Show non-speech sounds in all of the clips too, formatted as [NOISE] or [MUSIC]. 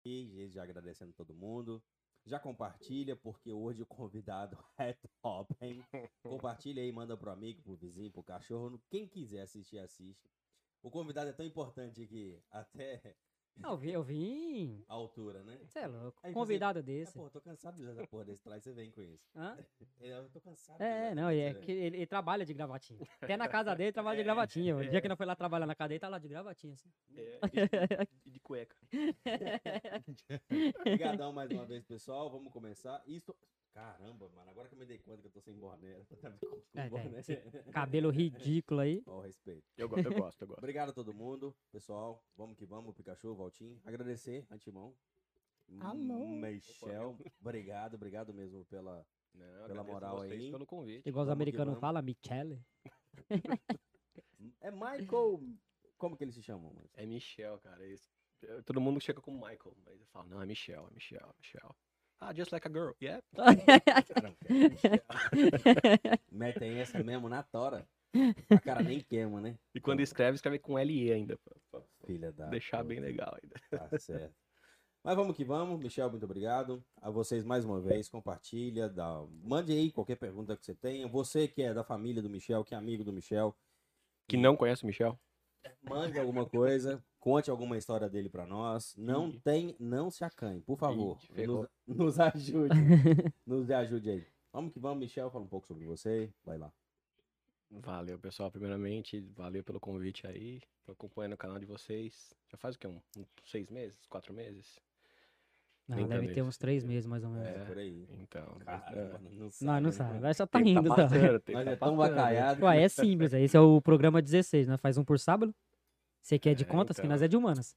aqui, já agradecendo todo mundo. Já compartilha, porque hoje o convidado [LAUGHS] é top, hein? Compartilha aí, manda pro amigo, pro vizinho, pro cachorro. Quem quiser assistir, assiste. O convidado é tão importante que até Não, eu vim. Eu vim. a altura, né? Você é louco. Aí você- Convidado É, desse. pô, eu tô cansado de usar essa porra desse trás, você vem com isso. Hã? É Eu tô cansado. de É, né? usar não, esse é trás. que ele, ele trabalha de [LAUGHS] gravatinha. Até na casa dele, ele trabalha de gravatinha. O dia que não foi lá trabalhar na casa dele, tá lá de gravatinha, assim. É, e- e de cueca. Obrigadão mais uma vez, pessoal. Vamos começar. Isso. Caramba, mano, agora que eu me dei conta que eu tô sem boné. Eu tava com com É, boné. Cabelo ridículo aí. Ó, o respeito. Eu, go- eu gosto, eu gosto. Obrigado a todo mundo, pessoal. Vamos que vamos, Pikachu, Valtinho. Agradecer, antemão. Alô. Michel, obrigado, obrigado mesmo pela. Não, agradeço moral vocês aí. Pelo convite. Igual Vamos os que americanos vamos. falam, Michele. É Michael. Como que eles se chamam? mas? É Michel, cara. é isso. Eu- Todo mundo chega com Michael, mas eu falo, não, é Michel, é Michel, é Michel. Ah, just like a girl. [LAUGHS] Yeah. Caramba, cara. Metem essa mesmo na tora. A cara nem queima, né? E quando escreve, escreve com LE ainda. Pra, pra Filha da. deixar puta. bem legal ainda. Tá certo. Mas vamos que vamos, Michel, muito obrigado. A vocês mais uma vez, compartilha, dá... mande aí qualquer pergunta que você tenha. Você que é da família do Michel, que é amigo do Michel, Que não conhece o Michel? mande alguma coisa, conte alguma história dele pra nós. Não Ih. tem, não se acanhe, por favor. Ih, ferrou. nos, [LAUGHS] nos ajude. [LAUGHS] nos ajude aí. Vamos que vamos, Michel, fala um pouco sobre você. Vai lá. Valeu, pessoal. Primeiramente, valeu pelo convite aí. Tô acompanhando o canal de vocês. Já faz o quê? Um, um- seis meses? Quatro meses? Não, Nem deve também. ter uns três meses, mais ou menos. É. por aí. Então. Caramba, é. não sabe. Não, não né? sabe. Vai só tá Tem que rindo, tá tá? passando, tem que Mas tá é tão passando, né? bacalhado. Ué, é simples, é. esse é o programa 16, né? Faz um por sábado. Você que é de É, contas, que então. nós é de humanas.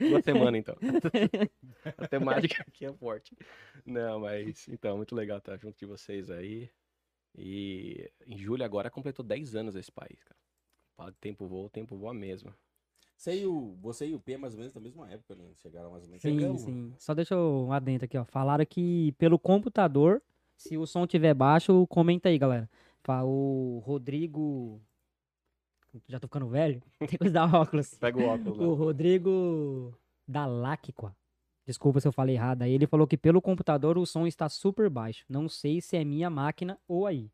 Uma semana, [LAUGHS] então. A temática aqui é forte. Não, mas, então, muito legal estar junto de vocês aí. E em julho agora completou 10 anos esse país, cara. Fala de tempo voa, o tempo voa mesmo. Você e, o, você e o P é mais ou menos da mesma época, né? Chegaram mais ou é menos. Sim, Chegamos. sim. Só deixa eu um adentro aqui, ó. Falaram que pelo computador, se o som tiver baixo, comenta aí, galera. Fa- O Rodrigo. Já tô ficando velho? [LAUGHS] Tem que dar óculos. Pega o óculos, O Léo. Rodrigo Dalacqua. Desculpa se eu falei errado aí. Ele falou que pelo computador o som está super baixo. Não sei se é minha máquina ou aí.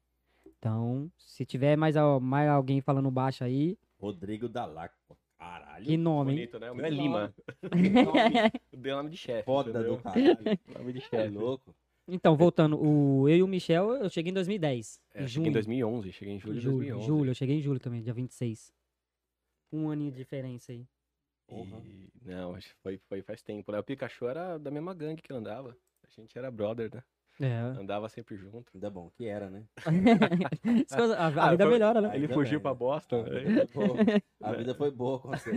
Então, se tiver mais, al- mais alguém falando baixo aí, Rodrigo Dalacqua. Caralho. que nome, hein? Bonito, né? O meu é Que Lima. nome [LAUGHS] Eu dei o nome de chefe. Foda entendeu? do caralho. Nome Tá de É chefe. louco. Então, voltando, o, eu e o Michel, eu cheguei em 2010. É, em cheguei em junho. 2011, cheguei em julho Tipo, de julho, 2011. julho, eu cheguei em julho também, dia 26. Um aninho de diferença aí. Porra. E... Não, acho que foi, foi faz tempo, né? O Pikachu era da mesma gangue que eu andava. A gente era brother, né? [LAUGHS] É. Andava sempre junto. Ainda bom, que era, né? As coisas- a, a Ah, vida foi- melhora, né? Ele Ainda bem, fugiu pra né? [LAUGHS] Boston. A né? vida foi boa. A vida foi boa com [LAUGHS] você.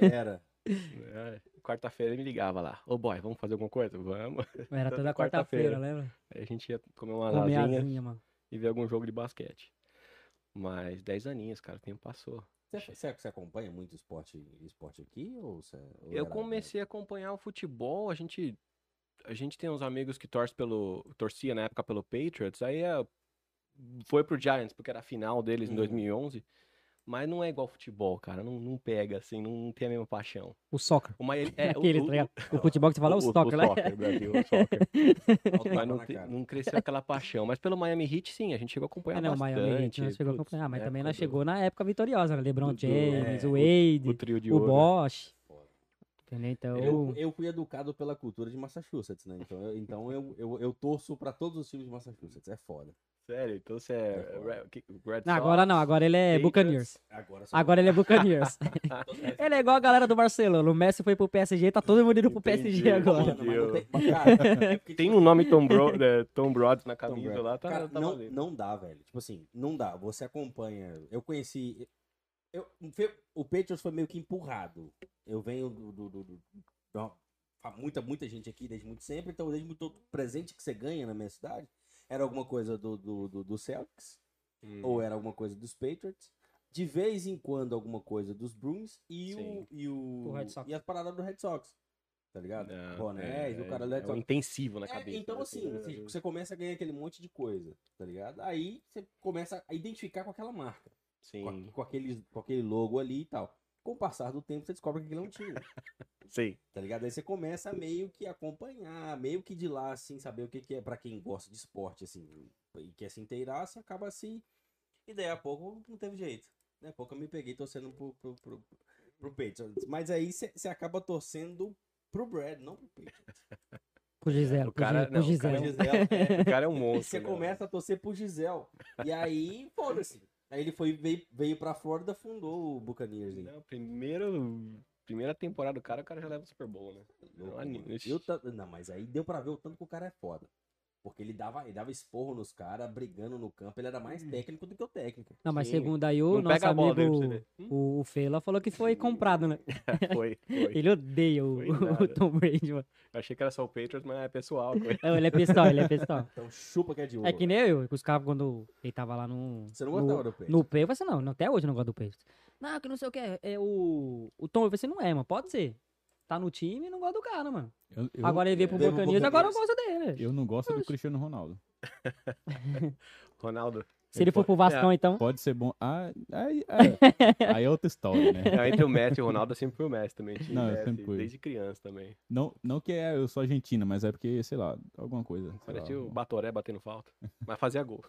Era. É, Quarta-feira ele me ligava lá. Ô boy, vamos fazer alguma coisa? Vamos. [LAUGHS] Era toda toda quarta-feira, quarta-feira. lembra? Aí a gente ia comer uma Comer lasanha asinha, mano. e ver algum jogo de basquete. Mas 10 aninhos, cara, o tempo passou. Você, você- você acompanha muito esporte, esporte aqui? Ou você, ou Eu era- comecei a acompanhar o futebol, a gente. A gente tem uns amigos que torce pelo. torcia na época pelo Patriots, aí é, foi pro Giants, porque era a final deles em Uhum. 2011. Mas não é igual futebol, cara. Não, não pega, assim, não, não tem a mesma paixão. O soccer. O Maia- [LAUGHS] é, o- Aquele, o- tá ligado? O futebol que você fala é o soccer, né? Brasil, o soccer. Olha [LAUGHS] o tapa Mas não, na te- cara. não cresceu aquela paixão. Mas pelo Miami Heat, sim, a gente chegou a acompanhar É, não, bastante. Miami Heat, nós chegou a Putz, é né, acompanhar, mas na também época nós do- chegou na época vitoriosa, né? LeBron do- James, é, o o- O Wade, trio de o ouro. Bosch. Entendeu? Então, Eu, eu fui educado pela cultura de Massachusetts, né? Então eu, então eu, eu, eu torço pra todos os times de Massachusetts. É foda. Sério, então você é É foda. Re- que- Red Não, Sox, agora não, agora ele é Patriots. Buccaneers. Agora só- Agora ele é [LAUGHS] Buccaneers. ele é igual a galera do Barcelona. O Messi foi pro PSG, tá todo mundo indo pro PSG Entendi. é agora. Mano, mas não Deus. tem, mas, cara, é porque, Tem tipo, um nome Tom, Bro, né, Tom Broads na Então, Tom camisa Brady. lá, tá, Cara, tá não, valendo. não dá, velho. Tipo assim, não dá. Você acompanha. Eu conheci. Eu, fe- o Patriots foi meio que empurrado. Eu venho do. do, do- do- do- há muita, muita gente aqui desde muito sempre, então desde muito o presente que você ganha na minha cidade. Era alguma coisa do, do, do, do Celtics, Hum. ou é era alguma coisa dos Patriots. De vez em quando, alguma coisa dos Bruins e o. Sim. E, o, O Red Sox. e as paradas do Red Sox. Tá ligado? Não, Bonés, é- né? o cara do é Red um Sox. intensivo na É, cabeça. né, então, assim, você, você começa a ganhar aquele monte de coisa, tá ligado? Aí você começa a identificar com aquela marca, com, a- Sim. com aquele, com aquele logo ali e tal. Com o passar do tempo, você descobre que aquilo é um time. Sim. tá ligado? Aí você começa a meio que acompanhar, meio que de lá, assim, saber o que, que é pra quem gosta de esporte, assim, e quer se inteirar, você acaba assim. E daí a pouco não teve jeito. Daí a pouco eu me peguei torcendo pro, pro, pro, pro Patriots. Mas aí você você acaba torcendo pro Brad, não pro Patriots. Pro Gisele. É, O pro cara- Gi- pro não, o cara Pro Gisele. Gisele, é. O [LAUGHS] cara é um monstro. Você né? começa a torcer pro Gisel. E aí, foda-se. Aí ele foi, veio, veio pra Flórida, fundou o Buccaneers. hein? Não, primeiro, primeira temporada do cara, o cara já leva o Super Bowl, né? Louco, Olha, mano. ixi. Eu ta- Não, mas aí deu pra ver o tanto que o cara é foda. Porque ele dava, ele dava esporro nos caras, brigando no campo. Ele era Hum. mais técnico do que o técnico. Não, mas Sim. segundo aí o assim, Não nosso pega a bola dele pra você amigo, ver. Hum, o, o Fela, falou que foi comprado, né? Foi, foi. Ele odeia [LAUGHS] o, Foi o nada. Tom Brady, mano. Achei que era só o Patriots, mas é pessoal. [LAUGHS] Foi. Não, ele é pessoal, ele é pessoal. Então chupa que é de ouro. É que nem eu, que os caras, quando ele tava lá no. Você não no- gostava do Pedro? No P, eu falei assim, não, não, até hoje eu não gosto do Patriots. Não, que não sei o que, é o, o Tom, eu falei assim, não é, mano, pode ser. Tá no time e não gosta do cara, mano. Eu, eu- agora ele veio pro um Veio pro Buccaneers, agora eu gosto Buccaneers. dele. eu não gosto do Oxe. Cristiano Ronaldo. Ronaldo. Se ele for pro É. Vascão, então, Pode ser bom. Ah, [LAUGHS] aí, aí- aí é outra história, né? Não, entre o Messi e o Ronaldo, eu sempre fui o Messi também. time Não, eu Messi, sempre fui. Desde criança também. Não, não que é, eu sou argentina, mas é porque, sei lá, alguma coisa. sei lá, Parecia o Batoré batendo falta, mas fazia gol.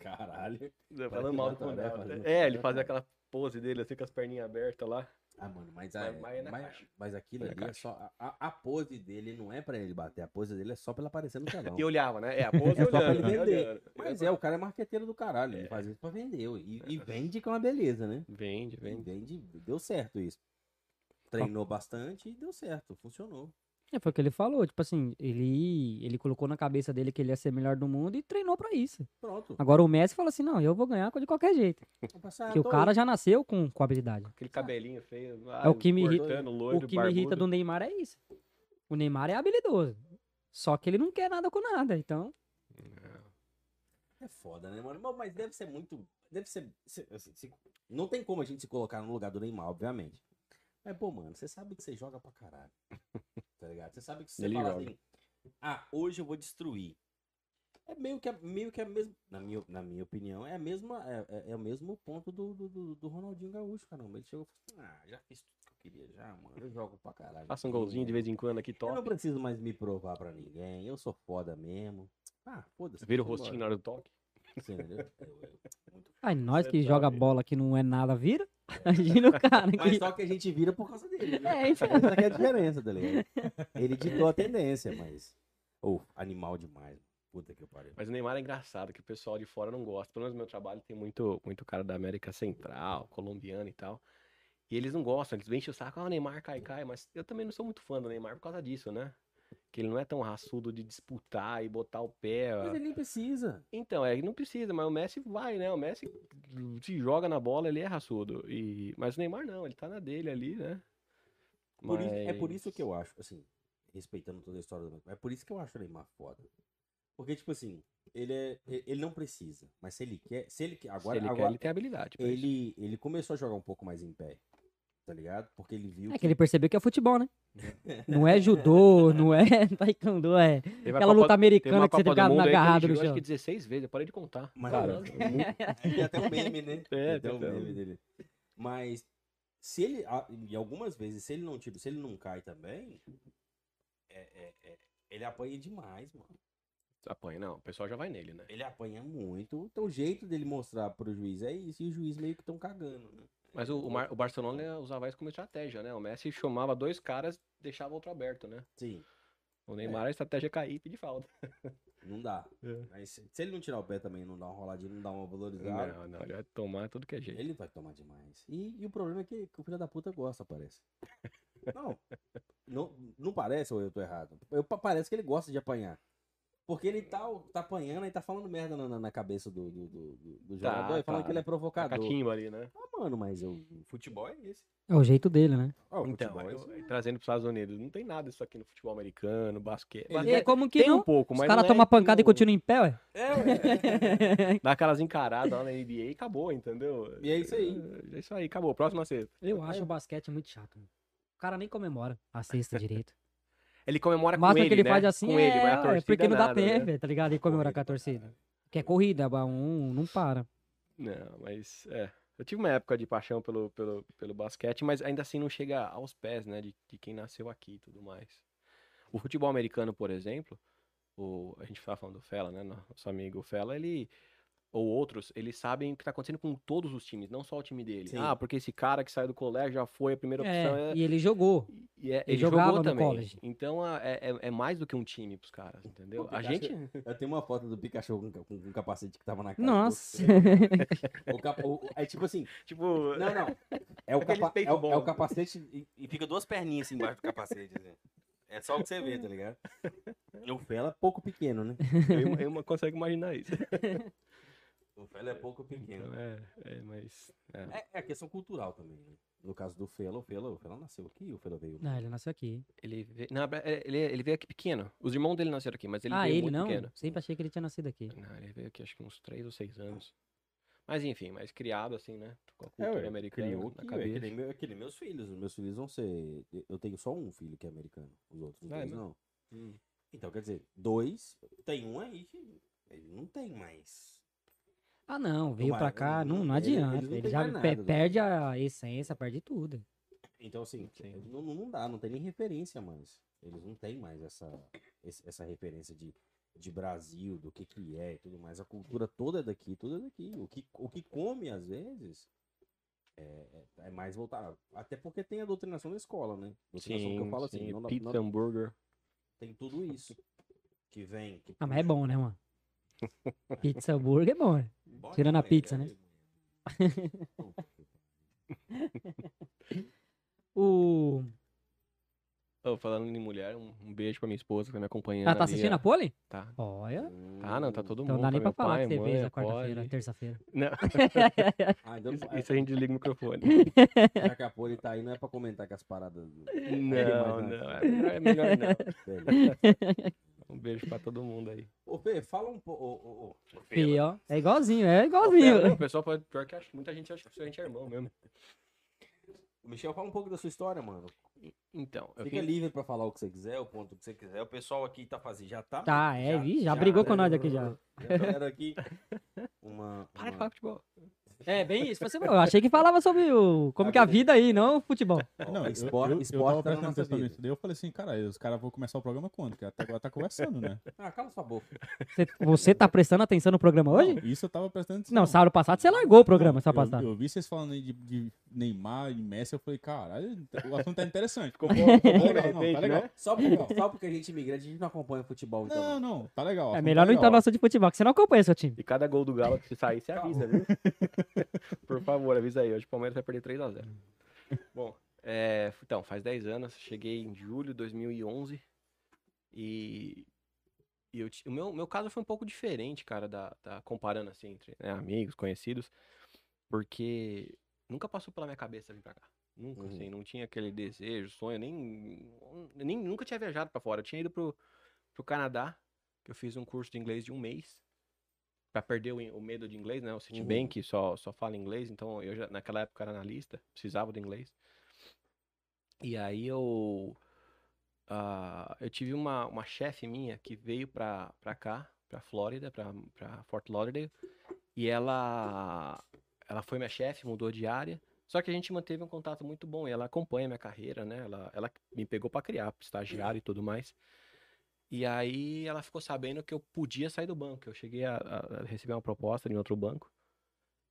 Caralho. Falando que mal o do Batoré Ronaldo. fazendo É, ele falta, fazia cara. aquela pose dele, assim, com as perninhas abertas lá. Ah, mano, mas, Mas- é- mas é na mas, caixa. mas aquilo Mas na ali é caixa. só. a- A, a pose dele não é pra ele bater. A pose dele é só pra ele aparecer no telão. [LAUGHS] E olhava, né? É, a pose É só pra ele olhando. né? vender. Olhando. Mas é, o cara é marqueteiro do caralho. É. Ele faz isso pra vender. ué. E, e vende que é uma beleza, né? Vende, E vende. vende, deu certo isso. Treinou bastante e deu certo, funcionou. é, foi o que ele falou, tipo assim, ele, ele colocou na cabeça dele que ele ia ser melhor do mundo e treinou pra isso. Pronto. Agora o Messi falou assim, não, eu vou ganhar de qualquer jeito. Vou passar, Porque o Ah, tô cara já nasceu com, com habilidade. Aquele cabelinho feio. É o que me irrita- cortando, O loiro, que me irrita barbudo. do Neymar é isso. O Neymar é habilidoso. Só que ele não quer nada com nada, então. É foda, né, mano? Mas deve ser muito. Deve ser. se- assim, se- não tem como a gente se colocar no lugar do Neymar, obviamente. Mas, pô, mano, você sabe que você joga pra caralho. [LAUGHS] Tá ligado? Você sabe que se você Ele fala joga. assim. Ah, hoje eu vou destruir. É meio que a, meio que a mesma. Na minha, na minha opinião, é a mesma. É, é- é o mesmo ponto do, do, do- do Ronaldinho Gaúcho, caramba. Ele chegou e falou assim: ah, já fiz tudo que eu queria já, mano. Eu jogo pra caralho. Faça um golzinho de vez em quando aqui, Eu não top. preciso mais me provar pra ninguém. Eu sou foda mesmo. Ah, foda-se. Vira o vambora. rostinho na hora do toque. Você entendeu? Eu- [LAUGHS] eu- muito Ai, nós Cê que tá joga vendo. bola que não é nada, vira. [LAUGHS] Imagina o cara Mas que. só que a gente vira por causa dele, né? [LAUGHS] É, Essa então. que é a diferença, tá ligado? [LAUGHS] Ele ditou a tendência, mas. Ô, animal demais. Puta que pariu. Mas o Neymar é engraçado, que o pessoal de fora não gosta. Pelo menos no meu trabalho tem muito, muito cara da América Central, colombiano e tal. E eles não gostam, eles enchem o saco, ah, o Neymar cai, cai. Mas eu também não sou muito fã do Neymar por causa disso, né? Que ele não é tão raçudo de disputar e botar o pé. Mas ele nem precisa. Então, é, que não precisa, mas o Messi vai, né? O Messi se joga na bola, ele é raçudo. E... Mas o Neymar não, ele tá na dele ali, né? Por isso- é por isso Mas- que eu acho, assim, respeitando toda a história do Neymar, é por isso que eu acho o Neymar foda. Porque, tipo assim, ele, é, ele não precisa, mas se ele quer. Se ele quer. Agora, Se ele quer, agora ele tem habilidade. pra isso. ele, ele começou a jogar um pouco mais em pé. Tá ligado? Porque ele viu. É que ele percebeu que é futebol, [LAUGHS] né? Não é judô, não é [LAUGHS] taekwondo, é Teve a aquela luta Copa- Teve uma americana que você Copa do fica Mundo aí que agarrado ele no girou, acho chão. que 16 vezes, eu parei de contar. Mas- é Cara, [LAUGHS] é muito- Aí tem até um meme, né? É, Tem até um então. meme dele. Mas se ele. a- E algumas vezes, se ele não tira, se ele não cai também, é- é- é, ele apanha demais, mano. apanha, não. O pessoal já vai nele, né? Ele apanha muito. Então o jeito dele mostrar pro juiz é isso, e o juiz meio que tão cagando, né? Mas o, o Mar- o Barcelona usava isso como estratégia, né? O Messi chamava dois caras, deixava outro aberto, né? Sim, O Neymar, a estratégia é cair e pedir falta. não dá. É. Mas se se ele não tirar o pé também, não dá uma roladinha, não dá uma valorizada, Não, não, ele vai tomar tudo que é jeito. ele vai tomar demais. E, e o problema é que, que o filho da puta gosta, parece. Não, não, não parece ou eu tô errado? Eu, pa- parece que ele gosta de apanhar. Porque ele tá, tá apanhando e tá falando merda na, na- na cabeça do, do, do- do- do Tá, jogador, e falando tá. que ele é Tá provocador. catimba ali, né? Ah, mano, mas eu, futebol é esse. É o jeito dele, né? Ah, o Então, futebol é eu- isso. trazendo para os Estados Unidos, não tem nada isso aqui no futebol americano, basquete. Ele- E basquete é como que tem não? um pouco, Os mas caras não é tomam que pancada e não- continuam em pé, ué. É, ué. Dá aquelas encaradas lá na NBA e acabou, entendeu? E é isso aí. É isso aí, acabou. Próxima sexta. Eu acho o basquete muito chato. mano. O cara nem comemora a sexta [LAUGHS] direito. Ele comemora O com máximo ele, que ele né? faz assim com é, ele, mas a ué, torcida porque não dá nada, né? tempo, tá ligado? E comemorar com a torcida. Que é corrida, ba- um não para. Não, mas é. Eu tive uma época de paixão pelo, pelo, pelo basquete, mas ainda assim não chega aos pés, né, de, de quem nasceu aqui e tudo mais. O futebol americano, por exemplo, o, a gente estava falando do Fela, né, nosso amigo Fela, ele, ou outros, eles sabem o que está acontecendo com todos os times, não só o time dele. Sim. Ah, porque esse cara que saiu do colégio já foi a primeira opção. É, é- e ele jogou. e é- Ele ele jogou jogava no também. college. Então a- é, é- é mais do que um time pros caras, entendeu? Pô, a Pikachu- gente. Eu tenho uma foto do Pikachu com, com, com o capacete que tava na cara. do Nossa. né? [LAUGHS] outro. O capa- o- é [LAUGHS] tipo assim, Tipo, não, não. É o, Aquele capa- peito é o, é bom. o capacete e, e fica duas perninhas assim embaixo do capacete. assim. É só o que você vê, tá ligado? O Fela é pouco pequeno, né? eu, eu não consigo imaginar isso. O Fela é pouco pequeno. [LAUGHS] Então, é, é, mas. é. É, é a questão cultural também, né? No caso do Fela, o Fela, o Fela nasceu aqui, o Fela veio. Não, Ah, ele nasceu aqui. Ele veio, não, é- ele, ele veio aqui pequeno. Os irmãos dele nasceram aqui, mas ele ah, veio ele muito não? pequeno. Sempre achei que ele tinha nascido aqui. Não, ele veio aqui acho que uns 3 ou 6 anos. Mas enfim, mas criado assim, né? Com a É, cultura ué, americana criou na aqui, ué, cabeça. aquele, meu, é aquele meus filhos. Os meus filhos vão ser. Eu tenho só um filho que é americano. Os outros não Ah, é tem, mesmo? não. Hum. Então, quer dizer, dois. Tem um aí que ele não tem mais. Ah, não, veio Mas pra cá, né? ele não não, não tem- ele- adianta. eles Ele, não têm já mais pe- nada, né? perde a essência, perde tudo. Então, assim, Sim. não, não dá, não tem nem referência mais. Eles não têm mais essa, esse- essa referência de, de Brasil, do que que é e tudo mais. A cultura toda é daqui, tudo é daqui. O que, o que come, às vezes, é, é- é mais voltado. Até porque tem a doutrinação da escola, né? Doutrinação que eu falo assim, não, dá- pizza, é um não- hambúrguer. tem tudo isso que vem. Que Ah, mas é puxa. bom, né, [LAUGHS] mano? Pizza hambúrguer é bom, né? Bom Tirando a demais, pizza, né? [LAUGHS] Puta que O... Ô, falando em mulher, um, um beijo pra minha esposa que tá me acompanhando. Ah, tá ali, assistindo ó. a pole? Tá. Olha. Ah, não, tá todo mundo. Então não dá nem pra meu falar pai, que você mãe, fez a a quarta-feira, Polly. terça-feira. Não, [LAUGHS] Ah, ainda não- isso a gente desliga o [LAUGHS] microfone. Já que a Poli tá aí, não é pra comentar com as paradas. do- Não, mais não, nada. é melhor, é melhor não. Velho. Um beijo pra todo mundo aí. Ô, Fê, fala um pouco. Ô, ô, ô. Fih, ó. É igualzinho, é Ô, Fela, igualzinho. não, O pessoal pode. Pior que acha, muita gente acha que a gente é irmão mesmo. O Michel, fala um pouco da sua história, mano. Então, eu Fica vim- livre pra falar o que você quiser, o ponto que você quiser. O pessoal aqui tá fazendo, já tá. Tá, é, vi, já brigou com nós aqui já. Já fizeram aqui uma. [LAUGHS] Para de uma- falar futebol. É, bem isso. Você... Eu achei que falava sobre o... como que é a vida aí, não o futebol. ó, Não, eu- esporte, eu, eu, esporte tava tá na prestando nossa atenção vida. nisso. Daí eu falei assim, cara, os caras vão começar o programa quando? Porque até agora tá conversando, né? Ah, cala sua boca. Você, você tá prestando atenção no programa [LAUGHS] hoje? Isso eu tava prestando atenção. Não, sábado passado você largou o programa, Não, sábado eu, passado. eu vi vocês falando aí de, de Neymar e Messi, eu falei, caralho, o assunto tá interessante. Ficou bom, de legal, não, repente, tá legal. né? Só porque, só porque a gente é imigrante, a gente não acompanha futebol, então. Não, não, tá legal. o É assunto melhor tá não entrar legal. no assunto de futebol, que você não acompanha seu time. E cada gol do Galo que sair, você avisa, viu? [LAUGHS] Por favor, avisa aí. Hoje o Palmeiras vai perder 3x0. Bom, é, então, faz 10 anos. Cheguei em julho de 2011. E, e eu ti- o meu, meu caso foi um pouco diferente, cara, da, da- comparando assim entre né, amigos, conhecidos. Porque nunca passou pela minha cabeça vir pra cá. Nunca, Uhum. assim, não tinha aquele desejo, sonho, nem, nem nunca tinha viajado pra fora. Eu tinha ido pro, pro Canadá, que eu fiz um curso de inglês de um mês, pra perder o, in- o medo de inglês, né? O Citibank só, só fala inglês, então eu já, naquela época era analista, precisava do inglês. E aí eu. ah, eu tive uma, uma chefe minha que veio pra, pra cá, pra Flórida, pra, pra Fort Lauderdale, e ela. Ela foi minha chefe, mudou de área. Só que a gente manteve um contato muito bom e ela acompanha minha carreira, né? Ela, ela me pegou pra criar, estagiário e tudo mais. E aí ela ficou sabendo que eu podia sair do banco. Eu cheguei a, a- a receber uma proposta de outro banco.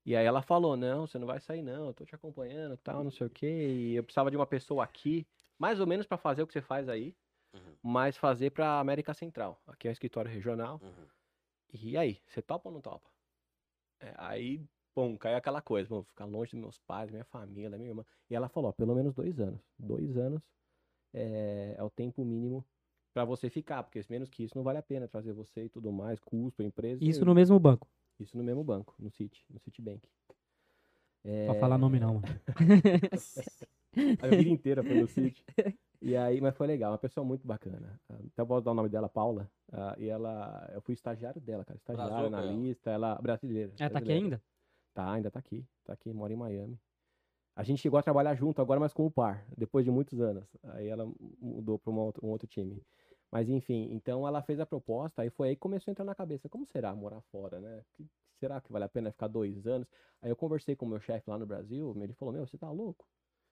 E aí ela falou: Não, você não vai sair, não. Eu tô te acompanhando, tal, não sei o quê. E eu precisava de uma pessoa aqui, mais ou menos pra fazer o que você faz aí, Uhum, mas fazer pra América Central. Aqui é um escritório regional. uhum. E aí, você topa ou não topa? É, aí, bom, caiu aquela coisa, vou ficar longe dos meus pais, minha família, da minha irmã. E ela falou, ó, pelo menos dois anos. Dois anos é, é o tempo mínimo pra você ficar, porque menos que isso não vale a pena trazer você e tudo mais, custo, empresa. Isso e- no mesmo banco. isso no mesmo banco, no Citi, no Citibank. É, Pra falar nome não, [LAUGHS] mano. A vida inteira foi no City. [LAUGHS] E aí, mas foi legal, uma pessoa muito bacana. Ah, Até posso dar o nome dela, Paula. Ah, e ela, eu fui estagiário dela, cara. Estagiário, Brasou com ela. analista, ela brasileira. É, tá aqui brasileira. ainda? Tá, ainda tá aqui. Tá aqui, mora em Miami. A gente chegou a trabalhar junto agora, mas com o par, depois de muitos anos. Aí ela mudou para um outro time. Mas enfim, então ela fez a proposta, aí foi aí que começou a entrar na cabeça. Como será morar fora, né? Que será que vale a pena ficar dois anos? Aí eu conversei com o meu chefe lá no Brasil, ele falou, meu, você tá louco?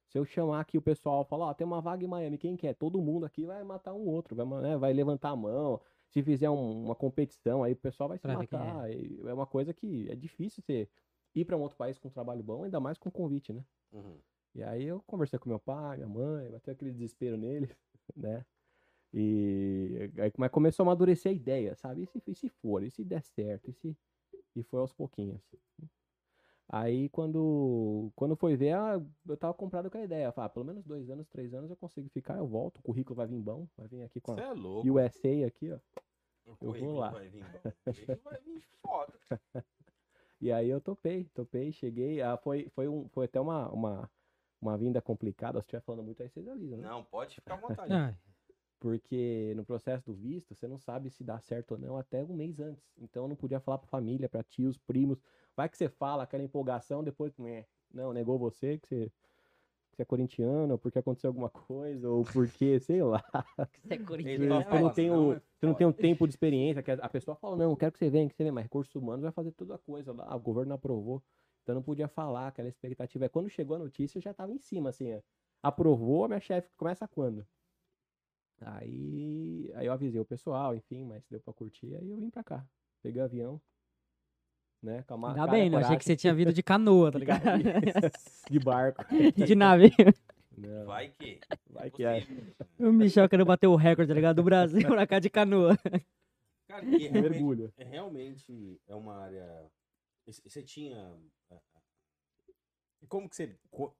Se eu chamar aqui o pessoal, falar, ó, tem uma vaga em Miami, quem quer? Todo mundo aqui vai matar um outro, vai, ma- né, vai levantar a mão. Se fizer um- uma competição, aí o pessoal vai se Pra ver quem é. matar. E É uma coisa que é difícil você ir pra um outro país com um trabalho bom, ainda mais com convite, né? Uhum. E aí eu conversei com meu pai, minha mãe, bateu aquele desespero nele, [LAUGHS] né? E aí mas começou a amadurecer a ideia, sabe? E se, e se for, e se der certo, e se e foi aos pouquinhos. Aí quando quando foi ver, ah, eu tava comprado com a ideia, falar, pelo menos dois anos, três anos eu consigo ficar, eu volto, o currículo vai vir bom, vai vir aqui com Você a é louco. USA aqui, ó. O vou currículo lá. Vai vir, bom. O currículo vai vir foda. E aí eu topei, topei, cheguei, ah, foi foi um foi até uma uma uma vinda complicada, se estiver falando muito aí vocês avisam, né? Não, pode ficar à vontade. Ah, Porque no processo do visto, você não sabe se dá certo ou não até um mês antes. Então eu não podia falar pra família, pra tios, primos. Vai que você fala aquela empolgação, depois, né, não, negou você, que você, que você é corintiano, ou porque aconteceu alguma [LAUGHS] coisa, ou porque, sei lá. Você é Ele tá corintiano. Você não falando, tem não, o, é você não foda. tem [LAUGHS] um tempo de experiência, que a, a pessoa fala, não, eu quero que você venha, que você venha, mas recursos humanos vai fazer toda a coisa lá, o governo aprovou. Então eu não podia falar aquela expectativa. Aí Quando chegou a notícia, eu já tava em cima, assim, ó. aprovou, a minha chefe começa quando? Aí, aí eu avisei o pessoal, enfim, mas deu pra curtir, aí eu vim pra cá. Peguei o avião, né, com a ma- Ainda cara, bem, né? Achei coragem, que você tinha vindo de canoa, tá [LAUGHS] ligado? [LAUGHS] de barco. de navio. [LAUGHS] Não, Vai que. um vai é que [LAUGHS] é. possível. O Michel querendo bater o recorde, tá ligado? Do Brasil pra cá de canoa. Cara, e realmente, Mergulho. é realmente é uma área. e c- Você tinha. a- a- E como que você. co-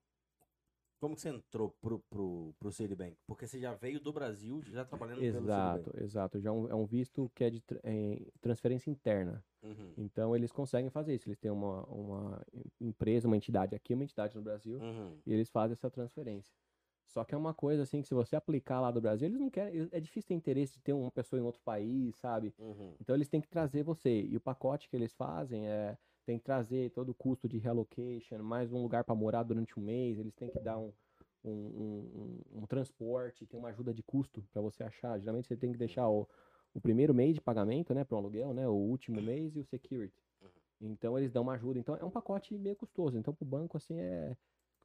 Como que você entrou pro, pro, pro Citibank? Porque você já veio do Brasil já trabalhando Exato, exato. Já é um, é um visto que é de tra- em transferência interna. pelo Citibank. Então eles conseguem fazer isso. Eles têm uma, uma empresa, uma entidade aqui, uma entidade no Brasil, Uhum, uhum. e eles fazem essa transferência. Só que é uma coisa assim que se você aplicar lá do Brasil, eles não querem. eles- É difícil ter interesse de ter uma pessoa em outro país, sabe? Uhum. Então eles têm que trazer você. E o pacote que eles fazem é tem que trazer todo o custo de relocation, mais um lugar para morar durante um mês, eles têm que dar um, um, um, um- um transporte, tem uma ajuda de custo para você achar. Geralmente você tem que deixar o, o primeiro mês de pagamento, né, para o aluguel, né, o último mês e o security. Então eles dão uma ajuda. Então é um pacote meio custoso. Então para o banco assim é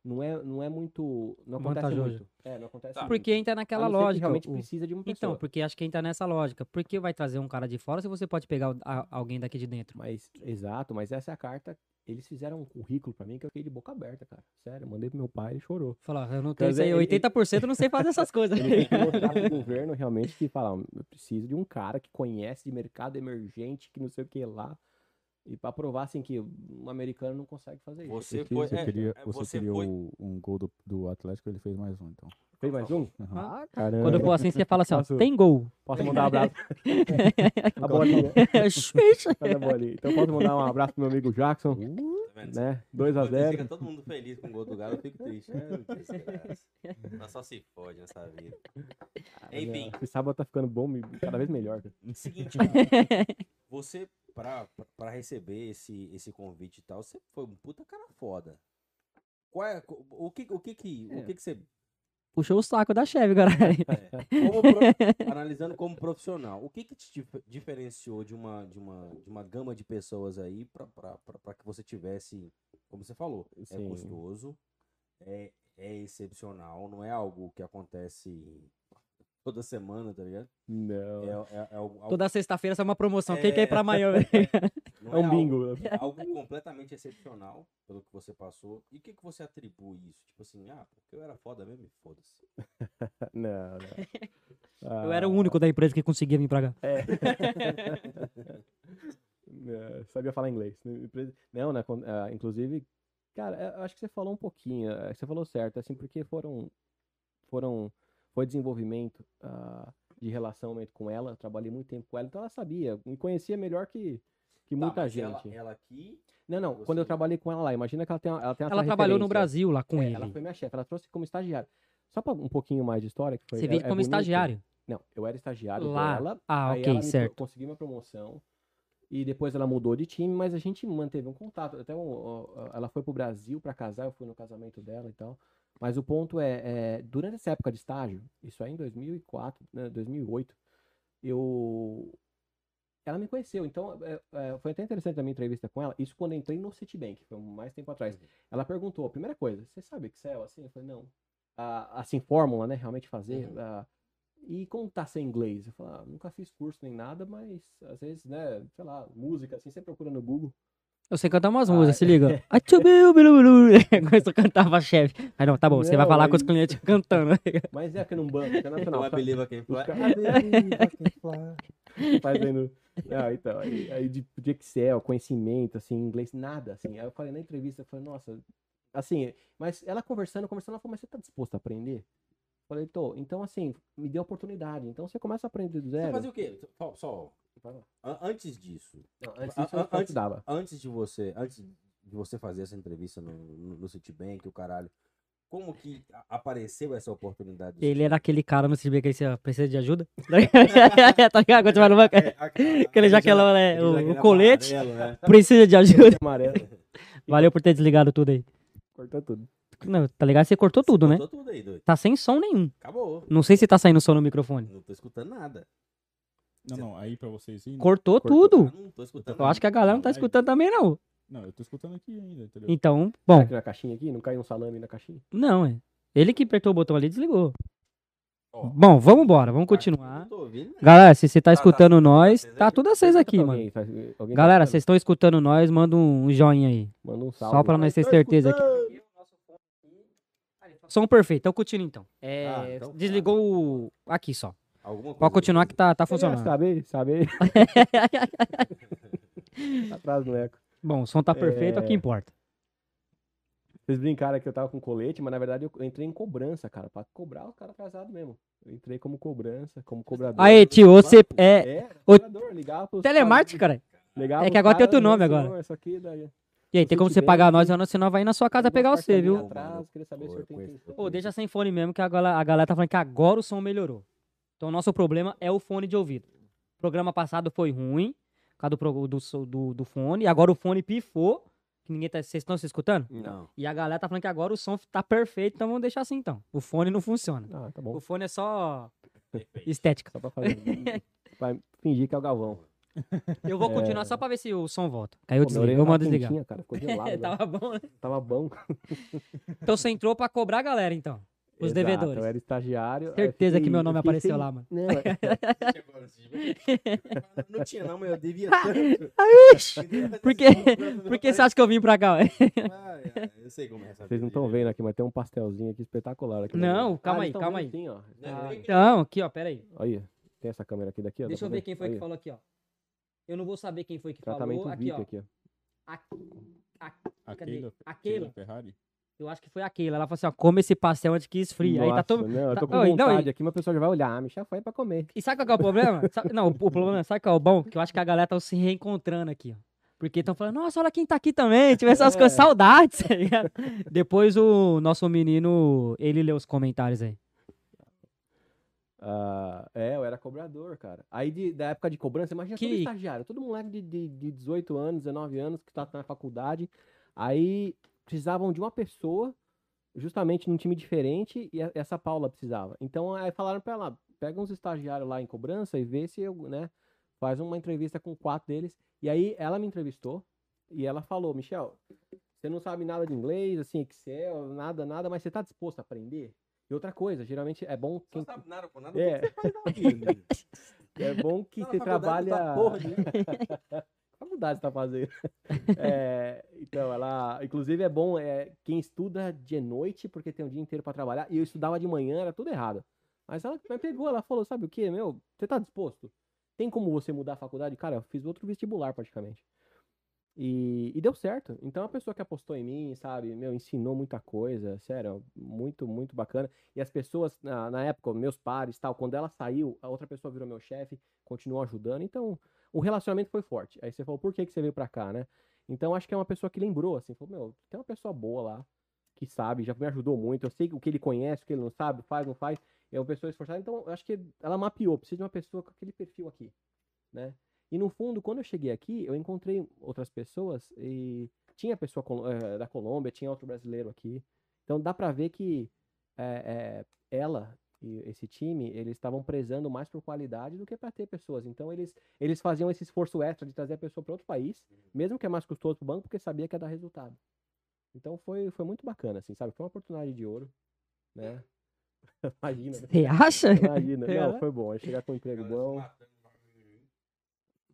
não é não é muito não acontece Vantajoso. muito. É, não acontece Tá. muito. Porque entra A naquela não ser que lógica. realmente o- precisa de uma pessoa. Então, porque acho que entra nessa lógica. Por que vai trazer um cara de fora se você pode pegar o- a- alguém daqui de dentro? Mas, exato, mas essa é a carta. Eles fizeram um currículo pra mim que eu fiquei de boca aberta, cara. Sério, eu mandei pro meu pai, ele chorou. Falar, "Ah, eu não Quer tenho isso aí, dizer, ele- 80% eu não sei [LAUGHS] fazer essas coisas. Ele tem que mostrar pro governo realmente que falar, "Ó, eu preciso de um cara que conhece de mercado emergente, que não sei o que lá. E pra provar, assim, que um americano não consegue fazer isso. Você Porque foi. você é, queria, é, você você queria foi- o- um gol do, do Atlético, ele fez mais um, [LAUGHS] então. Tem mais um? Ah, caramba. Quando eu for assim, você fala assim, ó, Posso- tem [LAUGHS] gol. Posso mandar um abraço? Tá a bolinha. Xuxa. faz a bolinha. Então posso mandar um abraço pro meu amigo Jackson, Tá vendo? né? 2 a Quando 0 Fica todo mundo feliz com o gol do Galo, eu fico triste. Ah, que [LAUGHS] desgraça. Nós só se fode nessa vida. Ah, é. Enfim. Esse sábado tá ficando bom e cada vez melhor. cara. Seguinte, [LAUGHS] cara, você, pra, pra receber esse, esse convite e tal, você foi um puta cara foda. Qual é, o que o que, que, o que, que você. é, Puxou o saco da chefe, [LAUGHS] caralho. como pro- analisando como profissional, o que, que te dif- diferenciou de uma, de, uma, de uma gama de pessoas aí pra, pra, pra, pra que você tivesse, como você falou, é Sim. custoso, é, é excepcional, não é algo que acontece toda semana, tá ligado? Não. É, é, é algo- algo- Toda sexta-feira sai uma promoção. Quem quer ir pra maior? não É um algo- bingo. É [LAUGHS] algo completamente excepcional pelo que você passou. E o que, que você atribui isso? Tipo assim, ah, porque eu era foda mesmo e foda-se. Tá, Não, não. [LAUGHS] Ah, Eu era o único da empresa que conseguia vir [LAUGHS] pra cá. É, sabia falar inglês. Não, né? con- ah, Inclusive, cara, é, eu acho que você falou um pouquinho. é, Você falou certo, assim, porque foram. foram foi desenvolvimento ah, de relacionamento com ela. Eu trabalhei muito tempo com ela, então ela sabia, me conhecia melhor que, que Tá, muita mas ela- gente. Ela, aqui. Não, não, você- quando eu trabalhei com ela lá, imagina que ela tem, ela tem essa Ela trabalhou no referência. Brasil lá com É, ele. Ela foi minha chefe, ela trouxe como estagiária. Só pra um pouquinho mais de história, que foi. Você é- veio é como bonito. estagiário. Não, eu era estagiário Lá. dela, Ah, Aí ok, ela me pro- certo. conseguiu minha promoção. E depois ela mudou de time, mas a gente manteve um contato. Até um- ó, ela foi pro Brasil pra casar, eu fui no casamento dela e tal. Mas o ponto é, é, durante essa época de é estágio, isso aí em 2004, né, 2008, eu Ela me conheceu, então é, é, foi até interessante a minha entrevista com ela. Isso quando eu entrei no Citibank, foi um mais tempo atrás. Ela perguntou, primeira coisa, você sabe Excel assim? Eu falei, não. Ah, assim, fórmula, né? Realmente fazer. Uhum. ah, e como tá sem inglês? Eu falei, ah, nunca fiz curso nem nada, mas às vezes, né, sei lá, música, assim, você procura no Google. Eu sei cantar umas Ah, músicas, se [LAUGHS] liga. [LAUGHS] Começa a cantar pra chefe. Aí não, tá bom, você vai Não, falar com os aí- clientes [LAUGHS] cantando. Mas é aqui num banco, é nacional. I sabe? believe I can fly. Os Ah, ca- [LAUGHS] I believe I can fly. fazendo. Ah, então, aí, aí de, de Excel, conhecimento, assim, inglês, nada, assim. Aí eu falei na entrevista, eu falei, nossa, assim, mas ela conversando, conversando, ela falou, mas você tá disposto a aprender? Eu falei, tô, então assim, me deu a oportunidade. Então você começa a aprender do Você zero. fazia o quê? Só, só Vai lá. an- antes disso, Não, antes A- disso, eu a- antes- estudava. antes de você, antes de você fazer essa entrevista no, no, no Citibank, o caralho, como que a- apareceu essa oportunidade? do Ele Citibank? [LAUGHS] era aquele cara no CB que você precisa de [LAUGHS] ajuda. tá ligado? Quando você vai no banco, É, a- a- Aquele aquele jaquelão, ja- né? aquele O- o jaquelão colete. amarelo, né? precisa de ajuda. Amarelo, Valeu por ter desligado tudo aí. [LAUGHS] cortou tudo. Não, tá ligado? Você cortou [LAUGHS] tudo, né? Botou tudo aí, doido. Tá sem som nenhum. Acabou. Não sei se tá saindo som no microfone. Não tô escutando nada. Não, não, aí pra vocês sim. Cortou, Cortou. Eu tudo. não tô escutando Eu acho que a galera não tá Caralho. escutando também, não. Não, eu tô escutando aqui ainda, entendeu? Então, Será bom, que na caixinha Tá aqui? Não caiu um salame na caixinha? não, é. Ele que apertou o botão ali e desligou. Ó. Bom, vamos embora, vamos Aqui eu continuar. Não tô ouvindo nada. Galera, se você Tá, tá tá escutando aceso, tá nós, aceso tá aí? tudo aceso aqui, Pergunta pra mano. alguém, faz- alguém tá Galera, escutando? vocês estão escutando nós, manda um joinha aí. Manda um salve. Só pra nós ter Tô certeza aqui. escutando. Som perfeito, então continua então. É, Ah, então tá. desligou o. Aqui só. Alguma coisa Pode continuar que tá, tá funcionando. Saber, [LAUGHS] saber. Atrás do eco. Bom, o som tá perfeito, é o que É. importa. Vocês brincaram que eu tava com colete, mas na verdade eu eu entrei em cobrança, cara. Pra cobrar os caras atrasados mesmo. Eu entrei como cobrança, como cobrador. Aí, tio, você. É. É, o- cobrador, ligava pros Telemarketing, caras- cara. ligava É que pros agora tem outro caras, nome "Não, agora." senhor, Isso aqui daí. E aí, tem como você né? pagar nós, ou senão vai ir na sua casa pegar você, viu? Atraso, queria saber se Pô, eu tenho eu intenção. Pô, deixa sem fone mesmo, que agora a galera tá falando que agora o som melhorou. Então, o nosso problema é o fone de ouvido. O programa passado foi ruim, por causa do, pro- do, so- do, do fone, e agora o fone pifou. Que ninguém tá. Vocês estão se escutando? [LAUGHS] Não. E a galera tá falando que agora o som tá perfeito, então vamos deixar assim então. O fone não funciona. Ah, tá O bom. fone é só estética. Só pra [LAUGHS] fazer. pra fingir que é o Galvão. Eu vou É. continuar só pra ver se o som volta. Aí eu Pô, desligo, minha orelha eu tava mando desligar. quentinha, cara, [LAUGHS] ficou gelado, É, velho. tava bom, né? [LAUGHS] Tava bom. Então você entrou pra cobrar a galera, então. Os Exato, é devedores. Eu era estagiário. aí Certeza que fiquei- meu nome eu fiquei apareceu sem- lá, mano. Não, é- [LAUGHS] Não tinha não, mas eu devia tanto. Porque, porque você acha que eu vim pra cá? ué? Ah, é, Eu sei como é essa Vocês vida, não estão gente. vendo aqui, mas tem um pastelzinho aqui espetacular. Aqui Não, calma aí, Ah, eles tão calma vendo aí. Sim, ó. Não, eu- Então, aqui, ó, pera aí. Ah, Aí, tem essa câmera aqui daqui, ó. dá Deixa pra eu ver quem foi Aí, que ó. falou aqui, ó. Eu não vou saber quem foi que Tratamento falou. Aqui, VIP ó. aqui, ó. A Cadê? Keila, A Keila Keila. Ferrari. Eu acho que foi a Keila. Ela falou assim, ó, come esse pastel antes que esfrie. Aí tá todo... Nossa, Não, eu tá- tô com Oi, não, vontade e- aqui, mas o pessoal já vai olhar. Ah, me foi pra comer. E sabe qual que é o problema? Sabe- Não, o o problema, sabe qual é o bom? Que eu acho que a galera tá se reencontrando aqui, ó. Porque estão falando, nossa, olha quem tá aqui também, tive essas É. coisas, saudades, [LAUGHS] tá ligado? Depois o nosso menino, ele lê os comentários [LAUGHS] aí. Ah, é, eu era cobrador, cara. Aí de- da época de cobrança, imagina todo Que- estagiário, todo moleque de, de, de 18 anos, 19 anos, que tá na faculdade. Aí precisavam de uma pessoa, justamente num time diferente, e a- essa Paula precisava. Então aí falaram pra ela, pega uns estagiários lá em cobrança e vê se eu, né, faz uma entrevista com quatro deles. E aí ela me entrevistou e ela falou, Michel, você não sabe nada de inglês, assim, Excel, nada, nada, mas você tá disposto a aprender? E outra coisa, geralmente é bom Só quem... sabe nada com nada. É. o que você faz na vida? É bom [LAUGHS] que Tá na você faculdade, não tá trabalha. porra nenhuma. faculdade você tá fazendo. [LAUGHS] É, então, ela. Inclusive, é bom é, quem estuda de noite, porque tem o dia inteiro pra trabalhar. E eu estudava de manhã, era tudo errado. Mas ela me pegou, ela falou: sabe o que, meu? Você tá disposto? Tem como você mudar a faculdade? Cara, eu fiz outro vestibular praticamente. E, e deu certo. Então, a pessoa que apostou em mim, sabe, meu, ensinou muita coisa, sério, muito, muito bacana. E as pessoas, na, na época, meus pares tal, quando ela saiu, a outra pessoa virou meu chefe, continuou ajudando. Então, o relacionamento foi forte. Aí você falou, por que, que você veio pra cá, né? Então acho que é uma pessoa que lembrou, assim, falou, meu, tem uma pessoa boa lá, que sabe, já me ajudou muito, eu sei o que ele conhece, o que ele não sabe, faz, não faz, é uma pessoa esforçada, então eu acho que ela mapeou, precisa de uma pessoa com aquele perfil aqui, né? E no fundo, quando eu cheguei aqui, eu encontrei outras pessoas e tinha pessoa colo- eh, da Colômbia, tinha outro brasileiro aqui, então dá pra ver que eh, eh, ela e esse time, eles estavam prezando mais por qualidade do que para ter pessoas. Então eles, eles faziam esse esforço extra de trazer a pessoa para outro país, mesmo que é mais custoso para o banco, porque sabia que ia dar resultado. Então foi, foi muito bacana, assim, sabe? Foi uma oportunidade de ouro, né? [LAUGHS] Imagina, [LAUGHS] né? Você acha? Imagina. É. Não, foi bom. Aí chegar com um né? emprego é bom.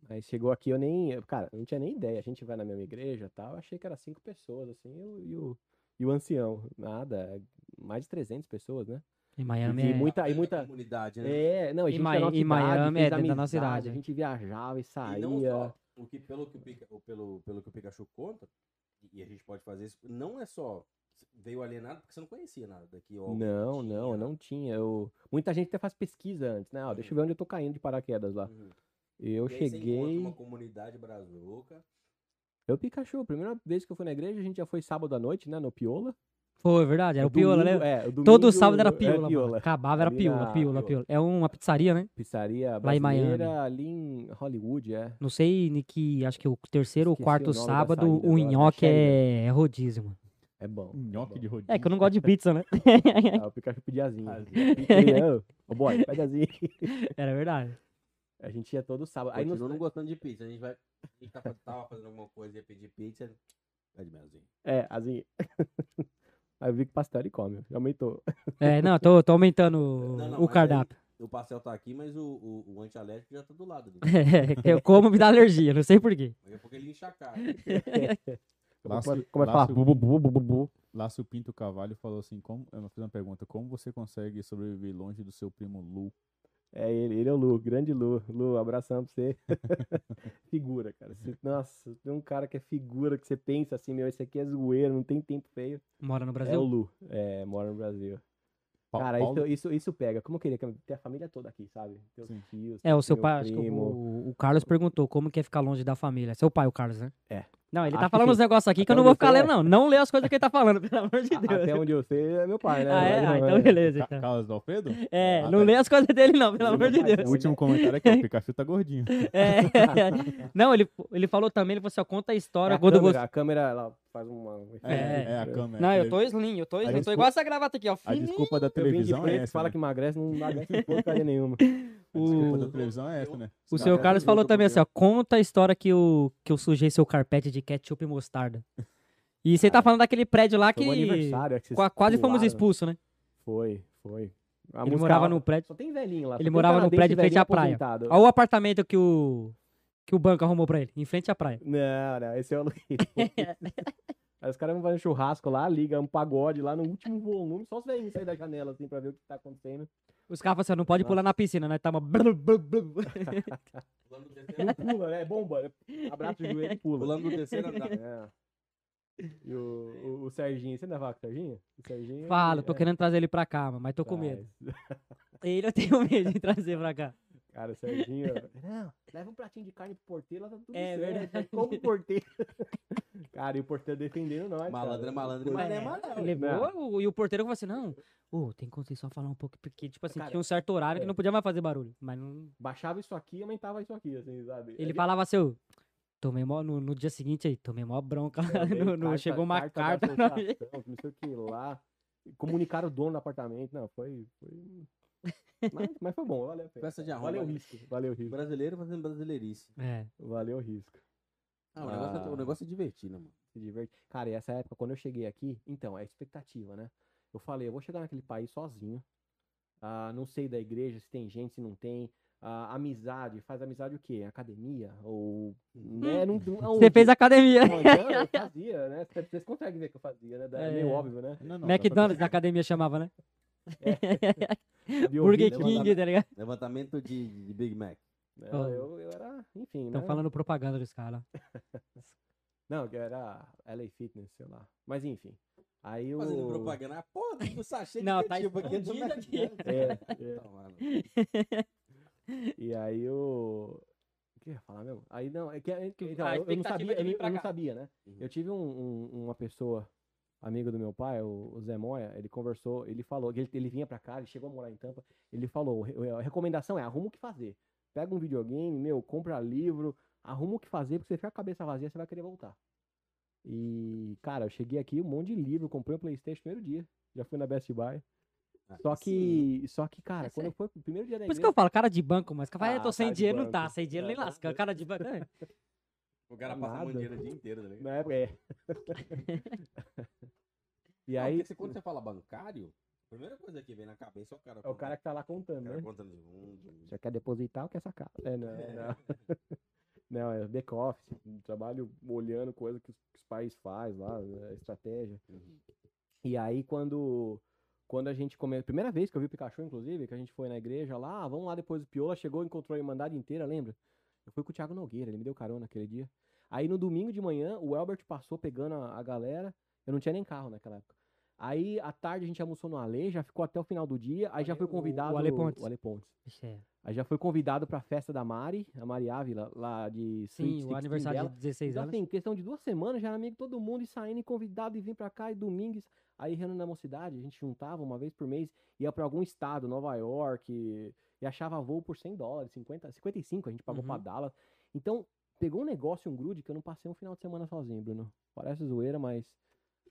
Aí chegou aqui, eu nem. eu- Cara, eu não tinha nem ideia. A gente vai na mesma igreja e tal. Eu achei que era cinco pessoas, assim, e o, e o, e o ancião. Nada. é Mais de 300 pessoas, né? Em Miami E é... muita- e muita- Comunidade, né? É, não, a E gente da Mai- nossa e idade, Miami é fez dentro da nossa amizade, idade, A é. gente viajava e E não saía. só, o que pelo que o, Pica- o pelo, pelo que o Pikachu conta, e a gente pode fazer isso, não é só veio alienado porque você não conhecia nada daqui. né? Ó, Não, não, eu não tinha. Eu... Muita gente até faz pesquisa antes, né? Ó, deixa eu ver onde eu tô caindo de paraquedas Hum. lá. Uhum. E eu E aí você encontra cheguei. uma comunidade brazuca. Eu, Pikachu, a primeira vez que eu fui na igreja, a gente já foi sábado à noite, né? No Piola. Foi, é verdade. Era o Piola, Domingo- né? É, o Todo sábado era domingo Piola, mano. Acabava, era Ali Piola, na- Piola, Piola. É uma pizzaria, né? Pizzaria Lá em Miami. brasileira ali em Hollywood, é. Não sei em que, acho que o terceiro ou Esqueci o quarto nome da sábado, saída o agora, né? nhoque Sheridan. é, é rodízio, mano. É Tá bom. [LAUGHS] é Nhoque de rodízio. É que eu não gosto de pizza, né? bom. Ah, o Pikachu pedia asinha. né? Fazia. Piquei, ô, ô boy, pede asinha. [LAUGHS] Era verdade. A gente ia todo sábado. Aí Aí nos- não, não gostando de pizza. A gente vai. A gente tá, fa- tava fazendo alguma coisa e ia pedir pizza. tá Pede melzinho. É, asinha. [LAUGHS] Aí eu vi que o pastel e come, já aumentou. É, não, tô, tô aumentando Não, não, o- o é mas aí- cardápio. O pastel tá aqui, mas o, o, o antialérgico já tá do lado. Né? [LAUGHS] eu como, me dá alergia, não sei porquê. Daqui a pouco ele enxacar. Eu vou Lá come- se- Começa a lá falar se- bu, bu, bu, bu, bu, bu. Lácio Pinto Cavalho falou assim, como... eu vou fazer uma pergunta, como você consegue sobreviver longe do seu primo Lu? É ele, ele é o Lu, grande Lu. Lu, abração [LAUGHS] pra você. figura, cara. Você- nossa, tem um cara que é figura, que você pensa assim, meu, esse aqui é zoeiro, não tem tempo feio. Mora no É o Brasil? Lu. É, mora no Brasil. Pa- Cara, Paulo- isso, isso, isso pega. Como eu queria que- ter a família toda aqui, sabe? Teus Sim. tios, É, o seu meu pai, acho que primo. o, o Carlos perguntou como que é ficar longe da família. Seu pai, o Carlos, né? É. Não, ele Acho tá que falando sim. uns negócios aqui que Até eu não onde vou eu ficar sei, lendo, é. não. Não lê as coisas que ele tá falando, pelo amor de [LAUGHS] A- Até Deus. onde eu sei é meu pai, né? Ah, é? Mas Ah, não então beleza. Ca- então. Carlos do Alfredo? [LAUGHS] É, Ah, não né? tá. lê as coisas dele, não, pelo amor de Ele não é um Deus. O último comentário [LAUGHS] aqui, ó, o Pikachu tá gordinho. É. [LAUGHS] Não, ele, ele falou também, ele falou assim, ó, conta a É história, a, gol do câmera, a câmera, ela faz uma. um É, efeito. é a Eu câmera. Não, eu Ele- tô slim, eu tô slim, eu tô desculpa- igual essa gravata aqui, ó. A fininho. desculpa da vim de televisão é preto, essa, fala né? que emagrece, não [LAUGHS] emagrece porcaria nenhuma. A desculpa da O- televisão é essa, né? O Não, seu é- Carlos eu falou tô também com assim, ó, conta a história que eu, que eu sujei seu carpete de ketchup e mostarda. E você tá Ah, falando daquele prédio lá Foi um que aniversário, é que vocês qua- quase fomos pularam. expulsos, né? Foi, foi. A Ele música morava alta. no prédio. Só tem velhinho lá. só Ele tem morava no canadense prédio em frente velhinho à praia. aposentado. Olha o apartamento que o, que o banco arrumou pra ele, em frente à praia. Não, não, esse é o Luiz. [LAUGHS] Aí os caras vão fazer um churrasco lá, liga um pagode lá no último volume, só os velhinhos saem da janela assim pra ver o que tá acontecendo. Os caras falaram assim, ó, não pode pular na piscina, né? Tava... blu, blu, [LAUGHS] blu. Pulando do Não terceiro, pula, né? Bomba, né? Abraça o joelho e pula. pulando do terceiro andar. É. E o, o, o Serginho, você ainda fala com o Serginho? O Serginho. Fala, tô é, querendo trazer ele pra cá, mas tô com medo. traz. Ele eu tenho medo de trazer pra cá. [LAUGHS] Cara, [LAUGHS] o Serginho. Não, leva um pratinho de carne pro porteiro, lá tá tudo É certo. verdade. Como o porteiro. [LAUGHS] cara, e o porteiro defendendo nós. Malandro é cara. malandro, mas não é malandro. Né? Levou, o- e o porteiro falou assim, não, ô, tem que conseguir só falar um pouco, porque, tipo assim, Cara, tinha um certo horário que é. não podia mais fazer barulho. Mas não... Baixava isso aqui e aumentava isso aqui, assim, sabe? Ele Ali- falava assim, eu tomei mó, no, no dia seguinte aí, tomei mó bronca, [LAUGHS] lá, [LAUGHS] Também, no- no- carta- chegou uma carta, da não- [LAUGHS] associação, não sei o que lá. E Comunicaram o dono do apartamento. Não, foi. [LAUGHS] foi... Mas, mas foi bom, valeu a pena. Festa de arromba. Valeu o risco. Valeu o risco. Brasileiro fazendo brasileirice. É, Valeu o risco. Ah, o negócio, é- Ah. o negócio é divertir, né, mano? Se diverte. Cara, e essa época, quando eu cheguei aqui, então, é expectativa, né? Eu falei, eu vou chegar naquele país sozinho. Ah, não sei da igreja, se tem gente, se não tem. Ah, amizade, faz amizade o quê? Academia? Ou. Né? Não, não- Hum. Você fez aonde? academia. né? Não, então, [LAUGHS] eu fazia, né? Vocês conseguem ver que eu fazia, né? É meio É. óbvio, [LAUGHS] né? Não, não, tá McDonald's na academia chamava, né? É. Viu [LAUGHS] o Burger vídeo, né? King, tá ligado? Levantamento de, de Big Mac. Não, Oh. eu, eu era, enfim, Estão né? falando propaganda dos caras. lá. Não, que eu era LA Fitness, sei lá. Mas enfim. Aí eu. Fazendo propaganda. Ah, porra, do sachê de Não, tá ketchup aqui é do escondido aqui. [LAUGHS] McDonald's. É, é. Então, mano, E aí eu. O que eu ia falar mesmo? Aí não, é que é- Que então, a eu, eu não expectativa sabia, de eu, vir não- pra eu não cá. sabia, né? Uhum. Eu tive um- um- uma pessoa, amigo do meu pai, o, o Zé Moia, ele conversou, ele falou, que ele, ele vinha pra cá, ele chegou a morar em Tampa, ele falou, "Re- a recomendação é arruma o que fazer. Pega um videogame, meu, compra livro, arruma o que fazer, porque você fica com a cabeça vazia, você vai querer voltar. E, cara, eu cheguei aqui, um monte de livro, comprei um Playstation no primeiro dia. Já fui na Best Buy. Ah, Só que, só que, cara, É quando eu fui pro primeiro dia da Por isso igreja, que eu falo, cara de banco, mas que eu falo, eu Ah, tô sem cara de dinheiro, não banco. tá, sem dinheiro nem É, tá lasca, certo. cara de [LAUGHS] banco. é. O cara passa Nada. mangueira o dia inteiro, né? na época, é. e [LAUGHS] [LAUGHS] Não, porque É. aí, você- quando você fala bancário, a primeira coisa que vem na cabeça é o cara. é o cara que tá lá o contando, cara né? contando de um, de um. Já quer depositar ou quer sacar? É, [LAUGHS] não, É. não. Não, é back office, um trabalho olhando coisa que os, que os pais fazem lá, né, estratégia. Uhum. E aí quando quando a gente começou, primeira vez que eu vi o Pikachu, inclusive, que a gente foi na igreja lá, "Ah, vamos lá depois do Piola, chegou, encontrou a Irmandade inteira, lembra? Eu fui com o Thiago Nogueira, ele me deu carona aquele dia. Aí no domingo de manhã, o Elbert passou pegando a, a galera, eu não tinha nem carro naquela época. Aí, à tarde, a gente almoçou no Ale, já ficou até o final do dia, aí já Ale- foi o- o convidado... Ale Pontes. O Ale Pontes. Ixi, é. Aí já foi convidado pra festa da Mari, a Mari Ávila, lá de Sweet Sim, 16 o aniversário dela. de 16 Então, anos. assim, questão de duas semanas, já era amigo de todo mundo e saindo e convidado e vim pra cá e domingos. Aí reunião na mocidade, a gente juntava uma vez por mês, ia pra algum estado, Nova York, e, e achava voo por 100 dólares, 50, 55 a gente pagou pra Uhum. Dallas. Então, pegou um negócio, um grude que eu não passei um final de semana sozinho, Bruno. Parece zoeira, mas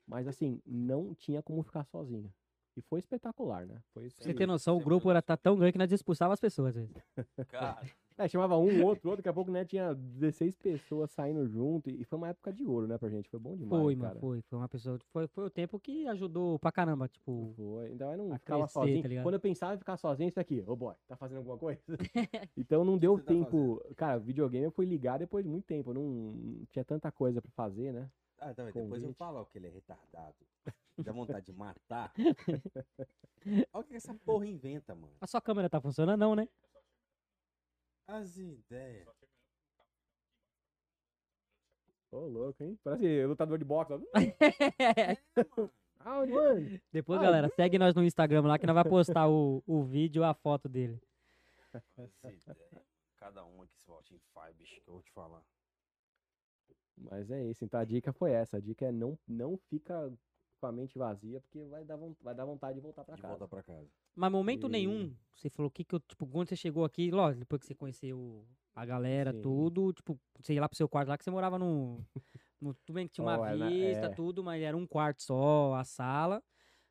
mas assim, não tinha como ficar sozinho. E foi espetacular, né? Foi Pra você assim, ter noção, o Sempre grupo era gosto. tá tão grande que nós expulsava as pessoas. às vezes. um [LAUGHS] Cara, É, chamava um, outro, outro, daqui a pouco, né, tinha 16 pessoas saindo junto, e e foi uma época de ouro, né, pra gente, foi bom demais, Foi, cara. mano, foi. Foi uma pessoa. Foi, foi o tempo que ajudou pra caramba, tipo. Foi, então eu não A ficava crescer, sozinho, tá ligado? quando eu pensava em ficar sozinho, isso aqui, ô boy, tá fazendo alguma [LAUGHS] coisa? [LAUGHS] então não deu você tá tempo, cara, videogame eu fui ligar depois de muito tempo, eu não, não tinha tanta coisa pra fazer, né. ah, tá, mas depois eu Convite. falo que ele é retardado. Dá vontade de [LAUGHS] matar. Olha o que essa porra inventa, mano. A sua câmera tá funcionando, não, né? As ideias. Ô, louco, hein? Parece lutador de [LAUGHS] boxe, ó. É, Aonde, mano? Depois, Ah, galera, segue nós no Instagram lá que nós vai [LAUGHS] postar o, o vídeo, a foto dele. As ideias. Cada uma que se volte em faz, bicho, que eu vou te falar. Mas é isso, então a dica foi essa, a dica é não, não fica com a mente vazia, porque vai dar, von- vai dar vontade de voltar pra de casa. volta pra casa. Mas momento E- nenhum, você falou o que que eu, tipo, quando você chegou aqui, lógico, depois que você conheceu a galera, Sim. tudo, tipo, você ia lá pro seu quarto lá que você morava no. no tudo bem que [LAUGHS] tinha Oh, uma era- vista, é. tudo, mas era um quarto só, a sala.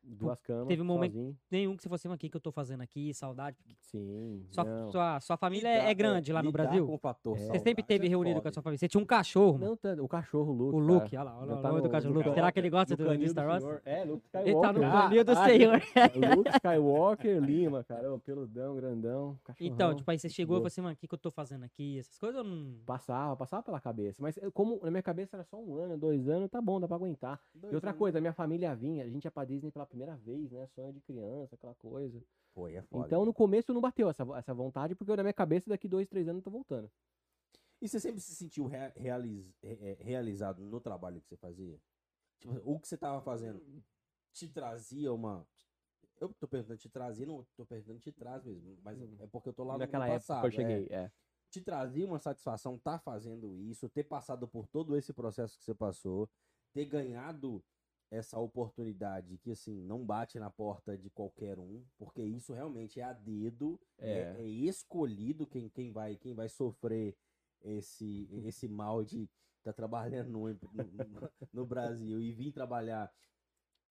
Duas camas, teve um momento- sozinho. Nenhum que você fosse assim, "Mano, o que que eu tô fazendo aqui, saudade. porque Sim, Sua, não. sua, sua família é, Lidar- é grande lá no lidar Brasil. com o fator É. Você Você sempre saudade teve é reunido com foda. a sua família. Você tinha um cachorro, mano. Não tanto, o cachorro, o Luke, O cara. Luke, olha lá, olha Já lá, tá o nome do no- cachorro no Luke. Será que ele gosta No do, do caminho Star Wars? Senhor. É, Luke Skywalker. Ele tá no Ah, caminho do ah, [LAUGHS] Senhor. Luke Skywalker Lima, cara. Ô, peludão, grandão, [LAUGHS] cachorrão. Então, tipo, aí você chegou e falou boa. assim, mano, o que, que eu tô fazendo aqui? Essas coisas eu não. Passava, passava pela cabeça. Mas eu- como na minha cabeça era só um ano, dois anos, tá bom, dá pra aguentar. Dois E outra anos. coisa, minha família vinha, a gente ia pra Disney pela primeira vez, né? Sonho de criança, aquela coisa. Pô, aí é foda. Então, no começo não bateu essa, essa vontade, porque na minha cabeça, daqui dois, três anos, eu tô voltando. E você sempre se sentiu rea- realiz- re- eh, realizado no trabalho que você fazia? Tipo, o que você tava fazendo te trazia uma. Eu tô perguntando te trazia, não tô perguntando te traz mesmo, mas Uhum. é porque eu tô lá no Naquela época passado. que eu é. cheguei, é. Te trazia uma satisfação tá fazendo isso, ter passado por todo esse processo que você passou, ter ganhado essa oportunidade que assim não bate na porta de qualquer um, porque isso realmente é a dedo é, É. é escolhido quem, quem vai quem vai sofrer esse esse mal de estar trabalhando no, em- no, no Brasil e vir trabalhar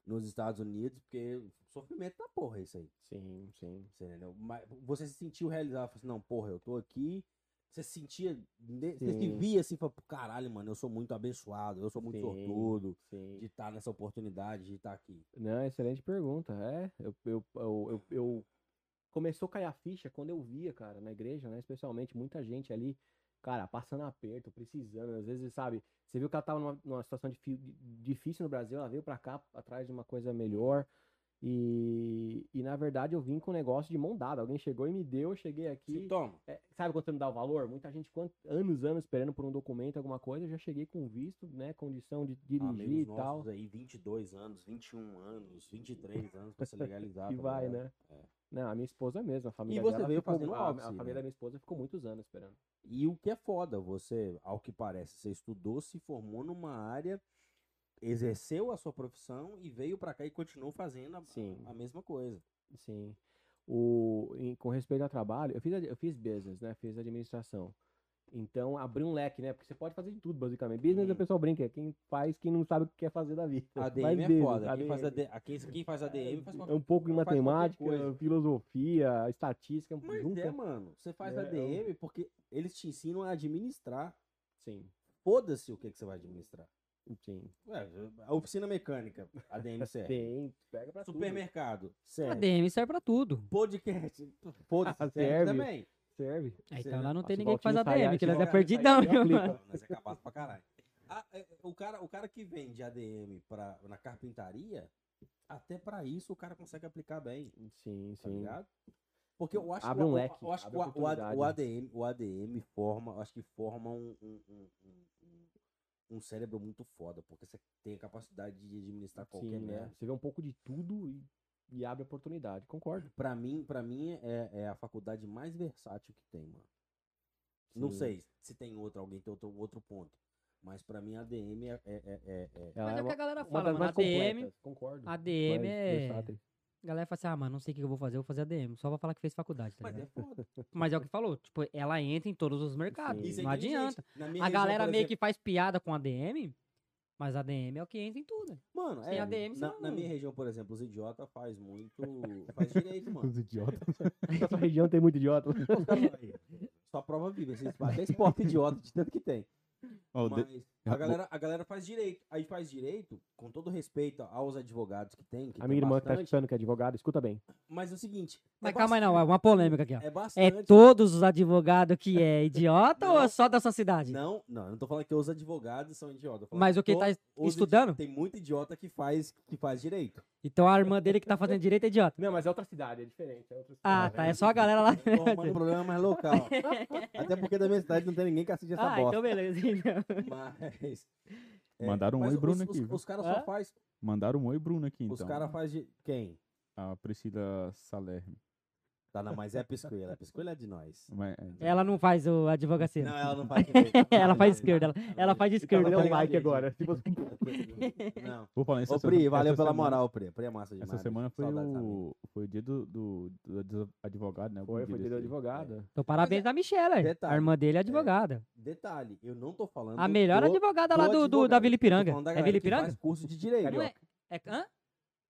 nos Estados Unidos, porque sofrimento da porra isso aí. Sim, sim. Você entendeu? Mas você se sentiu realizado, falou assim, não, porra, eu tô aqui. Você se sentia, ne- você se Sim. via assim, falou, caralho, mano, eu sou muito abençoado, eu sou muito Sim. sortudo Sim. de estar nessa oportunidade, de estar aqui. Não, excelente pergunta. É, eu, eu, eu, eu- eu- começou a cair a ficha quando eu via, cara, na igreja, né? Especialmente muita gente ali, cara, passando aperto, precisando. Às vezes, sabe, você viu que ela tava numa, numa situação difí- difícil no Brasil, ela veio pra cá atrás de uma coisa melhor. E, e na verdade eu vim com um negócio de mão dada. Alguém chegou e me deu, eu cheguei aqui. Sintoma. É, sabe quando você não dá o valor? Muita gente, quant- anos, anos esperando por um documento, alguma coisa, eu já cheguei com visto, né? Condição de dirigir e Amigos tal. nossos aí, 22 anos, 21 anos, [LAUGHS] 23 anos pra se legalizar. E tá vai, ligado? né? É. Não, a minha esposa mesmo, a família você dela veio ficou fazendo mu- a, a óbice, né? família da minha esposa ficou muitos anos esperando. E o que é foda, você, ao que parece, você estudou, se formou numa área, exerceu a sua profissão e veio pra cá e continuou fazendo a, Sim. a mesma coisa. Sim. O, em- com respeito ao trabalho, eu fiz, ad- eu fiz business, né? Fiz administração. Então, abriu um leque, né? Porque você pode fazer de tudo, basicamente. Business, Uhum. o pessoal brinca. é Quem faz, quem não sabe o que quer fazer da vida. A Faz DM é business, foda. Quem ADM. faz, a D- a quem- quem faz ADM faz É qualquer um pouco de faz qualquer matemática, coisa. filosofia, estatística, Mas junta. é, mano. Você faz É, é um- ADM porque eles te ensinam a administrar. Sim, Foda-se o que, que você vai administrar. sim. Ué, a oficina mecânica, [LAUGHS] ADM serve. Tem, pega pra tudo. Supermercado, É. A serve. DM serve pra tudo. Podcast, foda-se, [LAUGHS] Ah, serve, serve. também. Serve. É, Você- então lá não tem se ninguém que faz Valtinho sair, ADM, que se nós é Valtinho perdidão, sair, viu, aplica. mano? Nós é capaz pra caralho. Ah, é, é, o, cara, o cara que vende ADM pra, na carpintaria, até pra isso o cara consegue aplicar bem. Sim, tá sim. ligado? Porque eu acho Abre um que, o- leque, eu acho abre que o, a- o a- o oportunidade. ADM, o ADM forma, eu acho que forma um, um, um- um- um- um cérebro muito foda, porque você tem a capacidade de administrar qualquer Sim, né? merda. Você vê um pouco de tudo e, e abre oportunidade. Concordo. Pra mim, pra mim é, é a faculdade mais versátil que tem, mano. Não Sim. sei se tem outra, alguém tem outro, outro ponto. Mas pra mim a ADM é, é- é- é- é- Ela Mas é o que a uma, galera uma fala, mano. das mais ADM, completas. Concordo. ADM Mais é... [LAUGHS] versáteis. A galera fala assim, ah, mano, não sei o que eu vou fazer, eu vou fazer ADM. Só pra falar que fez faculdade, tá Mas é ligado? foda. Mas é o que falou, tipo, ela entra em todos os mercados, Isso é não inteligente. adianta. Na minha A região, galera por meio exemplo- que faz piada com ADM, mas ADM é o que entra em tudo. Mano, sem é, ADM, você na, na não- minha região, por exemplo, os idiotas faz muito. faz direito, mano. Os idiotas. Na sua região tem muito idiota. Os caras falam, Tá "Aí, Só prova viva, vocês até esporte idiota de tanto que tem. Ó, o de- Mas a galera, a galera faz direito. Aí faz direito, com todo respeito aos advogados que tem, que A tem minha irmã que tá bastante, escutando que é advogada, escuta bem. mas é o seguinte. é Mas calma aí, não, é bastante- uma polêmica aqui, ó. É É bastante. todos os advogados que é idiota ou é Não. só da sua cidade? Não, não, eu não tô falando que os advogados são idiotas. eu tô falando Mas que o que tá todos os estudando? idi- Tem muito idiota que faz, que faz [LAUGHS] direito. Então a irmã dele que [LAUGHS] tá fazendo direito é idiota. Não, mas é outra cidade, é diferente. É outra Ah, cidade. tá, é só a galera [LAUGHS] lá. Então, mano, o problema é mais [LAUGHS] local. Até porque da minha cidade não tem ninguém que assiste essa Ah, bosta. [LAUGHS] então beleza. então. Mas. é, Mandaram um mas oi, Bruno, os, aqui, Os, viu? os caras só Hã? faz. Mandaram um oi, Bruno, aqui, então. Os caras faz de. Quem? A Priscila Salerme. Tá, não, mas é a piscoela. A piscoela é de nós. Mas- Ela não faz o advogacia. Não, ela não [LAUGHS] Então, faz direito. Ela faz esquerda, ela- ela faz Tá esquerda. dando tá um ligado? like agora. Se você- [LAUGHS] Não. Vou falar isso. Ô, Pri, valeu pela moral, Pri. Pri é massa demais. Essa semana foi Saudades da mina. o, foi o dia do, do, do advo- advogado, né? Algum Foi, foi desse dia da aí. advogada. Então parabéns da Michelle, aí. a é, Detalhe, irmã dele é advogada. Detalhe, eu não tô falando. A melhor do- advogada lá do do, do- da advogado. Vila tô Ipiranga. falando da É galera Vila que Ipiranga? Faz curso de direito. Não é? É, hã?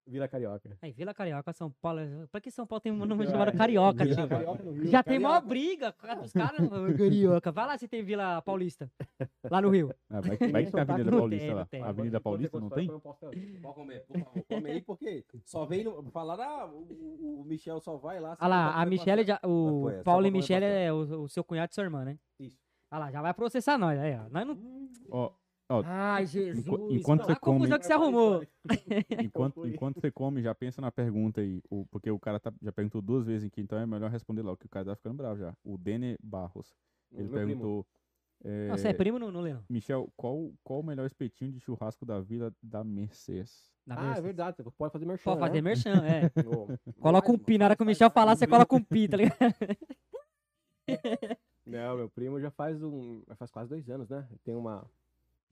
Vila Carioca. Aí, Vila Carioca, São Paulo. é- Pra que São Paulo tem um nome Vila- chamado Carioca, Vila tio? Carioca no Rio. Já tem maior Carioca. briga com os [LAUGHS] caras. Carioca. Vai lá se tem Vila Paulista. Lá no Rio. Ah, vai, que- vai que tá a Sotaque Avenida não Paulista tem, não lá. tem. A Avenida Paulista não tem? [LAUGHS] Pode comer, por favor. Come aí, porque só vem no... falar, ah, o, o Michel só vai lá. Olha Ah lá, a Michelle, é já, Foi, o essa Paulo pra comer e Michelle bastante. é o, o seu cunhado e sua irmã, né? Isso. Olha lá, já vai processar nós. Aí, ó. "Hum, Nós não... Ó, ó, Ai, Jesus. enquanto Olha você a confusão come- que você arrumou. Enquanto, Foi. enquanto você come, já pensa na pergunta aí. O, porque o cara tá- já perguntou duas vezes aqui, então é melhor responder logo, que o cara tá ficando bravo já. O Dene Barros. Ele perguntou. é, Não, você é primo, não, não lê, não. Michel, qual, qual o melhor espetinho de churrasco da vila da Mercedes? Na Ah, Mercedes. é verdade. Você pode fazer merchan, Pode fazer né? merchan, [LAUGHS] é. Ô, Coloca um pi. Na hora que o Michel falar, você coloca um pi, tá ligado? Não, meu primo já faz um. já faz quase dois anos, né? Tem uma,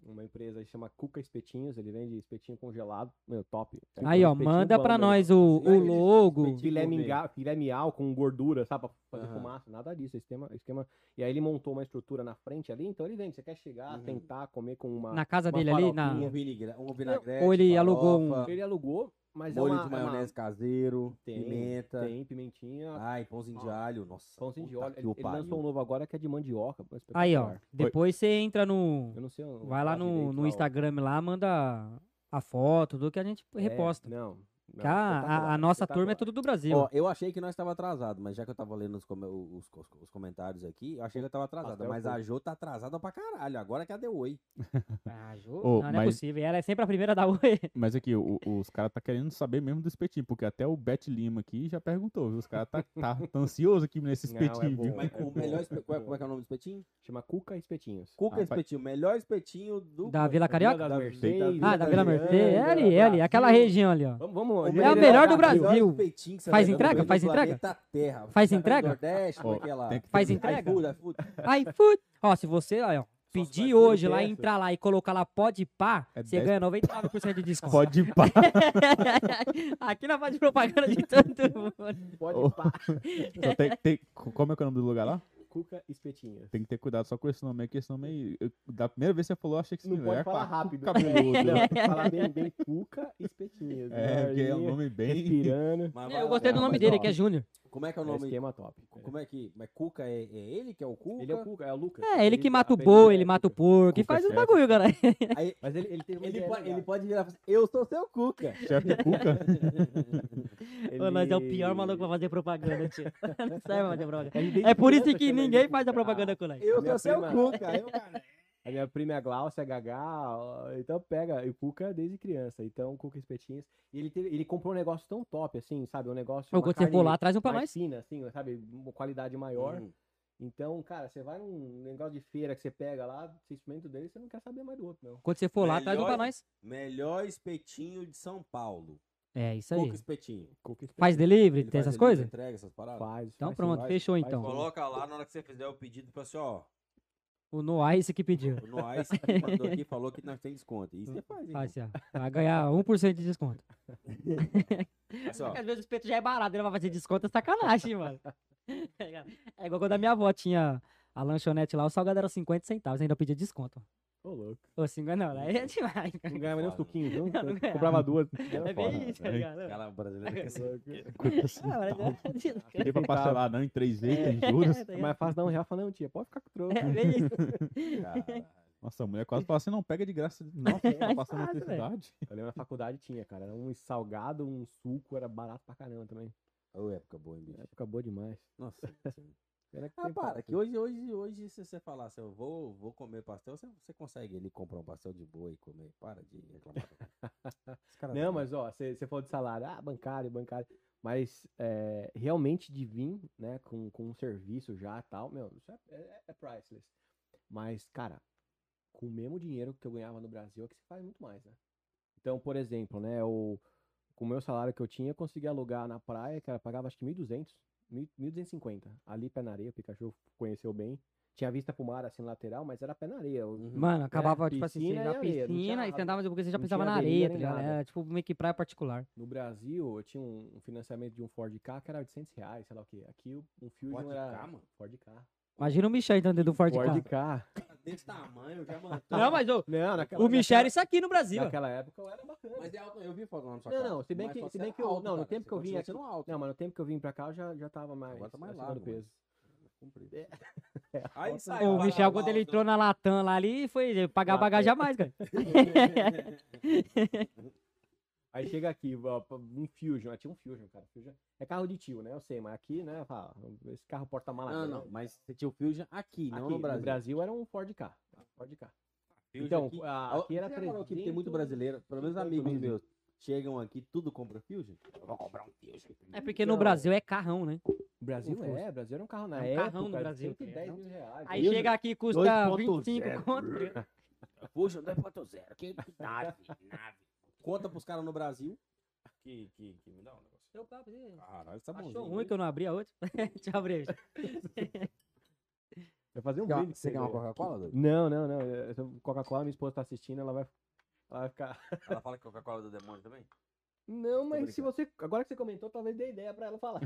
uma empresa aí que chama Cuca Espetinhos, ele vende espetinho congelado. Meu, top. Tem Aí, um ó, espetinho manda pra bom, meu. nós o, o Aí, logo. espetinho. Filé, gourmet. minga, filé miau com gordura, sabe? Pra fazer Aham. fumaça, nada disso. Esquema, esquema. E aí ele montou uma estrutura na frente ali, então ele vende. Você quer chegar, Uhum. tentar, comer com uma. Na casa uma dele ali, na- farofinha. Um, vinagre... um vinagrete, Ou ele alugou um- farofa, Ele alugou, mas molho é uma. de é uma- maionese caseiro, Tem, pimenta. Tem pimentinha, Ai, pãozinho de Ó, alho. Nossa. pãozinho de puta óleo. que Ele, o ele lançou um pariu. novo agora que é de mandioca. pô, Aí, ó. espetacular. Depois você entra no. Eu não sei. o- Vai lá falar no, direito lá no o- Instagram lá, manda a foto, tudo que a gente É, reposta. Não. então tá não, Que a- a, a espetacular, nossa turma é espetacular. tudo do Brasil. Ó, eu achei que nós estava atrasado, mas já que eu tava lendo os, come- os- os- os comentários aqui, eu achei que eu tava atrasado. Pastel Mas foi. a Jo tá atrasada pra caralho. Agora cadê o oi? Ah, Jô, não, Ô, não é mas- possível. Ela é sempre a primeira da UE. Mas aqui, o- os caras tá querendo saber mesmo do espetinho, porque até o Bet Lima aqui já perguntou, viu? Os caras tá, tá, tá ansioso aqui nesse Não, é espetinho, bom, viu? é Mas o bom, Ah, melhor. espe- é Como é, bom. como é que é o nome do espetinho? Chama Cuca Espetinhos. Cuca é Rapaz. espetinho. Melhor espetinho do. Da Vila Carioca? Vila das Mercedes, Mercedes, Ah, da Vila Miranda, Mercedes. É ali, é ali. Aquela Brasil. região ali, ó. Vamos, vamos. O vamos- É a melhor- melhor do melhor Brasil. espetinho que você Faz vai entrega? comer no Faz entrega? planeta Terra. Faz Você vai entrega? no Nordeste, é Ó, aquela. tem que- Faz tem- entrega? iFood, iFood. Aí, fui. Ó, se você, ó, ó, pedir hoje lá, pedir essa. entrar lá e colocar lá pode pá, É você 10. ganha 99% de desconto. Pode ir pá. [LAUGHS] Aqui não faz propaganda de tanto mundo. Pode Ô. [LAUGHS] pá. Só tem- tem- como é que é o nome do lugar lá? Cuca Espetinha. Tem que ter cuidado só com esse nome aí, que esse nome aí. eu- da primeira vez que você falou, eu achei que você é Não ia pode falar falar Pacu rápido. Cabeludo. né? Não, tem que falar bem, bem Cuca Espetinhas. É, porque é um Ali, nome bem. [LAUGHS] Respirando. Mas É, vai eu lá, vai gostei do lá, nome mas dele, ó, que é Júnior. Como é que é É o nome? esquema top. Como é que. Mas Cuca é, é ele que é o Cuca? Ele é o Cuca, é o Lucas. É, ele que Apelido- mata o apelido boi, é ele mata o Cuca. porco, que Cuca faz os chefe. bagulho, cara. Aí, Mas ele, ele tem uma ele, ideia pode, ele legal. pode virar e falar assim: Eu sou seu Cuca. Chefe Cuca? né? Ô, nós é o pior Ele- maluco pra fazer propaganda, tio. [LAUGHS] Não serve pra fazer propaganda. Ele desde É por isso criança que chama ele ninguém de faz a Cuca. propaganda com nós. Eu minha sou seu prima- Cuca. Aí o cara. A minha prima é a Glaucia, a Gagá, ó, então pega, e o Cuca desde criança, então Cuca Espetinhas. E ele, teve, ele comprou um negócio tão top, assim, sabe, um negócio, Ô, uma Quando você for carne lá, traz um pra mais nós. fina, assim, sabe, uma qualidade maior. Hum. Então, cara, você vai num negócio de feira que você pega lá, você experimenta o dele, você não quer saber mais do outro, não. Quando você for lá, traz um pra Melhor- nós. Melhor espetinho de São Paulo. É, isso aí. Cuca espetinho. Cuca Faz Espetinhas. delivery, Ele tem faz delivery, essas coisas? Entrega essas paradas. Faz, Então faz sim, pronto, faz- fechou faz então. sim. Coloca lá na hora que você fizer o pedido, fala assim, ó, O Noah é esse que pediu. o [LAUGHS] Noais que mandou aqui falou que nós tem desconto. Isso você faz, hein? Ah, assim, ó, Vai ganhar 1% de desconto. Assim, ó, Porque às vezes o espeto já é barato, ele vai fazer desconto, é sacanagem, [LAUGHS] mano. É igual quando a minha avó tinha a lanchonete lá, o salgado era 50 centavos, ainda pedia desconto. Ô, louco. Ou 50 não, aí é demais. Não ganhava [LAUGHS] nem Foda. uns suquinhos, viu? [LAUGHS] Não ganhava. Comprava duas. É bem isso, tá né? velho. ligado? Aquela brasileira que é [LAUGHS] assim. Louco. Cuca assim. Ah, mas é- Pedi pra parcelar, não, em três vezes, tem [LAUGHS] juros. É, tá É ligado? mais fácil dar um real e falar, não, tia, pode ficar com o troco. É bem [LAUGHS] isso. Caralho. Nossa, a mulher quase fala assim, não, pega de graça. Nossa, tá passando fácil, velho. necessidade. Eu lembro na faculdade tinha, cara. Era um salgado, um suco, era barato pra caramba também. Ô, época boa, hein, bicho? Época boa demais. [LAUGHS] Nossa. Era que Ah, tempo para, era que hoje, hoje, hoje, se você falar assim, eu vou, vou comer pastel, você, você consegue ali comprar um pastel de boi e comer. Para de reclamar. Esse cara Não, tá- mas ó, você você falou de salário, ah, bancário, bancário. Mas é, realmente de vir, né, com, com um serviço já e tal, meu, isso é, é- é priceless. Mas, cara, com o mesmo dinheiro que eu ganhava no Brasil, é que você faz muito mais, né? Então, por exemplo, né, o, com o meu salário que eu tinha, eu conseguia alugar na praia, cara, pagava acho que 1.200, 1.250. Ali, pé na areia, o Pikachu conheceu bem. Tinha vista pro mar, assim, lateral, mas era pé na areia. o- Uhum. Mano, acabava, tipo assim, você ia piscina na e areia, não tinha piscina e nada. sentava, porque você já Não pensava tinha na avenida areia, tá nem ligado? nada. Era tipo meio que praia particular. No Brasil, eu tinha um um financiamento de um Ford K que era 800 reais, sei lá o quê. Aqui, o- um Fusion Ford era... Ka, mano? Ford K. Imagina o Michel entrando dentro do Ford Ka. Cara, Desse tamanho, [LAUGHS] já mandou. Não, mas ô, Não, naquela, o Michel era naquela, isso aqui no Brasil. ó. naquela época eu era bacana. Mas é alto, eu vi foto lá na sua Não, casa, não, se bem mas que- só se você bem é que eu- alto, não, no cara, tempo você que eu vim continua aqui- sendo alto. Não, mas no tempo que eu vim pra cá eu já, já tava mais Agora tá mais acima do largo. peso. Comprido. [LAUGHS] É. Aí Nossa, sai Ô, o pra Michel, lá, quando lá, ele os entrou na Latam lá ali, foi pagar a Latam. bagagem a mais, [LAUGHS] cara. [LAUGHS] Aí chega aqui, ó, pô, um Fusion, ah, tinha um Fusion, cara. Fusion é carro de tio, né? Eu sei, mas aqui, né, fala, esse carro porta-mala Não, grande. não, mas você tinha o Fusion aqui, Aqui, não no Brasil. era um Ford K. Ford K. Fusion Então, aqui- a- Ah, aqui era você reparou que tem muito 300 brasileiro, pelo menos 38 amigos mil. meus, chegam aqui, tudo compra Fusion. Eu vou comprar um Fusion. É porque no Então, Brasil é carrão, né? Brasil Fusion. é, Brasil era um carro na É um época. carrão no Brasil, cara. né? 110 mil reais. Aí Fusion. chega aqui e custa 25 conto. Fusion 2.0, que nave, nave. Conta pros caras no Brasil. Que, que, que me dá um negócio. Caralho, tá bom. Achou ruim que eu não abri a outra? [LAUGHS] Deixa eu abrir. Vai fazer um Você quer uma- brinde. pra você quer uma ver. Coca-Cola, Dudu? Não, não, não. eu- eu- Coca-Cola, minha esposa tá assistindo, ela vai, ela vai ficar. Ela fala que Coca-Cola é do demônio também? Não, mas se brincando. você. Agora que você comentou, talvez dê ideia pra ela falar.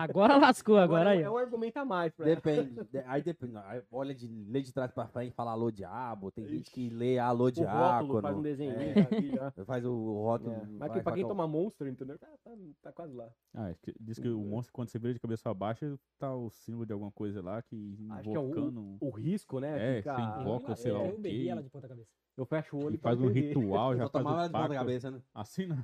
Agora lascou, [LAUGHS] agora é, aí. um- é um argumento a mais pra ela. [LAUGHS] Depende. de- aí depende. Aí olha de lê de trás pra frente e fala alô diabo. Tem gente que lê alô O rótulo diácono. faz um desenho. É, [LAUGHS] É. faz o rótulo. É. Mas vai- que, pra vai quem com- toma monstro, entendeu? Tá, tá, tá quase lá. Ah, é que diz que o monstro, quando você vira de cabeça pra baixo, tá o símbolo de alguma coisa lá que Acho que é o- invocando. um O risco, né? é. É, você invoca, sei lá o quê. de ponta cabeça. Eu fecho o olho Ele pra faz um não perder. [LAUGHS] ritual, Eu já só faz tomava o de ponta pacto. cabeça, né? Assim não.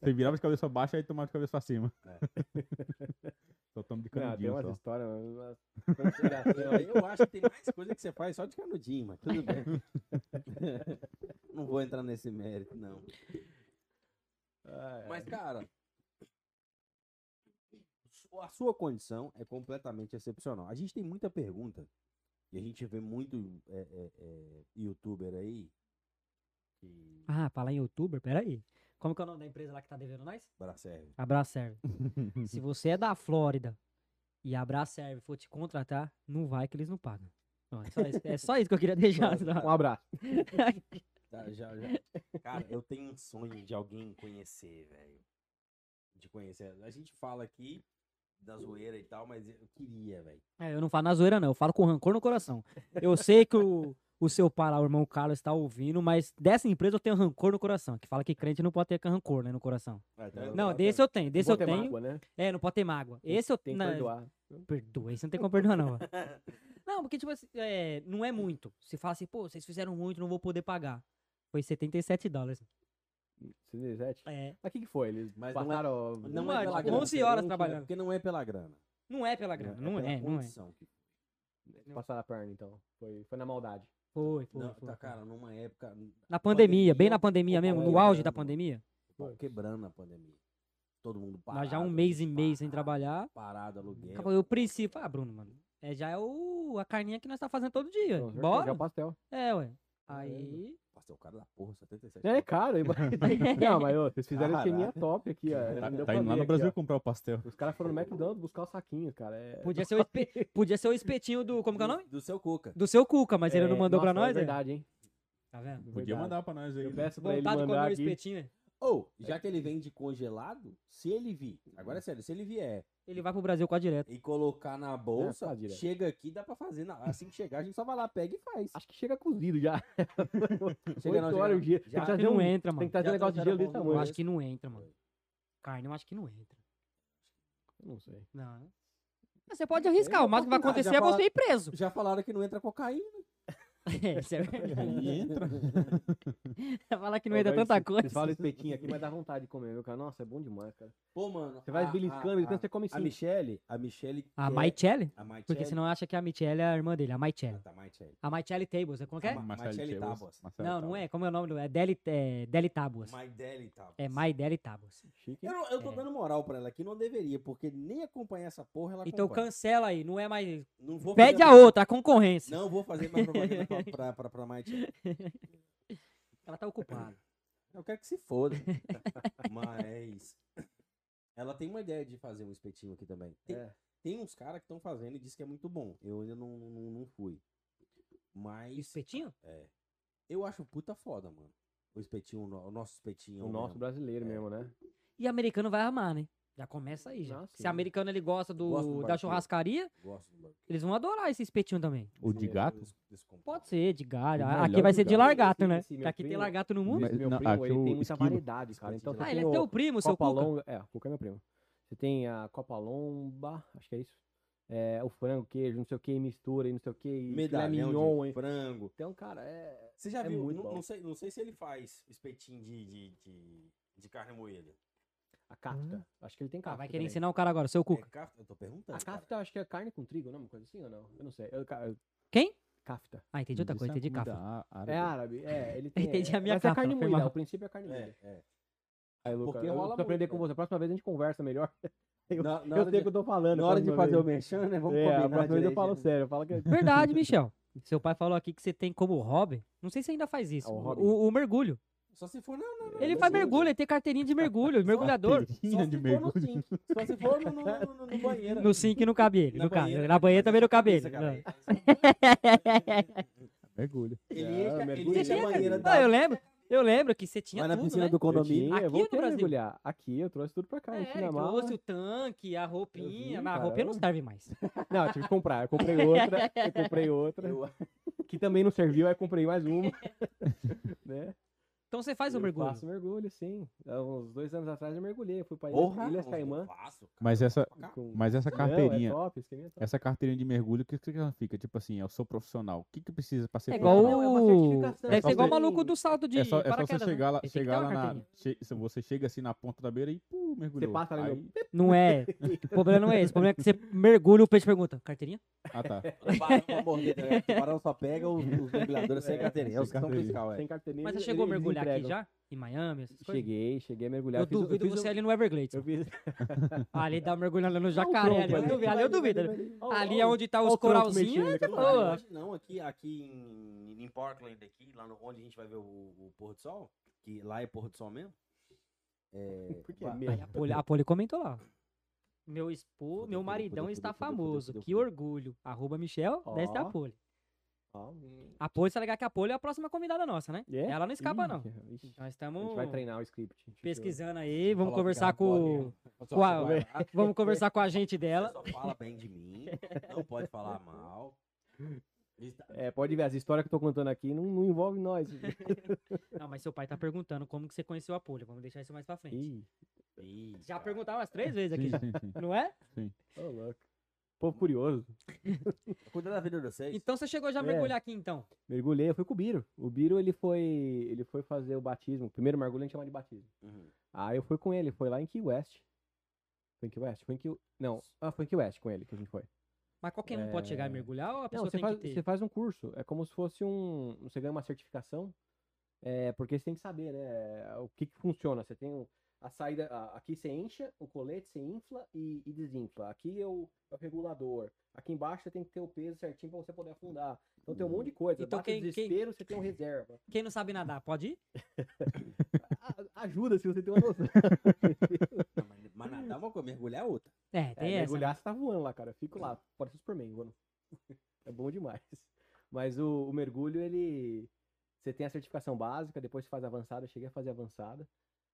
Você virava de cabeça pra baixo, aí tomava de cabeça pra cima. É. [LAUGHS] Só toma de Não, Ah, tem canudinho umas só. histórias, umas né? [LAUGHS] É, Eu acho que tem mais coisa que você faz só de canudinho, mas tudo bem. [LAUGHS] não vou entrar nesse mérito, não. Ah, é. Mas, [LAUGHS] cara, su- a sua condição é completamente excepcional. A gente tem muita pergunta e a gente vê muito é, é, é, youtuber aí que Ah, falar em youtuber, peraí. Como que é o nome da empresa lá que tá devendo nós? bracerve. Abracerve. Se você é da Flórida e a Abracerve for te contratar, não vai que eles não pagam. Não, é, só isso, é só isso que eu queria deixar. [LAUGHS] Um abraço. Tá, já, já. [LAUGHS] Cara, eu tenho um sonho de alguém conhecer, velho. De conhecer. A gente fala aqui, da zoeira e tal, mas eu queria, velho. É, eu não falo na zoeira, não. Eu falo com rancor no coração. Eu sei que o, o seu pai lá, o irmão Carlos, está ouvindo, mas dessa empresa eu tenho rancor no coração. Que fala que crente não pode ter rancor, né, no coração. Ah, tá Não, vendo? Não, Tá desse vendo? eu tenho. Desse eu Bota tenho. mágoa, né? É, não pode ter mágoa. Esse eu Tem tenho. que perdoar. Perdoa, isso não tem como perdoar, não. não, porque, tipo assim, é, não é muito. Se fala assim, pô, vocês fizeram muito, não vou poder pagar. Foi 77 dólares. Cinezete. É. Mas o que, que foi? Eles Mas não é- passaram. Não Mano, é pela tipo, grana. 11 entendeu? horas Não- trabalhando. Porque não é pela grana. Não é pela grana, não, pela é, não é. condição que Passaram a Né, perna, então. Foi, foi na maldade. Foi, foi, Não, foi, tá, foi. cara, numa época. Na pandemia, bem na pandemia, pandemia eu mesmo, no parei auge jogando, da mano. pandemia. pô, quebrando a pandemia. Todo mundo parado. Nós já um mês e meio sem parado, trabalhar. Parado, aluguel. Acabou eu princípio. Ah, Bruno, mano. É, já é o, a carninha que nós tá fazendo todo dia. Com certeza, É Bora. o pastel. É, ué. Caramba. Aí. Nossa, o cara da porra, 77. É [LAUGHS] caro. hein? [LAUGHS] não, mas ô, vocês fizeram Caraca. esqueminha top aqui, ó. Tá, Não deu tá pra indo lá ver no aqui, Brasil ó. comprar o pastel. Os caras foram no McDonald's buscar os calçaquinhos, cara. É... [LAUGHS] Podia [LAUGHS] ser, o espe- podia ser o espetinho do. Como que é o nome? Do, do seu Cuca. Do seu Cuca, mas ele não É, mandou pra nossa, nós, É é? verdade, hein? É Tá vendo? Podia Verdade. mandar pra nós [LAUGHS] aí. Eu né? peço pra ele Vontade de mandar comer o aqui. espetinho, é. Uhum. Ou, já que ele vende congelado, se ele vir, agora é sério, se ele vier ele vai pro Brasil quase direto. e colocar na É, tá bolsa, faz direto. chega aqui, dá pra fazer. na- assim que chegar, a gente só vai lá, pega e faz. Ah, Acho que chega cozido já. Chega não, Oito chega horas não. o dia. Já Tem que Acho que trazer não um, entra, tem mano. que trazer Já um negócio de trouxeram gelo desse pão do Eu tamanho. acho que não entra, mano. Carne eu acho que não entra. Não sei. Não. Mas Você pode arriscar, o máximo que vai Ah, já acontecer é falaram- você ir preso. Já falaram que não entra cocaína. [LAUGHS] É, isso é [LAUGHS] verdade. Aí [LAUGHS] entra. Falar que não Ô, entra mas tanta vocês- coisa. Vocês falam espetinho aqui, mas dá vontade de comer, viu, cara? Nossa, é bom demais, cara. Pô, mano. Você vai Ah, a- beliscando, a, beliscando, a, você come a sim. Michele. A Michele. é assim. A quer- Maichelli? A Porque Michele. senão acha que a Michelle é a irmã dele, a Ah, Maichelli. tá, Michele. A Maichelli Tables, é como que é? Ma- Marcelo Marcelo Tebas, Tábuas. Marcelo Não, não Tábuas. é. Como é o nome do. É Deli, é, Deli Tábuas. My Deli, tá? É My Deli Tábuas. Chique. Eu, não- eu tô É. dando moral pra ela aqui, não deveria, porque nem acompanhar essa porra ela Então acompanha. cancela aí, não é mais. Não vou Pede fazer a mais- outra, a concorrência. Não vou fazer mais propaganda pra, pra, pra, pra Maite. Ela tá ocupada. Eu quero que se foda. Mas. Ela tem uma ideia de fazer um espetinho aqui também. Tem, É. tem uns caras que estão fazendo e diz que é muito bom. Eu ainda não, não, não fui. E o Mas espetinho? eu acho puta foda, mano. O espetinho, no- o nosso espetinho. um O nosso mesmo. brasileiro É. mesmo, né? E americano vai amar, né? Já começa aí, já. Ah, Se sim. americano ele gosta do, Gosta do da barbecue. churrascaria, Gosto do barbecue. eles vão adorar esse espetinho também. O de gato? Desse- desse compacto. Pode ser, de galho. O Ah, Aqui melhor vai de ser de galho. largato, Esse- né? esse meu Que aqui tem primo- largato no mundo. Mas- Esse meu não, primo, aqui ele o tem muita esquilo. variedade, cara. Então você Ah, Ah, tem ele é o teu primo, seu Copa Cuca. Longa. É, o Cuca é meu primo. Você tem a Copa Lomba, acho que é isso. É, o frango, queijo, não sei o que, mistura e não sei o que. e filé Medalhão mignon, de hein? frango. Então, cara, é. Você já É viu? muito não, bom. não sei, não sei se ele faz espetinho de, de, de, de carne moída. A kafta. Acho que ele tem Ah, kafta. vai querer também. ensinar o cara agora, seu É Cuca. kafta? Eu tô perguntando. A cara. kafta, acho que é carne com trigo, não? Uma coisa assim ou não? Eu não sei. Eu, ca- eu- Quem? Kafta. Ah, entendi outra Isso coisa, é entendi comida café. á- árabe. É árabe. É, [LAUGHS] ele tem. Entendi é, a minha mas é kafta, carne foi moída. mal. O princípio é carne moída. É, é. Aí, Luca, Porque eu rola preciso aprender muito, com né? você. A próxima vez a gente conversa melhor. Eu- Na- na [LAUGHS] eu hora sei o de- que eu tô falando. Na hora de próxima fazer o vez. merchan, né? Vamos É, a próxima combinar vez eu direito, falo né? sério. Fala que Verdade, Michel. Seu pai falou aqui que você tem como hobby. Não sei se ainda faz isso. Ah, o o- hobby? o, o mergulho. Só se for, não, não. não, Ele não faz é sei. mergulho, ele tem carteirinha de mergulho, mergulhador. Só Carteirinha se de for no mergulho. sink. Só se for no, no, no- no- no banheiro. No sim que não cabe ele, Na no caso. banheira. Na banheira também não cabe ele. né? Isso, cara, não. Mergulho. Ele Não, enche, ele mergulho enche a tinha, banheira cara. da Não, Ah, eu lembro, eu lembro que você tinha Mas na tudo, piscina né? do condomínio. Eu tinha, Aqui vou no querer Brasil. mergulhar. Aqui eu trouxe tudo pra cá. É, enchi ele na mala. trouxe o tanque, a roupinha. vi, mas a roupinha não cara. serve mais. [LAUGHS] Não, eu tive que comprar. Eu comprei outra, eu comprei outra. Eu- Que também não serviu, aí comprei mais [LAUGHS] uma. [LAUGHS] né? Então você faz o eu mergulho. Faço mergulho, sim. Há uns dois anos atrás eu mergulhei. Eu fui pra Porra, Ilhas, Ilhas eu Caimã. faço, cara, Mas eu essa- faço pra cá. com- Mas essa Não, carteirinha, é top, esqueminha top. essa carteirinha de mergulho, o que que significa? Tipo assim, eu sou profissional. O que que precisa pra ser É igual Não, profissional? é uma o. certificação, Deve só ser igual o você- maluco do salto de. É só, é só você paraquedas, né? chegar Ele lá, tem que chegar ter lá uma na. carteirinha. che- se você chega assim na ponta da beira e pum, mergulhou. passa ali, Aí- Não é. O problema não é esse. O problema é que você mergulha o peixe pergunta: carteirinha? Ah, tá. Tubarão pra morder, tá ligado? Tubarão só pega os, os mergulhadores sem É, carteirinha. sem Os que são carteirinha. fiscal, é. Sem carteirinha. Mas você eles- chegou a eles mergulhar aqui entregam. já? Em Miami? Essas coisas? Cheguei, cheguei a mergulhar. Eu fiz o- duvido fiz o- você ali no Everglades. Eu fiz. Ah, Ali dá mergulhando no Olha [LAUGHS] o jacaré. tronco Ali eu ali. duvido. Ali eu duvido. Ó, Ali ó, é onde tá ó os o tronco coralzinhos. mexendo é aqui. de Não, boa. hoje não, aqui, aqui em, em Portland, aqui, lá no- onde a gente vai ver o, o pôr do sol, que lá é pôr do sol mesmo. É, [LAUGHS] Por que vai- mesmo? Aí a Poli, a Poli comentou lá. Meu Fudeu, esposo, fudeu, meu fudeu, maridão fudeu, está fudeu, fudeu, famoso. fudeu, Que fudeu. orgulho. Arroba Michel, desce da Ó. Poli. Ó, A Poli, se alegar que a Poli é a próxima convidada nossa, né? É? Ela não escapa, Ih, não. ixi, Nós A estamos gente vai treinar o script. a gente- pesquisando aí, Coloca vamos é conversar o Garapoli, com. né? com a- Vai lá, [LAUGHS] Vamos conversar com a gente Ela [LAUGHS] dela. só fala bem de mim, não pode falar mal. [LAUGHS] Está- É, pode ver, as histórias que eu tô contando aqui não, não envolve nós. Não, mas seu pai tá perguntando como que você conheceu a Poli. Vamos deixar isso mais pra frente. Ih, Ih, Já cara. perguntaram umas três vezes aqui, Sim, já. sim, sim. [LAUGHS] não é? ô louco. Povo curioso. Cuida da vida de vocês. Então você chegou já a É. mergulhar aqui, então. Mergulhei, eu fui com o Biro. O Biro, ele foi, ele foi fazer o batismo. O primeiro mergulho a gente chama de batismo. Uhum. Aí eu fui com ele, foi lá em Key West. Foi em Key West? Foi em Key... Não, ah, foi em Key West com ele que a gente foi. Mas qualquer um pode chegar e É. mergulhar ou a Não, pessoa você tem faz, que você ter? faz um curso. É como se fosse um. Você ganha uma certificação. É, porque você tem que saber, né? O que, que funciona. Você tem um- a saída. a- aqui você enche, o colete você infla e, e desinfla. Aqui é o, é o regulador. Aqui embaixo você tem que ter o peso certinho pra você poder afundar. Então tem um monte de coisa. Então, Bate o quem- quem- desespero, você tem um reserva. Quem não sabe nadar, pode ir? A- ajuda se você tem uma noção. Não, mas, mas nadar é uma coisa, mergulhar é outra. É, É, tem essa. né? mergulhar, você tá voando lá, cara. Eu fico lá, parece o Superman voando. [LAUGHS] É bom demais. Mas o, o mergulho, ele. Você tem a certificação básica, depois você faz avançada. Eu cheguei a fazer avançada.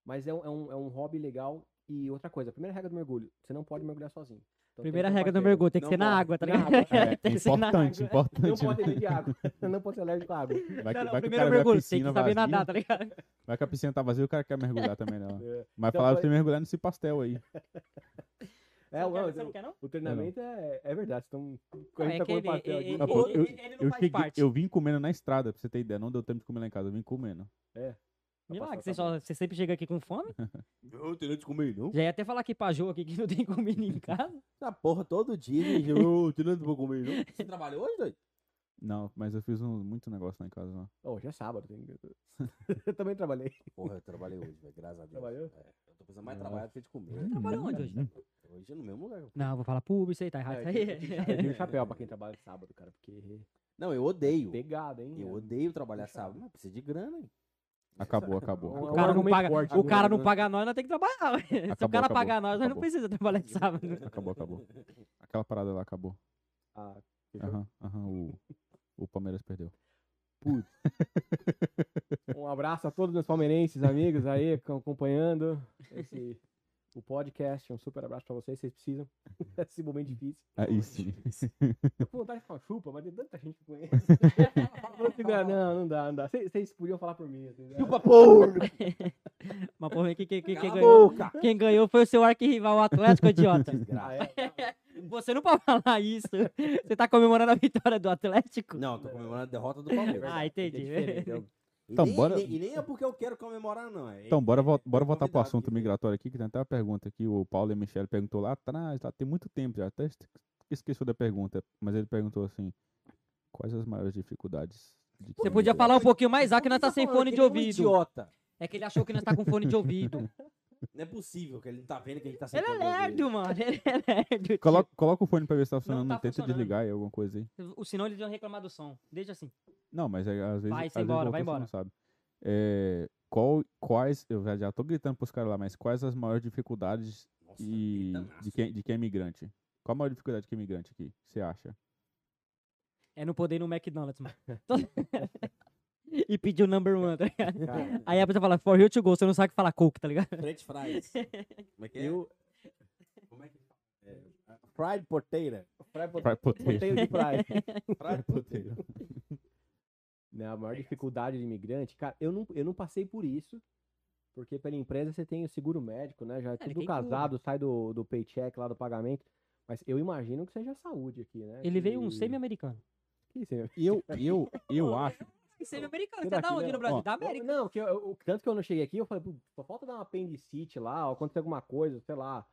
Mas é um, é um, é um hobby legal. E outra coisa, a primeira regra do mergulho, você não pode mergulhar sozinho. Então, tem Primeira que ter um regra do parceiro. mergulho, tem que Não ser na morre. água, tá Na ligado? água, É, Tem que ser na água. importante, Não importante. né? pode beber de água. [LAUGHS] Não pode ser alérgico à água. Vai que, Não, não, vai que o primeiro cara vê a mergulho, tem piscina que saber vazia, nadar, tá ligado? vai que a piscina tá vazia e o cara quer mergulhar também, né? É. Mas Então, falaram foi- pra você mergulhar nesse pastel aí. É, Você não o, quer- você não quer, não? o treinamento é, é verdade. Então, Não, é que ele- papel ele- aqui. Não, pô, ele- ele- ele não eu, faz cheguei- parte. eu vim comendo na estrada, pra você ter ideia. Não deu tempo de comer lá em casa, eu vim comendo. Milagre, passar você, só- você sempre chega aqui com fome? [LAUGHS] Eu tenho de comer, não? Já ia até falar aqui pra Jô aqui que não tem comida em casa. Essa porra todo dia, né, gente. Eu tenho leite pra comer, não? Você trabalhou hoje, doido? Não, mas eu fiz um, muito negócio lá em casa. Lá. Oh, já é sábado. tem- [LAUGHS] Eu também trabalhei. Porra, eu trabalhei hoje, velho. Graças a Deus. Trabalhou? É, eu tô precisando mais trabalhar do que de comer. Trabalha onde hoje? Hoje é no mesmo lugar. Não, vou falar público, isso aí Ah, tá errado. isso É, eu aí. tiro- eu tiro- eu tiro o chapéu pra quem trabalha sábado, cara, porque [LAUGHS] Não, eu odeio. pegada, hein? Eu mano? odeio trabalhar sábado, mas precisa de grana, hein? Acabou, É um- O é acabou. um cara, não argumento paga, forte, o né? cara não paga nós, nós temos que trabalhar. ué. Se o Acabou, cara acabou, pagar nós, nós não acabou. precisa trabalhar de sábado. Acabou, acabou. Aquela parada lá acabou. Ah, fechou? Aham, aham, o, o Palmeiras perdeu. Um abraço a todos os meus palmeirenses, amigos aí, que estão acompanhando esse, o podcast. Um super abraço pra vocês, vocês precisam. [LAUGHS] Esse momento difícil. Aí sim. Eu tô com vontade de falar chupa, mas tem tanta gente que conhece. Eu fico, né? ah, não, não dá, não dá. Vocês- Vocês podiam falar por mim. assim, né? [LAUGHS] porra! Mas porra, quem, quem, quem, quem Cala a ganhou, boca! quem ganhou foi o seu arquirrival, o Atlético, idiota. Ah, é? Você não pode falar isso. Você tá comemorando a vitória do Atlético? Não, eu tô comemorando a derrota do Palmeiras. [LAUGHS] é ah, entendi. E Então, nem, bora- e nem- e nem é porque eu quero comemorar, não. É, [LAUGHS] Então, bora, vol- bora é voltar pro convidado assunto que- migratório aqui, que tem até uma pergunta que o Paulo e a Michelle perguntou lá atrás, lá tem muito tempo já, até esque- esqueceu da pergunta, mas ele perguntou assim, quais as maiores dificuldades? de Você quem podia migra? falar um pouquinho mais alto que nós tá sem falando fone que de nem um ouvido. idiota. É que ele achou que nós tá com fone de ouvido. Não é possível que ele não tá vendo que a gente tá sem [LAUGHS] Ele é fone de ouvido. lerdo, mano. Ele é lerdo. tio. Coloca, coloca o fone pra ver se tá funcionando, tá não tenta funcionando. desligar aí, alguma coisa aí. O senão eles iam reclamar do som. Deixa assim. Não, mas é, às vezes, Vai, às vai vezes embora, o vai motorista embora. não sabe. É, qual, quais, eu já, já tô gritando pros caras lá, mas quais as maiores dificuldades Nossa, e, de, quem, de quem é imigrante? Qual a maior dificuldade que é imigrante aqui, você acha? É não poder ir no McDonald's, mano. Todo- [LAUGHS] e pedir o number one, tá ligado? Cara, Aí a pessoa fala, for you to go, você não sabe o que falar coke, tá ligado? French [LAUGHS] fries. Como é que é? eu Como é que é? Fried potato. pra- Pra poder... botei de praia. [LAUGHS] Fried potato. né, a maior dificuldade do imigrante, cara, eu não, eu não passei por isso, porque pela empresa você tem o seguro médico, né? Já é ele tudo quem cuida. casado, sai do, do paycheck lá do pagamento. Mas eu imagino que seja a saúde aqui, né? Ele veio um que- semi-americano. [LAUGHS] que né. semi- Eu, eu, eu acho. Semi-americano, Será você tá que onde não? no Brasil? Ó, Da América. Não, que eu- eu- o tanto que eu não cheguei aqui, eu falei, "Pô, só falta dar uma apendicite lá, ou acontecer alguma coisa, sei lá.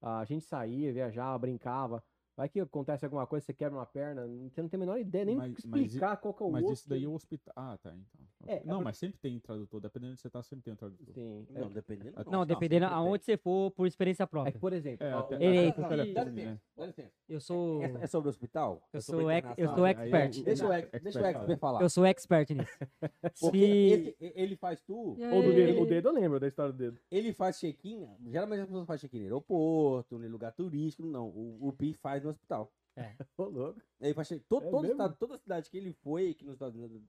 A gente saía, viajava, brincava. Vai que acontece alguma coisa, você quebra uma perna, você não tem a menor ideia nem Mas- o que mas i- explicar qual que é o Mas outro. isso daí é o hospital. Ah, tá, então. É, é não, por- mas sempre tem tradutor. Dependendo de você tá, sempre tem um tradutor. Sim. é- Não, [LAUGHS] dependendo. Não, Não, tá, dependendo sempre tem. aonde você for, por experiência É própria. que, por exemplo, É, ó, até, o- até Ei, por ei, telefone, Dá licença, né? dá licença. Eu [LAUGHS] sou. É, é sobre o hospital? Eu sobre sou a ex- eu internacional? sou Ah, Aí- é expert. aí- Deixa o Não, ex- deixa o expert falar. Eu sou expert nisso. Porque Se- esse- ele faz tu, Ou do dedo, Ele- o dedo eu lembro da história [LAUGHS] do dedo. ele faz check-in. Geralmente as pessoas fazem check-in no aeroporto, em lugar turístico, não. O, o Pi faz no hospital. Ô, louco. Ele faz check todo, É todo mesmo? estado, toda cidade que ele foi aqui nos Estados Unidos,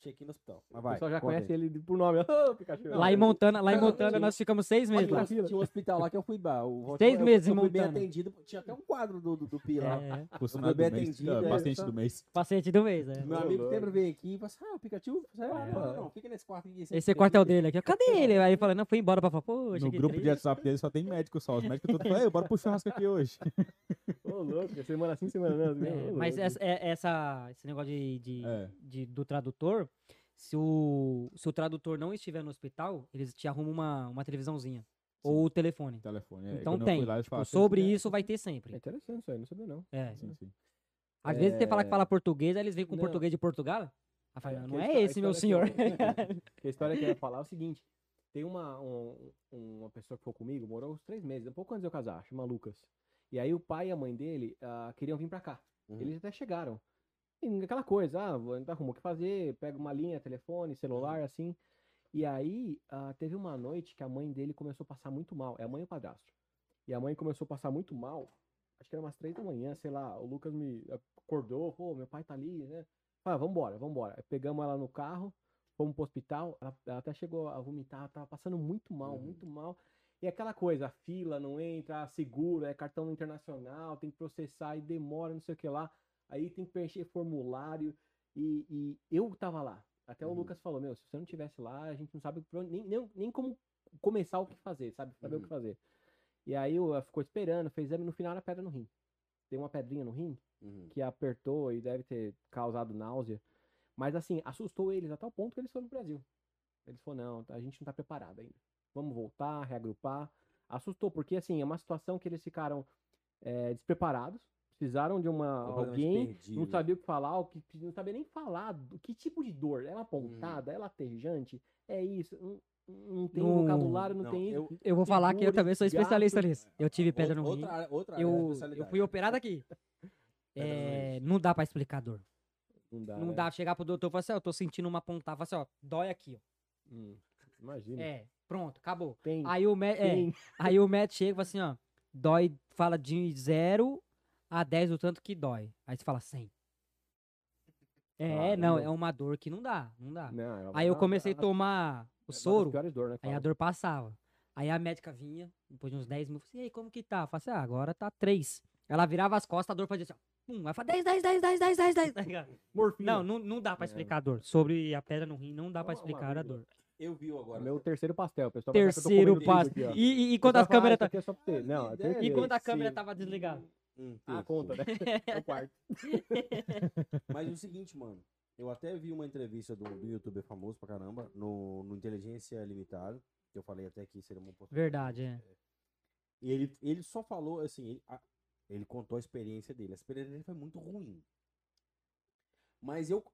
check-in no hospital. Mas o vai. pessoal já conta conhece aí. ele por nome. Ô, [LAUGHS] Pikachu. Lá em Montana, lá em Não, Montana eu- nós ficamos seis meses lá. lá. Tinha, tinha um hospital lá que eu fui bah, o- Seis eu- meses eu em fui bem Montana. atendido. Tinha até um quadro do, do, do Pi lá. É, Por sinal do bem mês, atendido, ah, é, paciente só- do mês. paciente do mês, é. Meu Ô, amigo louco. sempre veio aqui e falou assim: ah, o Pikachu, sei lá, É. não, não, não, fica nesse quarto aqui. Esse quarto é o dele aqui. ó, Cadê ele? Aí ele fala, não, foi embora pra falar, poxa. No que grupo de triste. WhatsApp dele só tem médico só. Os médicos todos falam, "Ei, bora pro churrasco aqui hoje. Ô, louco. é Semana sim, semana não. É, mesmo. Ô, mas louco. essa, é- essa- esse negócio de, de- É. de- do tradutor, se o, se o tradutor não estiver no hospital, eles te arrumam uma, uma televisãozinha. Ou o telefone. Telefone. é, Então quando eu tem. fui lá, eles tipo, falaram, sobre "Sim, isso vai ter É sempre. interessante isso aí, não sabia não. É. Sim, sim. Às vezes você fala que É. fala português, aí eles vêm com Não. português de Portugal. Aí fala, É, não que é histó- esse, meu senhor. história que [LAUGHS] eu- [LAUGHS] que a história que eu ia falar é o seguinte: tem uma, um- uma pessoa que foi comigo, morou uns três meses, um pouco antes de eu casar, chama Lucas. E aí o pai e a mãe dele ah, queriam vir pra cá. Uhum. Eles até chegaram. E aquela coisa, ah, vou- arrumou o que fazer, pega uma linha, telefone, celular, assim. E aí ah, teve uma noite que a mãe dele começou a passar muito mal. É a mãe e o padrasto. E a mãe começou a passar muito mal. Acho que era umas três da manhã, sei lá. O Lucas me acordou, pô, meu pai tá ali, né? Ah, vambora, vambora. Aí Pegamos ela no carro, fomos pro hospital. Ela, ela até chegou a vomitar, ela tava passando muito mal, Uhum. muito mal. E é aquela coisa, a fila não entra, seguro, é cartão internacional, tem que processar e demora, não sei o que lá. Aí tem que preencher formulário. E, e eu tava lá. Até o Uhum. Lucas falou, meu, se você não tivesse lá, a gente não sabe pra onde- nem, nem, nem como começar o que fazer, sabe? Saber o que Uhum. fazer. E aí eu- ela ficou esperando, fez exame, no final era pedra no rim. Tem uma pedrinha no rim Uhum. que apertou e deve ter causado náusea. Mas assim, assustou eles a tal ponto que eles foram pro Brasil. Eles falaram, não, a gente não tá preparado ainda. Vamos voltar, reagrupar. Assustou, porque assim, é uma situação que eles ficaram eh, despreparados, precisaram de uma Completamente alguém perdido. não sabia o que falar, o que não sabia nem falar, do que tipo de dor, é uma pontada, é latejante, é isso, não, não tem Não, vocabulário, não, Não, tem isso. eu- [LAUGHS] Eu vou falar que eu Segura também sou esse especialista gato. nisso. Eu tive pedra no rim. outra área- outra área da Eu, eu especialidade. fui operado aqui. Pedra no É, rim. não dá pra explicar a dor. Não dá, Não né? dá pra chegar pro doutor e falar assim, ó, eu tô sentindo uma pontada. Fala assim, ó, dói aqui, ó. Hum, imagina. É, pronto, acabou. Tem, Aí o, mé- é, tem. aí o médico chega e fala assim, ó, dói, fala de 0 a 10 o tanto que dói. Aí você fala 100. É, Ah, não, não. é uma dor que não dá, não dá. Não, Aí eu ah, comecei a ah, tomar o é uma das soro, piores dor, né, aí a fala. dor passava. Aí a médica vinha, depois de uns 10 minutos, e aí, como que tá? Eu falei assim, ah, agora tá 3. Ela virava as costas, a dor fazia assim, ó, pum, aí fala 10, 10, 10, 10, 10, 10, 10, tá ligado? Morfina. Não, não, não dá Tá pra É. explicar a dor. Sobre a pedra no rim, não dá pra Só uma explicar a vírgula. dor. Eu vi agora. Meu terceiro pastel, o pessoal vai achar que eu tô Terceiro comendo tudo passo. aqui, ó. O E, e- e pessoal quando as fala, "Ah, câmeras isso tá... aqui é só pra você. Não, é E quando E terceiro. quando a câmera Sim. tava desligada? Hum, Ah, isso. conta, né? [LAUGHS] É o quarto. Mas é o seguinte, mano. Eu até vi uma entrevista do, do youtuber famoso pra caramba, no, no Inteligência Limitada, que eu falei até que seria uma oportunidade. Verdade, é. E ele, ele só falou, assim, ele, a- ele contou a experiência dele. A experiência dele foi muito ruim. Mas eu,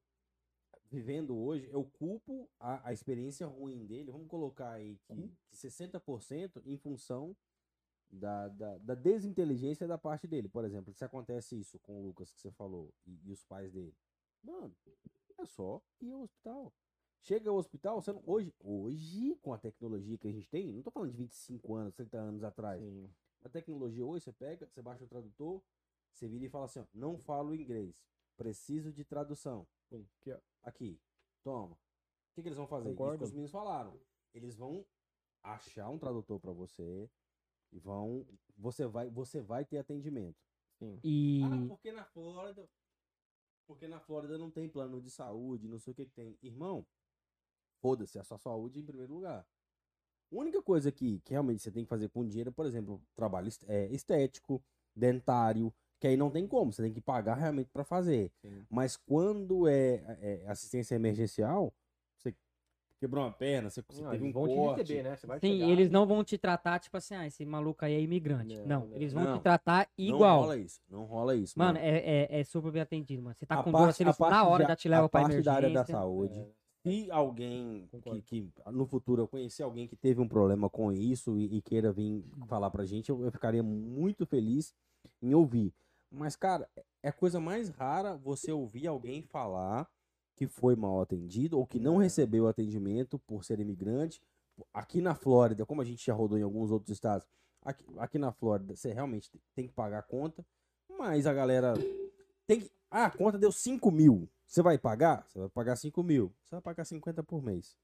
vivendo hoje, eu culpo a, a experiência ruim dele, vamos colocar aí que, que 60% em função da, da, da desinteligência da parte dele. Por exemplo, se acontece isso com o Lucas que você falou e, e os pais dele, mano, é só ir ao hospital. Chega ao hospital, você não, hoje, hoje, com a tecnologia que a gente tem, não tô falando de 25 anos, 30 anos atrás. Sim. A tecnologia hoje, você pega, você baixa o tradutor, você vira e fala assim, ó, não falo inglês, preciso de tradução. Pum, aqui, ó. Aqui, toma. O que, que eles vão fazer? Isso que Concordo. os meninos falaram. Eles vão achar um tradutor pra você e vão, você vai, você vai ter atendimento. Sim. E. Ah, porque na Flórida, porque na Flórida não tem plano de saúde, não sei o que que tem. Irmão, foda-se, a sua saúde em primeiro lugar. A única coisa que, que realmente você tem que fazer com dinheiro é, por exemplo, trabalho est- é, estético, dentário, que aí não tem como, você tem que pagar realmente pra fazer. Sim. Mas quando é, é assistência emergencial, você quebrou uma perna, você, você Não, teve Ah, eles um vão te corte. receber, né? Você vai Sim, chegar, eles não vão te tratar, tipo assim, ah, esse maluco aí é imigrante. Não, Não, não. eles vão Não. te tratar Não igual. rola isso, não rola isso. Mano, é, é, é super bem atendido, mano. Você tá A com parte- dor, assim, a eles na parte hora de- já te leva a pra parte da emergência. área da saúde. Se alguém que, Concordo. que no futuro eu conhecer alguém que teve um problema com isso e, e queira vir falar pra gente, eu, eu ficaria muito feliz em ouvir. Mas, cara, é a coisa mais rara você ouvir alguém falar que foi mal atendido ou que não recebeu atendimento por ser imigrante. Aqui na Flórida, como a gente já rodou em alguns outros estados, aqui, aqui na Flórida você realmente tem que pagar a conta, mas a galera tem que. Ah, a conta deu 5 mil. Você vai pagar? Você vai pagar 5 mil. Você vai pagar 50 por mês.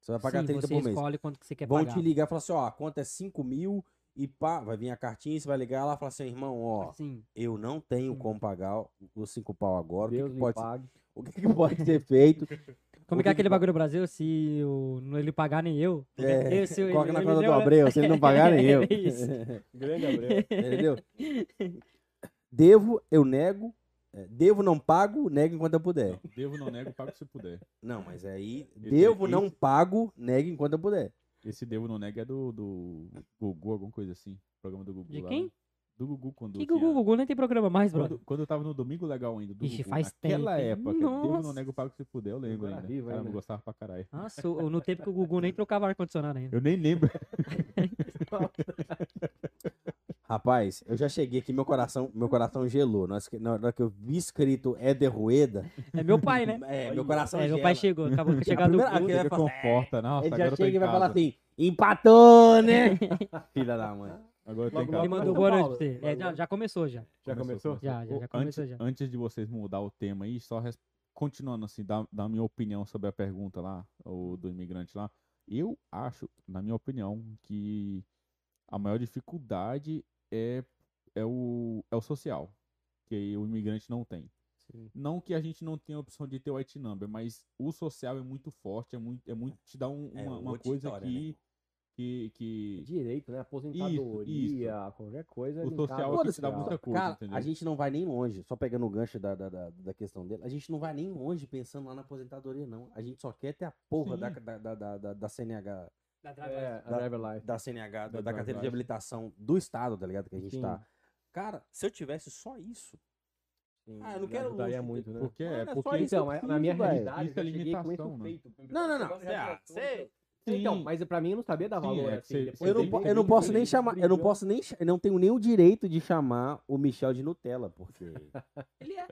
Você vai pagar Sim, 30 você por mês. escolhe quanto que você quer Vão pagar. te ligar e falar assim: ó, a conta é 5 mil e pá, vai vir a cartinha, você vai ligar lá e falar assim: irmão, ó, Assim, eu não tenho Sim. como pagar os 5 pau agora. o Deus que, me que pode ser- pague. o que que pode ser feito? como O é que é que que aquele pa- bagulho no Brasil? Se eu, não ele pagar nem eu. É, eu, se eu- Coloca ele- na ele conta do deu, né? Abreu, se ele não pagar, nem eu. [LAUGHS] [LAUGHS] É isso. [LAUGHS] Grande Gabriel. Entendeu? Devo, eu nego. É, Devo, não pago, nego enquanto eu puder. Não, devo, não nego, pago se puder. Não, mas aí. Esse- Devo, esse- não pago, nego enquanto eu puder. Esse devo, não nego é do, do Gugu, alguma coisa assim. Programa do Gugu De lá, quem? né? Do Gugu quando Que tinha- Gugu, Gugu nem tem programa mais, brother. Quando, quando eu tava no Domingo Legal ainda, do Ixi, Gugu, faz naquela tempo, hein? época, Devo, Nossa. não nego, pago se puder, eu lembro Agora ainda. vivo Caramba, ainda. eu gostava pra caralho. Nossa, o- no tempo que o Gugu nem trocava ar-condicionado ainda. Eu nem lembro. [LAUGHS] Rapaz, eu já cheguei aqui, meu coração, meu coração gelou. Na hora que- na hora que eu vi escrito Éder Rueda, É meu [LAUGHS] pai, né? é, meu coração É, meu gela. pai chegou, acabou [LAUGHS] de A chegar do primeira- Gugu. Ele vai Chega falar, é. conforta, nossa, Ele agora já eu tô chega em e vai casa. falar assim: empatou, [LAUGHS] né? Filha da mãe. Agora eu tô em Logo, casa. Ele Mas mandou São boa noite pra Paulo, você. É, já, já começou já. Já começou? Já, já, Ô, já começou antes, já. antes de vocês mudar o tema aí, só res- continuando assim, da, da minha opinião sobre a pergunta lá, ou do imigrante lá, eu acho, na minha opinião, que a maior dificuldade é, é, o, é o social, que o imigrante não tem. Não que a gente não tenha a opção de ter o IT number, mas o social é muito forte, é muito, é muito te dá um- É, uma, uma outra coisa história, né? que, que, que Direito, né? Aposentadoria, qualquer coisa. O linkado social ao é que te dá social. muita coisa, Cara, entendeu? a gente não vai nem longe, só pegando o gancho da, da, da, da questão dele, a gente não vai nem longe pensando lá na aposentadoria, não. A gente só quer ter a porra da, da, da, da, da- da CNH, É, a Da- driver life. da CNH, da, Da da carteira de drive-by. habilitação do Estado, tá ligado? Que a gente Sim. tá. Cara, se eu tivesse só isso. Sim, Ah, eu não já quero ajudaria luxo, muito, né? Porque, é Olha porque só isso então, eu mas na preciso, minha velho. realidade, Isso é eu cheguei com isso limitação, né? feito. Não, não, não. Eu Cê- ah, já é tinha cê- Então, Sim. mas pra mim eu não sabia dar Sim, valor. é que assim, cê- depois cê Eu não, que po- eu eu não vi posso que nem ele chamar, eu não brilhou. posso nem, ch- eu não tenho nem o direito de chamar o Michel de Nutella, porque Ele é.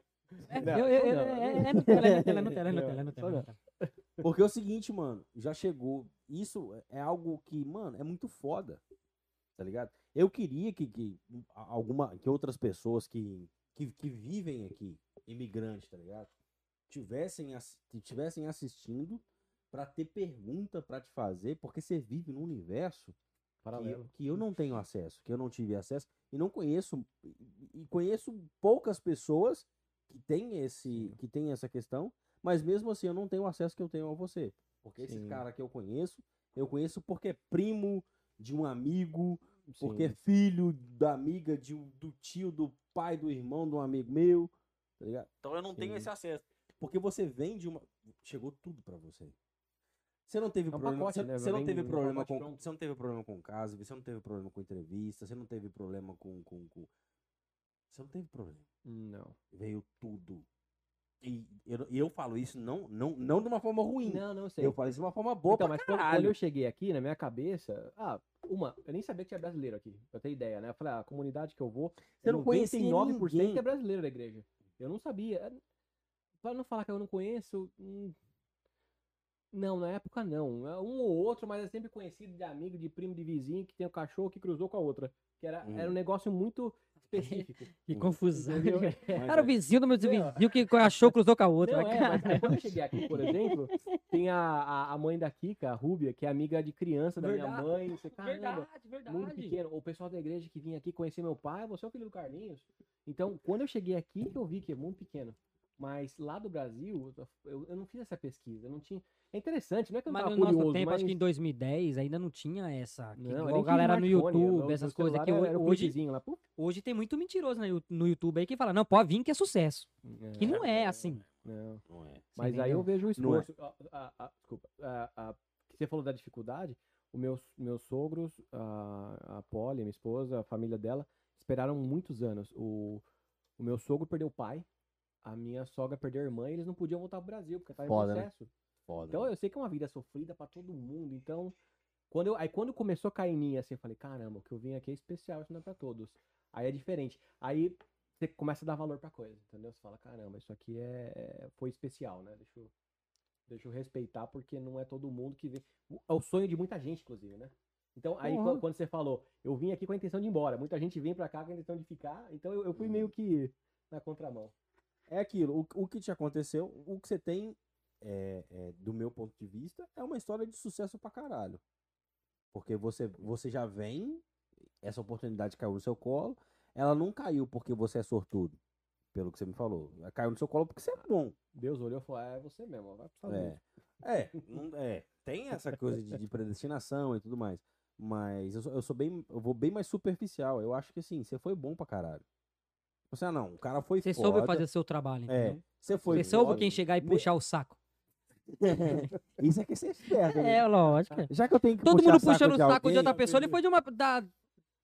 É, Não, eu- eu- sou eu- não. é, é Nutella, é Nutella, é Nutella, é Não, Nutella, é Nutella, sou é não. Nutella. Porque é o seguinte, mano, já chegou. Isso é algo que, mano, é muito foda. Tá ligado? Eu queria que, que, a- alguma, que outras pessoas que, que, que vivem aqui, imigrantes, tá ligado? Tivessem, ass- que tivessem assistindo pra ter pergunta pra te fazer, porque você vive num universo que eu, Paralelo. que eu não tenho acesso, que eu não tive acesso e não conheço e conheço poucas pessoas que têm esse que têm essa questão, mas mesmo assim eu não tenho o acesso que eu tenho a você, porque esses Sim. cara que eu conheço, eu conheço porque é primo de um amigo, porque é Sim. filho da amiga de um- do tio, do pai, do irmão de um amigo meu, tá ligado? Então eu não tenho esse acesso, porque você vem de uma chegou tudo pra você. Você não teve É um problema, pacote, você, né? você não Vem teve um problema pacote com, pronto. você não teve problema com o caso, você não teve problema com entrevista, você não teve problema com, com, com- você não teve problema. Não. Veio tudo. E eu, e eu falo isso não, não, não de uma forma ruim. Não, não sei. eu falo isso de uma forma boa então, pra mas quando, quando caralho. eu cheguei aqui, na minha cabeça, ah, uma, eu nem sabia que tinha brasileiro aqui, pra ter ideia, né? Eu falei, ah, a comunidade que eu vou, Você não conhecia 99% ninguém. é brasileiro da igreja. Eu não sabia. É, Pra não falar que eu não conheço, hum, não, na época não. É Um ou outro, mas é sempre conhecido de amigo, de primo, de vizinho, que tem um cachorro que cruzou com a outra. Que era, Hum. Tá era um [LAUGHS] negócio muito específico. Que confusão. entendeu? Mas Era é- o vizinho do meu Não. vizinho que achou, cruzou com a outra. Não, é, mas [LAUGHS] aí quando eu cheguei aqui, por exemplo, tem a, a, a mãe da Kika, a Rúbia, que é amiga de criança da minha Verdade. mãe. Você, caramba, verdade. mundo pequeno. O pessoal da igreja que vinha aqui conhecer meu pai, você é o filho do Carlinhos. Então, quando eu cheguei aqui, que eu vi que é mundo pequeno. Mas lá do Brasil, eu, eu não fiz essa pesquisa. Eu não tinha. É interessante, não é que eu não Mas tava no nosso curioso, tempo, mas... acho que em 2010 ainda não tinha essa. Que, Não, igual eu nem tinha galera no smartphone, eu- YouTube, meu- essas meu coisas que celular hoje, era o hoje, clipezinho lá. puf. hoje tem muito mentiroso né, no YouTube aí que fala, não, pode vir que é sucesso. Que não é assim. Não. Não é. Você Mas aí eu entendeu? vejo o Não é. esforço. Ah, ah, ah, desculpa. Ah, ah, que você falou da dificuldade. Os meus, meus sogros, a, a Polly, minha esposa, a família dela, esperaram muitos anos. O, o meu sogro perdeu o pai, a minha sogra perdeu a irmã e eles não podiam voltar pro Brasil, porque estava em Foda, né? processo. Foda. Então né? eu sei que é uma vida sofrida pra todo mundo. Então, quando eu, aí quando começou a cair em mim, assim, eu falei, caramba, o que eu vim aqui é especial, isso não é pra todos. Aí é diferente. Aí você começa a dar valor pra coisa, entendeu? Você fala, caramba, isso aqui é, é- foi especial, né? Deixa eu, deixa eu respeitar, porque não é todo mundo que vem. O- É o sonho de muita gente, inclusive, né? Então, aí Porra. quan- quando você falou, eu vim aqui com a intenção de ir embora, muita gente vem pra cá com a intenção de ficar, então eu, eu fui meio que na contramão. É aquilo, o, o que te aconteceu, o que você tem, é, é, do meu ponto de vista, é uma história de sucesso pra caralho. Porque você, você já vem, essa oportunidade caiu no seu colo, ela não caiu porque você é sortudo, pelo que você me falou. Ela Caiu no seu colo porque você é Ah, bom. Deus olhou e falou, ah, é você mesmo, ó, vai tá pro Estados É, Unidos. é, não- é, tem essa coisa de, de predestinação e tudo mais. Mas eu sou, eu sou bem, eu vou bem mais superficial. Eu acho que assim, você foi bom pra caralho. Você, ah, não, o cara foi Você foda. soube fazer o seu trabalho, É, entendeu? você foi Você soube foda. quem chegar e Me- puxar o saco. Isso é que você é esperto. né? É, lógico. Já que eu tenho que Todo puxar mundo puxando o de saco tá de alguém- é. outra pessoa, ele foi de uma. Da,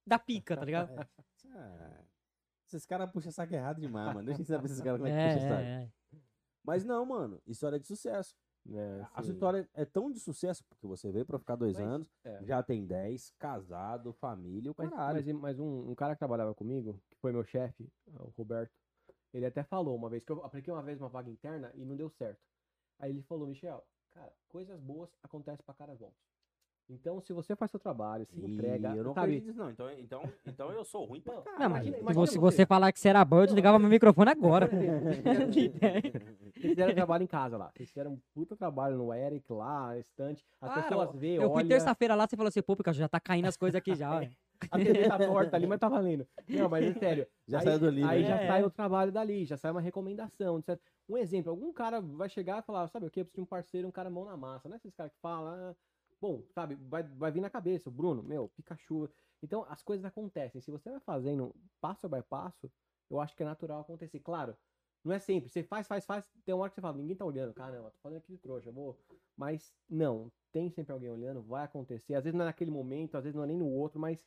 da pica, tá ligado? Ah, esses caras puxam saco errado demais, mano. Deixa eu ensinar pra esses caras É, como é que puxa saco. é, é. Mas não, mano. História é de sucesso. Né, A assim, sua história é tão de sucesso, porque você veio pra ficar dois Mas- anos, é. já tem dez, casado, família, o Mas, caralho. mas- mas um, um cara que trabalhava comigo, que foi meu chefe, é o Roberto, ele até falou uma vez que eu apliquei uma vez uma vaga interna e não deu certo. Aí ele falou, Michel, cara, coisas boas acontecem pra caras bons. Então, se você faz seu trabalho, se E entrega, eu não sabe? acredito nisso, não. Então, então, então eu sou ruim pra Não, caralho. Então, Não, mas Imagina- se imagina você, você. você falar que você era bom, eu desligava meu microfone [LAUGHS] agora. Por exemplo, [LAUGHS] vocês fizeram- Que ideia. [LAUGHS] Vocês fizeram trabalho em casa lá. Vocês fizeram um puta trabalho no Eric lá, estante. As Claro, pessoas veem, Eu fui olham. terça-feira lá, você falou assim, pô, Pikachu, já tá caindo as coisas aqui já. ó. A TV tá torta ali, mas tá valendo. Não, mas é sério. [LAUGHS] Já aí, saiu do livro. Aí né? já É, sai é. o trabalho dali, já sai uma recomendação, etc. Um exemplo, algum cara vai chegar e falar, sabe o que? Eu preciso de um parceiro, um cara mão na massa. Não é esses caras que falam, ah, bom, sabe, vai, vai vir na cabeça, o Bruno, meu, Pikachu. Então, as coisas acontecem. Se você vai fazendo passo a passo, eu acho que é natural acontecer. Claro, não é sempre. Você faz, faz, faz, tem uma hora que você fala, ninguém tá olhando. Caramba, tô fazendo aquele trouxa, eu vou... Mas, não, tem sempre alguém olhando, vai acontecer. Às vezes não é naquele momento, às vezes não é nem no outro, mas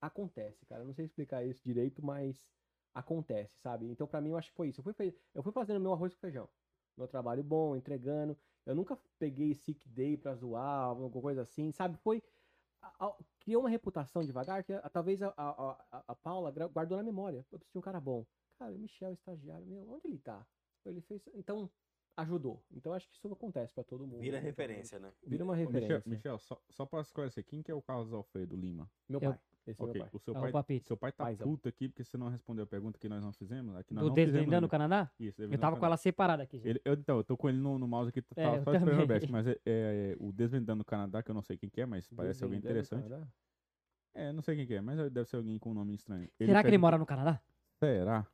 acontece, cara. Eu não sei explicar isso direito, mas acontece, sabe? Então, pra mim, eu acho que foi isso. Eu fui, fe- eu fui fazendo meu arroz com feijão. Meu trabalho bom, entregando. Eu nunca peguei sick day pra zoar, alguma coisa assim, sabe? Foi. a- a- criou uma reputação devagar que a- talvez a, a, a, a Paula gra- guardou na memória. Eu preciso de um cara bom. Cara, o Michel, é estagiário, meu, onde ele tá? Ele fez. Então, ajudou. Então, acho que isso acontece pra todo mundo. Vira Então, referência, né? Vira uma Ô, Michel, referência. Michel, só, só pra esclarecer, quem que é o Carlos Alfredo Lima? Meu Eu- pai. Esse é ok, meu pai. o seu Ah, o pai, papito. seu pai tá Paizão. puto aqui porque você não respondeu a pergunta que nós não fizemos. Aqui nós Do não fizemos Desvendando o ainda. Canadá? Isso, Eu Desvendando tava o com ela separada aqui. já. Ele- eu, então, eu tô com ele no, no mouse aqui, tá É, eu só esperando o também. Beck, mas é, é- é o Desvendando o Canadá, que eu não sei quem que é, mas parece alguém Desvendando, interessante. cara. É, não sei quem que é, mas deve ser alguém com um nome estranho. Será que ele pede- mora no Canadá? Será?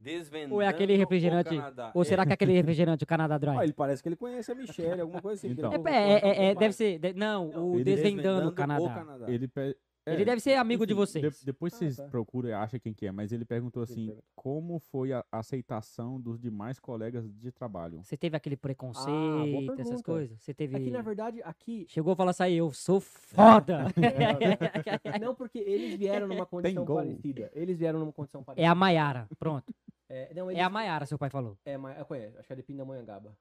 Desvendando Ou é aquele refrigerante- o Canadá. Ou será que é aquele refrigerante, o Canadá Dry? Ó, Ah, ele parece que ele conhece a Michelle, alguma coisa assim. que ele Então. falou, É, é, "Pô, é, é, pai, deve ser. de- não, o ele Desvendando Desvendando o Canadá. Ele pede... Ele deve ser amigo de é. Enfim, de- vocês. depois Tá. Ah, vocês tá. procuram e acham quem que é, mas ele perguntou Ele assim, pergunta. como foi a aceitação dos demais colegas de trabalho? Você teve aquele preconceito, essas pergunta. coisas? Você teve. Aqui, na verdade, [LAUGHS] aqui. Chegou a falar assim, eu sou foda. [LAUGHS] É. Não, porque eles vieram numa condição gol. parecida. Eles vieram numa condição é parecida. a Maiara, pronto. É, não, É eles- a Maiara, seu pai falou. É, Ma- eu conheço. Acho que é de Pindamonhangaba.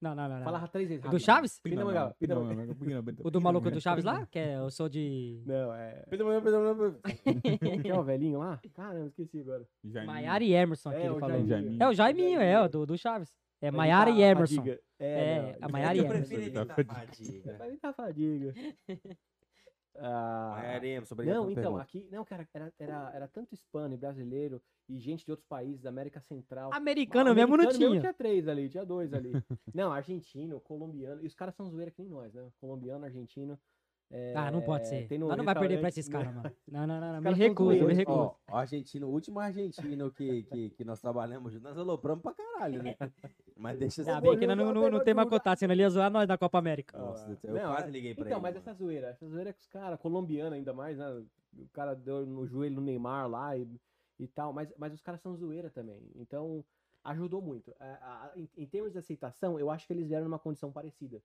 Não, não, não. não. Fala três vezes. O Ah. do rápido. Chaves? Pindamonhangaba. Pindamonhangaba. O do maluco do Chaves lá? Que é, eu sou de. Não, é. Pedro, Pedro, Pedro, Pedro." Como que é o velhinho lá? Caramba, esqueci agora. Maiara e Emerson, que É, ele o falou. Jaiminho. tá Jaiminho. É o Jaiminho, é, o do, do Chaves. É Maiara e Emerson. Fadiga. É, É, a não, Maiara e Eu Emerson. prefiro Ele tá ele tá fadiga. Vai me dar tá [LAUGHS] fadiga. Ah, Maiara e Emerson, obrigado Não, pela então, pergunta. aqui. Não, cara, era, era, era tanto hispano e brasileiro e gente de outros países, da América Central. Americano mesmo não Ah, Americano tinha. tinha três ali, tinha dois ali. não, argentino, colombiano. E os caras são zoeira que nem nós, né? Colombiano, argentino. é, Ah, não pode ser. tem no Nós não vai perder pra restaurante- esses caras, [LAUGHS] mano. Não, não, não, não. Me caras são recuso, me doentes, recuso. Ó, o argentino, o último argentino que, que, que nós trabalhamos juntos, nós alopramos pra caralho, [LAUGHS] né? Mas deixa Ainda essa Tá bem boa. que nós não, não, não tem mais contato, senão ele ia zoar nós da Copa América. Nossa, eu Não, quase é- liguei pra Então, ele. mas mano. essa zoeira, essa zoeira que os caras, colombiano ainda mais, né? O cara deu no joelho no Neymar lá e, e tal, mas, mas os caras são zoeira também. Então, ajudou muito. A- a- a- em, em termos de aceitação, eu acho que eles vieram numa condição parecida.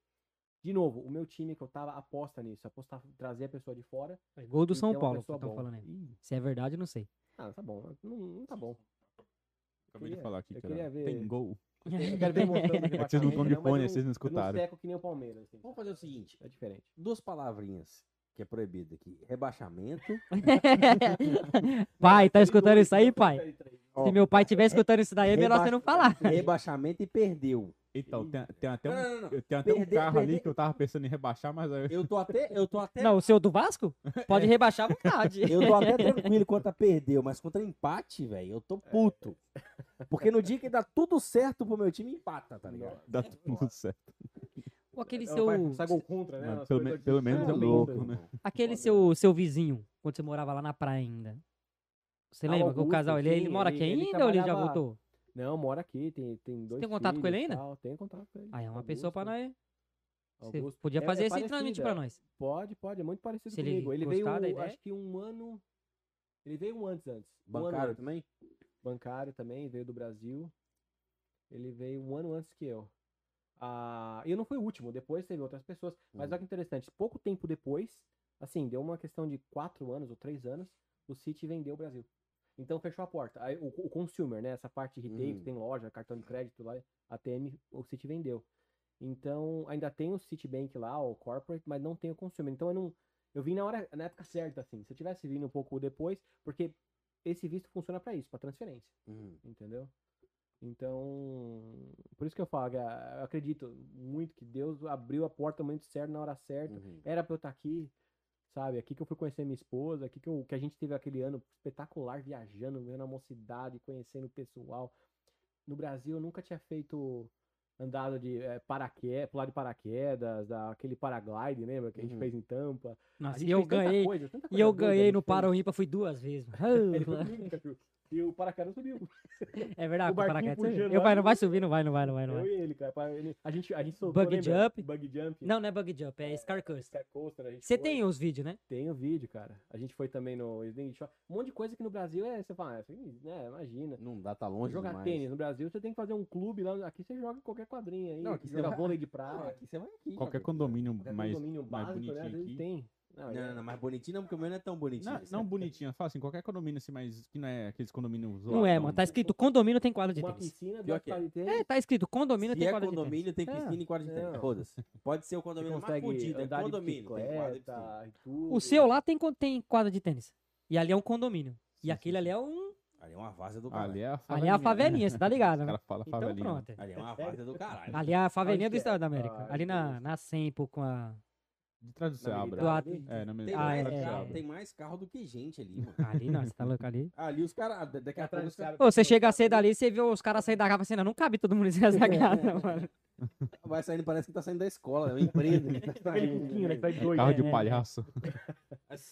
De novo, o meu time que eu tava aposta nisso, aposta trazer a pessoa de fora. É Gol do e ter São uma Paulo, que pessoa estão bom. falando aí. Ih, Se é verdade, eu não [LAUGHS] sei. Ah, tá bom. Não, não tá [LAUGHS] bom. Acabei de queria- falar aqui, eu cara. queria ver- Tem gol. Eu quero ver mostrando É que vocês não estão de departamento, mas fone, eu vocês não eu não escutaram. seco que nem o Palmeiras. assim. Vamos fazer o seguinte: É diferente. duas palavrinhas que é [LAUGHS] proibido aqui: rebaixamento. pai, tá Tem escutando dois, isso aí, então, pai? peraí, peraí. Ó, Se meu pai estiver escutando isso daí, é melhor Rebaixa- você não [LAUGHS] falar. Rebaixamento e perdeu. Então, tem, tem até Não, um, não, não, não. tem até um Perder- carro ali perder- que eu tava pensando em rebaixar, mas aí [LAUGHS] Eu tô até. Eu tô até. Não, o seu do Vasco? Pode rebaixar à vontade. Eu [LAUGHS] tô até tranquilo contra perdeu, mas contra empate, velho, eu tô puto. Porque no dia que dá tudo certo pro meu time, empata, tá ligado? dá tudo certo. Ou aquele Ela seu, vai- sai gol contra, né? Mas Umas pelo coisas men- de- pelo menos Ah, é lembra. louco, né? aquele seu, seu vizinho, quando você morava lá na praia ainda. Você Ah, o lembra que o Augusto, casal, ele, ele sim, mora ele- aqui ele ainda ou ele já trabalhava- voltou? Não, mora aqui, tem, tem dois tem contato com filhos ele e ainda? tal, Tem contato com ele. Aí é uma pessoa pra Augusto, nós. Você Augusto. podia É- é fazer esse e transmitir parecida. pra nós. Pode, pode, é muito parecido Se ele comigo. Ele veio, gostar da ideia. acho que um ano... Ele veio um antes antes. um ano Bancário antes. também? bancário também, veio do Brasil. Ele veio um ano antes que eu. Ah, e eu não fui o último, depois teve outras pessoas. Mas olha que interessante, pouco tempo depois, assim, deu uma questão de quatro anos ou três anos, o City vendeu o Brasil. Então fechou a porta. Aí, o, o consumer, né? Essa parte de retail, Uhum. que tem loja, cartão de crédito lá, ATM, o City vendeu. Então, ainda tem o Citibank lá, o corporate, mas não tem o consumer. Então eu não. Eu vim na hora, na época certa, assim. Se eu tivesse vindo um pouco depois, porque esse visto funciona pra isso, pra transferência Uhum. entendeu? Então, por isso que eu falo, que a- eu acredito muito que Deus abriu a porta muito certa na hora certa. Uhum. Era pra eu estar aqui, sabe? Aqui que eu fui conhecer minha esposa, aqui que, eu- que a gente teve aquele ano espetacular viajando, vendo a mocidade, conhecendo o pessoal. No Brasil eu nunca tinha feito andado de eh, paraquedas, pular de paraquedas, da- aquele paraglide, lembra? Que a gente Uhum. fez em Tampa. A Nossa, gente e eu fez tanta ganhei. coisa, tanta E coisa eu doida, a ganhei gente no fez- Paroímpa, fui duas vezes. [LAUGHS] mano. [LAUGHS] Ele foi comigo, Caju. E o paraquedas subiu. É verdade, O com o barquinho paraquedas. você- puxando Eu lá, vai, não eu- vai subir, não vai, não vai, não vai, não Eu vai. e ele, cara. pra- ele- A gente, a gente soltou, Bug lembra? jump? Bug jump. Não, não é bug jump, é Scar Curse. Sky Coaster, a gente Você foi. tem os vídeos, né? Tem o vídeo, cara. A gente foi também no Sling Shot. Um monte de coisa que no Brasil é, você fala, ah, assim, né, imagina. Não dá, tá longe jogar demais. tênis no Brasil, você tem que fazer um clube lá. Aqui você joga em qualquer quadrinha aí. Não, aqui você joga vai- vôlei de Ah, praia. aqui você vai aqui. Qualquer Gabriel. condomínio Qualquer mais, condomínio mais básico, né? Às bonitinho vezes aqui. tem. Não, é Não, não, não, mais bonitinho não, porque o meu não é tão bonitinho. Não, não bonitinho, eu falo assim, qualquer condomínio assim, mas que não é aqueles condomínios Não é, mano. Tá escrito condomínio tem quadro de Uma tênis. Pior piscina, duas que é. quadras de tênis. É, tá escrito condomínio Se tem é quadro de tênis. condomínio, tem É, piscina e quadra de tênis. não. Foda-se. Pode ser o Você condomínio mais consegue fudido, é andar de condomínio. Tem quadra de piscina. bicicleta, tudo. O seu lá tem, quan- tem quadra de tênis. E ali é um condomínio. E Sim, aquele sim, ali é um. Ali é uma vaza do Ali caralho. é a Ali é a favelinha, você tá ligado, né? Os caras falam Então favelinha. pronto. Ali é uma vaza do caralho. Ali é a favelinha do que é? Estado da Ah, América. Ali na, beleza. na Sempo com a. De trás do Seabra. Do Tá, ato. ali? É, na Tem, mesma. Ah, mais é, é, carro, é. tem mais carro do que gente ali, [LAUGHS] mano. Ali não, você tá louco [LAUGHS] ali. Ali os caras. da- Daqui a Tá pouco os caras Ô, você chega cedo ali, você vê os caras saindo da casa assim, não, não cabe todo mundo nessa casa, [LAUGHS] mano. vai saindo, parece que tá saindo da escola, é uma empresa. que tá Aquele saindo, pouquinho, né, né? que sai dois, Carro né? de é, é. palhaço.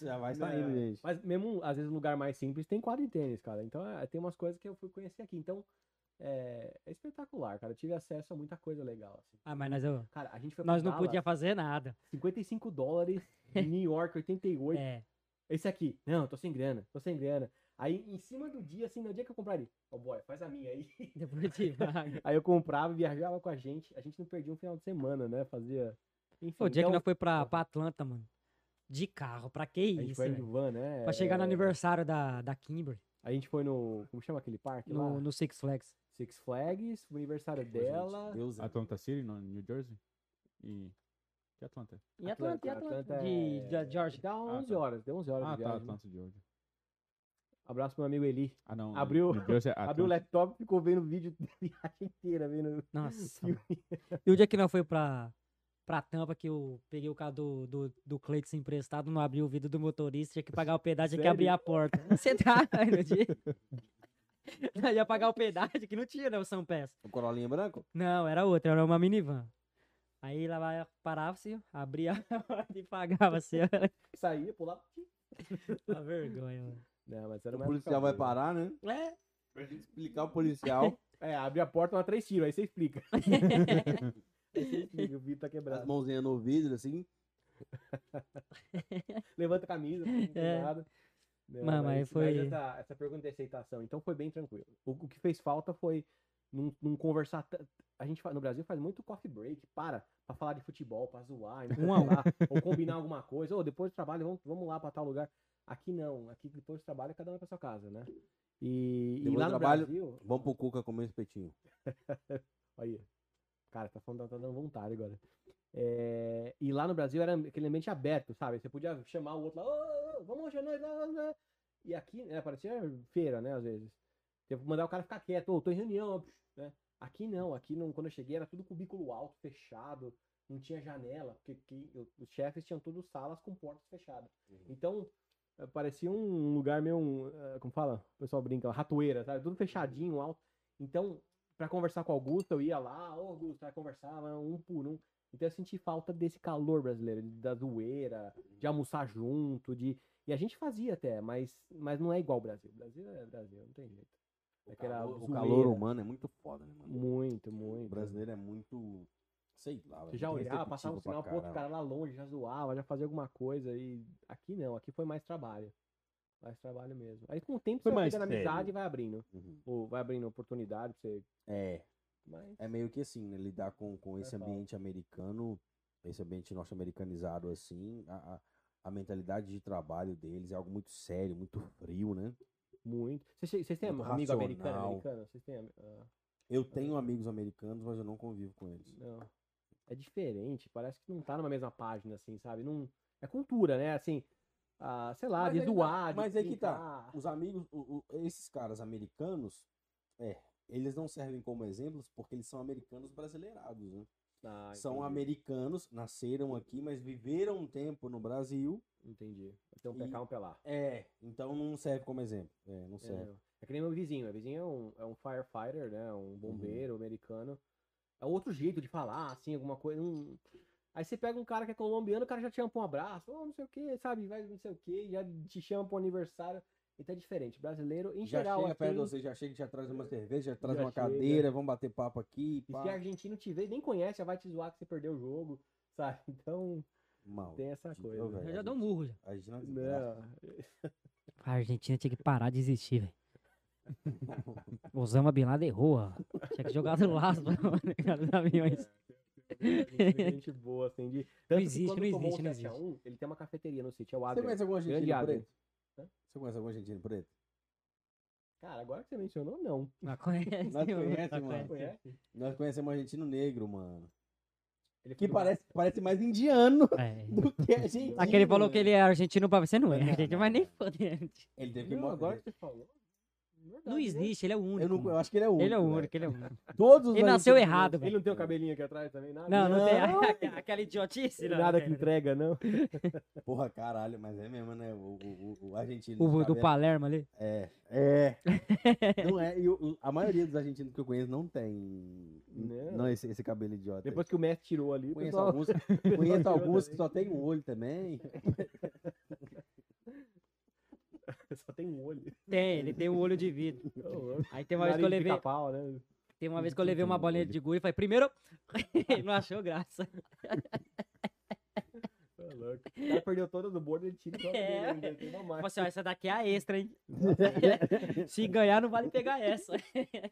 Já vai Não, saindo, gente. É. Mas mesmo, às vezes, um lugar mais simples tem quadra de tênis, cara. Então, é, tem umas coisas que eu fui conhecer aqui. Então, é, é espetacular, cara. Eu tive acesso a muita coisa legal, assim. Ah, mas nós, eu- Cara, a gente foi pra nós não Dallas, podíamos fazer nada. 55 dólares, New York, [LAUGHS] 88. [LAUGHS] É. Esse aqui. Não, tô sem grana, tô sem grana. Aí, em cima do dia, assim, no dia que eu compraria. Ô, boy, faz a minha aí. [LAUGHS] Depois de [LAUGHS] vaga. Aí eu comprava, viajava com a gente. A gente não perdia um final de semana, né? Fazia... Enfim, O dia que então, nós foi pra, porra. pra Atlanta, mano. De carro, pra que a gente isso? foi de velho? van, né? Pra chegar no É, aniversário da, da Kimber, A gente foi no... Como chama aquele parque lá? no, no Six Flags. Six Flags, o aniversário Pô, gente, dela. Deus é. Atlanta City, no New Jersey. E. Que Atlanta? é? Em Atlanta, em Atlanta. De, é- de Georgia. Dá 11 tá. horas, deu 11 horas Ah, de tá, viagem. né? Atlanta, Georgia. Abraço pro meu amigo Eli. Ah, não. Abriu- New Jersey é Abriu o Atlanta. laptop e ficou vendo vídeo da [LAUGHS] viagem inteira, vendo [LAUGHS] Nossa. filme. E o dia que nós foi pra, pra Tampa, que eu peguei o carro do, do, do Cleiton emprestado, não abri o vidro do motorista, tinha que pagar o pedágio, tinha que abrir Sério? a porta. [LAUGHS] Você tá aí no dia? Nós [LAUGHS] ia pagar o pedágio, que não tinha, né, o São Pés. O Corolinha branco? Não, era outra, era uma minivan. Aí lá vai- parava-se, abria [LAUGHS] a porta e pagava assim. Uma Saía, pulava. vergonha, mano. Não, mas era O uma policial época vai boa. parar, né? É, Pra gente explicar o [LAUGHS] policial. É, abre a porta, uma três tiros, aí você explica. aí você explica, o vidro tá as quebrado. mãozinhas no vidro, assim. Levanta a camisa, não tem [LAUGHS] É. nada. Não, Mano, mas foi- essa, essa pergunta de aceitação, então foi bem tranquilo. O, o que fez falta foi não, não conversar. tan- A gente fa- no Brasil faz muito coffee break, para, pra falar de futebol, pra zoar, então, Um a um. sei lá, ou combinar alguma coisa, ou depois do trabalho, vamos, vamos lá pra tal lugar. Aqui não, aqui depois do trabalho cada um vai pra sua casa, né? E, e Depois lá do no trabalho, Brasil. Vamos pro Cuca comer um espetinho. Aí. Cara, tá falando, tá dando vontade agora. É, e lá no Brasil era aquele ambiente aberto, sabe? Você podia chamar o outro lá, ô, ô, ô, vamos jantar. E aqui, né, parecia feira, né, às vezes. Você vai mandar o cara ficar quieto, ô, tô em reunião, ó, né? Aqui não, aqui não, quando eu cheguei era tudo cubículo alto, fechado, não tinha janela, porque que- eu- os chefes tinham tudo salas com portas fechadas. Uhum. Então, eh, parecia um lugar meio, um, eh, como fala? O pessoal brinca, uma ratoeira, sabe? Uhum. Tudo fechadinho, alto. Então, pra conversar com o Augusto, eu ia lá, ô Augusto, aí conversava um por um. Então eu senti falta desse calor brasileiro, da zoeira, de Uhum. almoçar junto, de... E a gente fazia até, mas, mas não é igual ao Brasil. Brasil é Brasil, não tem jeito. O Aquela calor, o zoeira. calor humano é muito foda, né, mano? Muito, O muito. brasileiro é muito. Sei lá. Você já olhava, passava um sinal pro outro cara lá longe, já zoava, já fazia alguma coisa. E aqui não, aqui foi mais trabalho. Mais trabalho mesmo. Aí com o tempo Foi você vai mais pegando sério. amizade e vai abrindo. Ou vai abrindo oportunidade pra você. Uhum. É, Mas é meio que assim, né? Lidar com, com esse Normal. ambiente americano, esse ambiente norte-americanizado, assim, a, a, a mentalidade de trabalho deles é algo muito sério, muito frio, né? muito. Vocês vocês têm Muito amigo americano? racional. Americano? Vocês têm. ami- ah, Eu tenho amigos americanos, mas eu não convivo com eles. Não. É diferente, parece que não tá numa mesma página, assim, sabe? Não... É cultura, né? Assim, ah, sei lá, Mas de aí tá- zoar, de mas aí que tá. brincar. Os amigos, o- o- esses caras americanos, é, eles não servem como exemplos porque eles são americanos brasileirados, né? Ah, são entendi, americanos, nasceram aqui, mas viveram um tempo no Brasil. Entendi. Então, um E- pra cá, um pra lá. É, então não serve como exemplo. É, não É, serve. não. É que nem meu vizinho. Meu vizinho é um, é um firefighter, né? Um bombeiro americano. É outro jeito de falar, assim, alguma coisa. um- Aí você pega um cara que é colombiano, o cara já te chama pra um abraço, oh, não sei o que, sabe? Vai não sei o que, já te chama pro aniversário. Então é diferente. Brasileiro, em já geral, chega é perto quem- de você, já chega, já traz uma cerveja, já traz Já uma chega. cadeira, vamos bater papo aqui. E pá. se argentino te vê, nem conhece, já vai te zoar que você perdeu o jogo, sabe? Então Mal. tem essa Gente, coisa. ô, velho, Eu já a dou um gente- murro já. a gente não é desgraça. Não, A Argentina tinha que parar de existir, velho. Osama Bin Laden errou, ó. Tinha que jogar do [LAUGHS] laço pra cara dos aviões. gente, gente boa, assim, de... Tanto que existe, quando não tomou o existe, não 7 a 1, ele tem uma cafeteria no sítio, é o Você Adler. conhece algum Grande argentino Adler. preto? Você conhece algum argentino preto? Cara, agora que você mencionou, não. Mas conhece, Nós mano, conhece, nós mano. conhece. Conhece? Nós conhecemos um argentino negro, mano. Ele Que foi lá. parece, parece mais indiano [LAUGHS] É. do que argentino. Aquele falou que ele é argentino pra você, não é? Não, A gente não, vai nem não. foder. né? Ele teve que Não, mo- agora que você falou. verdade, Não né? existe, ele é o único. Eu, não, eu mano. acho que ele é o único. Ele é o velho. único, ele é o único. Todos os Ele nasceu argentinos- errado, Ele velho. não tem o cabelinho aqui atrás também, nada? Não, não [LAUGHS] Não. tem a- aquela idiotice, não. Nada não que tem, não. entrega, não. Porra, caralho, mas é mesmo, né? O, o, o- o argentino. O de do cabelo- Palermo ali. É, é. [LAUGHS] não é. E o- o- a maioria dos argentinos que eu conheço não tem. Não. Não, esse, esse cabelo idiota. aí. Depois que o Messi tirou ali, o conheço pessoal- alguns, o [LAUGHS] pessoal conheço tirou alguns que também. só tem um olho também. [LAUGHS] Só tem um olho. Tem, ele tem um olho de vidro. Aí tem uma vez que eu Nariz de levei, pica-pau, né? tem uma vez que eu levei uma bolinha de gude e falei, primeiro, [LAUGHS] ele não achou graça. Tá louco. O cara perdeu toda do bordo, ele tira e joga [LAUGHS] É. nele ainda, tem uma Falei marca. assim, ó, essa daqui é a extra, hein? [LAUGHS] Se ganhar, não vale pegar essa. É,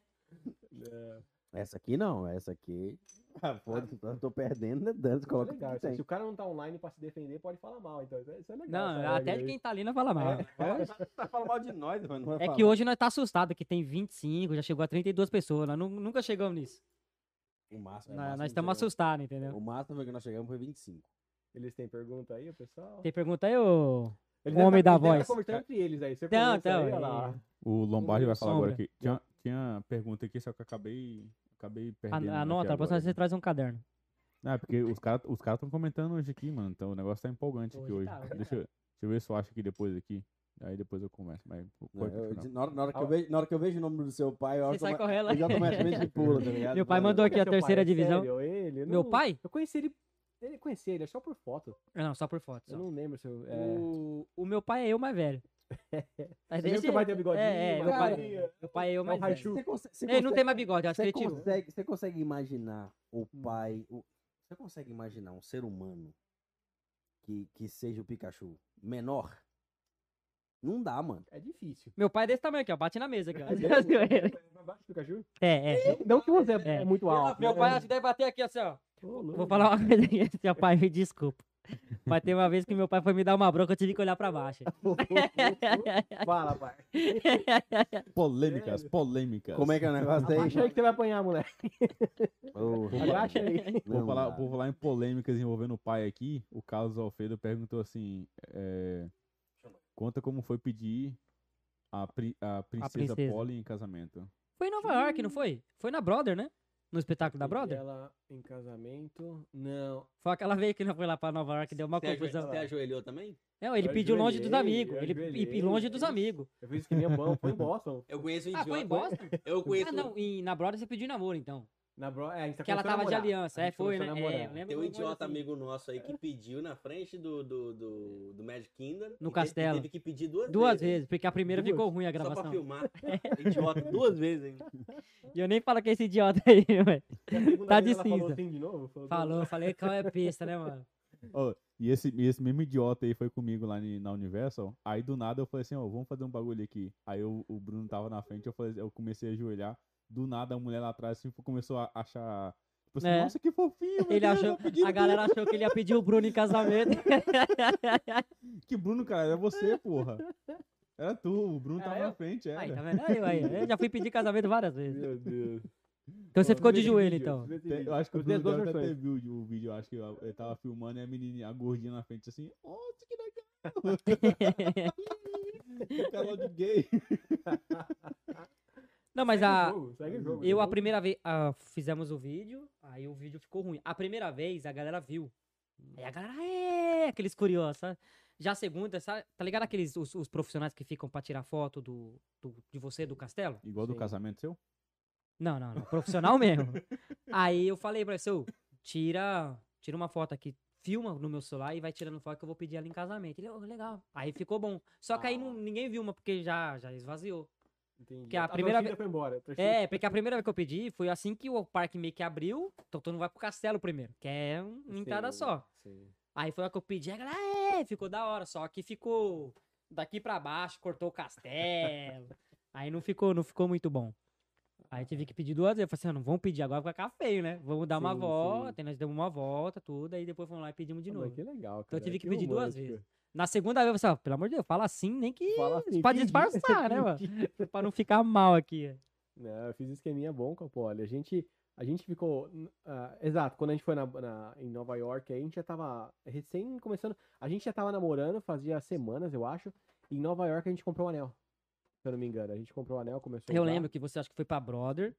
Essa aqui não, essa aqui. Ah, foda-se, eu tô perdendo, né? Dando, isso é coloca o que legal, isso aí. tem. Se o cara não tá online pra se defender, pode falar mal. Então, isso é, isso é legal. Não, essa até regra de aí. quem tá ali não fala mal. Vai, Tá tipo falando mal de nós, mano. não vai É falar. que hoje nós tá assustado, que tem 25, já chegou a 32 pessoas. Nós nu- nunca chegamos nisso. O máximo, é, o máximo Nós- nós que estamos chegamos- assustados, entendeu? O máximo é que nós chegamos foi 25. Eles têm pergunta aí, o pessoal? Tem pergunta aí, ô. Eles o devem homem tá- da eles devem voz. Tá conversando entre eles aí. Você Então, pergunta então, aí, olha é. lá. O Lombardi vai falar agora Sombra. aqui. Tinha, tinha pergunta aqui, só que eu acabei, acabei A, perdendo. aqui anota, ah, a próxima agora. vez você traz um caderno. Não, é porque os caras os caras estão comentando hoje aqui, mano. Então o negócio tá empolgante aqui Hoje hoje. tá, hoje deixa, eu- deixa eu ver se eu acho aqui depois aqui. Aí depois eu começo. Mas Não, pode eu- continuar. na, hora, na hora que eu Ah. vejo, na hora que eu vejo o nome do seu pai, eu, Tá Você sai automa- correndo. eu já começo a ver que pula, tá ligado? Meu pai Mano, mandou aqui Quem a é seu pai? terceira É divisão. sério, ele? Eu Meu não- pai? Eu conheci ele. Ele conheci ele, é só por foto. [LAUGHS] Não, só por foto. só. Eu não lembro se eu. É... O, o meu pai é eu mais velho. Mas lembra que o pai tem bigodinho, É, é, mas meu cara- pai, meu pai é eu o mais velho. Raichu. Você consegue, você Ele não consegue- tem mais Hum. bigode, eu acho que Você é ele tirou. consegue, você consegue imaginar o pai. o- você consegue imaginar um ser humano que, que seja o Pikachu menor? Não dá, mano. É difícil. Meu pai é desse tamanho aqui, ó. Bate na mesa [LAUGHS] É aqui, ó. Vai baixo, Pikachu? [LAUGHS] É, é. Não que você É. é, muito alto. Meu né? pai acho que deve bater aqui, assim, ó. Ô, Vou louco. falar uma coisa aqui, [LAUGHS] seu pai, me desculpa. Mas tem uma vez que meu pai foi me dar uma bronca, eu tive que olhar pra baixo. [LAUGHS] Fala, pai. [LAUGHS] Polêmicas, Sério? polêmicas. Como é que é o negócio aí? Abaixa aí que você vai [LAUGHS] apanhar, moleque. Porra, Abaixa aí. não Vou falar, dá. vou falar em polêmicas envolvendo o pai aqui. O Carlos Alfredo perguntou assim: é, conta como foi pedir a, pri- a princesa, princesa. Polly em casamento. Foi em Nova York, não foi? Foi na Brother, né? No espetáculo da Peguei Brother? Ela em casamento. Não. Foi aquela vez que não foi lá pra Nova York, deu uma Você ajo- confusão. Você ajoelhou também? Não, ele Eu pediu longe dos ajoelhei, amigos. eu Ele, e- e ajoelhei, longe dos eu- amigos. Eu fiz que nem a pão, foi em Boston. Eu conheço um Ah, idiota. foi em Boston? Eu conheço. Ah, não, e na Brother você pediu em namoro, então. Na bro... é, a gente tá Que ela começando a tava de namorar. aliança. A É, gente foi, né? começou a É, eu namorar. lembro Tem um alguma coisa idiota assim. amigo nosso aí que pediu na frente do, do, do, do Magic Kingdom. No e teve- castelo. Teve que pedir duas, Duas vezes, porque a primeira Duas? ficou ruim Só a pra gravação. [LAUGHS] É. filmar. Idiota, duas vezes ainda. E eu nem falo que é esse idiota aí, [LAUGHS] velho. E a segunda Tá vez de ela falou cinza. assim de novo? Falou, Falou, falei que é pista, né, mano? E esse, e esse mesmo idiota aí foi comigo lá ni- na Universal. Aí do nada eu falei assim, ó, vamos fazer um bagulho aqui. Aí eu- o Bruno tava na frente, eu, falei, eu comecei a ajoelhar. Do nada a mulher lá atrás assim, começou a achar. Tipo assim, É. nossa, que fofinho, meu Ele Deus, achou, tá pedindo a galera achou que ele ia pedir o Bruno em [LAUGHS] casamento. tudo." Que Bruno, cara, era você, porra. [LAUGHS] Era tu, o Bruno Era tava eu? na frente, era. Aí, tá vendo? Aí, aí, eu já fui pedir casamento várias vezes. Meu Deus. Então você Ó, ficou vê de esse joelho, vídeo, então. vê esse Tem- vídeo. Eu acho que o Os dez Bruno duas deve até versões. viu o vídeo, eu acho que ele tava filmando e a menininha, a gordinha na frente assim, nossa, que legal, então. que cara de gay. [LAUGHS] Não, mas Segue o a. jogo, segue o jogo, Eu, a jogo. primeira vez. ah, fizemos o vídeo, aí o vídeo ficou ruim. A primeira vez, a galera viu. Aí a galera, é, aqueles curiosos, sabe? Já a segunda, sabe? Tá ligado aqueles os, os profissionais que ficam pra tirar foto do, do- de você, do castelo? [LAUGHS] Igual do Sim. casamento seu? Não, não, não. Profissional [LAUGHS] mesmo. Aí eu falei pra ele, seu, tira, tira uma foto aqui, filma no meu celular e vai tirando foto que eu vou pedir ela em casamento. Ele, "Ô, legal. Aí ficou bom. Só que aí não- ninguém viu uma, porque já, já esvaziou. Entendi. Tá, que a primeira torcida vez- foi embora. a torcida- É, porque a primeira vez que eu pedi foi assim que o parque meio que abriu. Então todo mundo vai pro castelo primeiro, que é um- uma entrada Sim, só. sim. Aí foi a que eu pedi, a galera, "É", ficou da hora. Só que ficou daqui pra baixo, cortou o castelo. [LAUGHS] aí não ficou, não ficou muito bom. Aí tive que pedir duas vezes. Eu falei assim, "Ah, não vamos pedir agora, vai ficar feio, né? Vamos dar uma Sim, volta. sim. Aí nós demos uma volta, tudo. Aí depois fomos lá e pedimos de Ah, mas novo. Então Que legal, cara. eu tive é que pedir duas romântico. Na segunda vez eu falei assim, ó, pelo amor de Deus, fala assim, nem que. Fala assim, pra fingi, disfarçar, né, mano? fingi. pra não ficar mal aqui. [LAUGHS] Não, eu fiz um esqueminha bom com a Poli. A gente, a gente ficou. n- ah, exato, quando a gente foi na, na- em Nova York, aí a gente já tava recém começando. A gente já tava namorando, fazia semanas, eu acho. E em Nova York a gente comprou um anel. Se eu não me engano, a gente comprou um anel, começou a Eu usar. lembro que você acha que foi pra Brother.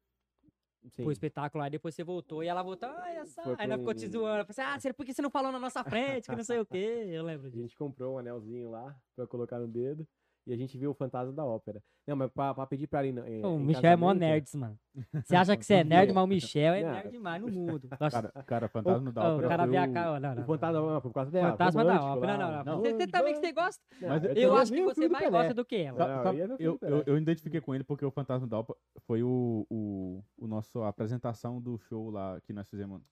Sim. pro espetáculo, aí depois você voltou e ela voltou, ah, essa. Foi Aí ela ficou pra te um- zoando. ela falou assim, ah, você- por que você não falou na nossa frente? Que não sei o quê. Eu lembro A disso. gente comprou um anelzinho lá pra colocar no dedo. E a gente viu o fantasma da ópera. Não, mas pra, pra pedir pra ela. em- em- O em Michel é mó casamento- nerds, mano. Você acha que você é [LAUGHS] nerd, mas o Michel é Não. nerd demais no mundo. [LAUGHS] Nossa, Cara, cara fantasma o, da o ópera cara foi vê a o- cara, não, O não. fantasma, não, por causa dela. Fantasma da romântico ópera, lá. não, não. Não. Você, você também que você gosta. Não, Mas eu Eu também acho vi que o você filme do mais Pelé. [LAUGHS] gosta do que ela. Não, Sa- eu sabe- ia ver o eu, filme do Pelé. eu, eu identifiquei com ele porque o Fantasma da Ópera foi o, o, o nosso a apresentação do show lá que nós fizemos.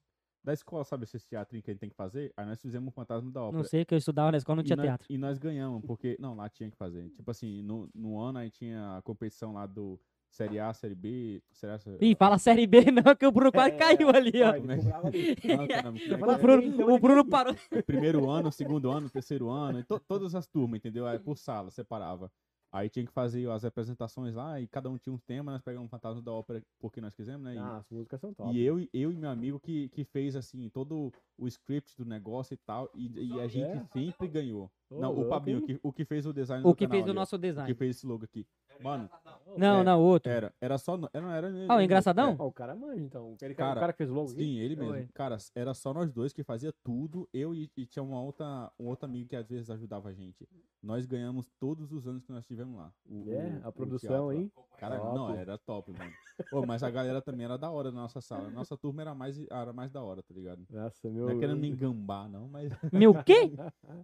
Da escola, sabe esse teatrinho que a gente tem que fazer? Aí nós fizemos o Fantasma da Ópera. Não sei, que eu estudava na escola, não E tinha nós- teatro. E nós ganhamos, porque. Não, lá tinha que fazer. Tipo assim, no, no ano aí tinha a competição lá do Série A, Série B, é? Série A, Série Ih, fala Série B não, que o Bruno quase É, caiu ali, ó. Olha, Como é ele que- cobrava ali. [LAUGHS] Não, que não, como é que fala é? O Bruno, Então o ele Bruno parou. primeiro ano, segundo ano, terceiro ano, e to- todas as turmas, entendeu? Aí por sala, separava. Aí tinha que fazer as apresentações lá e cada um tinha um tema, nós pegamos o fantasma da ópera porque nós quisemos, né? E, Ah, as músicas são top. e eu, e- eu e meu amigo que, que fez assim, todo o script do negócio e tal, e, e a gente É? sempre ganhou. Ô, não, o louco, Pabinho, hein? que, o que fez o design O do que canal fez o ali, ó, nosso o que design. fez esse logo aqui. Mano, Não, É. não, outro. era, era só. no- Era, era, Ah, o era- Engraçadão? Ó, o cara manja, então. Aquele cara, Cara, o cara que fez o logo aqui? Sim, ele mesmo. Oi. Cara, era só nós dois que fazia tudo. Eu e, e tinha uma outra, um outro amigo que às vezes ajudava a gente. Nós ganhamos todos os anos que nós estivemos lá. O- É, o- a o produção, teatro lá. hein? Cara, Top. não, era top, mano. Ô, mas a galera também era da hora na nossa sala. Nossa turma era mais, era mais da hora, tá ligado? Nossa, meu. Não é querendo me engambar, não, mas [LAUGHS] Meu quê?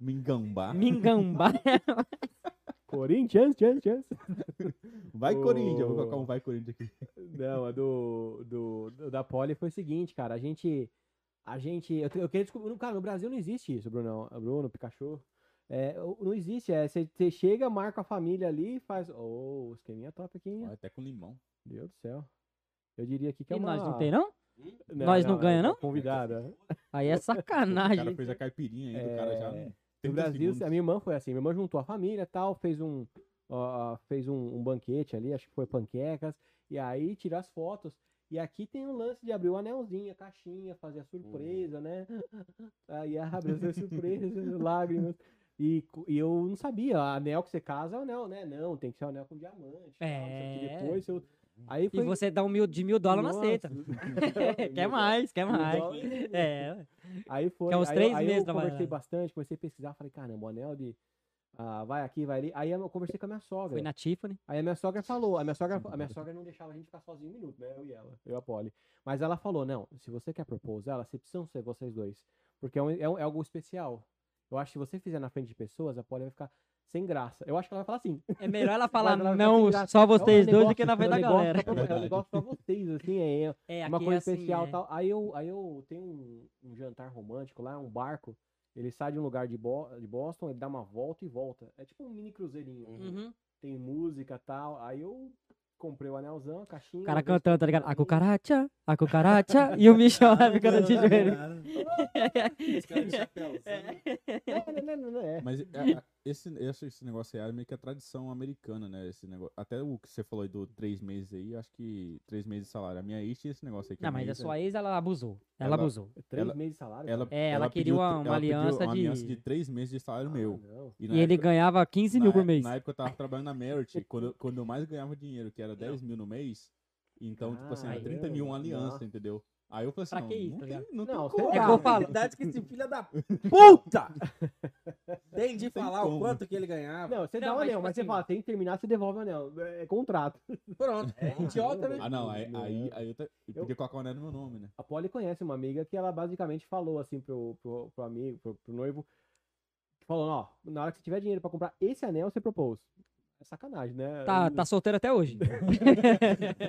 me engambar. Mingambá. Corinthians, chance, chance. Vai, Ô. Corinthians. Eu vou colocar um Vai, Corinthians aqui. Não, a do, do, do- da Poli foi o seguinte, cara. A gente. A gente. Eu, te- eu queria descobrir. Cara, no Brasil não existe isso, Bruno. Bruno, Pikachu. É, o- não existe. É, você chega, marca a família ali e faz. Ô, oh, esqueminha top aqui, hein? Ó, Até com limão. Meu Deus do céu. Eu diria aqui que é E uma. nós não tem, não? Hum? Nós não ganha, é não? Convidada. Aí é O cara sacanagem. fez a caipirinha aí do cara já. É, em No 30 Brasil, segundos. a minha irmã foi assim. Minha irmã juntou a família e tal, fez um, ó, fez um, um banquete ali, acho que foi panquecas, e aí tirou as fotos. E aqui tem um lance de abrir o anelzinho, a Hum. [LAUGHS] caixinha, fazer a surpresa, [LAUGHS] né? Aí abre as surpresas, lágrimas. E, co- e eu não sabia, a anel que você casa é anel, né? Não, tem que ser anel com diamante. tal, não sei o que É. depois eu... Aí E foi... você dá um mil, de mil dólares, não Nossa. [LAUGHS] [LAUGHS] aceita. quer mais, quer Mil mais. dólares não aceita. É, ué. Aí foi. Que é uns aí, três aí meses eu conversei trabalhando. bastante, comecei a pesquisar, falei, caramba, o anel de. ah, vai aqui, vai ali. Aí eu conversei com a minha sogra. foi na Tiffany. Aí a minha sogra falou, a minha sogra, [LAUGHS] a minha sogra não deixava a gente ficar sozinho um minuto, né? Eu e ela, eu e a Polly. Mas ela falou, não, se você quer propor ela, vocês precisam ser vocês dois. Porque é, um- é um- é algo especial. Eu acho que se você fizer na frente de pessoas, a Polly vai ficar sem graça. Eu acho que ela vai falar assim. É melhor ela falar Mas ela vai não, ficar só "É um vocês dois, do negócio- que na frente é da um negócio galera. só pra- É um Verdade. negócio pra vocês, assim, é, É, é uma aqui é coisa assim, especial é. e tal. Aí eu, aí eu tenho um, um jantar romântico lá, um barco. Ele sai de um lugar de, Bo- de Boston, ele dá uma volta e volta. É tipo um mini cruzeirinho. Uhum. Tem música e tal. Aí eu comprei o anelzão, a caixinha. O cara deixei cantando, tá ligado? A ali. cucaracha, a cucaracha. e o bicho [LAUGHS] lá ficando [LAUGHS] de joelho. Esse cara de É. chapéu, sabe? Não, não, não, não, é. Mas é, a- esse, esse, esse negócio aí é meio que a tradição americana, né? Esse negócio. Até o que você falou aí do três meses aí, acho que três meses de salário. A minha ex tinha esse negócio aí. que Não, mas minha a ex, sua ex, ela abusou. Ela, Ela- abusou. é. [LAUGHS] Três ela- meses de salário? ela, É, ela pediu queria tr- uma- ela uma pediu aliança uma de- Ah. aliança de três meses de salário é meu. Ah, Não. E, na E ele época- ganhava 15 mil na por é- mês. Na época eu tava trabalhando na Merit, [LAUGHS] quando, eu- quando eu mais ganhava dinheiro, que era 10 mil no mês. Então, tipo assim, era 30 mil uma Caramba, aliança, nossa. entendeu? Aí eu falei assim, Pra não, que isso, não tá tem, ligado? não tem Não, como. É É que eu a falo. realidade que esse filho da puta tem de Tem falar como. o quanto que ele ganhava. Não, você Não, dá o mas anel, tipo mas você assim- fala, tem que terminar, você devolve o anel. É contrato. Pronto, é idiota, né? [LAUGHS] Ah, não, aí, aí, aí eu, te- eu Eu- podia colocar o anel no meu nome, né? A Polly conhece uma amiga que ela basicamente falou assim pro, pro, pro amigo, pro, pro noivo, falou, ó, na hora que você tiver dinheiro pra comprar esse anel, você propôs. É sacanagem, né? Tá, tá solteiro até [LAUGHS] hoje.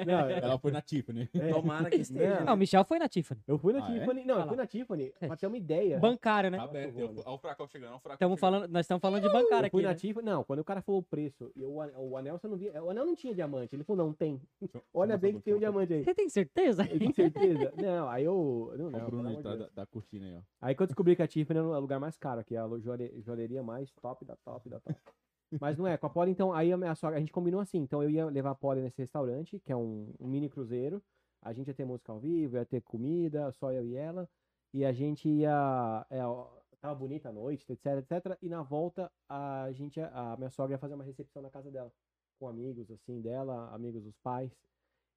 Não, é- Ela foi na Tiffany. é- Tomara que esteja. Não, o Michel foi na Tiffany. eu fui na [LAUGHS] Ah, é? Tiffany, não, Ah eu fui lá. [LAUGHS] na Tiffany, pra ter uma ideia. Bancário, né? Tá aberto. horror, eu- né? Olha o furacão chegando, olha o furacão Tamo chegando. falando, nós estamos falando de bancário Eu aqui. fui na né? Tiffany, não, quando o cara falou o preço, e o, an- o anel você não via, o anel não tinha diamante, ele falou, não, tem. Deixa eu- deixa eu Olha mostrar bem pra que tem um você. [LAUGHS] diamante aí. Você tem certeza? Eu tenho certeza? Não, aí eu. Não, Olha não, o Bruno tá, pelo ali amor de atrás Deus. da, da cortina aí, ó. Aí que eu descobri que a Tiffany é o lugar mais caro, que é a lo- joalhe- joalheria mais top da top da top. Mas não é, com a Polly, então, aí a minha sogra, a gente combinou assim, então eu ia levar a Polly nesse restaurante, que é um, um mini cruzeiro, a gente ia ter música ao vivo, ia ter comida, só eu e ela, e a gente ia, é, ó, tava bonita a noite, etc, etc, e na volta a gente, ia- a minha sogra ia fazer uma recepção na casa dela, com amigos, assim, dela, amigos dos pais,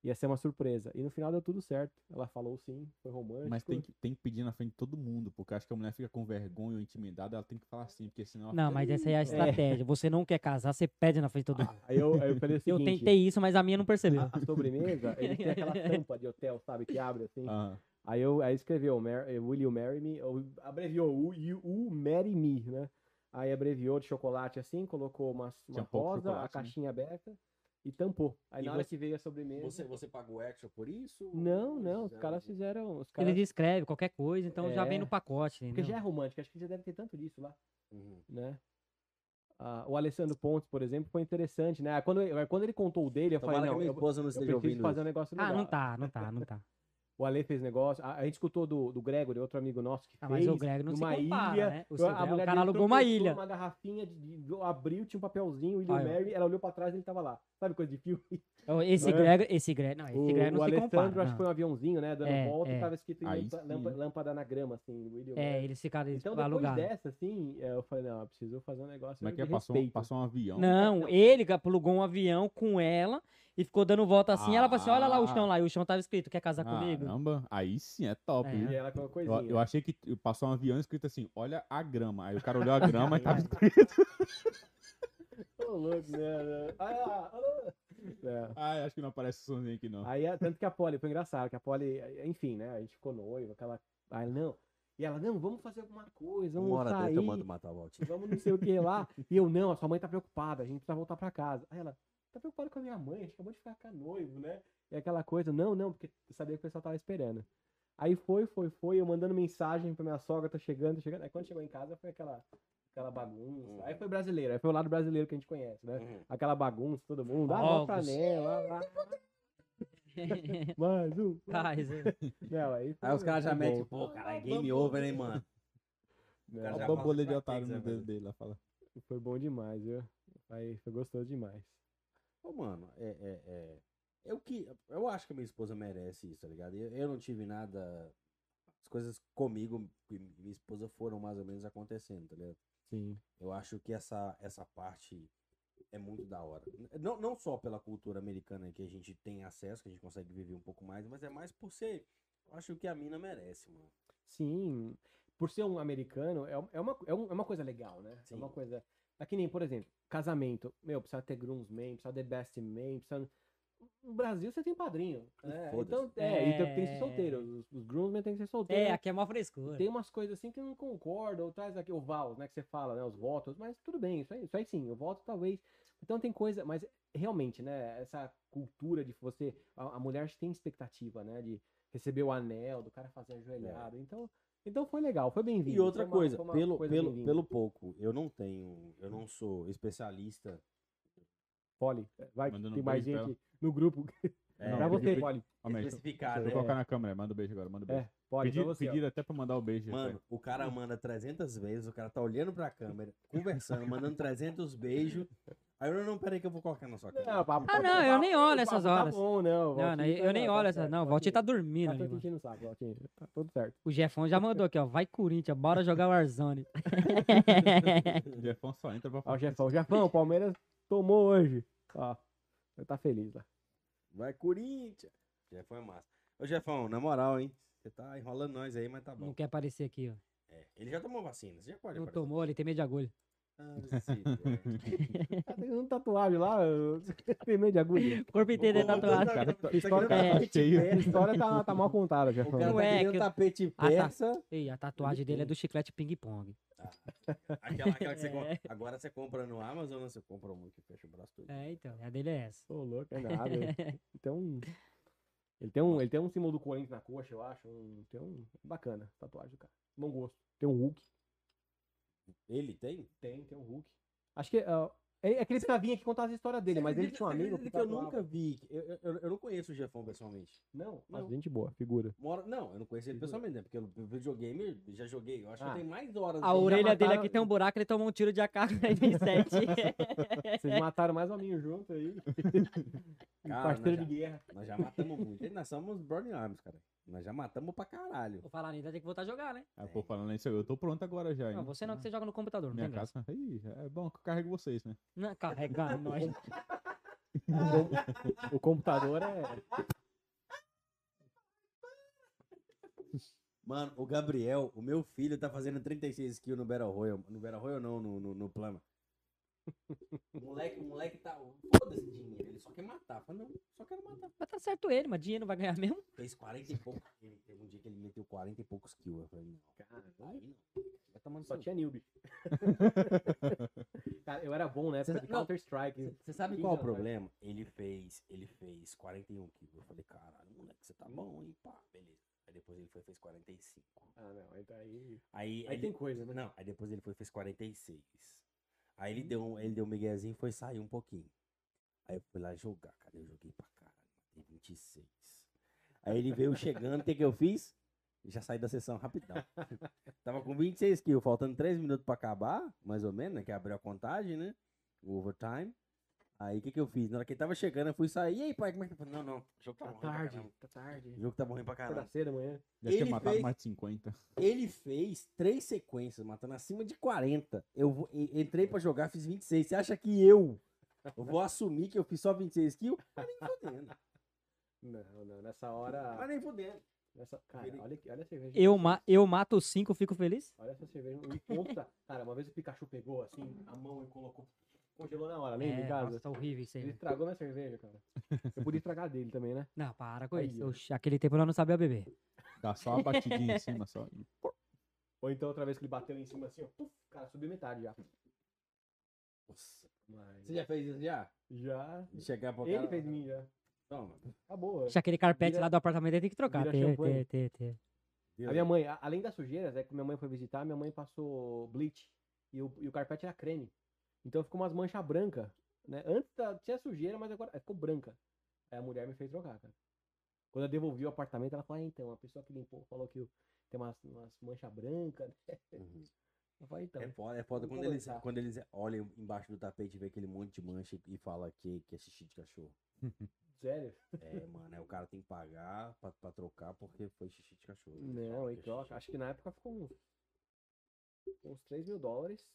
ia ser uma surpresa, e no final deu tudo certo, ela falou sim, foi romântico. Mas tem que, tem que pedir na frente de todo mundo, porque acho que a mulher fica com vergonha ou intimidada, ela tem que falar assim, porque senão. ela Não, fica, mas "Ih, essa aí é a ó". estratégia. Você não quer casar, você pede na frente de todo mundo. Aí eu, aí eu falei o Eu Ah, seguinte, tentei isso, mas a minha não percebeu. a, a sobremesa, ele tem [LAUGHS] aquela tampa de hotel, sabe, que abre assim. Aham. Aí eu aí escreveu, "Mar- eh, Will you marry me? Ou abreviou, "Will you- you marry me, né? Aí abreviou de chocolate assim, colocou uma, uma um Tinha pouco rosa, chocolate, a né? caixinha aberta e tampou. Aí E na hora você- que veio a sobremesa... Você, você pagou extra por isso? Não, Ou não, os fizeram caras de- fizeram... Os Ele caras... descreve qualquer coisa, então já vem É. no pacote, Porque já é entendeu? romântico, acho que já deve ter tanto disso lá. Uhum. né? Ah, o Alessandro Pontes, por exemplo, foi interessante, né? Ah, Quando, eu- quando ele contou o dele, eu Tomara falei, que não, minha eu, esposa não eu esteja preciso ouvindo. fazer um isso. negócio legal. Ah, não tá, não tá, não tá. O Ale fez negócio. A, a gente escutou do, do Gregory, outro amigo nosso que Ah, mas fez. o Greg não se numa compara, ilha, né? O, a seu Greg, o mulher cara dele alugou uma tropeçou ilha. Uma garrafinha, de, de- abriu, tinha um papelzinho, William Aí, ó. Mary, ela olhou pra trás e ele tava lá. Sabe coisa de filme? Ô, Esse né? Greg, esse Greg, não, esse o Greg o não se Alessandro, compara. acho que foi não. um aviãozinho, né? Dando É, volta é. e tava escrito em Aí lâmpada, sim. lâmpada, lâmpada na grama, assim, William É, Mary. eles ficaram Então, depois alugados. dessa, assim, eu falei, não, eu preciso fazer um negócio Como é que é? de Passou, um- respeito. passou um avião. Não, ele ga- alugou um avião com ela e ficou dando volta assim. Ela falou assim: olha lá o chão lá. E o chão tava escrito: quer Ah, casar tá comigo? [LAUGHS] Caramba, aí sim é top, É. viu? E ela com uma Eu- coisinha. Eu, achei que t- passou um avião escrito assim, olha a grama. Aí o cara olhou a grama e tá tava escrito. Ô, louco, né, né? Ah, ah, ah. É. [LAUGHS] Ai, acho que não aparece o sonzinho aqui, não. Aí, a- tanto que a Polly, foi engraçado, que a Polly, enfim, né? A gente ficou noivo, aquela. Aí, não. E ela, não, vamos fazer alguma coisa, vamos Uma hora dentro eu sair, mando matar o Valtinho. vamos não sei o que lá. E eu, não, a sua mãe tá preocupada, a gente precisa voltar pra casa. Aí ela, tá preocupada com a minha mãe, a gente acabou de ficar com a noivo, né? E aquela coisa, não, não, porque eu sabia que o pessoal tava esperando. Aí foi, foi, foi, eu mandando mensagem pra minha sogra, tô chegando, tô chegando. Aí quando chegou em casa foi aquela, aquela bagunça. Aí foi brasileiro, aí foi o lado brasileiro que a gente conhece, né? Uhum. Aquela bagunça, todo mundo, ah, mostra Fogos. anel, ah, ah, mais um. Mas, é. Não, aí, Aí os caras já foi metem, pô, bom. cara, game over, hein, mano? Não, cara Olha já a fala bambolê de pra otário quem no que você vai dedo dele lá. Fala. Foi bom demais, viu? Aí foi gostoso demais. Pô, mano, é, é, é. Eu, que, eu acho que a minha esposa merece isso, tá ligado? Eu, eu não tive nada. As coisas comigo e minha esposa foram mais ou menos acontecendo, tá ligado? Sim. Eu acho que essa, essa parte é muito da hora. Não, não só pela cultura americana que a gente tem acesso, que a gente consegue viver um pouco mais, mas é mais por ser. Eu acho que a mina merece, mano. Sim. Por ser um americano, é, um- é uma, é, um- é uma coisa legal, né? Sim. É uma coisa. É que nem, por exemplo, casamento. Meu, precisa ter groomsman, precisa ter best man, precisa. No Brasil você tem padrinho. E né? foda-se. Então, é, então tem que É. ser solteiro. Os, os groomsmen tem que ser solteiro. É, aqui é mó frescura. Tem umas coisas assim que não concordam, ou traz aqui, o vows, né, que você fala, né, os votos, mas tudo bem, isso aí, isso aí sim, o voto talvez. Então tem coisa, mas realmente, né, essa cultura de você, a, a mulher tem expectativa, né, de receber o anel, do cara fazer ajoelhado, É. então, então foi legal, foi bem-vindo. E outra foi uma- coisa, foi uma pelo, coisa pelo, bem-vinda. pelo pouco, eu não tenho, eu não sou especialista. Polly, vai, Mandando tem um mais beijo pra gente [LAUGHS] no grupo, É, Não, pra ele você, pe- Polly, Ó, mas deixa especificar, eu né? colocar na câmera, manda um beijo agora, manda um beijo. é, Polly, pra Pedir- você, ó. pediram até pra mandar o beijo. Mano, o cara manda 300 vezes, o cara tá olhando pra câmera, conversando, mandando 300 beijos. Aí eu não, peraí que eu vou colocar na sua câmera. Não, papo- Ah, tá não, papo- eu nem olho essas papo horas. Tá bom, não, Não, não, Valtinho eu tá- nem tá olho essa. certo, Não, o Valtinho tá dormindo Tá ali, tudo mano. enchendo o saco, Valtinho. Tá tudo certo. O Jefão já mandou aqui, ó. Vai Corinthians, bora jogar Warzone. O Jefão só entra pra Ó, o falar. Jefão, Jefão, o Palmeiras tomou hoje. Ó, ele tá feliz lá. Vai, Corinthians! Jefão é massa. Ô, Jefão, na moral, hein? Você tá enrolando nós aí, mas tá bom. Não quer aparecer aqui, ó. É, ele já tomou vacina, você já pode Não aparecer. tomou, ele tem medo de agulha. Ah, esse- Tá tendo um tatuagem lá, [LAUGHS] eu- tem meio de [LAUGHS] agulha. O corpo inteiro é Ô, ô, tatuado. ô, Cara, tá- História tá [LAUGHS] é, cheio. A história tá, tá mal contada, O Jefão. cara Não tá é, querendo que eu- tapete Ah, tá. persa. Ei, a tatuagem dele é do chiclete ping-pong. Aquela, aquela que você É. compra. Agora você compra no Amazon, né? você compra uma que fecha o braço todo. É, então, a dele é essa. Ô, louco, é [LAUGHS] nada. Então, ele tem, um, ele tem um símbolo do Corinthians na coxa, eu acho. um- tem um bacana tatuagem do cara. Bom gosto. Tem um Hulk. Ele tem? Tem, tem um Hulk. Acho que... ó, é, é que ele precisava vir aqui contar as histórias dele, Você mas ele acredita- tinha um você amigo acredita que que eu tatuava. nunca vi. Eu, eu, eu não conheço o Jefão pessoalmente. Não, mas Não. gente boa, [LAUGHS] figura. Mora... Não, eu não conheço ele pessoalmente, né? Porque eu videogame eu já joguei. Eu acho Ah. que tem mais horas. assim, A dele. orelha dele mataram- aqui tem um buraco, ele tomou um tiro de [LAUGHS] AK-47. Vocês mataram mais um amigo junto aí. Cara, Parceiro nós de guerra. Nós já matamos muito. E Nós somos Brownie Arms, cara. Nós já matamos pra caralho. Vou falar, ainda tem que voltar a jogar, né? Aí, pô, falando isso, eu tô pronto agora já, hein? Não, você não, que você joga no computador, não Minha tem graça. casa. Ih, é bom que eu carrego vocês, né? Não, [LAUGHS] carrega nós. O computador é. Mano, o Gabriel, o meu filho, tá fazendo 36 kills no Battle Royale. No Battle Royale não, no, no, no [LAUGHS] Plama. O moleque, o moleque tá. Foda-se dinheiro, ele só quer matar. Fala, não, só quero matar. Mas tá certo ele, mas dinheiro não vai ganhar mesmo. Fez 40 e poucos. Ele, teve um dia que ele meteu 40 e poucos kills. Eu falei, não, aí não. Vai tomando Só seu- tinha noob. [LAUGHS] Cara, eu era bom na época Cê- de não. Counter-Strike. Você sabe qual é o 15 anos, né? problema? Ele fez, ele fez 41 kills. Eu falei, caralho, moleque, você tá bom, hein? Pá, beleza. Aí depois ele foi e fez 45. Ah, não. Aí, tá aí... Aí, aí ele- tem coisa, né? Hum. Não, aí depois ele foi e fez 46. Aí ele deu, um- ele deu um miguezinho e foi sair um pouquinho. Aí eu fui lá jogar, cara. Eu joguei pra caralho. Matei 26. Aí ele veio chegando, o que, que eu fiz? Já saí da sessão rapidão. [LAUGHS] Tava com 26 kills, faltando 3 minutos pra acabar, mais ou menos, né? Que abriu a contagem, né? O overtime. Aí o que, que eu fiz? Na hora que ele tava chegando, eu fui sair. E aí, pai, como é que tá? Não, não. O jogo tá, Tá morrendo pra tarde, caramba. tá tarde. O jogo tá morrendo pra Acorda caralho. cedo amanhã. Já tinha Ele matado fez- mais de 50. Ele fez três sequências, matando acima de 40. Eu vou- e- entrei pra jogar, fiz 26. Você acha que [LAUGHS] eu vou assumir que eu fiz só 26 kills? Mas nem fudendo. Não, não. Nessa hora. Mas nem fudendo. Nessa... Cara, olha, que- olha a cerveja. Eu, ma eu mato cinco, fico feliz. Olha essa cerveja. Um ponto da- Cara, uma vez o Pikachu pegou assim, a mão e colocou. Congelou na hora, lembra é, em casa? nossa, tá horrível isso aí. Ele velho. estragou minha cerveja, cara. Eu podia estragar dele também, né? Não, para com Aí, isso. ó. Oxe, aquele tempo nós não sabia beber. Dá só uma [LAUGHS] batidinha em cima só. E Ou então outra vez que ele bateu em cima assim, ó. Puf, cara, subiu metade já. Mas- Você já fez isso já? Já. Chegar pra Ele cara- fez mim já. Toma. Acabou. é. Oxe, aquele carpete Vira- lá do apartamento ele tem que trocar. vira Tê, champanhe. tê, tê, tê. A minha mãe, a- além das sujeiras, é que minha mãe foi visitar, minha mãe passou bleach. E o, e o carpete era creme. Então ficou umas manchas brancas. Né? Antes da- tinha sujeira, mas agora é, ficou branca. Aí a mulher me fez trocar, cara. Quando eu devolvi o apartamento, ela falou: ah, então, a pessoa que limpou falou que o- tem umas, umas manchas brancas. Uhum. Eu falei: então. É foda, é foda vamos quando eles, conversar. quando eles olham embaixo do tapete e vê aquele monte de mancha e- e fala que, que é xixi de cachorro. Sério? É, mano, é, o cara tem que pagar pra, pra trocar porque foi xixi de cachorro. Ele Não, fala aí que é troca. xixi. Acho que na época ficou uns, uns 3 mil dólares.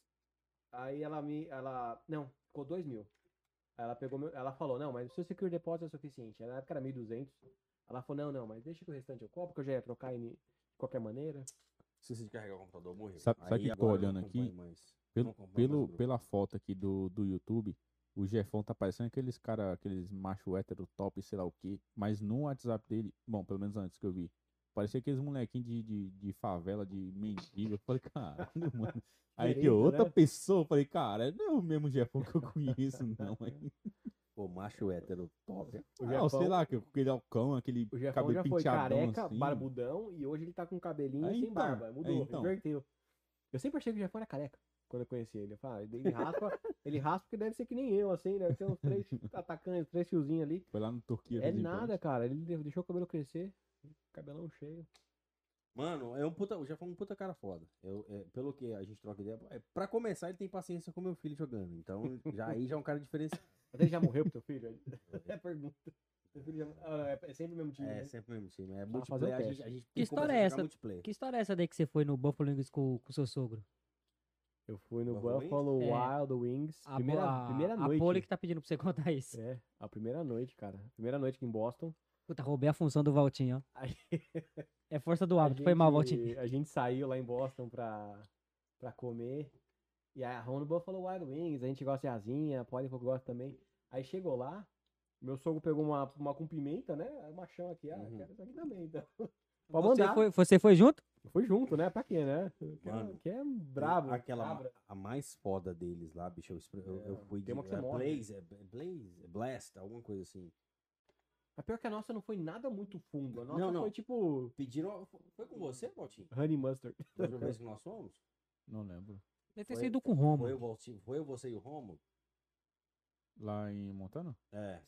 Aí ela me. Ela. Não, ficou 2 mil. Aí ela pegou meu- Ela falou, não, mas o seu secure deposit é suficiente. Na época era 1.200. Ela falou, não, não, mas deixa que o restante eu compro, que eu já ia trocar em- de qualquer maneira. Esqueci de carregar o computador, morreu. Sabe- Aí sabe o que eu tô agora olhando não aqui? acompanho mais. Pelo, Não acompanho mais o pelo, grupo. pela foto aqui do, do YouTube, o Jefão tá parecendo aqueles cara, aqueles macho hétero top, sei lá o quê. Mas no WhatsApp dele, bom, pelo menos antes que eu vi, parecia aqueles molequinhos de, de, de favela, de mendigo. Eu falei, caralho, mano. Aí que Diferente, outra né? pessoa, eu falei, cara, não é o mesmo Jefão que eu conheço, não. hein? Pô, macho hétero top. O Ah, sei Jefão- lá, que- aquele alcão, aquele O Jefão cabelo já foi penteadão careca, assim. barbudão, e hoje ele tá com cabelinho Ah, e sem então, barba. Mudou, é, então. inverteu. Eu sempre achei que o Jefão era careca quando eu conheci ele. Eu falava, ele raspa, ele raspa que deve ser que nem eu, assim, deve ter uns [LAUGHS] três atacantes, três fiozinhos ali. Foi lá no Turquia. É fazer nada, implante. cara. Ele de- deixou o cabelo crescer, cabelão cheio. Mano, é um puta, já foi um puta cara foda. Eu, é, pelo que a gente troca ideia. É, pra começar, ele tem paciência com meu filho jogando. [LAUGHS] Então, já, aí já é um cara diferenciado. Mas ele já morreu pro teu filho? É [LAUGHS] a pergunta. Teu filho já- Ah, é- é sempre o mesmo time. É, né? sempre o mesmo time. É fazer o multiplayer. A gente, teste. a gente Que quem história começa a é jogar essa? multiplayer. Que história é essa daí que você foi no Buffalo Wings com, com seu sogro? Eu fui no Buffalo Wings? Buffalo É. Wild Wings. A, primeira, a, primeira a noite. Poli que tá pedindo pra você [LAUGHS] contar isso. É, a primeira noite, cara. Primeira noite aqui em Boston. Puta, roubei a função do Valtinho, ó. Aí- É força do A hábito, foi mal, Valtinho. gente- [LAUGHS] A gente saiu lá em Boston pra, pra comer. E aí a Ron no Buffalo Wild Wings, a gente gosta de asinha, a Polly falou que gosta também. Aí chegou lá, meu sogro pegou uma, uma com pimenta, né? Aí o Machão aqui, ah, Uhum. quero isso aqui também, então. Pode Você mandar. foi, você foi junto? Foi junto, né? Pra quê, né? O cara Mano, Que é brabo. Aquela, cabra. a mais foda deles lá, bicho. Eu, expre- eu, eu É, fui de. tem uma que você é morre. Blaze, é Blaze, é Blast, alguma coisa assim. Mas pior que a nossa não foi nada muito fundo. A nossa Não, não. foi tipo Pediram. Foi com você, [LAUGHS] Valtinho? honey mustard. Da última vez que nós fomos? Não lembro. Deve ter Foi- sido com o Romo. Foi eu, Valtinho- foi eu, você e o Romo? Lá em Montana? É.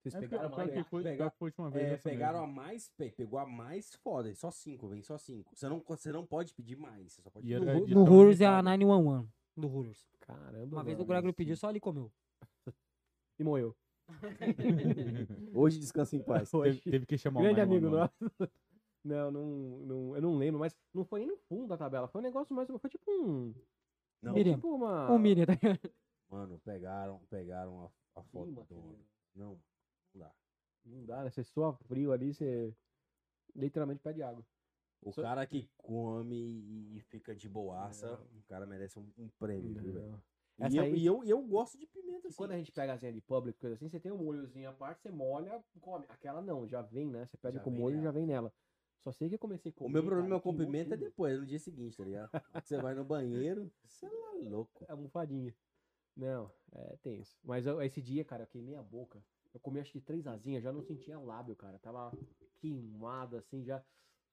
Vocês É porque- pegaram pior uma lá que em- foi, pior pega- que foi a última vez. É, essa mesmo. pegaram a mais, pe- pegou a mais foda, e só cinco, vem só cinco. Você não, co- você não pode pedir mais, você só pode E pedir era uma. de No tão Hooters é a limitado. 911. Do Hooters. Caramba, Uma vez o mano. Gregory pediu, só ele comeu. E morreu. Hoje descansa em paz. [LAUGHS] Hoje. Teve, teve que chamar Grande o amigo 911. nosso. Não, não, não, eu não lembro, mas não foi nem no fundo da tabela. Foi um negócio mais. Foi tipo um. Não, Miriam. Tipo uma. Ô, Miriam, tá [LAUGHS] ligado? mano, pegaram, pegaram a, a foto Ih, do mano. homem. Não, não dá. Não dá, né? Você soa frio ali, você. Literalmente pede água. O Só- cara que come e, e fica de boaça, Não. o cara merece um, um prêmio, viu, velho? Essa E, eu, aí- e eu, e eu gosto de pimenta, assim. Quando a gente pega asinha de público, coisa assim, você tem um molhozinho à parte, você molha, come. Aquela não, já vem, né? Você pede Já com vem molho e nela. já vem nela. Só sei que eu comecei a comer. O meu problema cara, com que gosto pimenta é horrível. depois, no dia seguinte, tá ligado? Você vai no banheiro, você é louco. a almofadinha. Não, é tenso. Mas eu- esse dia, cara, eu queimei a boca. Eu comi acho que três asinhas, já não sentia o lábio, cara. Tava queimado, assim, já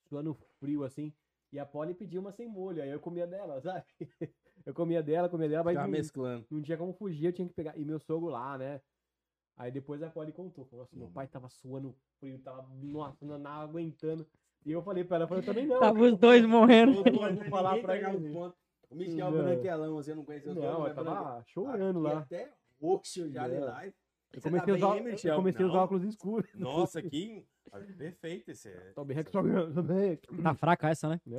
suando frio, assim. E a Polly pediu uma sem molho, aí eu comia dela, [LAUGHS] sabe? Eu comia dela, comia dela, mas Ficar não, mesclando. não tinha como fugir, eu tinha que pegar. E meu sogro lá, né? Aí depois a Polly contou. Falou assim, meu pai tava suando frio, tava, nossa, não, não aguentando. E eu falei pra ela, eu falei, eu também não. Tava os dois morrendo. Eu tá vou falar pra ele. O Michel Não. Branquelão, você não conheceu Não, eu tava chorando Aqui lá. Até roxo já de tá Não. lá. Eu comecei, a usar, eu comecei a usar óculos escuros. Nossa, aqui. Perfeito esse. [LAUGHS] é- Tom Hanks jogando. Tom [LAUGHS] Hanks. Tá fraca essa, né? Né?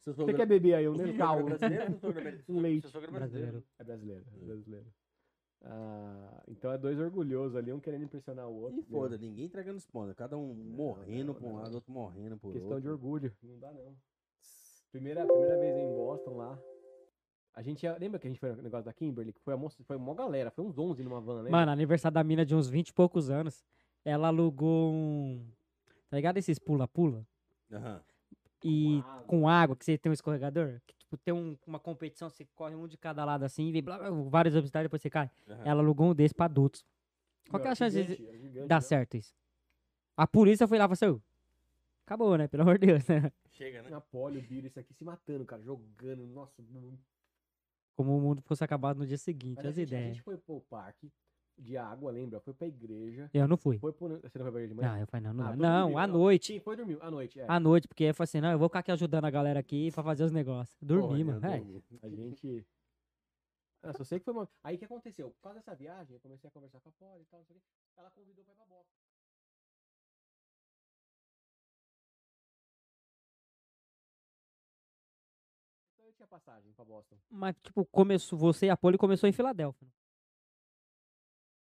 Seu sogro- Você quer beber aí um seu sogro é Nescau? brasileiro ou seu sogro é amer- [LAUGHS] Um leite. seu sogro é Brasileiro. É brasileiro, é brasileiro. Ah, então é dois orgulhosos ali, um querendo impressionar o outro. E foda, ninguém entregando spawner. Cada um morrendo pra um lado, outro morrendo por Questão de outro. orgulho. Não dá, não. Primeira, primeira vez em Boston lá. A gente ia- Lembra que a gente foi no negócio da Kimberly? Que foi, a moça, foi uma galera, foi uns 11 numa van, né? Mano, aniversário da mina de uns 20 e poucos anos. Ela alugou um. Tá ligado esses pula-pula? Aham. E água. com água, que você tem um escorregador? Que tipo, tem um- uma competição, você corre um de cada lado assim, e vem blá, blá, vários obstáculos, depois você cai. É. aham. Ela alugou um desse pra adultos. Qual que é a chance de gigante, é gigante, dar né? certo isso? A polícia foi lá e falou assim, "Ô, acabou, né? Pelo amor de Deus, né? Chega, né? A Polly, o Billy, isso aqui se matando, cara, jogando. Nossa, não- Como o mundo fosse acabado no dia seguinte, Mas a as gente, a ideias. gente foi pro parque de água, lembra? Foi pra igreja. Eu não fui. Foi pro. Você não foi pra igreja de manhã? Não, eu falei, não, não, Ah, dá. foi não, dormir, à não. noite. Sim, foi dormir. À noite, é. À noite, porque eu falei assim, não, eu vou ficar aqui ajudando a galera aqui pra fazer os negócios. Dormi, Olha, mano. é. dormi. A gente. Ah, só sei que foi uma. Aí o que aconteceu? Por causa dessa viagem, eu comecei a conversar com a Polly e tal, não sei o quê. Ela convidou pra ir pra bola. Então eu tinha que é a passagem pra Boston? Mas, tipo, começou, você e a Poli começou em Filadélfia.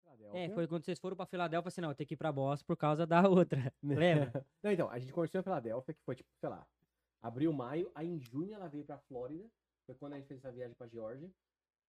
Filadélfia. É, foi quando vocês foram pra Filadélfia, assim, não, tem que ir pra Boston por causa da [LAUGHS] outra. Lembra? Não, então, a gente conheceu a Filadélfia, que foi tipo, sei lá, abril, maio, aí em junho ela veio pra Flórida, foi quando a gente fez essa viagem pra Geórgia.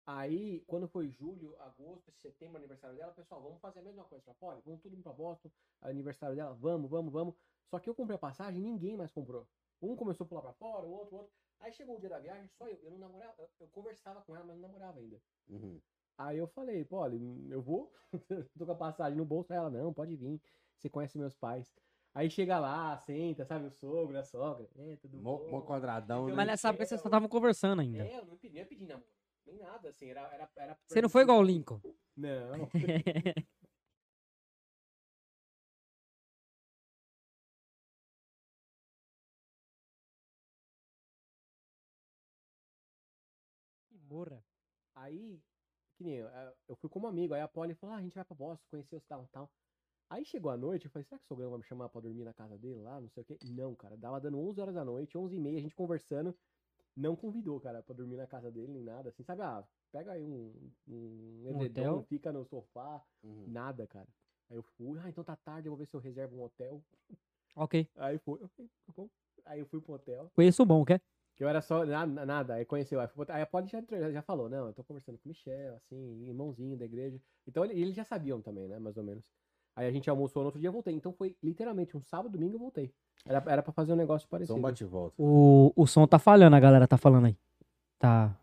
Aí, quando foi julho, agosto, setembro, aniversário dela, pessoal, vamos fazer a mesma coisa pra fora? Vamos todo mundo pra Boston, aniversário dela, vamos, vamos, vamos. Só que eu comprei a passagem e ninguém mais comprou. Um começou a pular pra fora, o outro, o outro. Aí chegou o dia da viagem, só eu, eu não namorava, eu- eu conversava com ela, mas não namorava ainda. Uhum. Aí eu falei, pô, olha, eu vou, [LAUGHS] tô com a passagem no bolso. Aí Ela, não, pode vir, você conhece meus pais. Aí chega lá, senta, sabe, o sogro, a sogra, é, tudo Mó, bom. mó quadradão, Então, né? Mas nessa época vocês só estavam conversando ainda. É, eu não pedi, não pedi namoro, nem nada, assim, era... era, era Você não foi igual o permitido. Lincoln. [LAUGHS] Não. Morra. Aí, que nem eu, eh, eu fui como amigo. Aí a Polly falou: ah, a gente vai pra Boston, conhecer os tal, tal. Aí chegou a noite, eu falei: será que o sogrão vai me chamar pra dormir na casa dele lá? Não sei o quê. Não, cara, dava dando 11 horas da noite, 11 e meia, a gente conversando. Não convidou, cara, pra dormir na casa dele nem nada. Assim, sabe, ah, pega aí um, um edredom, hotel? fica no sofá. Uhum. Nada, cara. Aí eu fui, ah, então tá tarde, eu vou ver se eu reservo um hotel. Ok. Aí foi, eu falei, tá bom. Aí eu fui pro hotel. Conheço o bom, quer? Que eu era só na- na- nada, aí conheceu. Aí, foi botar- aí a Polly já, entrou, já- já falou, não, eu tô conversando com o Michel, assim, irmãozinho da igreja. Então ele- eles já sabiam também, né? Mais ou menos. Aí a gente almoçou no outro dia eu voltei. Então foi literalmente um sábado, domingo eu voltei. Era, era pra fazer um negócio Então parecido. bate e volta. O, o som tá falhando, a galera tá falando aí. Tá.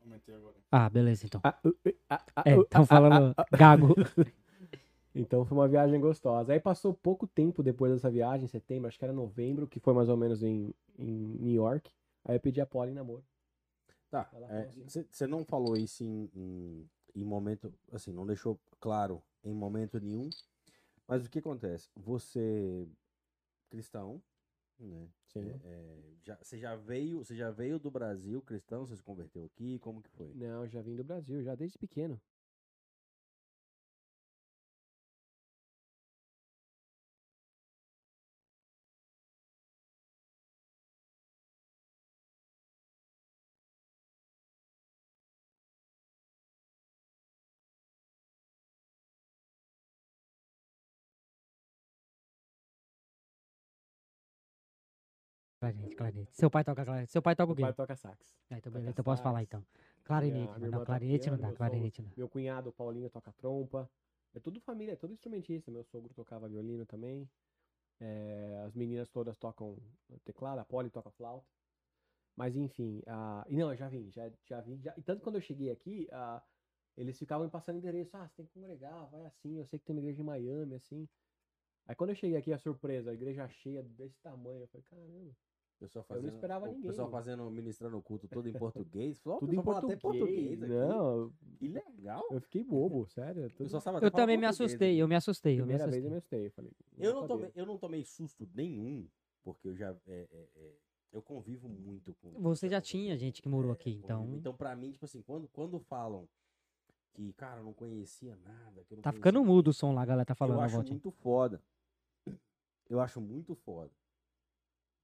Aumentei agora. Ah, beleza, então. Ah, uh, uh, ah, ah, É, uh, ah, estão falando [LAUGHS] gago. Então foi uma viagem gostosa. Aí passou pouco tempo depois dessa viagem, setembro, acho que era novembro, que foi mais ou menos em, em New York. Aí eu pedi a Polly em namoro. Tá, Ela falou assim. você não falou isso em, em, em momento, assim, não deixou claro em momento nenhum, mas o que acontece? Você, cristão, né? Sim. Você já, veio, você já veio do Brasil cristão, você se converteu aqui, como que foi? Não, eu já vim do Brasil, já desde pequeno. Clarinete, clarinete. Seu pai toca clarinete. Seu pai toca o Meu quê? pai toca sax. Ah, então, toca beleza, então posso falar sax. então. Minha- Clarinete, minha mano. irmã Não, toca clarinete não piano, dá, meu clarinete não dá. Meu cunhado, o Paulinho, toca trompa. É tudo família, é todo instrumentista. Meu sogro tocava violino também. É, as meninas todas tocam teclado, a Polly toca flauta. Mas enfim, a... e não, eu já vim, já, já vim. já- E tanto quando eu cheguei aqui, a... eles ficavam me passando endereço. Ah, você tem que congregar, vai assim. Eu sei que tem uma igreja em Miami, assim. Aí quando eu cheguei aqui, a surpresa, a igreja cheia desse tamanho. Eu falei, caramba. O pessoal Eu não fazendo, esperava o ninguém. pessoal fazendo, ministrando o culto todo em português. Falou, Tudo em até português português. aqui. Não, Que legal. eu fiquei bobo, sério. O tudo- pessoal sabe até Eu falar também me português assustei, aqui. eu me assustei, eu me um Primeira vez eu assustei. me assustei. Eu falei, Eu não, sabia. tomei, eu não tomei susto nenhum, porque eu já. é, é, é, eu convivo muito com. Você já com- tinha gente que morou é, aqui, convivo. então. Então, pra mim, tipo assim, quando, quando falam que, cara, eu não conhecia nada. Que eu não Tá conhecia ficando nada, mudo o som lá, a galera tá eu falando, acho Valtinho. muito foda. Eu acho muito foda.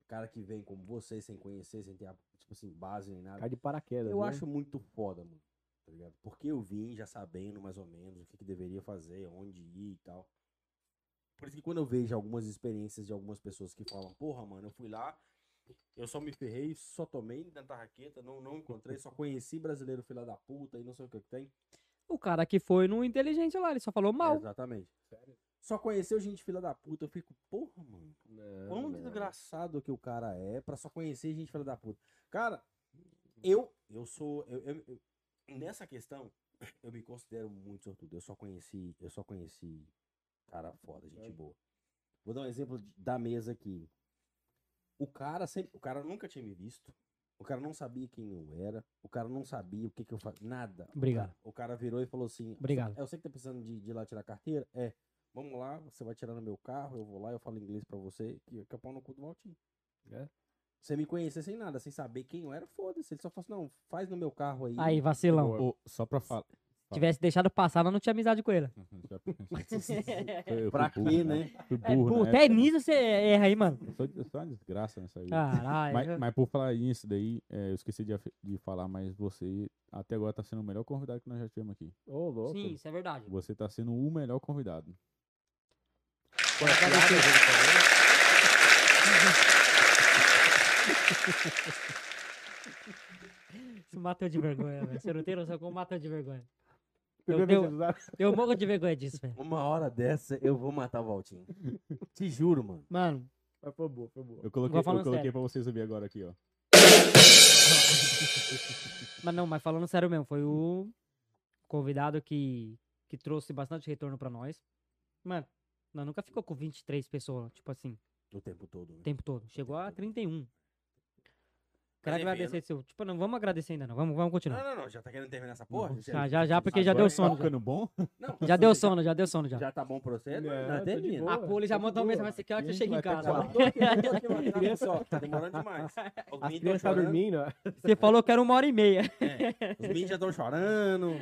Cara que vem como você, sem conhecer, sem ter, a, tipo assim, base nem nada. Cai de paraquedas. Eu né? acho muito foda, mano. Tá ligado? Porque eu vim já sabendo mais ou menos o que, que deveria fazer, onde ir e tal. Por isso que quando eu vejo algumas experiências de algumas pessoas que falam, porra, mano, eu fui lá, eu só me ferrei, só tomei na tarraqueta, não, não encontrei, só conheci brasileiro filha da puta e não sei o que que tem. O cara que foi no inteligente lá, ele só falou mal. Exatamente. Só conheceu gente filha da puta, eu fico, porra, mano. Não, Quão não. desgraçado que o cara é pra só conhecer gente filha da puta. Cara, eu, eu sou. eu- eu- eu- nessa questão, eu me considero muito sortudo. Eu só conheci. Eu só conheci cara foda, gente boa. Vou dar um exemplo de- da mesa aqui. O cara sempre. O cara nunca tinha me visto. O cara não sabia quem eu era. O cara não sabia o que, que eu fazia. Nada. Obrigado. O cara virou e falou assim: Obrigado. eu sei que tá precisando de, de ir lá tirar carteira. É, vamos lá, você vai tirar no meu carro, eu vou lá, eu falo inglês pra você, que, que é o pau no cu do Valtinho. É. Você me conhecer sem nada, sem saber quem eu era, foda-se. Ele só falou assim, não, faz no meu carro aí. Aí, vacilão. Ô, só pra falar. tivesse deixado passar, ela não tinha amizade com ele. [LAUGHS] Eu fui Pra quê, burro, né? Fui É, burro, pô, né? até nisso Ah, você erra aí, mano. Sou, sou uma desgraça nessa vida. Caralho. é Mas, mas por falar nisso daí, é, eu esqueci de, af- de falar, mas você até agora tá sendo o melhor convidado que nós já tivemos aqui. Ô, louco. Sim, isso é verdade. Você tá sendo o melhor convidado. Isso matou de vergonha, velho. Você não tem noção como matou de vergonha. Primeira Eu, vez que eu, eles usaram. eu morro de vergonha disso, velho. Uma hora dessa eu vou matar o Valtinho. Te juro, mano. Mano, [LAUGHS] Mas foi boa, foi boa. Eu coloquei, eu falando coloquei sério. pra vocês ouvir agora aqui, ó. mas não, mas falando sério mesmo, foi o convidado que, que trouxe bastante retorno pra nós. Mano, nós nunca ficou com 23 pessoas, tipo assim, O tempo todo. né? o tempo todo. Chegou a 31. Quero Mas enfim, agradecer seu. Tipo, não vamos agradecer ainda, não. Vamos, vamos eu Não... continuar. não, não, não. Já tá querendo terminar essa porra? Já, já, já, porque já Agora deu tá sono. Tá ficando bom? Não, Já deu você sono, já deu sono já. Já tá bom pra você? Não, Não, tô de termina. boa. A Poli já Tá de mandou uma boa. mensagem, você quer é que Aqui você a chegue gente em vai casa. ter que Não, lá. tô aqui, eu tô aqui, mas tá bom, só. Tá demorando demais. Os As meninos tão crianças tá chorando, dormindo. Você falou que era uma hora e meia. É, Os meninos já estão chorando.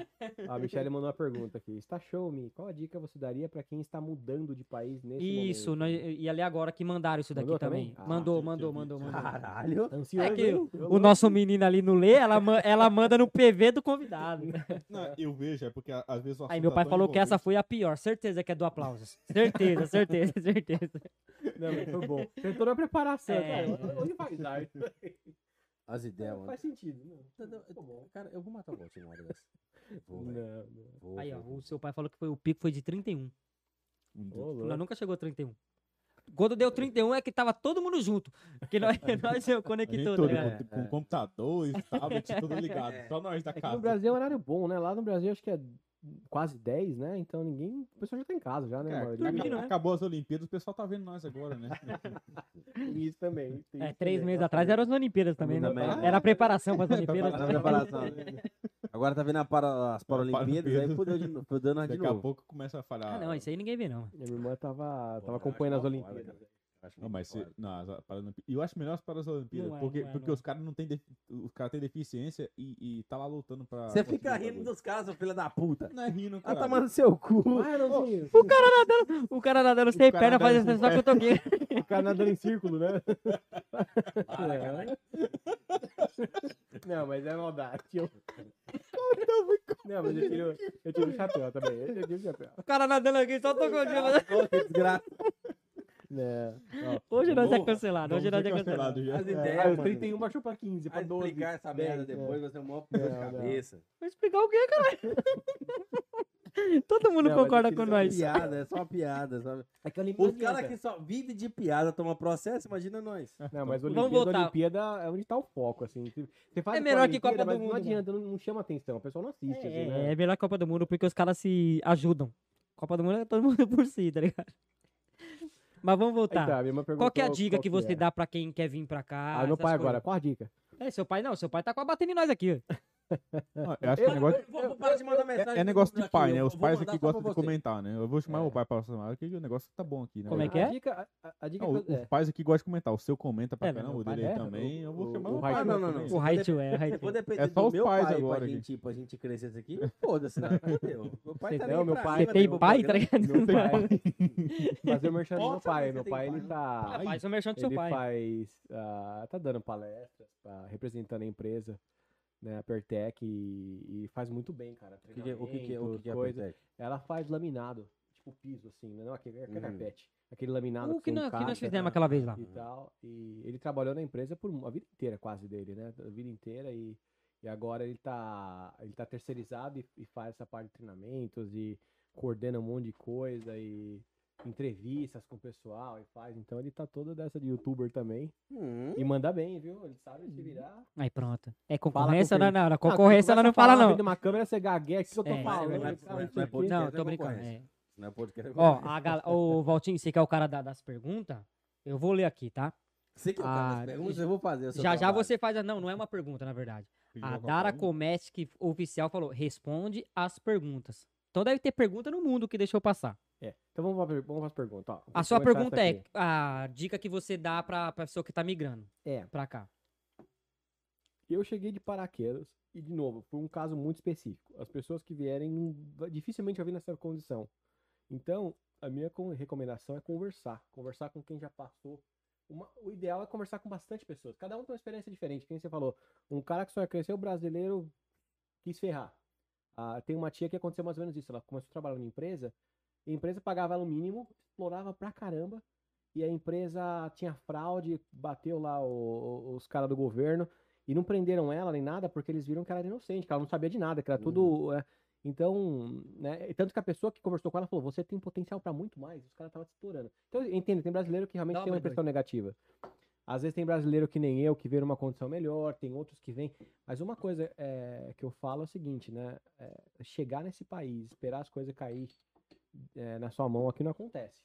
A Michelle mandou uma pergunta aqui. Está show me. Qual a dica você daria pra quem está mudando de país nesse Isso, momento? nós, e ali agora que mandaram isso daqui Mandou também. também? Ah, mandou, tinha- mandou, tinha mandou, visto. Ah, mandou. Caralho. Ansioso, É que hein? Ô, O louco. nosso menino ali não lê, ela, ma- ela manda no PV do convidado. [LAUGHS] Não, eu vejo, é porque a- às vezes o Aí assunto meu tá pai tão falou que essa envolvente. foi a pior. Certeza que é do aplausos. Certeza, certeza, [LAUGHS] certeza. Não, mas foi bom. Tem toda a preparação. É. Cara, onde vai dar? isso? As ideias, né? Não mano. faz sentido. Não, não, tá bom. Cara, eu vou matar o Valtinho uma hora dessa. Vou, velho. Não, não. Vou, Aí, ó, vou, o vou. seu pai falou que foi, o pico foi de 31. Ô, Hum, Nós louco. nunca chegou a 31. Quando deu 31 é que tava todo mundo junto. Porque nós, nós A gente conectou, todo, tá ligado? com, com [LAUGHS] É. computadores, tablet, tudo ligado. É. Só nós da É que no casa. Brasil é um horário bom, né? Lá no Brasil acho que é quase 10, né? Então ninguém. O pessoal já tá em casa já, né? É, a maioria? acabou- Dormiram, né? Acabou as Olimpíadas, o pessoal tá vendo nós agora, [LAUGHS] né? Tem Isso também. tem É, isso três também, meses tá atrás certo. eram as Olimpíadas também, né? Também. Era a preparação para as Olimpíadas. Tá vendo né? a preparação. Agora tá vendo a para, as Paralimpíadas, aí Paralimpíadas. fudeu de novo. Fudeu nós de Daqui a novo. pouco começa a falhar. Ah, não, isso aí ninguém vê, não. Minha irmã tava, Pô, tava eu acompanhando as acho uma Olimpíadas. foda, Acho Não, muito mas se, foda. não, as Paralimpí- eu acho melhor as para as Olimpíadas, é Não é, porque, não é, porque não é. os caras não tem defi- os cara tem deficiência e, e tá lá lutando pra. Você conseguir fica o rindo bagulho. dos caras, seu filho da puta. Não é rindo, Ah, cara. tá no seu cu. é, Ah, Leozinho, O cara nadando, o cara nadando sem perna, cara nadando fazendo sem só cotoguinho. o cara nadando em círculo, né? Para, É. Ah, [LAUGHS] caralho. [LAUGHS] Não, mas é maldade. Eu... [LAUGHS] Não, mas eu tiro, eu tiro o chapéu também. Eu tiro o chapéu. O cara nadando aqui só cotoguinho. Ô, que desgraça. Né? Hoje nós é Morra. cancelado, hoje nós é cancelado. cancelado já. As É, ideias, ah, os mano. 31 baixou pra 15, pra Vai 12. explicar essa dez, merda é. depois, você é uma puta de Não, não. cabeça. Vou explicar o quê, cara? [LAUGHS] Todo mundo Não, mas concorda eu com quis É nós. piada, é só uma piada. Sabe? É que a Olimpíada. Os caras que só vivem de piada tomam processo, imagina nós. É, Não, mas Vamos Olimpíada, voltar. Olimpíada é onde tá o foco, assim. Você- Você faz É com melhor que Copa Olimpíada, do mas Mundo, Não adianta, não, não chama atenção. O pessoal não assiste, assim, né? É, é melhor Copa do Mundo porque os caras se ajudam. Copa do Mundo é todo mundo [LAUGHS] por si, tá ligado? Mas vamos Aí voltar. tá, minha irmã Qual que é a perguntou dica qual que você é. dá pra quem quer vir pra cá? Ah, meu essas pai coisas? agora, qual a dica? É, seu pai não, seu pai tá quase batendo em nós aqui. ó. Não, eu acho que é negócio, Vou, vou parar de mandar mensagem. é, é negócio aqui, de pai, eu né? Os vou pais mandar aqui só pra gostam de você. comentar, né? Eu vou chamar É. meu pai pra falar que o negócio tá bom aqui, né? Como é velho? que a é? Dica, a- a, a dica Não, que o- eu- é, os pais aqui gostam de comentar. O seu comenta pra É, caramba, não, o meu pai dele aí é, também. Eu vou o- chamar o o pai Ah, não, não, também. não. O high to é, high Eu vou to. depender É só do os meu pais pai agora pra aqui. gente, tipo, a gente crescer isso aqui. Foda-se, [LAUGHS] né? Fudeu. Meu pai tá Não, nem meu pra pai- mim, Você tem meu pai, tá ligado? meu [LAUGHS] pai. Fazer o merchan do meu Posso pai. saber Meu se tem pai, pai, ele né? tá. Ah, Faz o merchan do seu Ele pai. faz. ah, tá dando palestras, tá representando a empresa, né? A Pertec e, e faz muito bem, cara. tá O que que é- o que que é o que que é coisa. Pertec? Ela faz laminado, tipo piso, assim, né? Não, aquele, aquele Hum. carpete. Aquele laminado. O que você nós, que nós encaixa, fizemos aquela vez lá? e tal. E ele trabalhou na empresa por mu- a vida inteira, quase dele, né? A vida inteira e, e agora ele tá, ele tá terceirizado e, e faz essa parte de treinamentos e coordena um monte de coisa e entrevistas com o pessoal e faz. Então ele tá toda dessa de youtuber também. Hum. E manda bem, viu? Ele sabe se virar. Aí pronto. É com concorrência? Não, quem? não, não. Ah, quando Concorrência ela começa não a falar fala, na não. frente de uma câmera, você gagueia, o que, que eu tô É, falando? não é- Ah, não é- sei não é o quê. podcast. Não, tô é brincando. concorrência. é. Não é podcast, é Ó, concorrência. a [LAUGHS] gal... Ô, Valtinho, você que é o cara da- das perguntas, eu vou ler aqui, tá? Você que é o cara das ah, perguntas, eu vou fazer o seu Já já trabalho. você faz a. Não, não é uma pergunta, na verdade. Fiz A uma Dara propaganda. Comestic oficial falou: responde as perguntas. Então deve ter pergunta no mundo que deixou passar. É. Então vamos para vamos as perguntas. ó. A Vou sua começar essa pergunta é aqui. a dica que você dá pra, pra pessoa que tá migrando É, pra cá. Eu cheguei de paraquedas, e de novo, por um caso muito específico. As pessoas que vierem não va- dificilmente vão vir nessa condição. Então, a minha con- recomendação é conversar. Conversar com quem já passou. Uma- o ideal é conversar com bastante pessoas. Cada um tem uma experiência diferente. Quem você falou, um cara que só cresceu brasileiro quis ferrar. Ah, tem uma tia que aconteceu mais ou menos isso. Ela começou a trabalhar numa empresa, e a empresa pagava ela o mínimo, explorava pra caramba, e a empresa tinha fraude, bateu lá o- o- os caras do governo, e não prenderam ela nem nada, porque eles viram que ela era inocente, que ela não sabia de nada, que era tudo. é, então, né? e Tanto que a pessoa que conversou com ela falou: você tem potencial pra muito mais, os caras estavam te estourando. Então, entende, tem brasileiro que realmente Dá uma tem uma doido. impressão negativa. Às vezes tem brasileiro que nem eu, que vê uma condição melhor, tem outros que vêm. Mas uma coisa é, que eu falo é o seguinte, né? É, chegar nesse país, esperar as coisas cair é, na sua mão aqui não acontece.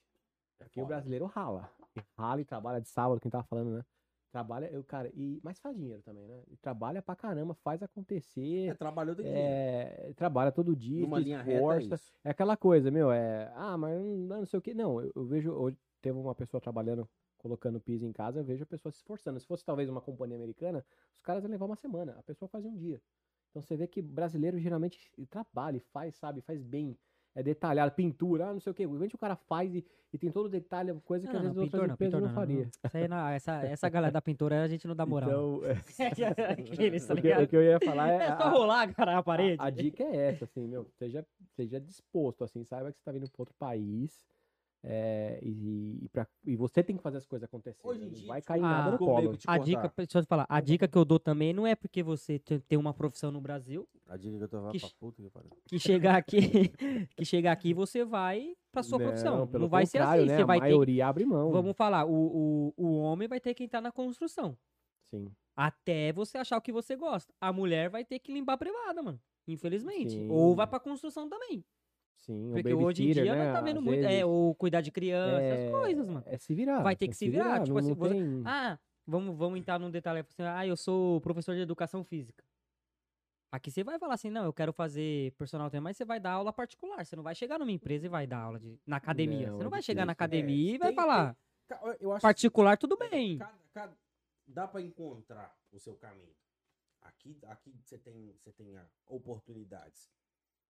Aqui o brasileiro rala. Rala e trabalha de sábado, quem tava falando, né? Trabalha, eu, cara, e mas faz dinheiro também, né? E trabalhou pra caramba, faz É, acontecer, trabalhou de dinheiro. é, trabalha todo dia, Numa se linha esforça, reta, é isso. é aquela coisa, meu, é. Ah, mas não, não sei o que. Não, eu, eu vejo. Hoje teve uma pessoa trabalhando, colocando piso em casa, eu vejo a pessoa se esforçando. Se fosse talvez uma companhia americana, os caras iam levar uma semana, a pessoa fazia um dia. Então você vê que brasileiro geralmente trabalha, e faz, sabe, faz bem. É detalhado, pintura, ah, não sei o que. Realmente o cara faz e, e tem todo o detalhe, coisa Ah, que às vezes outras empresas Ah, não, faria. Isso aí não, essa, essa galera da pintura a gente não dá moral. [LAUGHS] não. [LAUGHS] Então, é, [LAUGHS] Aqueles, tá o, que, o ligado? que eu ia falar é. É a- só rolar, cara, na a- parede. A, dica é essa, assim, [LAUGHS] meu, seja, seja disposto, assim, saiba que você tá vindo para outro país é, e, e, pra- e você tem que fazer as coisas acontecerem. Hoje em né? Não dia, vai desculpa, cair nada no desculpa, colo. Bacon, te A cortar. dica, deixa eu te falar, a dica que eu dou também não é porque você te- tem uma profissão no Brasil A dica que eu tava Que pra ch- puta que pariu. que [LAUGHS] chegar aqui, que chegar aqui você vai pra sua profissão. pelo não vai ser contrário, assim, né? você a vai ter que- maioria abre mão. Vamos falar, o, o, o homem vai ter que entrar na construção. Sim. Até você achar o que você gosta. A mulher vai ter que limpar a privada, mano. Infelizmente. Sim. Ou vai pra construção também. Sim, Porque o hoje em dia né? nós tá vendo às muito. vezes, É, ou cuidar de criança, é- essas coisas, mano. É se virar. Vai ter é que se virar, tipo não, assim, não você- tem- Ah, vamos, vamos entrar num detalhe assim. Ah, eu sou professor de educação física. Aqui você vai falar assim, não, eu quero fazer personal trainer, mas você vai dar aula particular. Você não vai chegar numa empresa e vai dar aula de, na academia. Não, você é não vai chegar na difícil. academia É, e vai tem- falar, Ca- Eu acho que particular tudo é bem. Cada, cada- dá pra encontrar o seu caminho. Aqui, aqui você tem, você tem a- oportunidades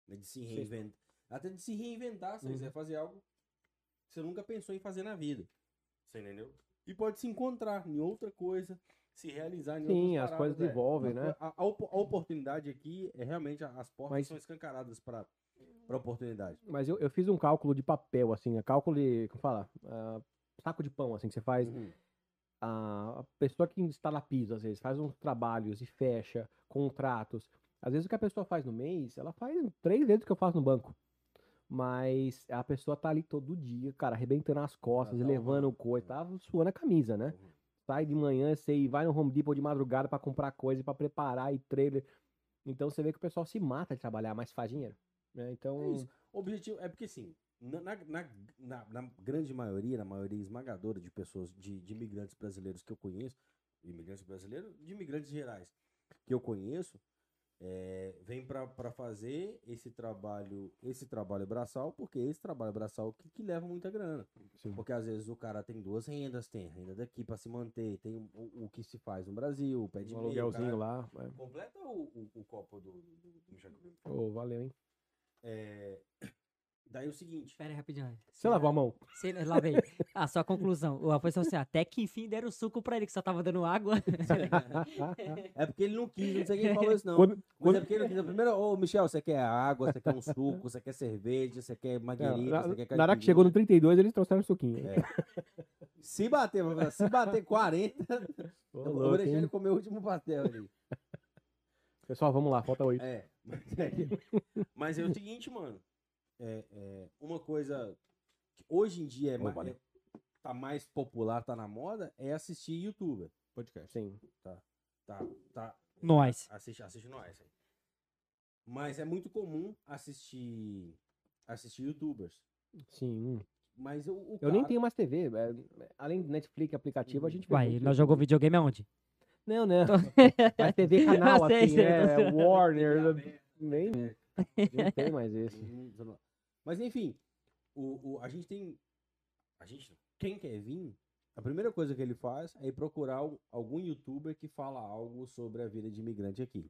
né, de se reinventar. Até de se reinventar, se você Uhum. quiser fazer algo que você nunca pensou em fazer na vida. Você entendeu? E pode se encontrar em outra coisa, se realizar em Sim, outras as paradas, coisas é. desenvolvem, Uma né? co- A, a opo- a oportunidade aqui é realmente a- as portas Mas- são escancaradas para para oportunidade. Mas eu, eu fiz um cálculo de papel, assim, é cálculo de. Como fala? Ah, saco de pão, assim, que você faz. Uhum. a a pessoa que instala piso, às vezes, faz uns trabalhos e fecha contratos. Às vezes o que a pessoa faz no mês, ela faz três vezes o que eu faço no banco. Mas a pessoa tá ali todo dia, cara, arrebentando as costas, tá levando uma- coisa, tá suando a camisa, né? Uhum. Sai de manhã, você e vai no Home Depot de madrugada pra comprar coisa, pra preparar e trailer. Então você vê que o pessoal se mata de trabalhar, mas faz dinheiro. Né? Então, É isso. O objetivo é porque assim, na, na, na- na- na grande maioria, na maioria esmagadora de pessoas, de, de imigrantes brasileiros que eu conheço, imigrantes brasileiros, de imigrantes gerais que eu conheço, é, vem para fazer esse trabalho, esse trabalho braçal, porque esse trabalho braçal que, que leva muita grana. Uhum. Porque às vezes o cara tem duas rendas, tem a renda daqui para se manter, tem o, o que se faz no Brasil, o pé de um meia, o aluguelzinho caralho. lá. é. Completa o, o- o copo do, do, do, do Jacob. Ô, valeu, hein? É, daí é o seguinte. Pera aí, rapidinho. é Você lavou a mão. Cê- lá vem. [LAUGHS] Ah, só a conclusão. O Afonso falou assim, até que enfim deram suco pra ele, que só tava dando água. [LAUGHS] É porque ele não quis, não sei quem falou isso, [LAUGHS] não. Quando- Mas quando- é porque ele não quis. A primeira, ô Michel, você quer água, você quer um suco, você quer cerveja, você quer É, margarita, na, você quer na hora caipirinha. que chegou no 32, eles trouxeram suquinho. né? É. Se bater, vai falar, se [LAUGHS] bater 40, Ô, eu vou louco, deixar ele hein? comer o último pastel ali. Pessoal, vamos lá, falta oito. É, mas é, [LAUGHS] mas é o seguinte, mano. É, é, uma coisa que hoje em dia é, Ô, ma- valeu. é- tá mais popular, tá na moda, é assistir youtuber. Podcast. Sim. Tá, tá, Nós. Assiste, assiste nós. aí. Mas é muito comum assistir assistir youtubers. Sim. um. Tá. Mas o, o Eu nem cara- tenho mais TV. é, além do Netflix, aplicativo, a gente vê Uai, muito nós YouTube. jogamos videogame aonde? [LAUGHS] Não, não. Mas TV canal, Ah, sei, assim, sei, né? tô zoando. Warner. Nem, É. não tem mais esse. Hum, sei lá. Mas enfim, o, o, a gente tem. A gente não. Quem quer vir A primeira coisa que ele faz é ir procurar o- algum youtuber que fala algo sobre a vida de imigrante aqui.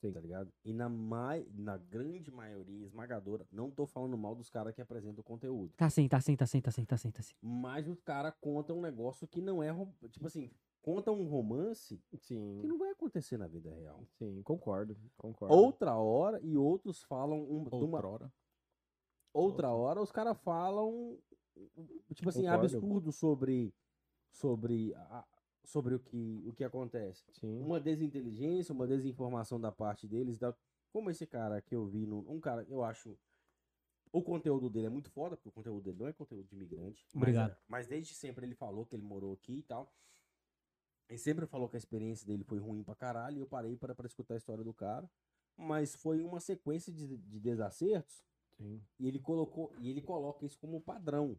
Sim. Tá ligado? E na, mai, na grande maioria esmagadora, não tô falando mal dos caras que apresentam o conteúdo. Tá sim, tá sim, tá sim, tá sim, tá sim, tá sim. Mas os caras contam um negócio que não é. rom- Tipo assim, contam um romance que Sim, não vai acontecer na vida real. sim, concordo, concordo. Outra hora, e outros falam. Um, de uma, Outrora. outra hora os caras falam tipo assim Concordo. absurdo sobre sobre a- sobre o que o que acontece Sim, uma desinteligência uma desinformação da parte deles da como esse cara que eu vi no, um cara eu acho o conteúdo dele é muito foda porque o conteúdo dele não é conteúdo de imigrante mas- Obrigado. mas desde sempre ele falou que ele morou aqui e tal ele sempre falou que a experiência dele foi ruim pra caralho, e eu parei para pra escutar a história do cara. Mas foi uma sequência de, de desacertos sim. e ele colocou, e ele coloca isso como padrão.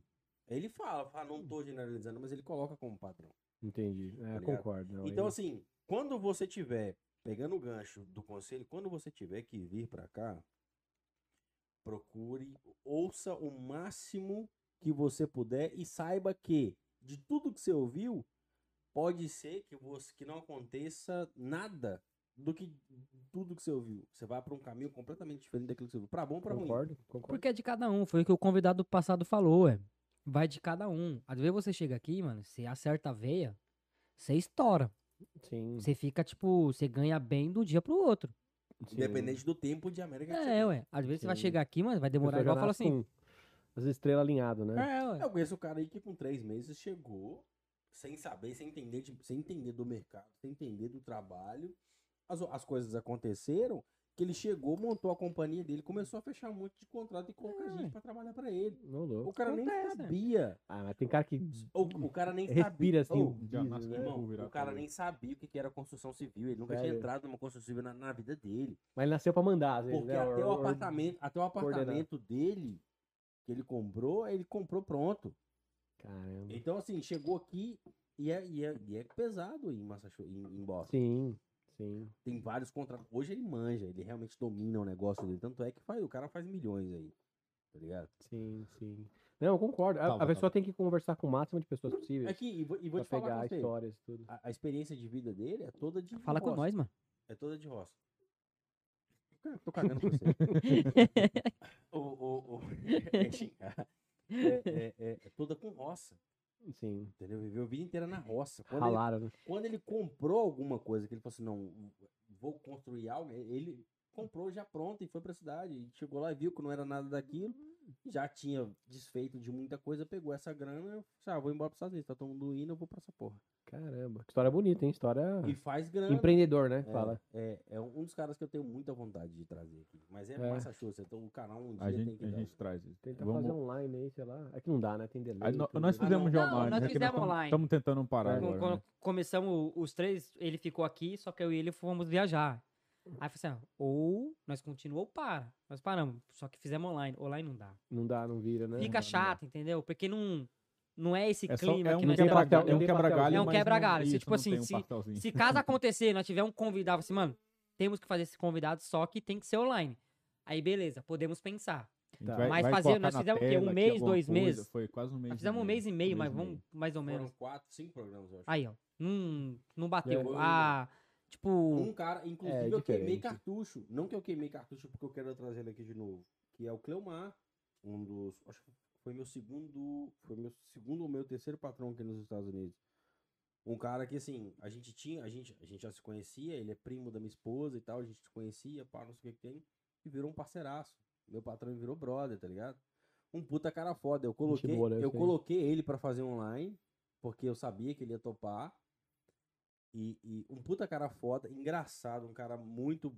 Ele fala, fala, não tô generalizando, mas ele coloca como padrão. Entendi. É, Tá ligado? concordo. não, Então aí- assim, quando você tiver pegando o gancho do conselho, quando você tiver que vir pra cá, procure, ouça o máximo que você puder e saiba que de tudo que você ouviu, pode ser que você que não aconteça nada do que tudo que você ouviu. Você vai pra um caminho completamente diferente daquilo que você ouviu, Pra bom ou pra ruim. concordo, concordo. Porque é de cada um, foi o que o convidado passado falou, é. Vai de cada um. Às vezes você chega aqui, mano, você acerta a veia, você estoura. Sim, Hum. Você fica, tipo, você ganha bem de um dia pro outro. sim. Independente do tempo de América que você É, tem. ué. Às vezes você vai Sim. chegar aqui, mano, vai demorar Pessoa igual já fala nasce assim. com As estrelas alinhadas, né? É, ué. Eu conheço o cara aí que com três meses chegou sem saber, sem entender, de- sem entender do mercado, sem entender do trabalho. As, as coisas aconteceram que ele chegou, montou a companhia dele, começou a fechar um monte de contrato e colocar É. gente pra trabalhar pra ele. Não louco. O cara Acontece, nem né? sabia. Ah, mas tem cara que O, o cara nem respira sabia. assim. Ô, o já diesel, nasce né? com- irmão, vou virar o cara pra nem sabia o que que era construção civil. Ele nunca tinha Sério? entrado numa construção civil na, na vida dele. Mas ele nasceu pra mandar, às vezes, Porque né? até Or- o or- apartamento, até o coordenar. apartamento dele que ele comprou, ele comprou pronto. Caramba. Então, assim, chegou aqui e é, e é, e é pesado aí em Massachusetts, em, em Boston. Sim, sim. Tem vários contratos. Hoje ele manja, ele realmente domina o negócio dele. Tanto é que faz, o cara faz milhões aí. Tá ligado? Sim, sim. Não, eu concordo. A, Tá a bom, pessoa tá tem que conversar com o máximo de pessoas É possíveis que, e vou, e vou pra te falar pegar com você, histórias e tudo. a, a experiência de vida dele é toda de. de Fala com roça. nós, mano. É toda de roça. Cara, Tô cagando pra você. [LAUGHS] o, o, [LAUGHS] o... é xingar. É- é- é- é toda com roça, Sim. entendeu? Viveu a vida inteira na roça. Quando ele Ralaram, né? quando ele comprou alguma coisa, que ele falou assim, não, vou construir algo, ele comprou já pronto e foi pra cidade. E chegou lá e viu que não era nada daquilo, Uhum. já tinha desfeito de muita coisa, pegou essa grana e falou, ah, vou embora pros Estados Unidos, tá todo mundo indo, eu vou pra essa porra. Caramba. que História bonita, hein? História. É. E faz grana. Empreendedor, né? É, Fala. É, é um dos caras que eu tenho muita vontade de trazer aqui. Mas é, É. Massachusetts, então o canal um dia A tem gente, que a dar. gente tá traz isso. Tentar Vamos- fazer online aí, sei lá. É que não dá, né? Tem delay. Aí nó- tudo. nós fizemos não. já Não, online. nós fizemos online. Estamos tentando parar É, agora. Quando né? começamos o- os três, ele ficou aqui, só que eu e ele fomos viajar. Aí eu falei assim, ó, ou nós continuamos ou para. Nós paramos, só que fizemos online. Online não dá. Não dá, não vira, né? Fica É, dá. chato, entendeu? Porque não, não é esse É, só, clima é que um nós quebra- temos. quebra-galho. pastel, É um tem quebra-galho. pastelzinho. É um mas não- quebra-galho, se, isso, tipo não assim, tem um se- pastelzinho. Se caso acontecer, nós tiver um convidado, assim, mano, temos que fazer esse convidado, só que tem que ser online. Aí, beleza, podemos pensar. A gente Tá. Mas fazer- colocar nós na fizemos o quê? Um tela aqui mês, alguma dois coisa. meses? Foi quase um mês. Nós fizemos um mês e meio, mas vamos, mais ou Foram menos. quatro, cinco programas, eu acho. Aí, ó, não, não bateu. É. Ah, tipo, Um cara, inclusive É, eu queimei diferente. cartucho. Não que eu queimei cartucho porque eu quero trazer ele aqui de novo. Que é o Cleomar, um dos. Acho que foi meu segundo. Foi meu segundo ou meu terceiro patrão aqui nos Estados Unidos. Um cara que assim, a gente tinha, a gente, a gente já se conhecia, ele é primo da minha esposa e tal, a gente se conhecia, pá, não sei o que que tem, e virou um parceiraço. Meu patrão virou brother, tá ligado? Um puta cara foda. Eu coloquei, boa, né? eu Sim. coloquei ele pra fazer online, porque eu sabia que ele ia topar. E, e um puta cara foda, engraçado, um cara muito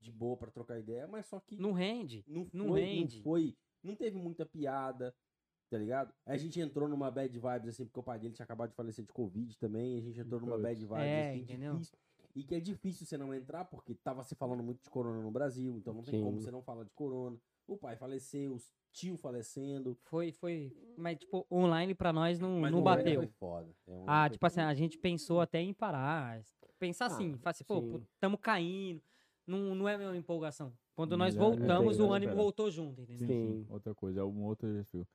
de boa pra trocar ideia, mas só que não rende. não não foi, rende. não foi, não teve muita piada, tá ligado? Aí a gente entrou numa bad vibes assim, porque o pai dele tinha acabado de falecer de covid também, e a gente entrou numa bad vibes É, assim, entendeu? difícil. E que é difícil você não entrar porque tava se falando muito de corona no Brasil, então não tem como Sim. você não falar de corona. O pai faleceu, o tio falecendo, Foi, foi. Mas, tipo, online pra nós não, mas não online bateu. Foi foda. É, online Ah, foi tipo assim, a gente pensou até em parar. Pensar Ah, assim, falar assim, pô, sim. pô, tamo caindo. Não, não é minha empolgação. Quando nós Mas é- eu voltamos, entendo, o eu ânimo entendo. voltou junto, entendeu? Sim, sim. Sim. Outra coisa, é um outro desafio.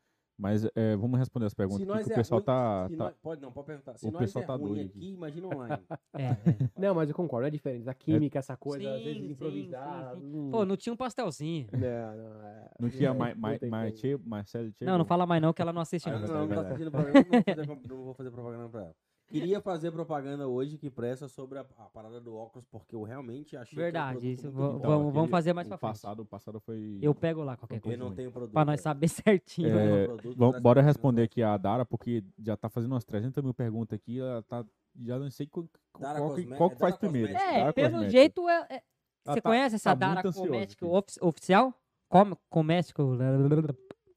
Mas é, vamos responder as perguntas aqui, que o pessoal ruim- tá. é se tá- nós- pode não, pode perguntar. Se o nós é pessoal tá ruim doido aqui, [LAUGHS] imagina online. É, é. Não, mas eu concordo, é diferente. A química, essa coisa, às Sim, vezes sim, improvisar. sim, hum, Pô, não tinha um pastelzinho. Não, não, é. Não tinha é, Ma- não Ma- tem Ma- como. Che- Marcelo Che- Não, não fala mais não, que ela não assiste Ah, não. não, verdade, não, não tá É verdade. assistindo propaganda, não, vou fazer, pro- não vou fazer propaganda pra ela. Queria fazer propaganda hoje que presta sobre a, a parada do óculos, porque eu realmente achei que é um Verdade, produto isso muito va- bom. Então, vamos, vamos aquele- fazer mais o pra frente. passado, o passado foi. Eu pego lá qualquer Eu coisa. não tenho produto. Pra nós cara. saber [LAUGHS] certinho. Eu não tenho É, produto, Vam- parece bora que- responder aqui a Dara, porque já tá fazendo umas 300 mil perguntas aqui. Ela tá. Já não sei qual, qual, Dara qual que- Cosme- qual que é faz Dara primeiro. Cosméticos. É, Dara pelo Cosméticos. jeito é. é- Ela você tá- conhece essa tá Dara muito ansiosa Cosmético aqui. ofi- oficial? Com, coméstico.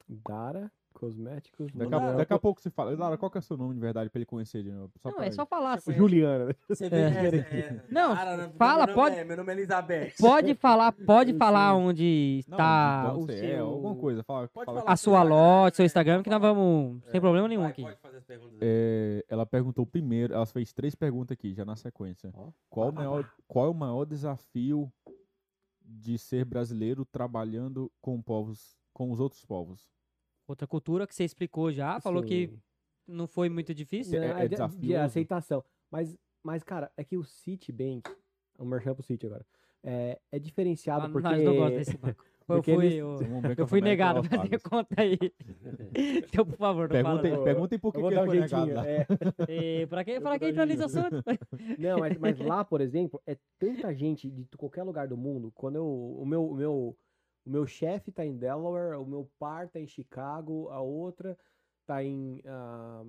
Dara, cosméticos. Daqui, Dara, a, Manuel, daqui a pouco se fala. Dara, qual que é o seu nome de verdade pra ele conhecer de novo? Não, pra é ele. só falar. Você assim. Juliana. né? [LAUGHS] Você vê, é, é, Não, Dara, né? Porque fala, meu nome pode- É, meu nome é Elizabeth. Pode falar, pode Eu falar onde Não, está de onde tá o você é, seu- alguma coisa. Fala, Pode fala- falar. a sua loja, seu É, Instagram, que nós vamos. É, Sem problema nenhum vai, aqui. Pode fazer as perguntas aí. É, ela perguntou primeiro, ela fez três perguntas aqui, já na sequência. Ó. Qual, o Bah, bah, maior, qual é o maior desafio de ser brasileiro trabalhando com povos, com os outros povos? Outra cultura que você explicou já, falou que Sim. não foi muito difícil. Não, é- é de- de, desafioso. aceitação. Mas, mas, cara, é que o Citibank, o merchan pro City agora, é, é diferenciado Ah, porque... Nós não gostamos desse [LAUGHS] banco. Eu porque fui, eles- eu, Vamos ver eu qual fui foi a melhor negado, [LAUGHS] mas dê fase. conta aí. Então, por favor, não fala. Perguntem, não. perguntem por que, Eu vou que dar ele um foi negado né? jeitinho. lá. é. não. E pra quem, Eu pra vou quem dar um finaliza o jeito. assunto? Não, [LAUGHS] mas, mas lá, por exemplo, é tanta gente de tu- qualquer lugar do mundo. Quando eu, o meu, o meu, o meu chefe tá em Delaware, o meu par tá em Chicago, a outra tá em. ah,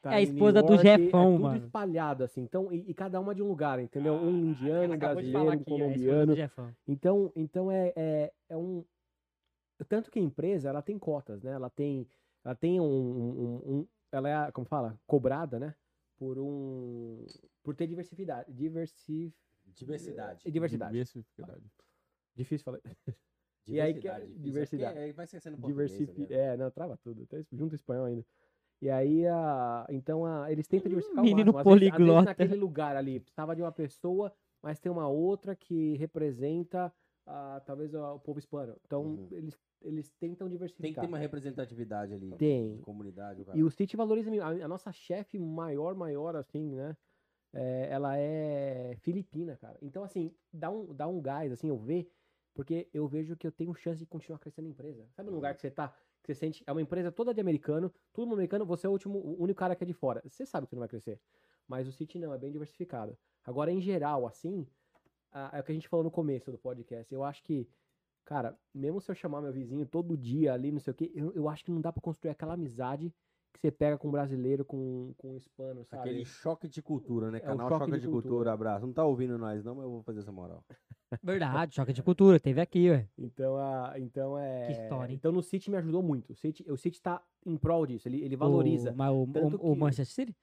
tá É a em esposa New do York, é Jefão, tudo mano. Ah, espalhado assim. Então, e, e cada uma de um lugar, [LAUGHS] entendeu? Um indiano, um Acabou de falar brasileiro, aqui, ó, um esse foi o colombiano. do Jefão. Então, então é, é, é um. Tanto que a empresa, ela tem cotas, né? Ela tem, ela tem um, um- um- Ela é, como fala? Cobrada, né? Por um. Por ter diversidade. Diversi... Diversidade. Diversidade. Diversificado. Difícil falar. E aí que- Diversidade. difícil. diversidade. É, porque, é, vai esquecendo português, Diversifi... né? É, não, trava tudo. Até es- junto espanhol ainda. E aí, a... então, a... eles Hum, tentam diversificar o menino máximo. Às vezes- às vezes poliglota. naquele lugar ali, precisava de uma pessoa, mas tem uma outra que representa, ah, talvez, ah, o povo hispano. Então, Uhum. eles, eles Tem tentam que diversificar. ter uma representatividade ali. Tem. De comunidade. cara. E o City valoriza mesmo. a, a nossa chefe maior, maior, assim, né? é, ela é filipina, cara. Então, assim, dá um, dá um gás, assim, eu ver, porque eu vejo que eu tenho chance de continuar crescendo a empresa. Sabe um lugar que você tá, que você sente, é uma empresa toda de americano, todo mundo americano, você é o último, o único cara que é de fora. Você sabe que você não vai crescer. Mas o City não, é bem diversificado. Agora, em geral, assim, ah, é o que a gente falou no começo do podcast. Eu acho que, cara, mesmo se eu chamar meu vizinho todo dia ali, não sei o quê, eu, eu acho que não dá pra construir aquela amizade que você pega com um brasileiro, com, com um hispano, sabe? Aquele choque de cultura, né? É o Canal choque Choque de de, cultura. cultura. abraço. Não tá ouvindo nós, não, mas eu vou fazer essa moral. Verdade, choque de cultura, teve aqui, ué. Então, a, então é. história, hein? Então no City me ajudou muito. O City, o City tá em prol disso, ele, ele valoriza. O, mas o, Tanto o, o que- É, Manchester [LAUGHS] City?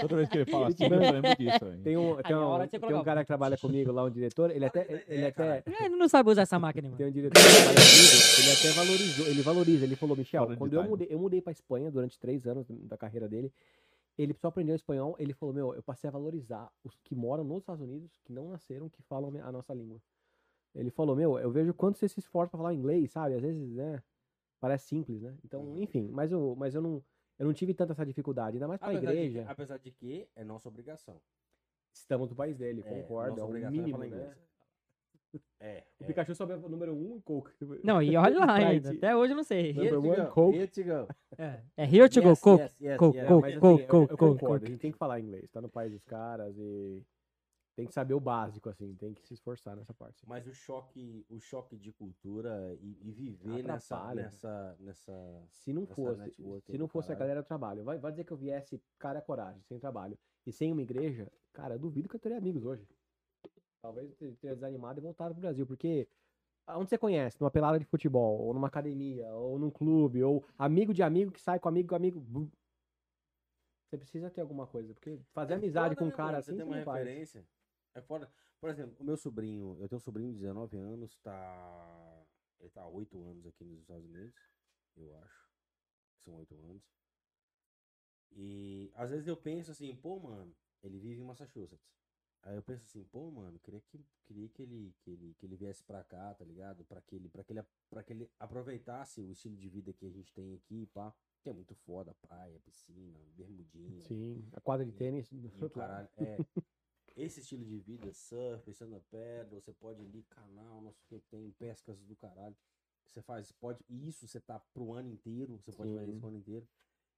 Toda vez que ele fala assim, Ele eu te manda- lembro disso. hein? [LAUGHS] Tem um, tem, na um, hora de você tem um colocar o- cara que trabalha comigo lá, um [LAUGHS] diretor, ele até. Olha que Ele ideia, até [LAUGHS] É, Ele não sabe usar essa máquina, mano. tem um diretor que trabalha comigo, ele até valorizou, ele valoriza, ele falou, Michel, Fora de quando eu time. mudei, eu mudei pra Espanha durante três anos da carreira dele, ele só aprendeu espanhol, ele falou, meu, eu passei a valorizar os que moram nos Estados Unidos, que não nasceram, que falam a nossa língua. Ele falou, meu, eu vejo quanto você se esforça pra falar inglês, sabe? Às vezes, né, parece simples, né? Então, Uhum. enfim, mas eu, mas eu não, eu não tive tanta essa dificuldade, ainda mais pra Apesar de, igreja, é que- apesar de que é nossa obrigação. estamos no país dele, É, concordo, é nossa o obrigação mínimo, falar né? inglês. É. O é. Pikachu sobe o número um e Coke. Não, [LAUGHS] e olha lá ainda. Sprite. Até hoje eu não sei. Number Here to one, go, Coke. here to go. É, é Here to go, Yes, Coke. yes, yes, Coke, yes. Coke, Mas assim, Coke, Coke, eu- eu Coke, concordo, Coke. A gente tem que falar inglês, tá no país dos caras e tem que saber o básico, assim, tem que se esforçar nessa parte. Mas o choque, o choque de cultura e, e viver nessa, Atrapalha. nessa, nessa. Se não Essa fosse, networking se não do fosse a caralho. galera do trabalho, vai, vai dizer que eu viesse cara coragem, sem trabalho e sem uma igreja, cara, eu duvido que eu teria amigos hoje. Talvez eu teria desanimado e voltado pro Brasil, porque onde você conhece, numa pelada de futebol, ou numa academia, ou num clube, ou amigo de amigo que sai com amigo com amigo, bu- você precisa ter alguma coisa, porque fazer amizade foda, com um né, cara mano? assim Você você tem uma não faz. referência. É foda. Por exemplo, o meu sobrinho, eu tenho um sobrinho de 19 anos, tá. Ele tá há 8 anos aqui nos Estados Unidos, eu acho. São 8 anos. E às vezes eu penso assim, pô, mano, ele vive em Massachusetts. Aí eu penso assim, pô, mano, queria que, queria que, ele, que, ele, que ele viesse pra cá, tá ligado? Pra que, ele, pra, que ele, pra que ele aproveitasse o estilo de vida que a gente tem aqui, pá. Que é muito foda, praia, piscina, bermudinha. Sim, a quadra de E- tênis. [LAUGHS] né? E o caralho, é. Esse estilo de vida, surf, stand pedra, você pode ir ali, canal, não sei o que tem, pescas do caralho. Você faz, pode, e isso você tá pro ano inteiro, você pode fazer isso Sim. o ano inteiro.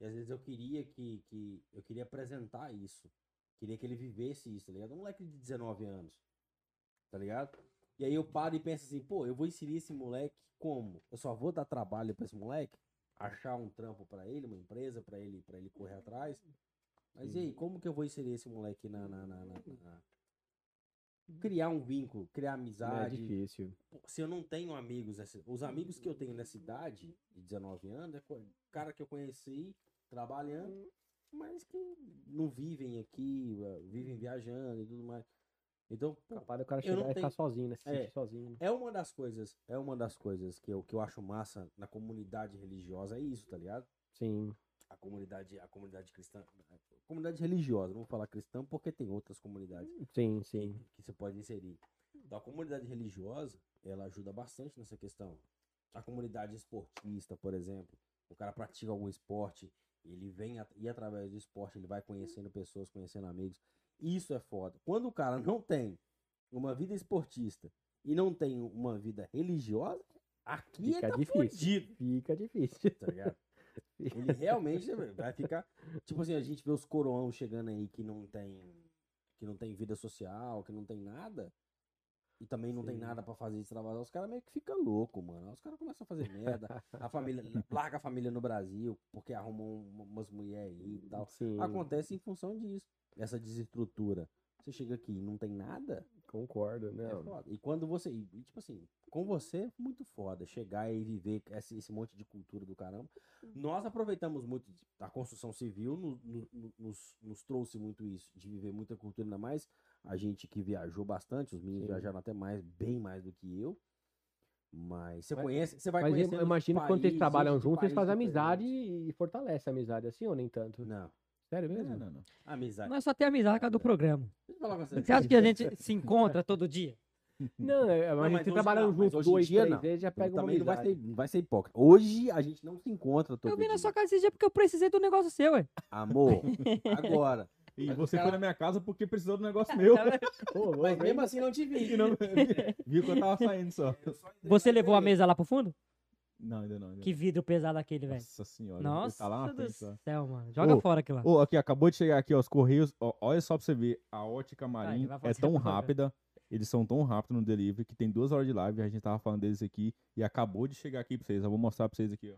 E às vezes eu queria que, que eu queria apresentar isso. Queria que ele vivesse isso, tá ligado? Um moleque de 19 anos. Tá ligado? E aí eu paro e penso assim, pô, eu vou inserir esse moleque como? Eu só vou dar trabalho pra esse moleque, achar um trampo pra ele, uma empresa pra ele, para ele correr atrás. Mas Uhum. e aí, como que eu vou inserir esse moleque na, na, na- na- na- criar um vínculo, criar Uhum. É amizade? difícil. Pô, se eu não tenho amigos, nessa- os amigos que eu tenho nessa idade, de 19 anos, é co- cara que eu conheci trabalhando, mas que não vivem aqui, eh, vivem viajando e tudo mais. Então, pô, Capaz do cara Eu chegar não e ficar tenho- sozinho, né? Se É. sentir sozinho. é uma das coisas, é uma das coisas que eu, que eu acho massa na comunidade religiosa, é isso, tá ligado? Sim. A comunidade, a comunidade cristã, a comunidade religiosa, não vou falar cristã porque tem outras comunidades Sim, sim. que você pode inserir. Então, a comunidade religiosa, ela ajuda bastante nessa questão. A comunidade esportista, por exemplo, o cara pratica algum esporte, ele vem at- e através do esporte ele vai conhecendo pessoas, conhecendo amigos. Isso é foda. Quando o cara não tem uma vida esportista e não tem uma vida religiosa, aqui Fica é tá difícil. fudido, Fica difícil. tá [LAUGHS] ligado? Ele realmente né, vai ficar. Tipo assim, a gente vê os coroão chegando aí que não tem. Que não tem vida social, que não tem nada. E também não tem Sim. nada pra fazer extravasar. Os caras meio que ficam loucos, mano. Os caras começam a fazer merda. A família. Larga a família no Brasil, porque arrumam um- umas mulheres aí e tal. [LAUGHS] Sim, Acontece em função disso. Essa desestrutura. Você chega aqui e não tem nada, concordo. né? é Não. foda. E quando você. E, e, tipo assim, com você, muito foda. Chegar e viver esse, esse monte de cultura do caramba. Uhum. Nós aproveitamos muito. de- A construção civil no- no- no- nos, nos trouxe muito isso, de viver muita cultura, ainda mais a gente que viajou bastante, os meninos Sim. viajaram até mais, bem mais do que eu. Mas você Mas- conhece, você vai Mas conhecendo eu os imagino que quando eles países, trabalham de juntos, eles países fazem amizade diferentes. e fortalecem a amizade, assim ou nem tanto? Não, Sério Não, mesmo? não, não. amizade. Nós só temos amizade por causa do programa. Deixa eu falar com você. Você acha que a gente se encontra todo dia? [LAUGHS] Não, é, mas mas, mas se hoje trabalhando não, mas juntos hoje em dia dois, três não. vezes, já pega uma Também não vai amizade. ser, não vai ser hipócrita. Hoje a gente não se encontra todo Eu vim na dia. sua casa esse dia porque eu precisei do negócio seu, ué. Amor, agora. E Mas o você cara- foi na minha casa porque precisou do negócio meu. Pô, Mas vem- mesmo assim não te vi. E não- Viu que eu tava saindo só. Você levou a mesa lá pro fundo? Não, ainda não. Ainda Que vidro pesado aquele, não. velho. Nossa senhora. Nossa Tá lá na do frente, só. céu, mano. Joga Ô, fora aquilo lá. Ô, aqui, acabou de chegar aqui, ó, os Correios. ó, olha só pra você ver, a ótica ele Marim vai falar é assim, já tão tô jogando. rápida, eles são tão rápidos no delivery, que tem duas horas de live, a gente tava falando deles aqui, e acabou de chegar aqui pra vocês. Eu vou mostrar pra vocês aqui, ó.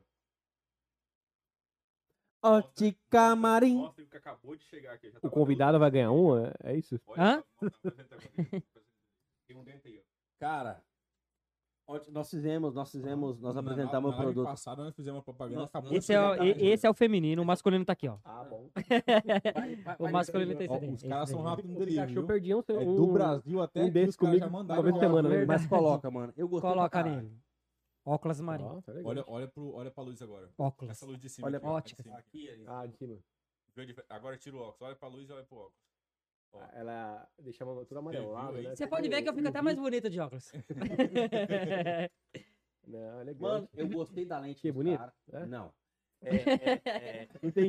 Ótica Marim. Mostra o que acabou de chegar aqui. tá o convidado vai ganhar uma? É isso? Hã? um Cara, ontem nós fizemos, nós fizemos, nós apresentamos o Na produto. passada nós fizemos uma propaganda, tá Nossa, acabou Esse de é, chegar o, aqui. e- esse é o feminino, o masculino tá aqui, ó. Ah, [LAUGHS] bom. O masculino tá esse Ó, daí, Os esse caras são daí. rápidos no O Pikachu delivery, viu? perdia um... É um- do Brasil até um aqui, desses os caras já comigo mandaram uma vez lá, semana, viu? né? Mas coloca, mano. Eu gostei pra Coloca caralho. nele. Óculos marinho. Ó, tá legal. Olha, olha, pro, olha pra luz agora. Óculos. Essa luz de cima. Olha aqui, ó, a de ótica. cima aqui. Ah, de cima. Vê a dif- Agora tira o óculos. Olha pra luz e olha pro óculos. Ó. Ah, Ela deixa uma- tudo amarelado, viu aí? né? Você pode ver que eu fico até mais bonita de óculos. Não, é legal. Mano, eu gostei da lente. Que dos bonito, cara. é? Não. Entendi,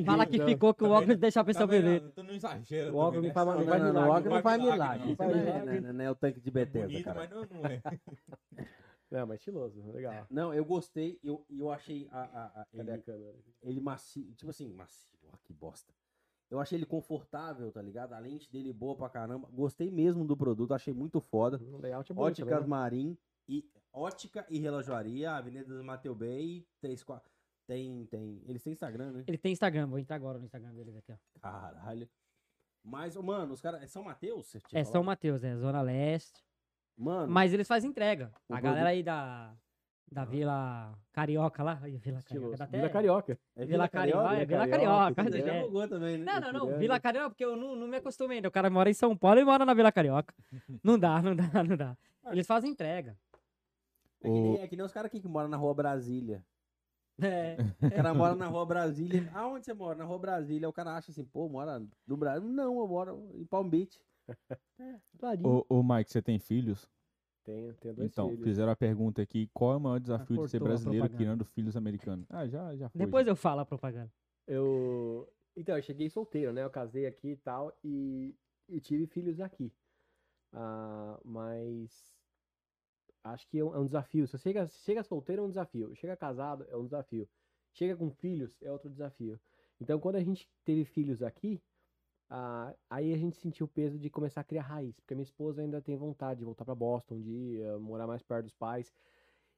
[LAUGHS] então. Fala que não. ficou que o Tá vendo? óculos deixa a pessoa Tá vendo? bonita. Então não exagera. O óculos também, não faz mal- né? Não, Não não, faz não, não, o milagre, não Ogre faz faz milagre. Não, milagre, não. é, não, é- não é o tanque de Bethesda, bonito, cara. mas não, não é. Não, mas estiloso, É. legal. Não, eu gostei, eu, eu achei a, a- a- Cadê ele- a câmera? ele macio, tipo assim, macio, ó, que bosta. Eu achei ele confortável, tá ligado? A lente dele boa pra caramba. Gostei mesmo do produto, achei muito foda. O layout é bonito, Óticas né? Marim e Ótica e Relojoaria, Avenida do Mateu Bey, 34. Tem, tem. Eles têm Instagram, né? Ele tem Instagram, vou entrar agora no Instagram deles aqui, ó. Caralho. Mas, ô, mano, os caras. É São Mateus? Você tinha É São falado? Mateus, é Zona Leste. Mano, Mas eles fazem entrega. O A produto- galera aí da, da Vila Carioca lá. Ai, Vila Carioca. Estiloso. Dá até... Vila Carioca. é Vila Carioca, é Vila Vila Carioca. Carioca, Você já é. jogou também, né? Não, não, não. Ipiranga. Vila Carioca, porque eu não, não me acostumei ainda. O cara mora em São Paulo e mora na Vila Carioca. Não dá, não dá, não dá. Eles fazem entrega. É que nem, é que nem os caras aqui que moram na rua Brasília. É. O cara mora na rua Brasília. Aonde você mora? Na rua Brasília. O cara acha assim, pô, mora no Brasil. Não, eu moro em Palm Beach. Clarinho. [LAUGHS] né? Ô, ô, Mike, você tem filhos? Tenho, tenho dois então, filhos. fizeram a pergunta aqui: qual é o maior desafio de cortou ser a brasileiro propaganda. criando filhos americanos? Ah, já, já foi. Depois eu falo a propaganda. Eu. Então, eu cheguei solteiro, né? Eu casei aqui e tal, e, e tive filhos aqui. Ah, mas acho que é um é um desafio. Se você chega, se chega solteiro, é um desafio. Chega casado, é um desafio. Chega com filhos, é outro desafio. Então, quando a gente teve filhos aqui, ah, aí a gente sentiu o peso de começar a criar raiz, porque minha esposa ainda tem vontade de voltar para Boston um dia, morar mais perto dos pais.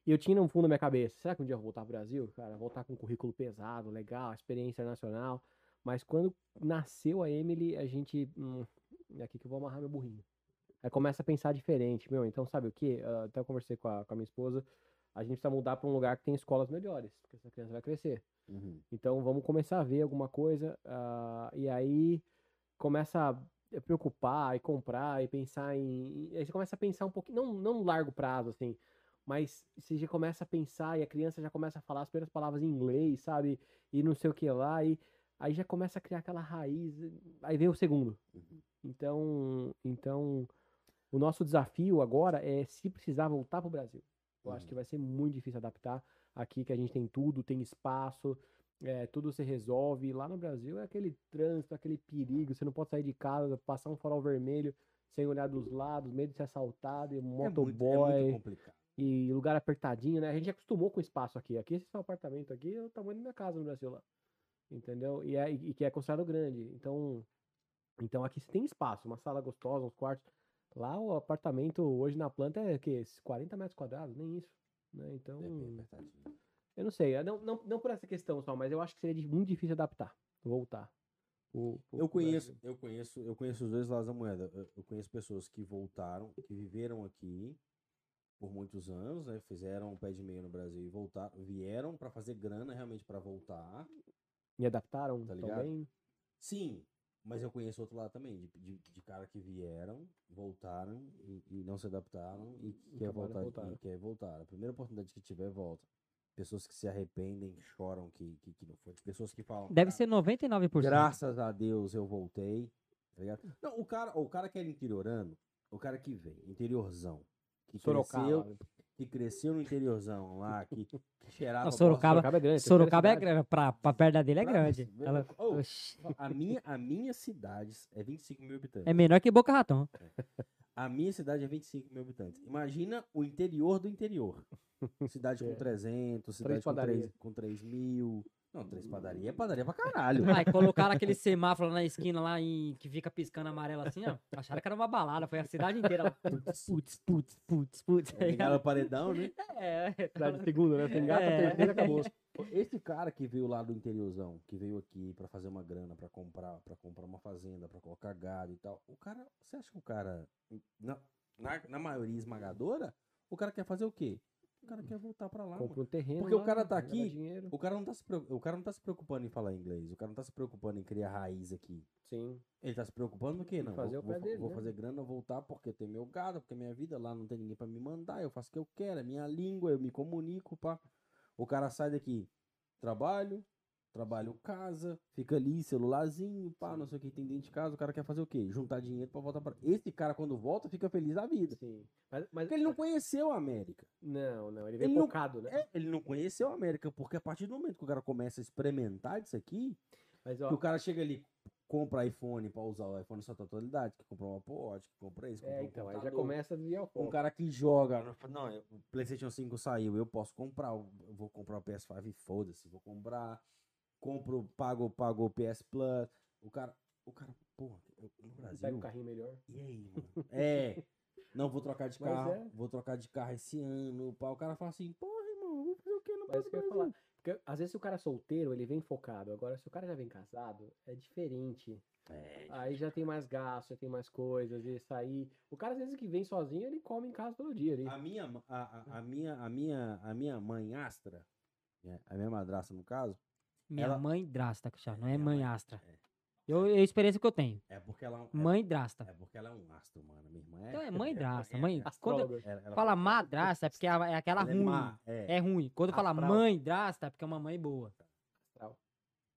E eu tinha um fundo na minha cabeça, será que um dia eu vou voltar pro Brasil? Cara, voltar com um currículo pesado, legal, experiência nacional. Mas quando nasceu a Emily, a gente, hum, é aqui que eu vou amarrar meu burrinho. Aí começa a pensar diferente, meu, então sabe o que? até eu conversei com a, com a minha esposa, a gente precisa mudar para um lugar que tem escolas melhores, porque essa criança vai crescer. Uhum. Então vamos começar a ver alguma coisa. ah, e aí começa a preocupar e comprar e pensar em. e Aí você começa a pensar um pouquinho, não, não largo prazo, assim, mas você já começa a pensar e a criança já começa a falar as primeiras palavras em inglês, sabe? E não sei o que lá, e aí já começa a criar aquela raiz. Aí vem o segundo. Uhum. Então, então o nosso desafio agora é se precisar voltar para o Brasil. Eu acho Uhum. que vai ser muito difícil adaptar aqui, que a gente tem tudo, tem espaço, é, tudo se resolve. Lá no Brasil é aquele trânsito, aquele perigo, você não pode sair de casa, passar um farol vermelho sem olhar dos lados, medo de ser assaltado, e É muito- motoboy é muito complicado. e lugar apertadinho, né? A gente acostumou com o espaço aqui. Aqui, esse seu apartamento aqui é o tamanho da minha casa no Brasil lá. Entendeu? E, é, e que é considerado grande. Então, então aqui você tem espaço, uma sala gostosa, uns quartos. Lá o apartamento hoje na planta é o quê? 40 metros quadrados, nem isso. Né? Então, É bem apertadinho. eu não sei. eu Não, não, não por essa questão só, mas eu acho que seria di- muito difícil adaptar, voltar. pro- pro- Eu pro conheço, Brasil. eu conheço, eu conheço os dois lados da moeda. Eu, eu conheço pessoas que voltaram, que viveram aqui por muitos anos, né? Fizeram um pé de meia no Brasil e voltaram, vieram pra fazer grana realmente pra voltar. Me adaptaram Tá ligado? também. Sim, mas eu conheço outro lado também, de, de, de cara que vieram, voltaram e, e não se adaptaram e que quer acabaram voltar, voltando. e quer voltar. A primeira oportunidade que tiver, volta. Pessoas que se arrependem, choram que, que, que não foi. Pessoas que falam. Deve "Ah, ser 99%. Graças a Deus eu voltei. tá ligado? Não, o cara, o cara que era interiorano, o cara que vem, interiorzão. Que Sorocaba. cresceu, que cresceu no interiorzão lá, que, que cheirava. Não, bosta. Sorocaba- é grande. terceira Sorocaba é cidade. grande. Pra, pra perna dele é Pra- grande. Ela- Ô, Oxi. A minha, a minha cidade é 25 mil habitantes. É menor que Boca [LAUGHS] Raton. A minha cidade é 25 mil habitantes. Imagina o interior do [LAUGHS] interior. Cidade É. com 300, cidade Três com, padarias. 3, com 3 mil. Não, Hum. três padaria é padaria pra caralho. Aí colocaram aquele semáforo lá na esquina lá em, que fica piscando amarelo assim, ó. Acharam que era uma balada, foi a cidade inteira. lá. [LAUGHS] Putz, putz, putz, putz, putz. [LAUGHS] Ligaram É, o paredão, né? [LAUGHS] É, [LAUGHS] Cidade segunda, né? Tem gata, É. terceira, acabou. Esse cara que veio lá do interiorzão, que veio aqui pra fazer uma grana, pra comprar, para comprar uma fazenda, pra colocar gado e tal, o cara, você acha que o cara, na, na, na maioria esmagadora, o cara quer fazer o quê? O cara quer voltar pra lá. mano. Compra um terreno. Porque o lá, cara tá leva aqui, dinheiro. O cara não tá se, preo- o cara não tá se preocupando em falar inglês, o cara não tá se preocupando em criar raiz aqui. Sim. Ele tá se preocupando no quê? Não, vou, fazer o pé vou fa- dele, vou né? fazer grana, vou voltar porque eu tenho meu gado, porque é minha vida lá não tem ninguém pra me mandar, eu faço o que eu quero, é minha língua, eu me comunico, pá. O cara sai daqui, trabalho, trabalho casa, fica ali, celularzinho, pá, não sei o que, tem dentro de casa, o cara quer fazer o quê? Juntar dinheiro pra voltar pra... Esse cara, quando volta, fica feliz da vida. Sim. Mas, mas- Porque ele não conheceu a América. Não, não, ele veio Ele não- focado, né? É, ele não conheceu a América, porque a partir do momento que o cara começa a experimentar isso aqui, Mas que ó, o cara chega ali, compra iPhone pra usar o iPhone é na sua totalidade, que compra um Apple Watch, que compra isso, compra é, um então, aí já computador. começa a desviar o Um foco. cara que joga, não, fala, não, eu- o PlayStation 5 saiu, eu posso comprar, eu vou comprar o PS5 e foda-se, vou comprar, compro, pago, pago o PS Plus. O cara, o cara, porra, eu- no Pega um Brasil, carrinho melhor. e aí, mano? É, não vou trocar de Mas carro, é. vou trocar de carro esse ano, pá. O cara fala assim, porra, irmão, eu vou fazer o que no Mas Brasil? isso que eu ia falar. Porque às vezes se o cara é solteiro, ele vem focado. Agora, se o cara já vem casado, é diferente. É, Aí já tem mais gasto, já tem mais coisas, e sair. O cara, às vezes, que vem sozinho, ele come em casa todo dia ali. A minha, ma- a, a- a minha, a minha, a minha mãe astra, né, a minha madrasta no caso, Minha Ela- mãe drasta, Cristiano, não é Minha mãe mãe- astra. é. Eu, eu experiência que eu tenho. é porque ela é um- é- Mãe drasta. é porque ela é um astro, mano. Minha irmã é. Então é mãe drasta. é- Mãe, quando Astrólogo. ela- ela- fala madrasta é porque é a- é aquela ela é ruim. má, é, É ruim. Quando fala Astral. mãe drasta é porque é uma mãe boa.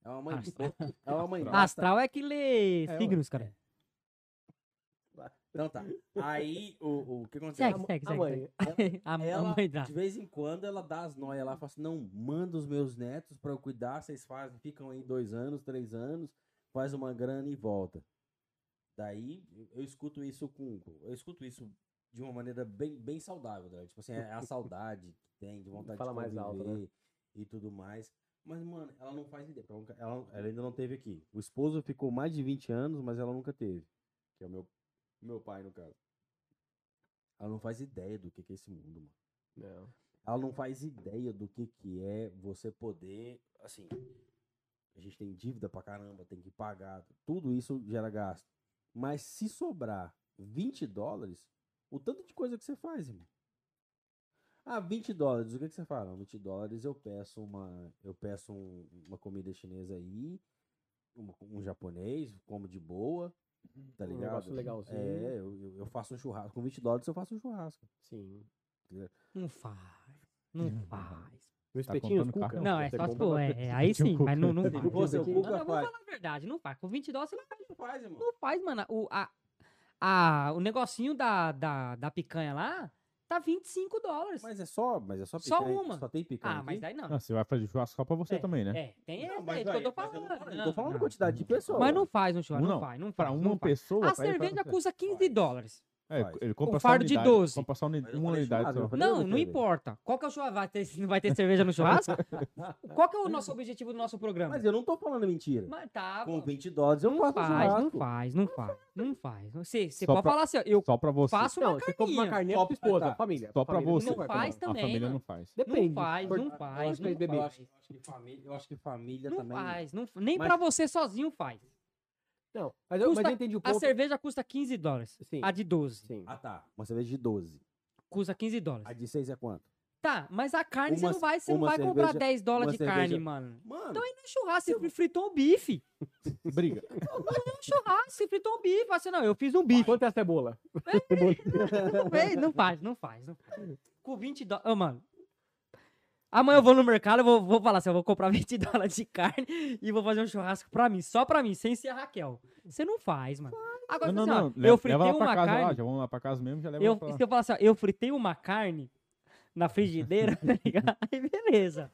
é uma mãe. Astral. [LAUGHS] É uma mãe. Astral. drasta. Astral é que lê É, ué. signos, cara. Não, tá. Aí, o, o que aconteceu? Segue, segue, a segue. mãe, segue. A, a Ela, mãe dá. de vez em quando, ela dá as noias lá, fala assim, não, manda os meus netos pra eu cuidar, vocês fazem, ficam aí dois anos, três anos, faz uma grana e volta. Daí, eu escuto isso com... Eu escuto isso de uma maneira bem, bem saudável, né? tipo assim, é a saudade que tem, de vontade Fala de mais conviver alto, né? e tudo mais. Mas, mano, ela não faz ideia. Ela, nunca- ela- ela ainda não teve aqui. O esposo ficou mais de 20 anos, mas ela nunca teve. Que é o meu, meu pai, no caso. Ela não faz ideia do que que é esse mundo, mano Não. ela não faz ideia do que que é você poder, assim, a gente tem dívida pra caramba, tem que pagar, tudo isso gera gasto. Mas se sobrar 20 dólares, o tanto de coisa que você faz, irmão. Ah, 20 dólares, o que que você fala? 20 dólares eu peço uma, eu peço um- uma comida chinesa aí, um, um japonês, como de boa, tá Um ligado? negócio legalzinho. É, eu, eu- eu faço um churrasco, com 20 dólares eu faço um churrasco. Sim. tá Não faz. Não faz. No Tá espetinho, contando os cuca? carro? Não, é Você só se compra for. pra- É, é [LAUGHS] aí sim, mas não, não faz. Pô, seu Não, não, Cuca eu vou faz. falar a verdade, não faz. Com 20 dólares você não, Não faz, irmão. não faz, mano. O, a, a, o negocinho da, da, da picanha lá tá 25 dólares. Mas é só, mas é só Só picanha- uma. Só tem picanha. ah, mas aqui? daí não. Não, você vai fazer churrasco só pra você também, né? É, tem Não, essa mas aí que eu daí, tô mas eu não falando. falei, eu tô falando não. quantidade de pessoas. Mas não faz um churrasco, não, Não, faz, não faz. Pra não uma faz. pessoa. A pra ele cerveja fazer- custa 15 Faz. dólares. É, Faz. ele compra Um só fardo de unidade, 12. Compra só uni- Mas eu uma falei unidade churrasco, só. eu falei Não, outra não vez. importa. Qual que é o churrasco? Vai ter, vai ter cerveja no [LAUGHS] churrasco? Qual que é o nosso objetivo do nosso programa? Mas eu não tô falando mentira. Mas tá, Com bom. 20 dólares eu não faço um faz, não churrasco. faz, não faz, não faz. Você, você Só pode pra- falar assim, ó, eu Só pra você. faço Não, uma você compra uma carninha. carninha pra Só- sua esposa, tá. família. Só pra Família você. não Não vai faz comprar. A também, né? família mano. não faz. Depende. Não faz, Por- não faz, Acho que não eles bebem. Eu faz. acho, eu acho que família, eu acho que família Não também. faz, não, nem Mas- pra você sozinho faz. Não, mas eu, mas Custa- eu entendi o A ponto. cerveja custa 15 dólares, Sim, a de 12 sim. Ah, tá. Uma cerveja de 12. custa 15 A dólares. de 6 é quanto? Tá, mas a carne você Uma- não vai, você não uma vai comprar cerveja- 10 dólares uma de cerveja- carne, mano. Mano, Então ainda é churrasco, você fritou um bife. Briga. É um churrasco, você fritou um bife. Fala Assim, não, eu fiz um bife. Quanto é a cebola? Não vem, não faz, não faz, não faz. Com 20 dólares. Ô, mano. Amanhã eu vou no mercado, eu vou, vou falar assim: eu vou comprar [LAUGHS] 20 dólares de carne e vou fazer um churrasco pra mim, só pra mim, sem ser a Raquel. Você não faz, mano. Agora, Não, não, assim, ó, não. eu Leva, fritei leva uma lá pra casa lá. carne. Já vamos lá pra casa mesmo, já leva lá eu, pra lá. se eu falar assim, ó, eu fritei uma carne na frigideira, [LAUGHS] tá ligado? Aí beleza.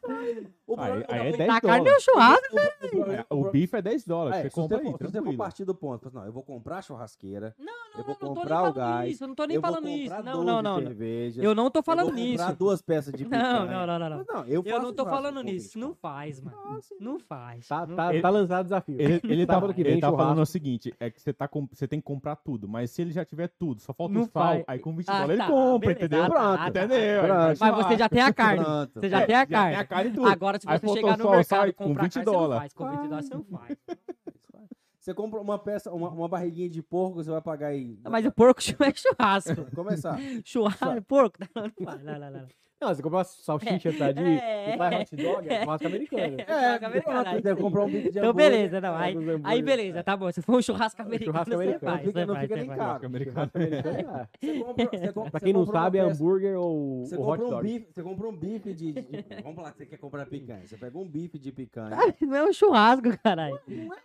o Aí, problema- aí é não, 10 Na carne é um dólares. churrasco. o problema- É, O bife é 10 dólares. É, Você se você compra for- aí, se você for tranquilo. partir do ponto, não, eu vou comprar a churrasqueira, Não, eu vou não, não tô nem comprar o falando gás, isso, eu não tô nem eu vou falando isso. comprar 12 Não, não, não. não. cervejas, Eu não tô falando vou comprar nisso. duas peças de picanha. Não, não, não, não, não. eu, Eu faço não tô churrasco falando com nisso. 20 Não conto. faz, mano. Não faz. Tá, não tá, Ele- tá lançado o desafio. Ele, ele tá, Sábado que vem, ele tá churrasco. falando o seguinte: é que você, tá com- você tem que comprar tudo, mas se ele já tiver tudo, só falta Não o sal, vai. aí com 20 Ah, dólares tá, ele compra, beleza, entendeu? ah, tá, Pronto, ah, tá, entendeu? tá, tá. Aí Mas você já tem a carne. Pronto. Você já tem a tem a carne. carne e tudo. Agora, se Aí você faltou chegar no só o mercado sal e com comprar 20 carne, você não dólar. faz. Com 20 dólares, você não faz. Você compra uma peça, uma, uma barriguinha de porco, você vai pagar aí. Mas o porco é churrasco. [LAUGHS] Começar. É, Churrasco, porco. Não, não faz. Não, não, não. Não, você comprou uma salsicha tá, de, É. de vai hot dog, é churrasco americano. É, churrasco americano, aí deve sim. comprar um bife de né? Então, hambúrguer, beleza. Não, aí, alguns hambúrguer. aí, beleza. Tá bom. Se for um churrasco americano, Churrasco você americano, faz. não fica- você não faz, fica você nem faz. caro. Churrasco americano. É. Você compra, você compra, Pra você quem não compra uma sabe, é peça- hambúrguer ou, Você ou hot compra, um dog. bife, você compra um bife de, de- [LAUGHS] de- Vamos lá, você quer comprar picanha. Você pega um bife de picanha. Ah, Não é um churrasco, caralho.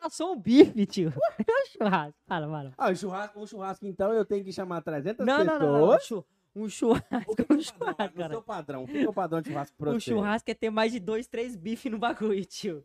É só um bife, tio. Não é um churrasco. Fala, fala. Ah, um churrasco, um churrasco, então eu tenho que chamar 300 Não, não, pessoas. não, não. um chu- Um churrasco, O que que é um o padrão? churrasco, No cara. seu padrão, o que que é o padrão de churrasco pra Um você? churrasco é ter mais de dois, três bifes no bagulho, tio.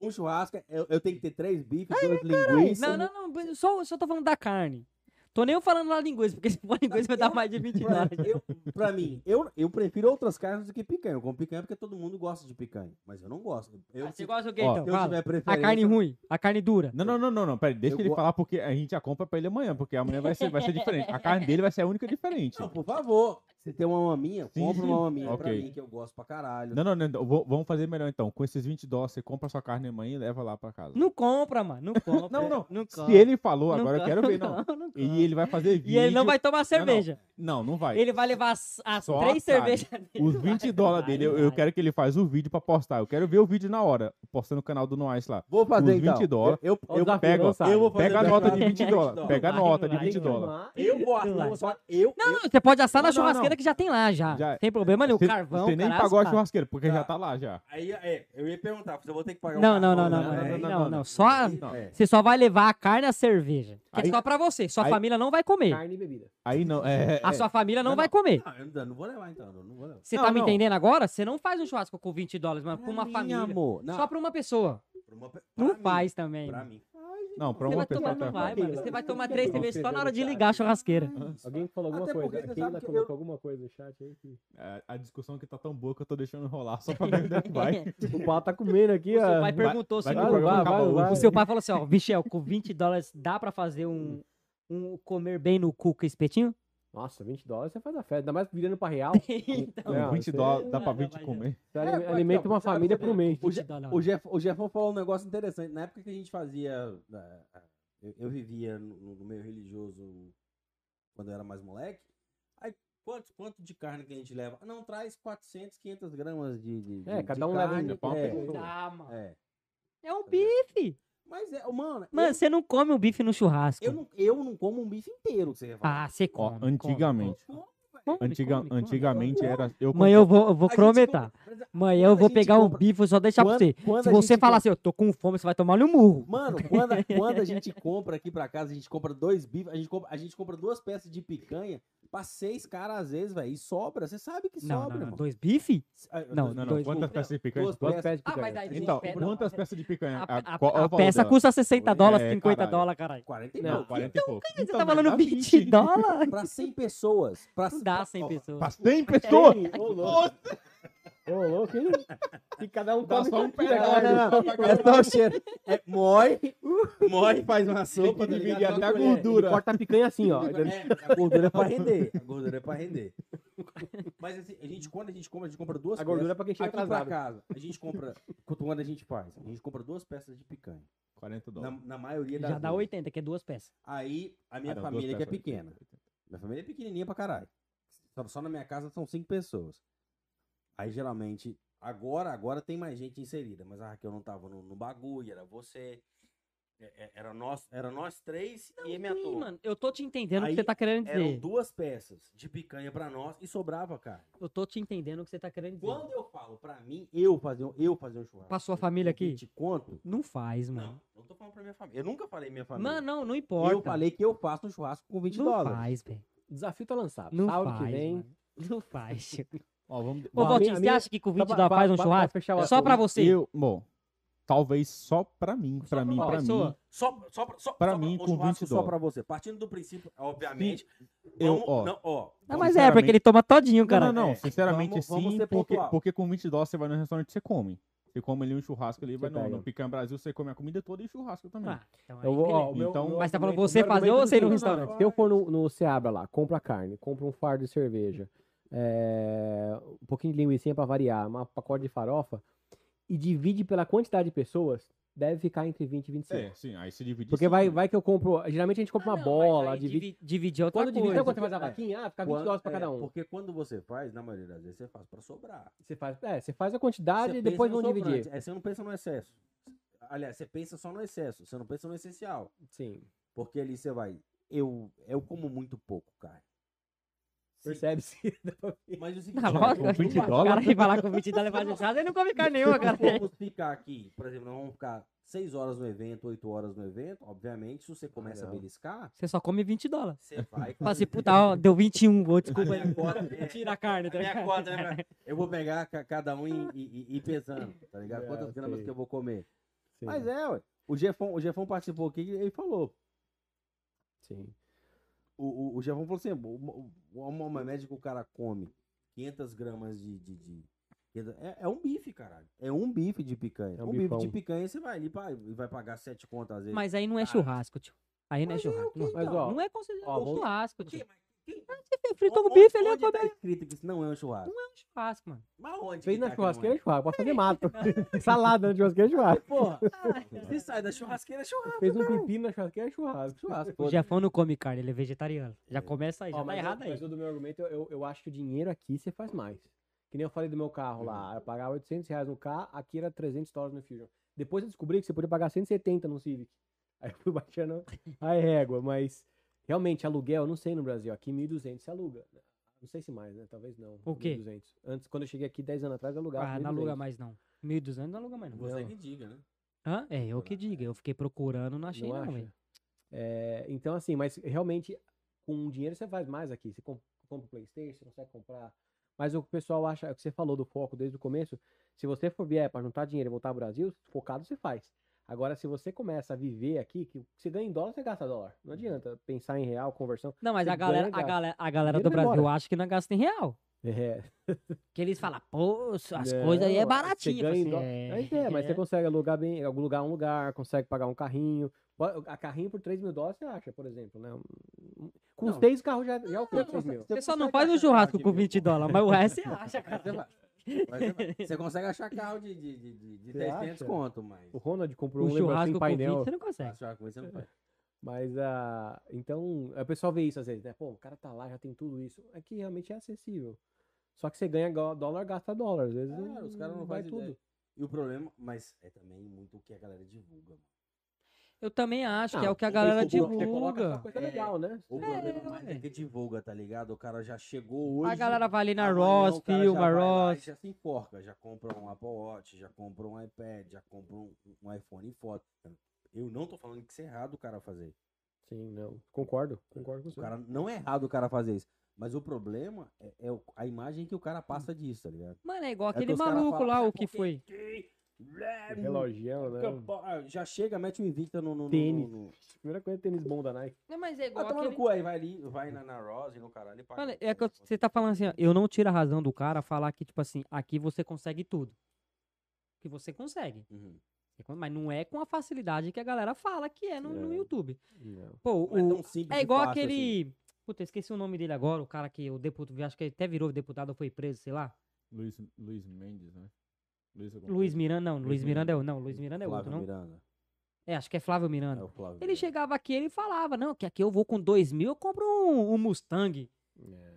Um churrasco, eu, eu tenho que ter três bifes, duas linguiças. né? Não, não, não. mas Só, só tô falando da carne. Tô nem falando lá linguiça, porque [LAUGHS] se for linguiça vai dar mais de 20 Pra, [LAUGHS] dólares. eu- pra mim, eu, eu prefiro outras carnes do que picanha. Eu como picanha porque todo mundo gosta de picanha. Mas eu não gosto. Eu, Ah, se, Você gosta do quê, Ó, então? se eu Fala. tiver A preferência... carne ruim, a carne dura. Não, não, não, não, não. Peraí, deixa Eu ele go- falar, porque a gente já compra pra ele amanhã, porque amanhã vai ser, vai ser diferente. A carne dele vai ser a única diferente. Não, por favor. Se tem uma maminha, Sim, compra sim. uma maminha pra Ok. mim, que eu gosto pra caralho. Não, não, não. não, vou- Vamos fazer melhor então. Com esses 20 dólares, você compra sua carne amanhã e leva lá pra casa. Não compra, mano. Não compra. Não, não. Não Se compra. ele falou, agora eu compra, quero ver, não. [LAUGHS] não, não compra. E ele vai fazer vídeo. E ele não vai tomar Não, não. cerveja. Não, não vai. Ele vai levar as, as Só três atalho. cervejas dele. [LAUGHS] Os Vai, 20 dólares vai, dele, eu, vai. eu quero que ele faz o vídeo pra postar. Eu quero ver o vídeo na hora, postando no canal do Noice lá. Vou fazer Os 20 então. dólares. Eu, Olha o eu, É um desafio, pego, ó, lançado. eu vou fazer Pega a daqui nota a de pouco. 20 dólares. Pega a Vai, nota de vai, 20 vai. dólares. Eu gosto. Vai. não, só- Eu, Não, eu, não, você pode assar na Não, não, churrasqueira não. que já tem lá já. Já- Tem problema nenhum, Você- carvão, Você nem caralho, pagou a tá. churrasqueira, porque Tá. já tá lá já. Aí, é, eu ia perguntar, você vai ter que pagar Não, um não, cartão, não, né? não, Aí- é. não, não, não. Só a- Você só vai levar a carne e a cerveja. Que é Aí- só pra você. Sua aí- família não vai comer. Carne e bebida. Aí não, é. A é- sua família não Não, vai comer. Não, eu não- não vou levar então, não vou levar. Você Não, tá me não. entendendo agora? Você não faz um churrasco com 20 dólares, mas pra uma família. amor. Não, Só pra uma pessoa. pra uma pe- pra Não mim, faz também. Pra mim. Não, pra Você uma vai pessoa. tomar, não tá vai, fácil. mano. Você vai tomar três cervejas só na hora de ligar a churrasqueira. Alguém falou alguma Até coisa? porque você Aquela sabe que colocou alguma coisa no chat aí que... É, A discussão aqui tá tão boa que eu tô deixando rolar só pra ver onde é que [LAUGHS] vai. O pau tá comendo aqui, O seu pai ó. perguntou se Vai que Vai, o o- programa vai, acaba vai, hoje. vai. o seu pai falou assim, ó, Michel, com 20 dólares dá pra fazer um, um comer bem no cu com espetinho? Nossa, 20 dólares você faz a festa. Ainda mais virando pra real. então, Com Não, 20 isso dólares, aí dá pra não, não 20 vai comer. Você É, alim- mas, alimenta não, uma sabe família por pro quê? mês. O, tá Te Je- dá na o hora. Jeff, o Jeffão falou um negócio interessante. Na época que a gente fazia. eh, eh, Eu, eu vivia no, no meio religioso quando eu era mais moleque. Aí, quanto, quanto de carne que a gente leva? Ah, Não, traz 400, 500 gramas de. de- É, de- cada de um leva um carne, dia pra uma é, pessoa. não dá, mano. é. É um bife. Mas é, mano. Mano, eu, você não come um bife no churrasco. eu não, eu não como um bife inteiro, que você ia falar. Então, Ah, você Ó, come. come, antigamente. come, Como? come, come, Antiga- come. antigamente era. Eu Amanhã eu vou, eu vou A gente crometar. compra- mas a- Amanhã eu quando a vou gente pegar um compra- bife, eu só deixar pra quando- você. quando Se a você gente falar compra- assim, eu tô com fome, você vai tomar no murro. Mano, quando a, quando a gente compra aqui pra casa, a gente compra dois bifes, a gente compra, a gente compra duas peças de picanha pra seis caras às vezes, velho. E sobra, você sabe que Não, sobra, não, não. mano. Dois bife? Ah, Não, dois- Não, não. dois- Quantas peças de picanha? Duas Duas peças. peças de Ah, mas picanha. daí você Então, pega- quantas peças de picanha? A, a- qual- a qual o valor peça dela? custa 60 dólares, É, 50 caralho. dólares, caralho. 40 e [LAUGHS] Não, Não, pouco. 40 e pouco. Você Então, tá mas falando dá 20 dólares? Pra 100 pessoas. Pra Não c- dá 100 ó, Pra pessoas. 100 pessoas? Ei, Ô, louco. Ô, louco, hein? Que cada um Dá come só um pouquinho da pedaço. carne. Não, não, não. É só o cheiro. É, [LAUGHS] moe, moe, faz uma sopa, tá dividir ligado? até a Com colher. gordura. Corta a picanha assim, ó. É, a gordura é pra render. A gordura é pra render. Mas assim, a gente, quando a gente compra, a gente compra duas A gordura é peças. pra quem chega Aqui pra atrasado. casa, a gente compra. Quando a gente faz? A gente compra duas peças de picanha. 40 Na, dólares. na maioria das Já dá vezes. 80, que é duas peças. Aí, a minha Ah, não, duas família que é peças, pequena. Minha família é pequenininha pra caralho. Só, só na minha casa são cinco pessoas. Aí, geralmente, agora agora tem mais gente inserida, mas a Raquel não tava no, no bagulho, era você, é- é- era nós, era nós três e a minha Ih, turma. mano, eu tô te entendendo o que Aí você tá querendo Eram um dizer. duas peças de picanha pra nós e sobrava, cara. Eu tô te entendendo o que você tá querendo dizer. Quando eu falo pra mim, eu fazer, um- eu fazer um churrasco. Pra sua com- família com aqui? 20 conto? Não faz, mano. Não, não tô falando pra minha família. Eu nunca falei minha família. Mano, não, não eu importa. falei que eu faço um churrasco com 20 não dólares. faz, velho. Desafio tá lançado. Não Sábado faz, que vem. mano. Não [LAUGHS] faz. Ó, vamos. Ô, Bom, a Valtinho, minha- você minha- acha que com 20 pra- dólares pra- faz um pra- churrasco? pra fechar o É só pra assunto. você. Eu, bom, talvez só pra mim, pra mim, uma pra pessoa? mim. Só, só, pra- só, Pra só pra, mim, um com churrasco 20 só dólares. pra você. Partindo do princípio, obviamente. eu, vamos- ó. Não, ó. Ah, vamos- mas é, porque ele toma todinho, Não, cara. não, não, sinceramente Vamos- vamos sim, ser porque, pontual. porque com 20 dólares você vai no restaurante e você come. Você come ali um churrasco ali, vai no, pega. no Picanha Brasil, você come a comida toda e churrasco também. Ah, então aí Eu vou, ó, o beleza. meu- Então- meu Mas tá falando argumento- você meu fazer argumento ou você ir no é o seguinte, restaurante? Se eu for no, no Seabra lá, compro a carne, compro um fardo de cerveja, é, um pouquinho de linguiça pra variar, um pacote de farofa, e divide pela quantidade de pessoas, deve ficar entre 20 e 25. É, sim, aí se divide. Porque sim, vai, né? vai que eu compro. Geralmente a gente compra Ah, uma não, mas bola, aí divide. divi- divide é outra Quando divide, sabe coisa. quando você faz a É. vaquinha, ah, fica 20 quando- dólares pra é, cada um. Porque quando você faz, na maioria das vezes, você faz pra sobrar. Você faz, é, você faz a quantidade Você e depois pensa vão no sobrante, dividir. É, você não pensa no excesso. Aliás, você pensa só no excesso, você não pensa no essencial. Sim. Porque ali você vai. Eu, eu como muito pouco, cara. Sim, Percebe-se. Mas o seguinte, Na cara, lógica, com 20 o cara dólares? que vai lá com 20 dólares faz um churrasco, ele não come carne nenhuma, cara. Se nós formos ficar aqui, por exemplo, nós vamos ficar 6 horas no evento, 8 horas no evento, obviamente, se você começa a não. beliscar, Você só come 20 dólares. [LAUGHS] você vai. Fala assim, puta, ó, deu 21, vou, desculpa aí. Minha cota, é, [LAUGHS] Tira a carne, tá a [LAUGHS] minha ligado? cota, né, cara? Eu vou pegar ca- cada um e, e, e- e pesando, tá ligado? É, Quantas gramas sim. que eu vou comer. Mas é, ué. O Jefão, o Jefão participou aqui e ele falou. Sim. O, o, o Jefão falou assim: o- o- uma, uma média que o cara come 500 gramas de. de, de- é, é um bife, caralho. É um bife de picanha. É um um bife de bifão. picanha, você vai ali pra- e vai pagar 7 contas às vezes. Mas aí não é Cara. churrasco, tio. Aí não é Mas é o churrasco. que Não, então? Mas, ó, não é considerado ó, vamos- churrasco, O que, tio. mas Ele Ah, fritou o O- bife, ele ia onde tá comer escrito que isso não é um churrasco? um churrasco, mano. Mas onde? Fez que tá que na não é? churrasqueira, é churrasco. Pode fazer mato. Salada na churrasqueira, é churrasco. Porra, [LAUGHS] se sai da churrasqueira, é churrasco. Fez um pepino na churrasqueira, é churrasco. Churrasco. O Jefão não come carne, ele é vegetariano. Já começa aí, já né? Ó, tá mas é eu- errado aí. Mas o do meu argumento, eu- eu, eu acho que o dinheiro aqui você faz mais. Que nem eu falei do meu carro Uhum. lá. Eu pagava 800 reais no carro, aqui era 300 dólares no Fusion. Depois eu descobri que você podia pagar 170 no Civic. [LAUGHS] Aí eu fui baixando a régua, mas realmente aluguel, eu não sei no Brasil, aqui 1.200 se aluga. Não sei se mais, né? Talvez não. O quê? 1.200. Antes, quando eu cheguei aqui 10 anos atrás, eu alugava. Ah, não aluga 1.200. mais não. 1.200 não aluga mais não. Você que diga, né? Hã? É, eu que diga. Eu fiquei procurando, não achei Não não, acha? velho. É, então, assim, mas realmente, com o dinheiro você faz mais aqui. Você com- compra o PlayStation, você consegue comprar. Mas o que o pessoal acha, é o que você falou do foco desde o começo, se você for vier para juntar dinheiro e voltar ao Brasil, focado você faz. Agora, se você começa a viver aqui, que você ganha em dólar, você gasta dólar. Não adianta pensar em real, conversão. Não, mas Você a galera, ganha, a gasta. galera, a galera do Dinheiro vai Brasil embora. acha que não gasta em real. É, Que eles falam, pô, as coisas aí é Não, Né? Você baratinho. ganha em Assim, dó- Mas é, [LAUGHS] mas você consegue alugar bem, alugar um lugar, consegue pagar um carrinho. Bo- A carrinho por 3 mil dólares você acha, por exemplo, né? Um- Com os Não. três carros já, já é o que 3 consegue- mil. Você só não consegue faz um achar churrasco carro de com mil, 20 porra. dólares, mas o resto [LAUGHS] você acha, Mas cara. um Um Você, vai- mas você vai- você consegue achar carro de, de, de, de, de Você 300 acha? conto, mas. O Ronald comprou Um um, lembra churrasco sem com 20 painel. você não consegue. achar com isso não faz. Mas a. então, o pessoal vê isso às vezes, né? Pô, o cara tá lá, já tem tudo isso. É que realmente é acessível. Só que você ganha go- dólar, gasta dólar. Às vezes É, não, os caras não vai fazem tudo. ideia. E o problema, mas é também muito o que a galera divulga. mano. Eu também acho que é Não, o que a o galera Facebook, você coloca só divulga. coisa É. legal, né? O Você- problema mais é velho. que divulga, tá ligado? O cara já chegou hoje. A galera vai ali na amanhã Ross, o cara já filma vai lá e Ross. Já se enforca, já compra um Apple Watch, já compra um iPad, já compra um, um iPhone em foto. Eu não tô falando que isso é errado o cara fazer. Sim, não. Concordo, concordo com O você. cara não é errado o cara fazer isso. Mas o problema é, é o- a imagem que o cara passa disso, tá ligado? Mano, é igual que aquele os cara maluco fala, lá, "Ah, o que porque foi. que- O é Relogião, né? ah, Já chega, mete o Invicta no. no, no- Tênis. no- no- Primeira coisa é tênis bom da Nike. Não, mas é Ah, igual toma no aquele... cu aí, vai ali, vai na, na Rose, no caralho. e paga. Mano, é que eu- você tá falando assim, ó, eu não tiro a razão do cara falar que, tipo assim, aqui você consegue tudo. Que você consegue. Uhum. Mas não é com a facilidade que a galera fala que é no, no Não. YouTube. Não. Pô, Não é o- tão simples É e igual fácil assim. aquele. Puta, eu esqueci o nome dele agora, o cara que o deputado, acho que ele até virou deputado ou foi preso, sei lá. Luiz, Luiz Mendes, né? Luiz, alguma Luiz coisa. Miranda, não, Luiz, Luiz Miranda é o. Miranda. Não, Luiz Miranda é Flávio outro, não? Miranda. É, acho que é Flávio É Miranda. o Flávio Ele chegava aqui ele falava, não, que aqui eu vou com dois mil, eu compro um, um Mustang. É.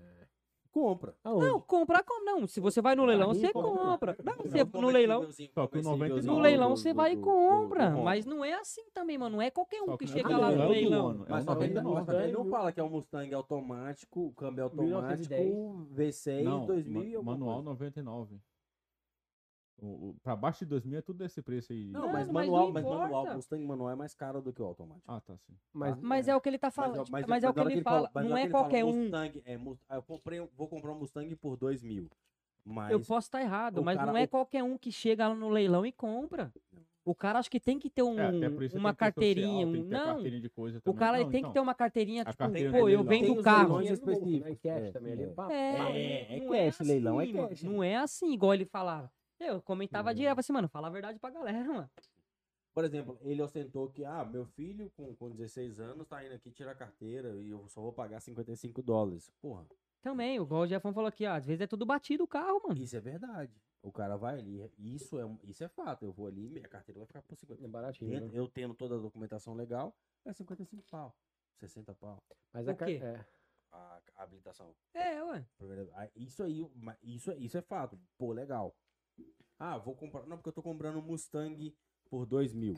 Compra. Aonde? Não, comprar como? Não, se você vai no leilão, Carrinho você compra. compra. Não, você, é no leilão, Só que o 99 no do- leilão você vai e compra. Honda. Mas não é assim também, mano. Não é qualquer um Só que não chega é lá do no ano, leilão. mano, É o Mas só que ele- mas só 99. que ele não Mustang, fala que é um Mustang automático, câmbio é automático, 1910. V6, Não, 2000 ma- e alguma manual coisa. 99. O, o, pra baixo de 2000 é tudo desse preço aí. Não, Mano, mas mas manual, não mas manual, importa. Mustang manual é mais caro do que o automático. Ah, tá, sim. Mas, Mas é o que ele tá falando. tipo, Mas, é o que ele, fala. mas na não hora é que ele fala qualquer um. Mustang, é, Must- ah, eu comprei, um- vou comprar um Mustang por 2 mil. Mas Eu posso estar errado, o mas não cara- é o- qualquer um que chega lá no leilão e compra. O cara acho que tem que ter um, É, até por isso uma tem que ter social, carteirinha. um- tem que ter não, carteirinha de coisa o também. cara ele Não, tem então, que ter uma carteirinha, tipo, carteira pô, de eu um leilão. venho Tem do os carro. leilões específico. específicos, cash é, também. ali é. é papo. É, é não cash, leilão é assim, mano, cash, Não é assim, igual ele falava. Eu comentava É. direto, assim, mano, fala a verdade pra galera, mano. Por exemplo, ele ostentou que, ah, meu filho com, com 16 anos tá indo aqui tirar a carteira e eu só vou pagar 55 dólares. Porra, Também, igual o Jefão falou aqui, ó, às vezes é tudo batido o carro, mano. isso é verdade. O cara vai ali, isso é, um- isso é fato. Eu vou ali, minha carteira vai ficar por 50. É baratinho, Dentro- né? eu tendo toda a documentação legal, é 55 pau, 60 pau. Mas O a car- quê? é. A, a habilitação. É, ué. Primeira- ah, Isso aí, ma- isso, isso é fato. Pô, legal. Ah, vou comprar. Não, porque eu tô comprando um Mustang por 2 mil.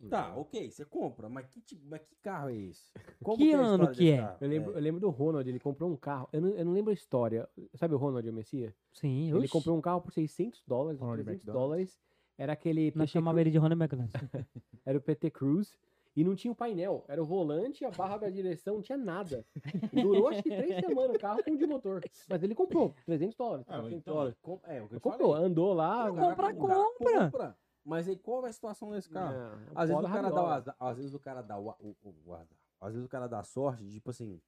hum. Tá, ok, você compra, mas que, ti- mas que carro é esse? [LAUGHS] Como Que a ano história que desse é? carro? Eu lembro, eu lembro do Ronald, ele comprou um carro. Eu não, eu não lembro a história. Sabe o Ronald, o Messias? Sim, Ele oxi. comprou um carro por 600 dólares, ou Ronald 300 McDonald. dólares. Era um aquele. Nós PT chamava ele de né? [LAUGHS] Ronald McDonald's. Era o PT Cruz. E não tinha o painel. Era o volante, a barra da direção, não [LAUGHS] tinha nada. Durou acho que três semanas o carro com o de motor. Mas ele comprou 300 dólares, Ah, mas 400 então, dólares. Com- É, o que eu Comprou, falei. andou lá. O o cara- cara- compra, o cara compra. Mas aí qual é a situação desse carro? Não, Às vezes, fora o cara dá o rabiola. azar- às vezes o cara dá o, a- o- o- o azar. Às vezes o cara dá sorte, de, tipo assim,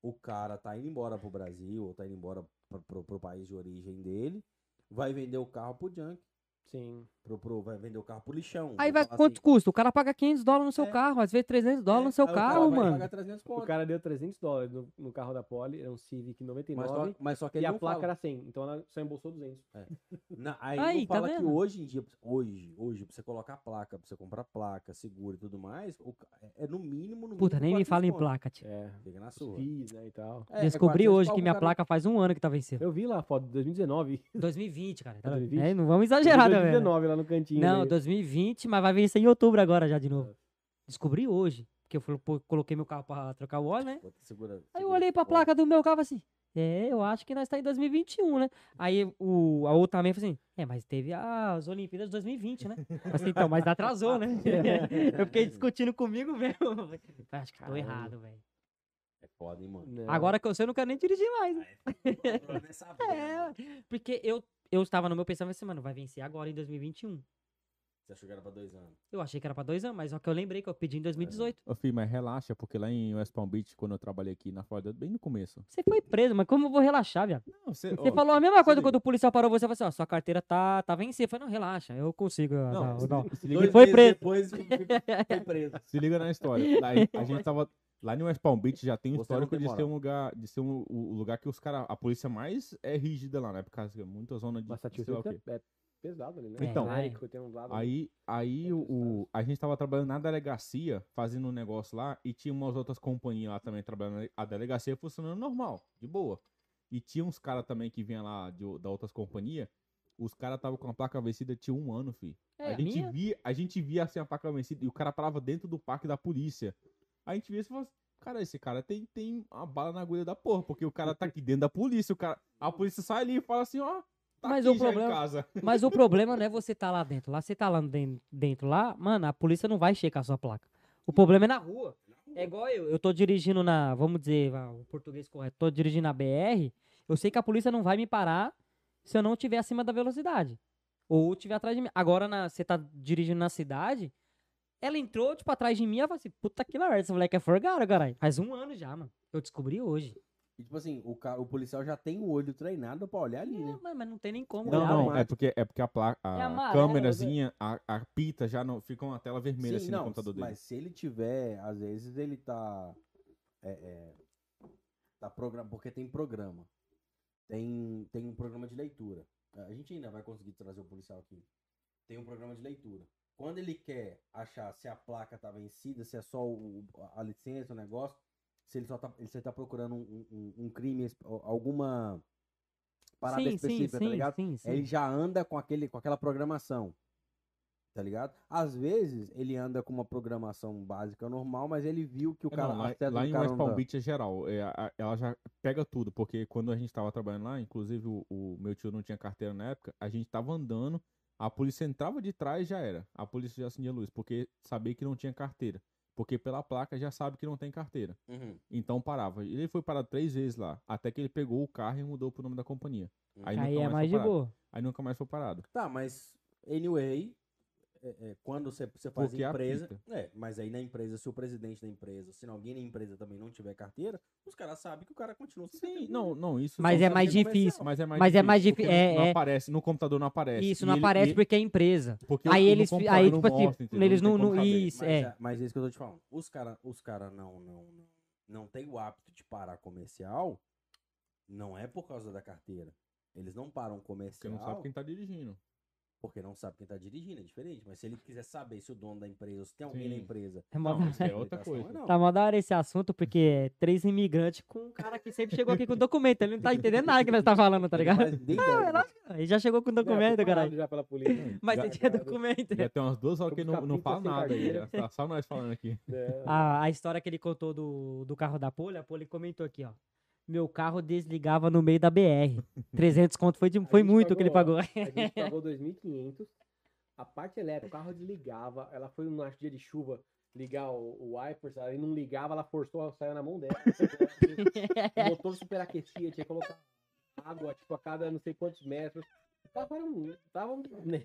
o cara tá indo embora pro Brasil, ou tá indo embora pro, pro- pro país de origem dele, vai vender o carro pro junk. Sim. Pro, pro, vai vender o carro pro lixão. Aí Vou vai falar quanto assim, custa? O cara paga 500 dólares no seu É. carro, às vezes 300 dólares é, no seu aí o cara carro, vai mano. pagar 300 O conto. cara deu 300 dólares no, no carro da Poli, era um Civic Mas 99, só, mas só que e ele a não placa fala. era 100, então ela só embolsou 200. Não, aí, Aí, não tá fala que vendo? hoje em dia, hoje, hoje, pra você colocar placa, pra você comprar placa, seguro e tudo mais, o ca- é no mínimo, no Puta, mínimo nem me fala 400 em conto. placa, tio. É, Fica na os sua. FIIs, né, e tal. É, é Descobri 400 hoje pau que pro minha cara- placa faz um ano que tá vencendo. Eu vi lá a foto de 2019. 2020, cara. tá- 2020? é, não vamos exagerar, né, velho? 2019 lá no cantinho. Não, né? ali. 2020, mas vai vencer em outubro agora já de É. novo. Descobri hoje. Porque eu fui- pô, coloquei meu carro pra trocar o óleo, né? Bota- segura- Aí eu segura olhei pra o ponto. placa do meu carro e falei assim, é, eu acho que nós tá em 2021, né? Aí o, a outra também falou assim, é, mas teve as Olimpíadas de 2020, né? Eu falei assim, então, mas atrasou, né? [LAUGHS] eu fiquei discutindo comigo mesmo. Eu falei, Acho que tô Caramba. errado, velho. É foda, hein, [LAUGHS] mano. Não. Agora que eu sei, eu não quero nem dirigir mais. né? Nessa É, venda. porque eu, eu estava no meu pensamento assim, mano, vai vencer agora em 2021. Você achou que era pra dois anos. Eu achei que era pra dois anos, mas só que eu lembrei que eu pedi em 2018. Ô, filho, mas relaxa, porque lá em West Palm Beach, quando eu trabalhei aqui na Flórida, bem no começo. Você foi preso, mas como eu vou relaxar, viado? Não, você, Você falou a mesma se coisa liga. quando o policial parou você e falou assim, ó, sua carteira tá, tá vencida. Eu falei, não, relaxa, eu consigo. eu- Não, eu- se eu- liga- se Dois liga, foi meses preso. Depois [LAUGHS] foi [LAUGHS] preso. se liga na história. Lá, em- a gente tava. Lá no West Palm Beach já tem um Você não histórico tem de ser moral. um lugar. De ser um, o lugar que os caras. A polícia mais é rígida lá, né? Por causa que é muita zona de. Mas de sei lá o quê. Massachusetts é, é pesado ali, né? Então. é, tem uns né? lados. Aí, aí o, o- a gente tava trabalhando na delegacia, fazendo um negócio lá, e tinha umas outras companhias lá também trabalhando. A delegacia funcionando normal, de boa. E tinha uns caras também que vinha lá de, o- da outras companhias. Os caras tava com a placa vencida, tinha um ano, fi. É, a, gente minha? via, a gente via assim a placa vencida e o cara parava dentro do parque da polícia. A gente via e falava assim, cara, esse cara tem, tem uma bala na agulha da porra, porque o cara tá aqui dentro da polícia. O cara, a polícia sai ali e fala assim, ó, tá Mas aqui o já problema- em casa. Mas o problema não é você tá lá dentro. Lá você tá lá den- dentro lá, mano, a polícia não vai checar a sua placa. O problema é na rua. É igual eu, eu tô dirigindo na, vamos dizer, vá, o português correto, tô dirigindo na BR, eu sei que a polícia não vai me parar se eu não tiver acima da velocidade. Ou tiver atrás de mim. Agora na- você tá dirigindo na cidade, ela entrou, tipo, atrás de mim, ela falou assim, puta que merda, esse moleque é forgado, caralho. Faz um ano já, mano. Eu descobri hoje. E tipo assim, o, ca- o policial já tem o olho treinado pra olhar ali, né? Não, mas mas não tem nem como Não, olhar, não, mano. é porque, é porque a, placa, a amarelo, câmerazinha, a, a pita já não, fica uma tela vermelha Sim, assim no não, computador dele. mas se ele tiver, às vezes ele tá. É, é, tá programa, porque tem programa. Tem, tem um programa de leitura. A gente ainda vai conseguir trazer o policial aqui. Tem um programa de leitura. Quando ele quer achar se a placa tá vencida, se é só o, a licença, o negócio, se ele só tá, ele só tá procurando um, um- um crime, alguma parada sim, sim, específica, tá sim, ligado? sim, sim. ele já anda com, aquele, com aquela programação. Tá ligado? Às vezes ele anda com uma programação básica normal, mas ele viu que o É, cara. não, lá, a seta lá do em cara West não Palm dá. Beach é geral, é, a- ela já pega tudo, porque quando a gente tava trabalhando lá, inclusive o, o meu tio não tinha carteira na época, a gente tava andando, a polícia entrava de trás e já era, a polícia já acendia a luz, porque sabia que não tinha carteira, porque pela placa já sabe que não tem carteira, Uhum, então parava. Ele foi parado três vezes lá, até que ele pegou o carro e mudou pro nome da companhia. Hum. Aí, nunca Aí é foi mais de parado. boa. Aí nunca mais foi parado. Tá, mas. Anyway, é- é, quando você, você faz Porque empresa. apita. É, mas aí na empresa, se o presidente da empresa, se alguém na empresa também não tiver carteira, os caras sabem que o cara continua sem Sim, carteira. não, não, isso Mas são é mais sabedorias difícil. Mas é mais Mas é mais difícil, difí- porque é- não, não é. aparece, no computador não aparece. Isso E não ele- aparece e- porque é empresa. porque aí o- o eles fi- computador aí, não tipo assim, mostra, entendeu? eles tem não- como não- saber. isso. Mas, é. é- mas é isso que eu tô te falando. Os caras os cara não, não, não, não tem o hábito de parar comercial, não é por causa da carteira. Eles não param Porque comercial não sabe quem tá dirigindo. porque não sabe quem tá dirigindo, é diferente. Mas se ele quiser saber se o dono da empresa, ou se tem alguém na Sim. empresa. É mó Não, da- isso é outra habilitação, coisa. é não. [LAUGHS] Tá mó da hora esse assunto, porque é três imigrantes com um cara que sempre chegou aqui com documento. Ele não tá entendendo nada que nós tá falando, tá Ele [LAUGHS] ligado? faz [LAUGHS] nem ideia. Ele já chegou com documento, caralho. é Já pela [LAUGHS] polícia. Mas [LAUGHS] Já- ele tinha já- documento. Já tem umas duas horas que ele não, Vamos não ficar fala pinta sem nada aí. carteira. já Tá só nós falando [LAUGHS] aqui. É. A, a história que ele contou do, do carro da Poli, a Poli comentou aqui, ó. Meu carro desligava no meio da BR. 300 conto foi, de- foi gente muito que ele pagou, pagou. A [LAUGHS] gente pagou 2.500. A parte elétrica, o carro desligava. Ela foi num acho, dia de chuva ligar o, o wipers, aí não ligava, ela forçou, saiu na mão dela. o motor superaquecia, tinha que colocar água, tipo, a cada não sei quantos metros. Tava um, tava um, [LAUGHS] né?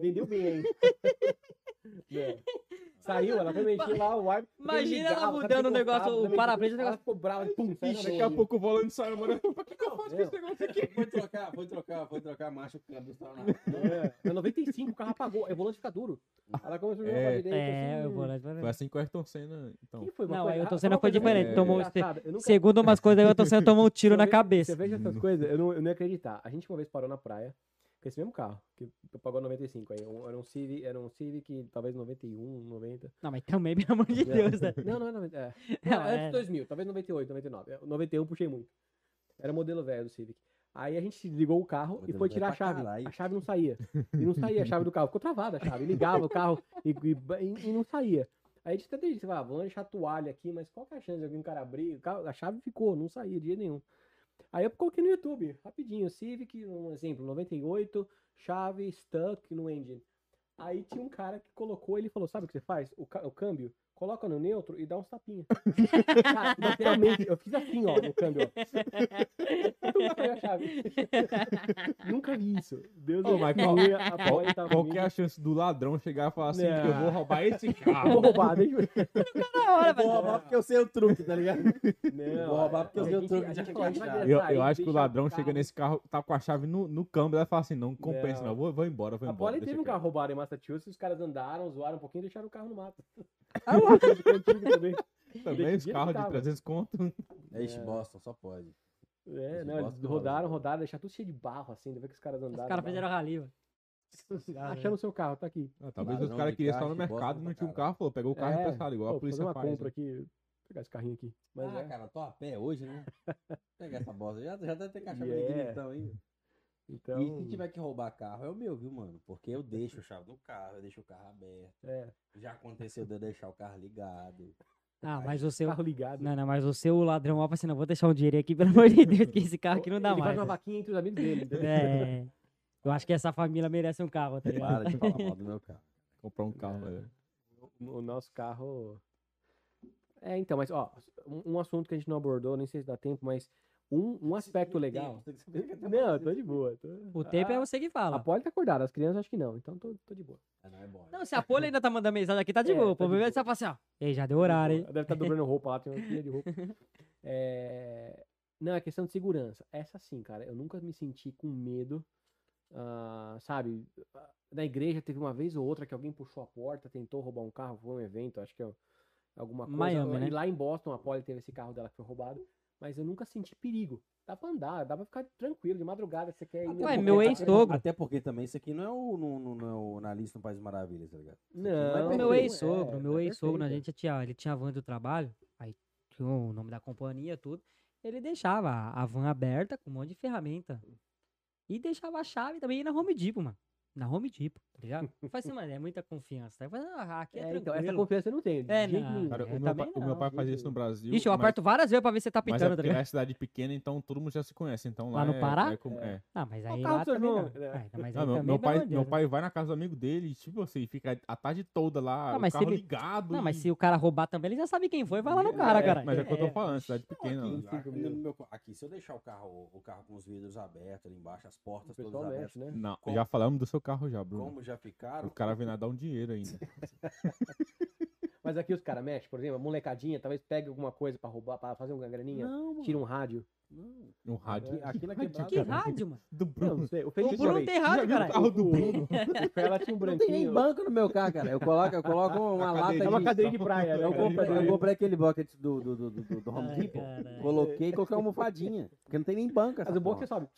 Vendeu bem ainda. É. Saiu, ela foi mexer lá, o ar. Imagina ela mudando o negócio, o para-brisa, o negócio- negócio ficou brava, e pum, saiu na Daqui mão. a pouco o volante sai, mano. Não, meu, Foi trocar, foi trocar, foi trocar a marcha, o câmbio estava na. [LAUGHS] é, na 95 o carro apagou, aí o volante fica duro. Ela começou a jogar É. pra direita. [LAUGHS] É, assim, eu vou lá. vou lá. Foi assim que o Ayrton Senna, então. que foi uma Não, coisa- aí o Ayrton ah, Senna uma foi coisa diferente, então tomou- engraçada, eu nunca- Segundo umas coisas, eu tô sendo tomar um tiro Eu na vejo- Você cabeça. veja essas coisas, eu não, eu não ia acreditar. A gente uma vez parou na praia com esse mesmo carro, que que pagou 95 aí. um- Era um Civic, era um Civic talvez 91, 90. Não, mas também, pelo amor de Deus, né? [LAUGHS] Não, não é 90. É. Não, Não, antes é- de 2000, talvez 98, 99. É, 91 puxei muito. Era modelo velho do Civic. Aí a gente ligou o carro e Modelo foi velho tirar a pra chave. caralho. A chave não saía. E não saía a chave do carro. Ficou travada a chave. Ligava o carro e, e- e não saía. Aí a gente até disse, ah, vamos deixar a toalha aqui, mas qual que é a chance de alguém cara abrir? O carro- A chave ficou, não saía de jeito nenhum. Aí eu coloquei no YouTube, rapidinho, Civic, um exemplo, 98, chave stuck no engine. Aí tinha um cara que colocou, ele falou, sabe o que você faz? O, ca- o câmbio, coloca no neutro e dá uns tapinhas. [LAUGHS] Cara, literalmente, eu fiz assim, ó, no câmbio, ó. Nunca foi a chave. Tá Nunca vi isso. Deus Ô, mas qual- abençoe, a Qual, Polly tava qual que é comigo. a chance do ladrão chegar e falar assim, Não. que eu vou roubar [LAUGHS] esse Eu vou carro? roubar, deixa eu... Na hora, Vou velho. roubar porque eu sei o truque, tá [LAUGHS] ligado? Não, Vou roubar porque eu a dei o gente- truque a de gente quem falou, a gente sabe. vai Eu, sair, eu acho que o deixar ladrão chega carro. nesse carro, tá com a chave no, no câmbio, ela fala assim, não compensa Não. não, vou, vou embora, vou A embora. Polly teve deixa um carro quieto. roubado em Massachusetts, os caras andaram, zoaram um pouquinho e deixaram o carro no [LAUGHS] mato. Ah, eu é Antigo [LAUGHS] também. Também os dia que carros de tava. 300 conto. É isso, É. Boston, só pode. É, Eles não, eles gostam de rodaram, rolar. rodaram, deixaram tudo cheio de barro, assim, de ver que os caras andaram. Os caras fizeram né? andaram. rali, velho. Achando o seu carro, tá aqui. Ah, talvez os Ladrão caras de queriam carro estar no que gosta mercado e não pra tinha um caralho. carro, falou, pegou o carro É, emprestado, igual Pô, a polícia fazer uma faz. né? compra aqui, vou pegar esse carrinho aqui. Mas ah, é, cara, tô a pé hoje, [LAUGHS] né? Pega essa bosta. Já, já deve ter caixa Yeah. yeah. então ainda. então, E se tiver que roubar carro, é o meu, viu, mano? Porque eu deixo a chave do carro, eu deixo o carro aberto. é, Já aconteceu de eu deixar o carro ligado. Ah, mas o seu. carro ligado. Não, não, mas o seu ladrão lá fala assim: não, vou deixar um dinheiro aqui, [LAUGHS] pelo amor de Deus, que esse carro aqui não dá Ele faz mais. uma né? vaquinha entre os amigos dele. entendeu? É. Eu acho que essa família merece um carro, tá ligado? Para de falar mal do meu carro. Comprar um carro, É. velho. O o nosso carro. É, então, mas ó, um, um assunto que a gente não abordou, nem sei se dá tempo, mas um, [LAUGHS] um [LAUGHS] aspecto legal. é Não, eu tô de boa. tô- O tempo é a- você que Ah, A fala. Polly tá acordada, as crianças acho que não, então tô, tô de boa. Ah, não, é bom. Não, se a Polha ainda tá mandando mensagem aqui, tá de É, boa. tá O de problema é boa. você falar assim: ó, ei, já deu horário, hein? Ela Deve estar dobrando roupa lá, tem uma pilha de roupa. [LAUGHS] É, Não, é questão de segurança. Essa sim, cara. Eu nunca me senti com medo. ah, sabe, na igreja teve uma vez ou outra que alguém puxou a porta, tentou roubar um carro, foi um evento, acho que é alguma coisa. Miami, e né? lá em Boston, a Polly teve esse carro dela que foi roubado. Mas eu nunca senti perigo. Dá pra andar, dá pra ficar tranquilo, de madrugada, você quer ir. tá Até Ué, porque- meu até- ex-sogro. Até porque também isso aqui não é o, não, não, não é o na lista do País Maravilhas, tá ligado? Não, Mas Meu perfeito, ex-sogro, meu é ex-sogro, né, a perfeito. gente tinha, ele tinha a van do trabalho, aí tinha o nome da companhia, tudo. Ele deixava a a van aberta com um monte de ferramenta. E deixava a chave também na Home Depot, mano. Na Home Depot, tá ligado? Eu falei assim, mano, é muita confiança. Tá? Eu falei, ah, aqui é, É, então, tranquilo. essa confiança eu não tenho. de É, jeito não. nenhum. Cara, É, o, meu também pai, o meu não, pai fazia gente. isso no Brasil. Vixe, eu mas- aperto várias vezes pra ver se você tá Mas é pitando, tá porque ligado? é cidade pequena, então todo mundo já se conhece. Então Lá lá no é- Pará? é como- é. Ah, mas aí carro lá do seu também não. irmão, né? Ah, então, mas Não, aí também, meu, meu pelo amor pai, de meu Deus, né? pai vai na casa do amigo dele, tipo assim, fica a tarde toda lá, Ah, o mas se carro ele- ligado. Não, mas e- se o cara roubar também, ele já sabe quem foi, vai lá no cara, É, cara. Mas é o que eu tô É, falando, cidade pequena. Aqui, né? aqui, cinco Ah, no mil. meu co- aqui, se eu deixar o carro, o carro com os vidros abertos ali embaixo, as O portas todas pessoal abertas, mexe, é né? Não, Como- já falamos do seu carro já, Bruno. como já ficaram, O cara vem lá dar um dinheiro ainda. Mas aqui os caras mexem, por exemplo, a molecadinha, talvez pegue alguma coisa pra roubar, pra fazer uma graninha, Não, mano. tira um rádio. Um rádio. É, aquilo é quebrado, Que rádio, mano? Do Não, Bruno. não sei. O O Felipe Bruno também. não tem rádio, viu o cara. carro do [LAUGHS] Bruno? [LAUGHS] Ela tinha um Não tem nem branquinho. banco no meu carro, cara. Eu coloco, eu [LAUGHS] coloco uma lata de. É uma cadeira de praia. né? Eu Uma comprei, cadeira eu de- comprei um aquele bucket do, do, do, do, do Home Ai, é. Depot. caralho. Coloquei e coloquei uma almofadinha. Porque não tem nem banca. Mas o bom é que você sobe.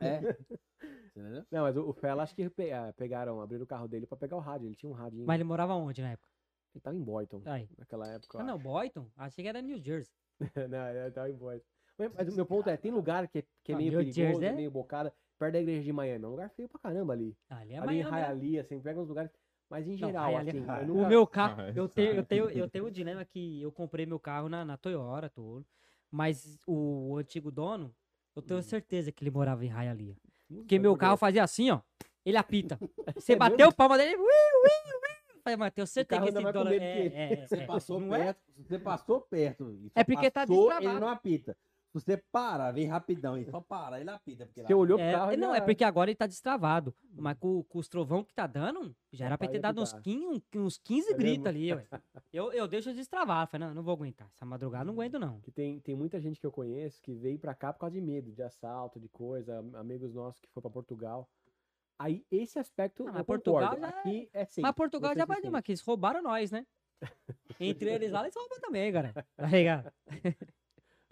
É. Você entendeu? Não, mas o o Fela, acho que pe- ah, pegaram, abriram o carro dele pra pegar o rádio. Ele tinha um rádio. Mas ele morava onde na época? Ele tava em Boyton, Aí. naquela época. eu Ah, não, Boyton? Achei que era New Jersey. acho. [LAUGHS] não, ele tava em Boyton. Mas, mas o meu ponto é, tem lugar que é, que é Ah, meio New perigoso, Jersey é? meio bocada, perto da igreja de Miami. É um lugar feio pra caramba ali. Ah, ali é ali em Miami, né? Hialeah, assim, pega uns lugares... Mas em Não, geral, Hialeah- assim, eu O nunca- meu carro, Ah, eu é. tenho, eu [LAUGHS] tenho, eu tenho o dilema que eu comprei meu carro na, na Toyota, tudo. Mas o, antigo dono, eu tenho Hum. certeza que ele morava em Hialeah. Porque meu carro fazia assim, ó. Ele apita. Você [LAUGHS] É bateu mesmo? o palma dele, ui, ui, ui. Falei, mano, tenho certeza carro que ainda esse vai com dono medo é, que- é, é, Você é. passou Não é? perto. Você passou perto. e É porque tá passou, destravado. Ele não apita. você para, vem rapidão aí. Só para, aí lapida. Porque Você olhou pro É, carro e não, é já- Hum. porque agora ele tá destravado. Mas com, com os trovão que tá dando, já era pra Capaz ter de dado uns dar. 15, uns 15 É gritos ali, mesmo? [LAUGHS] ué. Eu, eu deixo destravar. Falei, não, não vou aguentar. Essa madrugada eu não aguento, não. Que tem, tem muita gente que eu conheço que veio pra cá por causa de medo, de assalto, de coisa, am- amigos nossos que foram pra Portugal. Aí esse aspecto Ah, mas eu Portugal concordo. já é- Aqui é sim. mas Portugal você já se vai sente. mas que eles roubaram nós, [LAUGHS] né? Entre eles lá, eles roubam também, cara. Tá ligado?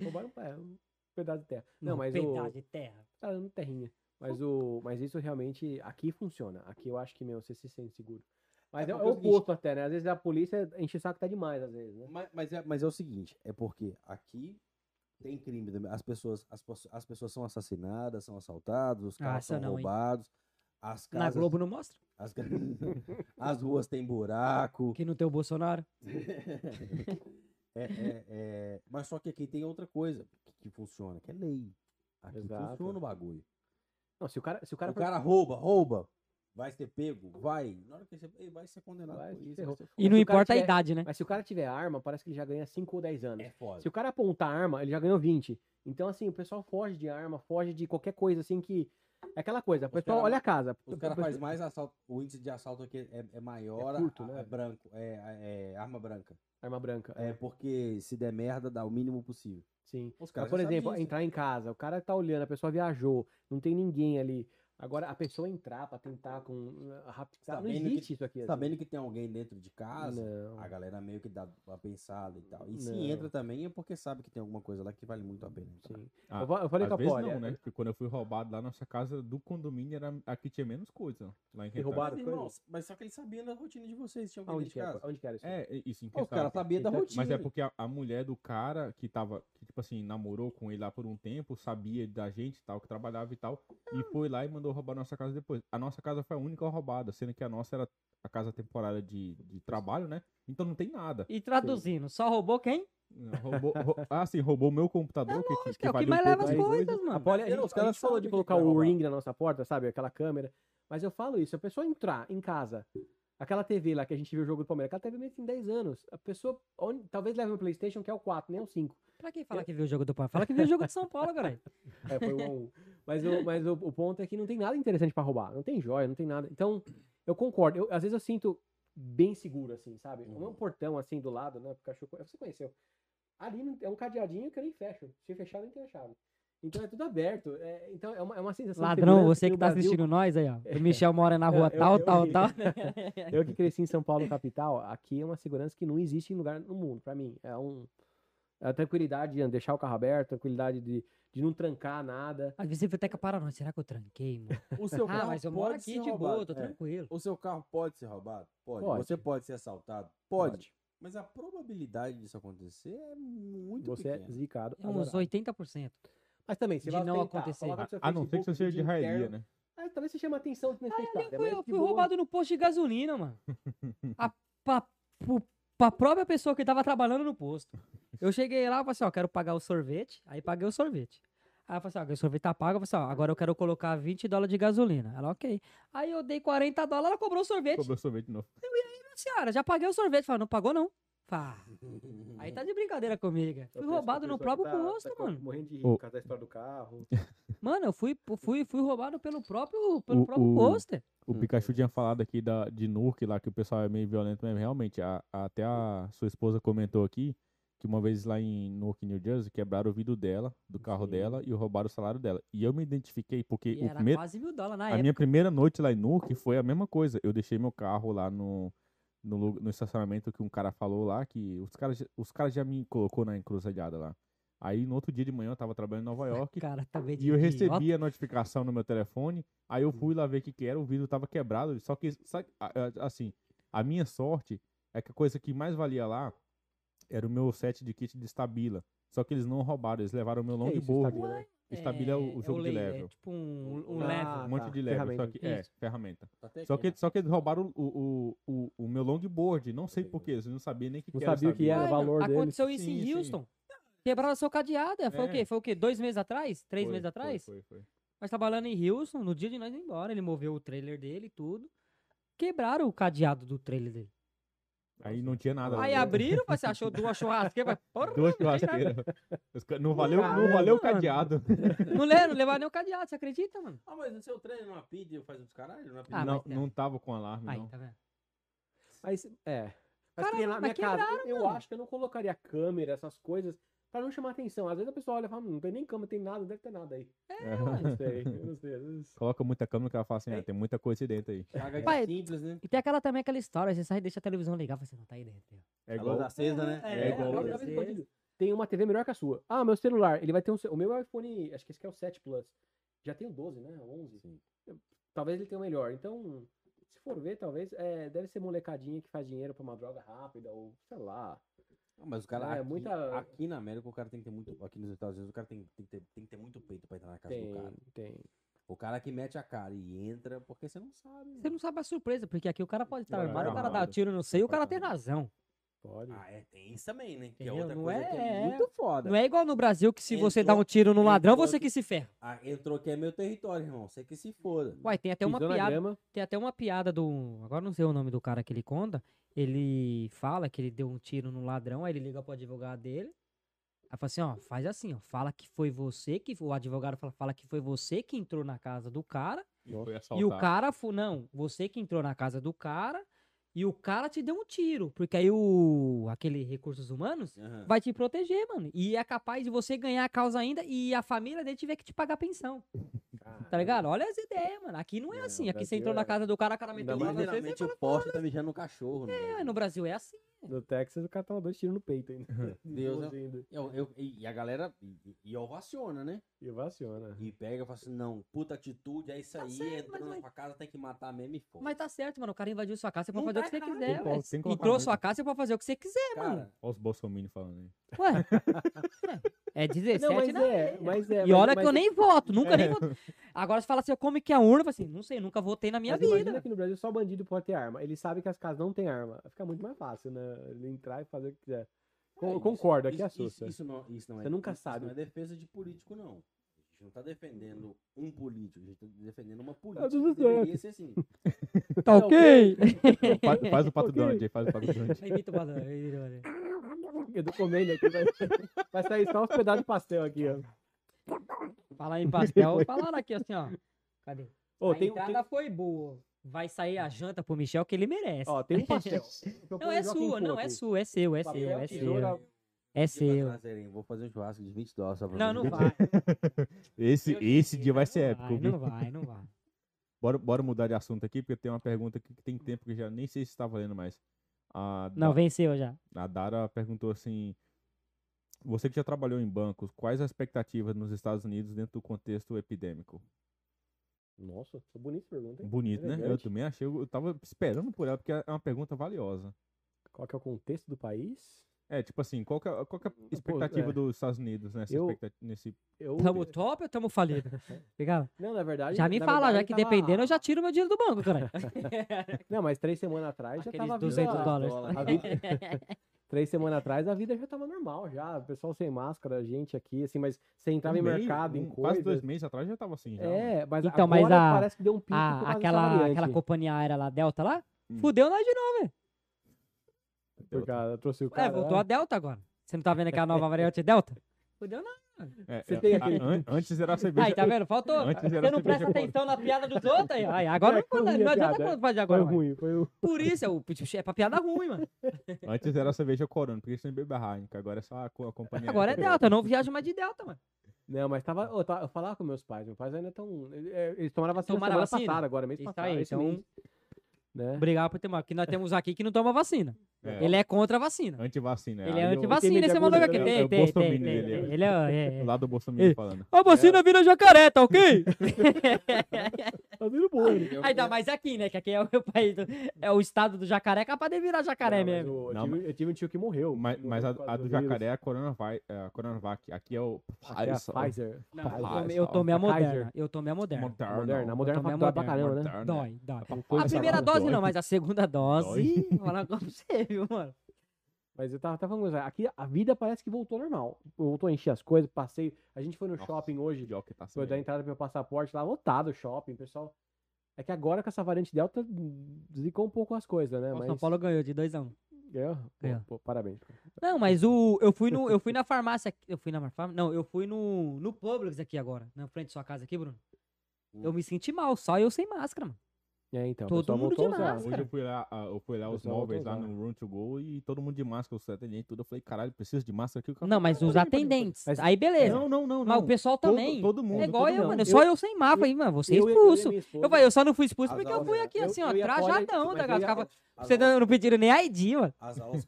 Roubaram um, pe- um pedaço de terra. Não, Um mas pedaço o de terra. tá dando terrinha. Mas o mas isso realmente aqui funciona. Aqui eu acho que meu você se sente seguro. Mas É é, é porque é o o seguinte- oposto até, né? Às vezes a polícia enche o saco até demais às vezes, né? Mas, mas é, mas é o seguinte, é porque aqui tem crime também. As pessoas, as, pos- as pessoas são assassinadas, são assaltadas, os carros Ah, são essa não, hein? roubados, as Na assim casas, Globo não mostra? as, ca- [LAUGHS] as ruas têm buraco. Que não tem o Bolsonaro. É, é, é, Mas só que aqui tem outra coisa que, que funciona, que é lei. Aqui Exato. funciona o bagulho. Não, se o cara, se o cara o for- cara rouba, rouba, vai ser pego, vai. Na hora que você ele vai ser condenado Vai, por isso. ferrou. vai ser E Mas não se o cara importa a tiver- idade, né? Mas se o cara tiver arma, parece que ele já ganha 5 ou 10 anos. foda. É foda. Se o cara apontar a arma, ele já ganhou 20. Então, assim, o pessoal foge de arma, foge de qualquer coisa, assim, que. É aquela coisa, o Os pessoal cara- olha a casa. Os o caras pessoal- [LAUGHS] fazem mais assalto. O índice de assalto aqui é, é maior. É furto, a- né? é branco. É, é arma branca. Arma branca. É porque se der merda, dá o mínimo possível. Sim. Os Mas, caras por já sabem exemplo, disso. entrar em casa, o cara tá olhando, a pessoa viajou, não tem ninguém ali. Agora, a pessoa entrar pra tentar com. Raptar, não Sabendo que- existe isso aqui. assim. Sabendo que tem alguém dentro de casa, Não. a galera meio que dá uma pensada e tal. E se Não. entra também é porque sabe que tem alguma coisa lá que vale muito a pena. então. entrar. Sim. Ah, eu, fa- eu falei com a Às vezes Poli, não, é, né? Porque quando eu fui roubado lá, nossa casa do condomínio era aqui tinha menos coisa. Lá em Foi Rental. roubado? Mas, coisa. irmãos, mas só que ele sabia da rotina de vocês. Tinha alguém Aonde dentro de que, é, casa. onde que era isso? É, e- isso em Os Rental. caras sabiam da Então, rotina. Mas é porque a, a mulher do cara que tava, que, tipo assim, namorou com ele lá por um tempo, sabia da gente e tal, que trabalhava e tal, e foi lá e mandou roubar nossa casa depois. A nossa casa foi a única roubada, sendo que a nossa era a casa temporária de, de trabalho, né? Então não tem nada. E traduzindo, só roubou quem? Roubou, rou- ah, sim, roubou meu computador, que, Acho que, que é o que valia mais um pouco leva as de mais coisas, A mano. Poli, a Não, gente, os a caras gente falou sabem de que tá colocar vai o roubar. ring na nossa porta, sabe? Aquela câmera. Mas eu falo isso, a pessoa entrar em casa, aquela TV lá que a gente viu o jogo do Palmeiras, aquela TV meio que tem 10 anos. A pessoa on- talvez leve um Playstation, que é o 4, nem o 5. Pra quem falar que viu o jogo do Palmeiras? Fala que viu o jogo de São Paulo, cara. É, foi um a um. Mas, o, mas o, o ponto é que não tem nada interessante pra roubar. Não tem joia, não tem nada. Então, eu concordo. Eu, às vezes eu sinto bem seguro, assim, sabe? O meu Uhum. portão, assim, do lado, né? Porque cachorro, você conheceu. Ali não- é um cadeadinho que eu nem fecho. Se fechar, nem tem a chave. Então é tudo aberto. É, então é uma, é uma sensação de Ladrão, segurança você que no tá Brasil- assistindo nós aí, ó. O Michel mora na rua eu- tal, eu tal, vi. tal. Eu que cresci em São Paulo, capital, aqui é uma segurança que não existe em lugar no mundo, pra mim. É um é a tranquilidade de deixar o carro aberto, tranquilidade de, de não trancar nada. A biblioteca paranoia, será que eu tranquei, mano? O seu [LAUGHS] Ah, carro mas eu pode moro aqui ser de boa, roubado. tô É. tranquilo. O seu carro pode ser roubado? Pode. Pode. Você pode ser assaltado? Pode. Mas a probabilidade disso acontecer é muito Você pequena. é zicado. É uns azarado. 80%. Mas também, se de vai não tentar, acontecer. coloca no seu coisa. A não ser que Facebook, você seja de vídeo raia, interno, né? aí talvez ah, você chame atenção desnecessária. Ah, Eu fui, mas eu de fui é boa. roubado no posto de gasolina, mano. A, pra, pro- pra própria pessoa que tava trabalhando no posto. Eu cheguei lá, falei assim, ó, quero pagar o sorvete. Aí paguei o sorvete. Aí eu falei assim, ó, o sorvete tá pago. Eu falei assim, ó, agora eu quero colocar 20 dólares de gasolina. Ela, ok. Aí eu dei 40 dólares, ela cobrou o sorvete. Cobrou sorvete de novo. Falei, senhora, já paguei o sorvete. Falei, não pagou não. Falei, ah, aí tá de brincadeira comigo. Eu Fui penso- roubado eu no penso que próprio tá- posto, tá mano. Morrendo de rir Ô. por causa da história do carro. Mano, eu fui, fui, fui roubado pelo próprio, pelo O- próprio o- pôster. O Hum. Pikachu tinha falado aqui da, de Nuke lá, que o pessoal é meio violento mesmo. Realmente, a- a- até a sua esposa comentou aqui que uma vez lá em Newark, New Jersey, quebraram o vidro dela, do carro Sim. dela, e roubaram o salário dela. E eu me identifiquei porque E o era primeiro, quase mil dólares na a época. minha primeira noite lá em Newark foi a mesma coisa. Eu deixei meu carro lá no, no, lu- no estacionamento que um cara falou lá, que os caras já- os caras já me colocou na encruzilhada lá. Aí no outro dia de manhã eu tava trabalhando em Nova [LAUGHS] York, Cara, também de e eu idiota. recebi a notificação no meu telefone, aí eu fui lá ver o que, que era, o vidro tava quebrado, só que, sabe, a- a- assim, a minha sorte é que a coisa que mais valia lá era o meu set de kit de Stabila. Só que eles não roubaram, eles levaram o meu Que é isso, longboard. Stabila, né? Stabila é o- o jogo de lei- level. É tipo um, um Ah, level. um monte tá, de level, só ferramenta. que, é, Isso. ferramenta. Até Só aqui, é. que, né? só que eles roubaram o, o, o, o meu longboard, não sei Entendi. porquê, eles não sabiam nem o que, Não que era sabia o que Stabila. era, o valor dele. Aconteceu isso Sim, em sim. Houston. Quebraram seu cadeado. é, Foi o É. quê? Foi o quê? Dois meses atrás? Três Foi, meses foi, atrás? foi, foi. Nós trabalhando em Houston, no dia de nós ir embora, ele moveu o trailer dele e tudo. Quebraram o cadeado do trailer dele. Aí não tinha nada. lá Aí dentro. abriram, você achou duas churrasqueiras, mas porra, Duas não tem nada. churrasqueiras. Os ca- Não valeu, não valeu o cadeado. Não le- não levaram nem o cadeado, você acredita, mano? Ah, mas no seu treino não apide, faz uns caralho, não apide. Ah, não, mas é. não tava com alarme, Aí, não. tá vendo? Mas, é. Mas Cara, que nem lá na minha mas casa, quebraram, eu mano. acho que eu não colocaria câmera, essas coisas, pra não chamar atenção. Às vezes a pessoa olha e fala, "Hum, não tem nem câmera, tem nada, deve ter nada aí. É. Eu não sei, eu não sei. às vezes- Coloca muita câmera que ela fala assim, É. ah, tem muita coisa aí dentro aí. Caga de Pai, simples, né? E tem aquela também, aquela história, você sai e deixa a televisão ligar, você não tá aí dentro. É A luz igual... acesa, né? É, agora igual o eu tava Brasil. pensando, Tem uma TV melhor que a sua. Ah, meu celular, ele vai ter um. ce- O meu é o iPhone, acho que esse aqui é o 7 Plus. Já tem o 12, né? O 11. Eu- Talvez ele tenha o melhor. Então, se for ver, talvez, é, deve ser molecadinha que faz dinheiro pra uma droga rápida, ou sei lá. Não, mas o cara. É, aqui, muita- aqui na América, o cara tem que ter muito. Aqui nos Estados Unidos, o cara tem, tem, que, ter, tem que ter muito peito pra entrar na casa Tem, do cara. tem. O cara que mete a cara e entra, porque você não sabe. né? Você não sabe a surpresa, porque aqui o cara pode estar Não, é armado, o cara dá armado. tiro, não sei, e o Vai cara tá tem armado. razão. Pode. Ah, é, tem isso também, né? Que é Entendeu? outra Não coisa que é Hum. é- muito foda. Não é igual no Brasil que se você dá Entrou- um tiro no ladrão, entrou você aqui. que se ferra. Ah, entrou aqui é meu território, irmão. Você que se foda. Uai, tem até uma Pisou na piada. grama, Tem até uma piada do. Agora não sei o nome do cara que ele conta. Ele fala que ele deu um tiro no ladrão, aí ele liga pro advogado dele. Aí fala assim, ó, faz assim, ó. Fala que foi você que. O advogado fala, fala que foi você que entrou na casa do cara. Foi E o assaltado. cara foi. Não, você que entrou na casa do cara. E o cara te deu um tiro. Porque aí o. Aquele recursos humanos Aham. vai te proteger, mano. E é capaz de você ganhar a causa ainda e a família dele tiver que te pagar pensão. Tá ligado? Olha as ideias, mano. Aqui não é É, assim. o Aqui você Brasil entrou na é- casa do cara, o cara meteu Ainda um mais tiro em você, geralmente você o poste tá mijando no cachorro. né? fala, No Brasil é assim. No Texas, o cara toma dois tiros no peito ainda. Deus, né? Ainda. Eu- eu- e e a galera e, e ovaciona, né? E vaciona. E pega e fala assim: não, puta atitude, é isso aí. Tá certo, entrando mas- na mas- sua casa tem que matar mesmo e foda. Mas tá certo, mano. O cara invadiu sua casa, você Não pode tá fazer o que você errado. quiser, Tem velho. que- tem que colocar Entrou muito. sua casa, você pode fazer o que você quiser, é, mano. Cara, é Olha os bolsominions [LAUGHS] falando aí. Ué. [LAUGHS] É 17 Não, mas na é, areia. mas é. E mas- olha mas- que eu nem voto, nunca nem voto. Agora você fala assim, como que é a urna? Eu falo assim, não sei, nunca votei na minha Mas imagina vida. que no Brasil só bandido pode ter arma. Ele sabe que as casas não têm arma. Fica muito mais fácil, né? Ele entrar e fazer o que quiser. Con- É, eu isso- concordo, aqui isso, assusta. Isso, isso não, isso não é, Você nunca isso sabe. né? não é defesa de político, não. A gente não tá defendendo um político, a gente tá defendendo É uma política. tudo que deveria ser assim. é Tá ok? Faz, faz o pato Ok. Donald aí, faz o pato [LAUGHS] Donald. Aí, Vitor, mano, aí, mano. [LAUGHS] Eu tô comendo aqui. Vai, [LAUGHS] vai sair só uns pedaços de pastel aqui, ó. Falar em pastel, [LAUGHS] falaram aqui assim, ó. Cadê? Ô, a tem, um, entrada tem, foi boa. Vai sair a janta pro Michel que ele merece. ó, [LAUGHS] tem um pastel. não, é sua, não, é sua, é seu, [LAUGHS] é seu, é seu. Dia pra É seu. trás, Eren, Vou fazer um churrasco de 20 dólares só pra Não, você. não vai. Esse, esse dia vai ser épico, viu? Não vai, não vai. Bora, bora mudar de assunto aqui, porque tem uma pergunta aqui que tem tempo que já nem sei se está valendo mais. A, Da- Não, venceu já. a Dara perguntou assim: Você que já trabalhou em bancos, quais as expectativas nos Estados Unidos dentro do contexto epidêmico? Nossa, que bonita pergunta, hein? Bonito, né? Eu Elegante. também achei, eu tava esperando por ela, porque é uma pergunta valiosa. Qual que é o contexto do país? É, tipo assim, qual que é, qual que é a expectativa é. dos Estados Unidos nessa Eu- expecta- nesse Eu... Tamo top ou tamo falido? Legal? Não, na verdade. Tá Já me na fala, já verdade, que tava- dependendo eu já tiro meu dinheiro do banco, cara. [LAUGHS] Não, mas três semanas atrás já Aqueles tava. 200 vindo a- dólares. a vida- Três semanas atrás a vida já tava normal, já. O pessoal sem máscara, a gente aqui, assim, mas você entrava em um mês, mercado, em um- Quase dois coisas. meses atrás já tava assim. Já, É, mas Então, mas agora a- parece que deu um pico Ah, por causa dessa aquela, variante. aquela companhia aérea lá, Delta lá, Hum. fudeu nós de novo. Por causa- trouxe o É, cara. voltou a lá. Delta agora. Você não tá vendo que a nova variante é Delta? Fudeu nós. É, Você é, tem a- aquele- an- antes era a cerveja. Aí, tá vendo? Faltou. [LAUGHS] Antes era Você não cerveja presta com- atenção na piada dos outros aí. Aí, agora É, não, conta- foi não ruim a adianta piada. fazer Foi agora. mais. ruim, foi o. Por isso, é, o, é pra piada ruim, mano. Antes era a cerveja corona, porque eles têm bebê Heineken, agora é só a, co- a companhia. Agora é Delta, eu não viajo mais de Delta, mano. Não, mas tava. Eu, tava- eu falava com meus pais, meus pais ainda estão. Eles tomaram a vacina Tomaram a semana vacina? passada, agora, mês Isso passado. aí, esse então- mês, né? Obrigado por ter mal. Que nós temos aqui que não toma vacina. É. Ele é contra a vacina. Antivacina. Ele é ali o- anti-vacina, ele esse é maluco aqui. bolsominion, ele Tem, é o tem, tem. bolsominion, tem, ele é. tem. Ele é. é, O [LAUGHS] é. lado do Bolsonaro Ei. falando. A vacina vira jacaré, tá ok? Tá vindo bom, [LAUGHS] né? Eu- Ainda mais aqui, né? Que aqui é o meu país. do- É o estado do jacaré, é capaz de virar jacaré Não, mas mesmo. o- Eu, Não, tive, eu tive um tio que morreu. Mas, morreu mas a, por causa a do vírus. jacaré é a Coronavac. É a Coronavac. Aqui é o. Aqui é a Pfizer. Pfizer. Não, eu Pfizer. tomei- eu tomei a Pfizer. moderna. Eu tomei a moderna. Moderna. Moderna. A Eu moderna tomei a factura pra Moderna, caramba, né? Moderna. Dói, dói. Coisa A primeira saudável. dose não, mas a segunda dose. Dói. [LAUGHS] Vou falar com você, viu, mano? Mas eu tava, tava falando, com você, aqui a vida parece que voltou ao normal. Voltou a encher as coisas, passeio. A gente foi no Nossa. shopping hoje, Pior que tá foi dar sendo. entrada pro meu passaporte lá, lotado o shopping, pessoal. É que agora com essa variante Delta hum, deslicou um pouco as coisas, né? O Mas São Paulo ganhou de 2x1. Ganhou? Pô, Ganhou. pô, parabéns. cara. Não, mas o, eu, fui no, eu fui na farmácia. aqui- Eu fui na farmácia? Não, eu fui no, no Publix aqui agora, na frente da sua casa aqui, Bruno. Uhum. Eu me senti mal, só eu sem máscara, mano. É, então, o Todo pessoal mundo voltou a de usar. máscara. Hoje eu fui lá, ah, eu fui lá os Pessoal, móveis voltou lá a usar. no Room to Go e todo mundo de máscara, os atendentes, tudo. Eu falei, caralho, preciso de máscara aqui. é o cara Não, falou, mas "Não, os pode ir, pode ir, pode ir." atendentes. Mas- Aí beleza. Não, não, não, não. mas o pessoal Todo- também. Todo mundo. é igual todo eu, mundo. mano. eu- só eu sem mapa aí, mano. Você Eu e- eu e a expulso. minha esposa- Eu, falei, eu só não fui expulso As porque eu aulas fui era- aqui é, eu- assim, eu ó, ia fora, trajadão, mas da eu galera. ia- Ficava- As Você aulas- não, não pediram nem ID, [LAUGHS] mano. As [LAUGHS] aulas,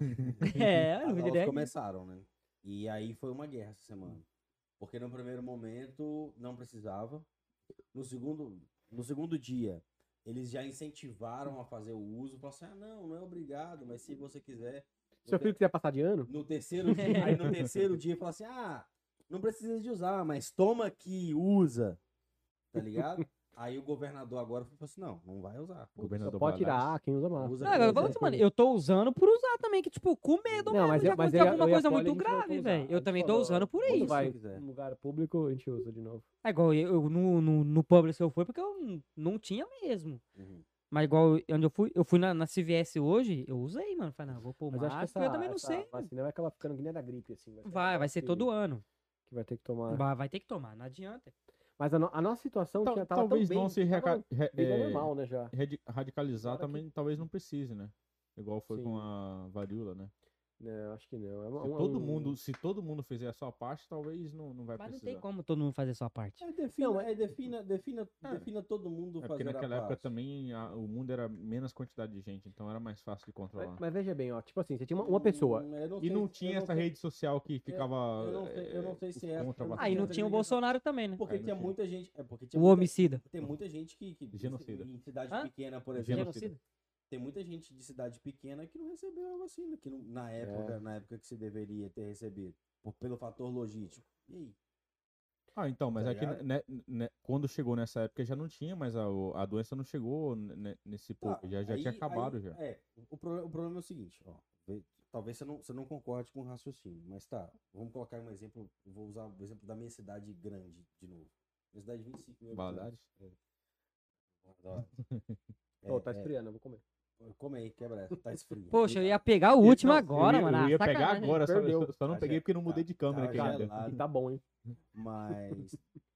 É, as não aulas pediram nem ID. começaram, né? E aí foi uma guerra essa semana. Porque no primeiro momento não precisava. No segundo, no segundo dia, eles já incentivaram a fazer o uso. Falaram assim, ah, não, não é obrigado, mas se você quiser. No Seu te- filho quiser passar de ano, No terceiro [LAUGHS] dia, aí no terceiro dia, fala assim, ah, não precisa de usar, mas toma aqui, usa. Tá ligado? Aí o governador agora falou assim, não, não vai usar. O governador pode vai lá. tirar quem usa máscara. Usa Não, aqui, agora usa falando aqui. assim, mano, eu tô usando por usar também, que tipo, com medo é mesmo Não, mas mas eu- já mas aconteceu eu- alguma eu e a coisa muito Polly, a gente voltou a grave, usar. A velho. Eu gente também tô falou, usando por quando Quando isso. vai- você quiser. Num lugar público, a gente usa de novo. É igual eu, eu no, no, no Publix que eu fui, porque eu n- não tinha mesmo. Uhum. Mas igual eu- onde eu fui, eu fui na, na CVS hoje, eu usei, mano. Falei, não, vou pôr Mas acho que máscara, essa, eu também não essa sei. mano. vacina vai acabar ficando que nem a da gripe, assim. um Vai, vai negócio ser que- todo ano. Que vai ter que tomar. Vai, vai ter que tomar, não adianta. Mas a, no- a nossa situação Tal- tinha, tava Talvez tão bem, não se tava reca- re- vida é, normal, né, já. radi- radicalizar Agora que- também, talvez não precise, né? Igual foi com Sim. a varíola, né? Não, acho que não. É uma- Se uma- todo um- mundo, se todo mundo fizer a sua parte, talvez não, não vai Mas não precisar. tem como todo mundo fazer a sua parte. É, defina, Não, Ah. é, defina, defina, É. defina todo mundo É porque fazer naquela a época parte. também a- o mundo era menos quantidade de gente, então era mais fácil de Mas, controlar. mas veja bem, ó. Tipo assim, você tinha uma, uma pessoa. Hum, eu e sei não se- tinha eu não essa sei- rede social que ficava. eu não sei- eu não eh, sei se os é- contra eu não Aí não Mas tinha o ele já- Bolsonaro também, né? Porque Aí não tinha tinha. muita gente. É porque tinha O muita- homicida. Tem muita gente que. que Genocida. Em cidade Hã? pequena, por exemplo. Genocida. Genocida. Tem muita gente de cidade pequena que não recebeu a vacina, que não- na, É. época, na época que se deveria ter recebido, por- pelo fator logístico. E aí? Ah, então, mas Tá é que ligado? né- né- quando chegou nessa época já não tinha, mas a, o- a doença não chegou ne- nesse Tá, pouco, já, já tinha aí- acabado aí- já. É, o, pro- o problema é o seguinte, ó. ve- Talvez você não, você não concorde com o raciocínio, mas tá, vamos colocar um exemplo, vou usar o exemplo da minha cidade grande de novo. Minha cidade de 25 mil Valadares? habitantes. É. [LAUGHS] Valadares. É, Ó, tá é, esfriando, eu vou comer. Come aí, quebra essa, tá esfriando. Poxa, eu ia pegar o último Não, agora, eu ia, mano. Eu ah, ia pegar sacanagem. agora, só, Perdeu. só- só não Tá peguei porque não gelado. mudei de câmera aqui gelado. ainda. E tá bom, hein? Mas.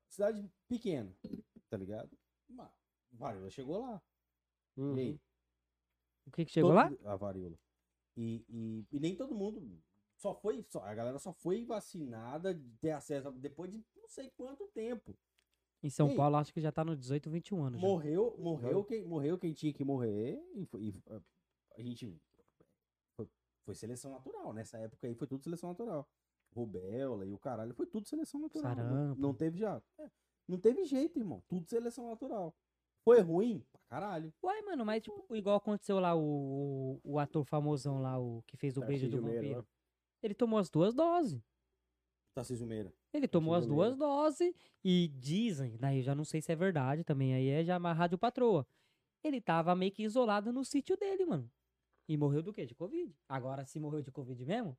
Cidade pequena, tá ligado? Mas varíola chegou lá. E aí? Uhum. O que que chegou lá? Todo- A varíola. E, e, e nem todo mundo. Só foi. Só, a galera só foi vacinada de ter acesso a- depois de não sei quanto tempo. Em São Ei. Paulo, acho que já tá no 18, 21 anos. já. Morreu, morreu, Olha. quem, morreu quem tinha que morrer. E, foi- e, ah, a gente. Foi, foi seleção natural. Nessa época aí foi tudo seleção natural. Rubéola e o caralho, foi tudo seleção natural. Não- Sarampo. Não, teve já. é, não teve jeito, irmão. Tudo seleção natural. Foi ruim pra caralho. Uai, mano, mas tipo, igual aconteceu lá o, o, o ator famosão lá, o que fez o beijo do Tarcísio Meira, né? vampiro. lá. Ele tomou as duas doses. Tarcísio Meira. Ele tomou as Tarcísio Meira. duas doses e dizem, daí eu já não sei se é verdade também, aí é já uma rádio patroa. Ele tava meio que isolado no sítio dele, mano. E morreu do quê? De Covid. Agora, se morreu de Covid mesmo,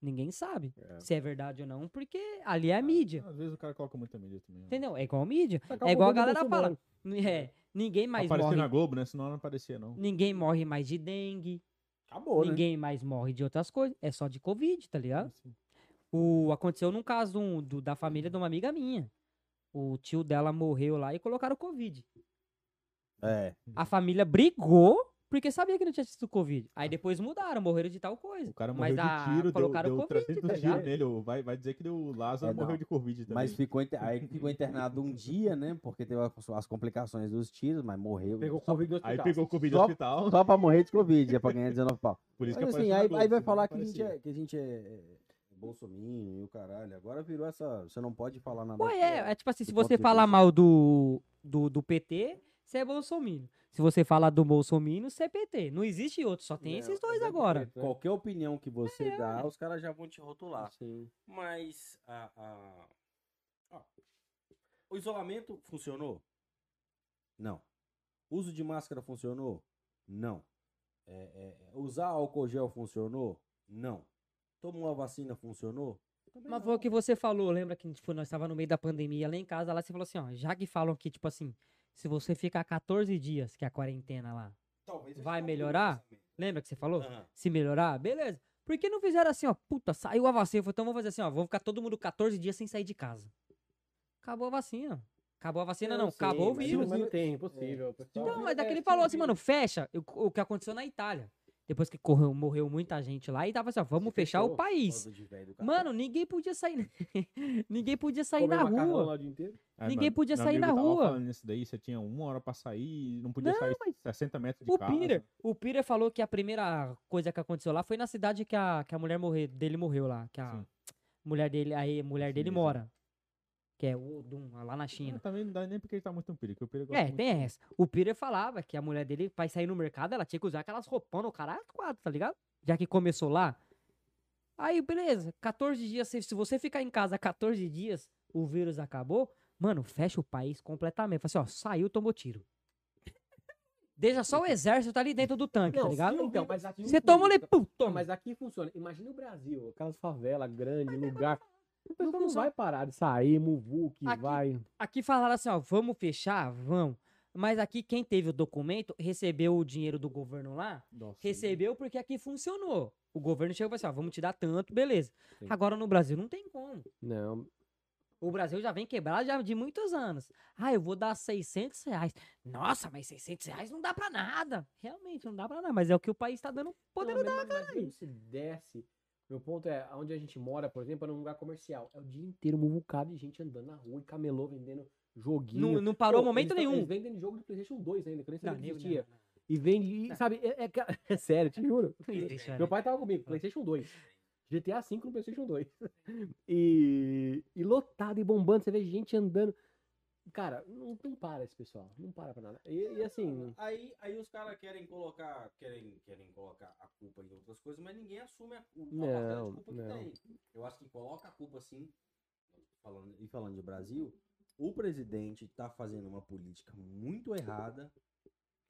ninguém sabe É. se é verdade ou não, porque ali é a mídia. Às vezes o cara coloca muita mídia também. né? Entendeu? É igual a mídia. Acabou É igual a com o galera direito fala. humano. É, ninguém mais Apareceu morre. na Globo, né? Senão não aparecia, não. Ninguém morre mais de dengue. Acabou, né? Ninguém mais morre de outras coisas. É só de Covid, tá ligado? O, aconteceu num caso um, do- da família de uma amiga minha. O tio dela morreu lá e colocaram Covid. É. A família brigou porque sabia que não tinha sido Covid. Aí depois mudaram, morreram de tal coisa. O cara Mas morreu a- de tiro, deu, colocaram deu Covid, 300 tá tiros ligado? nele. o- Vai, vai dizer que deu, o Lázaro É, não. morreu de Covid também. Mas ficou, inter- aí ficou internado um dia, né? Porque teve as, as complicações dos tiros, mas morreu. Pegou Covid do Aí hospital. pegou Covid no Só- hospital, Só pra morrer de Covid, é pra ganhar 19 pau. por isso que Mas assim, apareceu na aí, Globo, aí vai senão falar não que a gente aparecia. é, que a gente é, é bolsominion e o caralho. Agora virou essa. Você não pode falar nada. Ué, é, é tipo assim, do se ponto você de falar vista. mal do, do, do PT, você é bolsominion. Se você falar do bolsominion, você é PT. Não existe outro, só tem Não, esses é dois branco e agora. preto, né? Qualquer opinião que você É, dá, os caras já vão te rotular. Sim. Mas a, a- ó, o isolamento funcionou? Não. Uso de máscara funcionou? Não. É, é, usar álcool gel funcionou? Não. Tomou a vacina funcionou? Também Mas não. foi o que você falou, lembra que tipo, nós estava no meio da pandemia lá em casa, lá você falou assim, ó, já que falam que, tipo assim, se você ficar 14 dias, que é a quarentena lá, Talvez eu vai esteja melhorar? com esse pensamento. Lembra que você falou? Aham. Se melhorar, beleza. Por que não fizeram assim, ó? Puta, saiu a vacina. falei, Então vamos fazer assim, ó. Vamos ficar todo mundo 14 dias sem sair de casa. Acabou a vacina. Acabou a vacina, não. Acabou o mas vírus. Não, é mas não tem, impossível. pessoal. Não, mas daquele falou assim, mano, fecha o, o que aconteceu na Itália. Depois que correu, morreu muita gente lá e tava assim, ó, vamos fechar o fechou, país. Bando de velho do caralho. Mano, ninguém podia sair. [LAUGHS] ninguém podia sair Comer na macarrão rua. lá o dia inteiro. Aí, Ninguém mano, podia É, meu sair amigo na tava rua. falando isso daí, você tinha uma hora pra sair, não podia sair 60 metros de O casa. Ah, né? Peter, o Peter falou que a primeira coisa que aconteceu lá foi na cidade que a, que a mulher morreu, dele morreu lá. Que a Sim. mulher dele, aí, mulher dele Chinesa. mora. Que é Odum, lá na Ah, China. também não dá nem porque ele tá muito no Peter, que o Peter gosta É, muito. tem essa. O Peter falava que a mulher dele, pra sair no mercado, ela tinha que usar aquelas roupão no caralho, quatro, tá ligado? Já que começou lá. Aí, beleza, 14 dias. Se, se você ficar em casa 14 dias, o vírus acabou, mano, fecha o país completamente. Fala assim, ó, saiu, tomou tiro. Deixa só o exército ali dentro do tanque, tá Não, ligado? sim, então, mas aqui Você não toma ele, funciona. pum, Não, toma. Mas aqui funciona. Imagina o Brasil, aquelas favelas grandes, lugar. O pessoal não é funciona. vai parar de sair, muvuque, Aqui- vai. Aqui falaram assim, ó, vamos fechar? Vamos. Mas aqui quem teve o documento recebeu o dinheiro do governo lá, Nossa, recebeu porque aqui funcionou. O governo chegou e falou assim, ó, vamos te dar tanto, beleza. Sim. Agora no Brasil não tem como. Não, O Brasil já vem quebrado já de muitos anos. Ah, eu vou dar 600 reais. Nossa, mas 600 reais não dá pra nada. Realmente, não dá pra nada. Mas é o que o país tá dando, podendo mas- dar. mas- mas mesmo se desce. Meu ponto é, onde a gente mora, por exemplo, é num lugar comercial. É o dia inteiro muvucado de gente andando na rua e camelô vendendo joguinho. Não, não parou Pô, momento eles tão- nenhum. Eles vendem jogo de Playstation 2 ainda, que eu nem Não, sabia que nem- não, existia. não. E vende, e, sabe, é, é ca- [LAUGHS] é sério, te juro. Deixa, né? Meu pai tava comigo, Playstation 2. GTA V no Playstation 2. [LAUGHS] E, e lotado e bombando, você vê gente andando. Cara, não, não para esse pessoal. Não para pra nada. E, e assim, Aí, aí os caras querem colocar, querem, querem colocar a culpa em outras coisas, mas ninguém assume a, o- a parcela de Não, culpa não. que tem. Eu acho que coloca a culpa assim, falando, e falando de Brasil, o presidente tá fazendo uma política muito errada,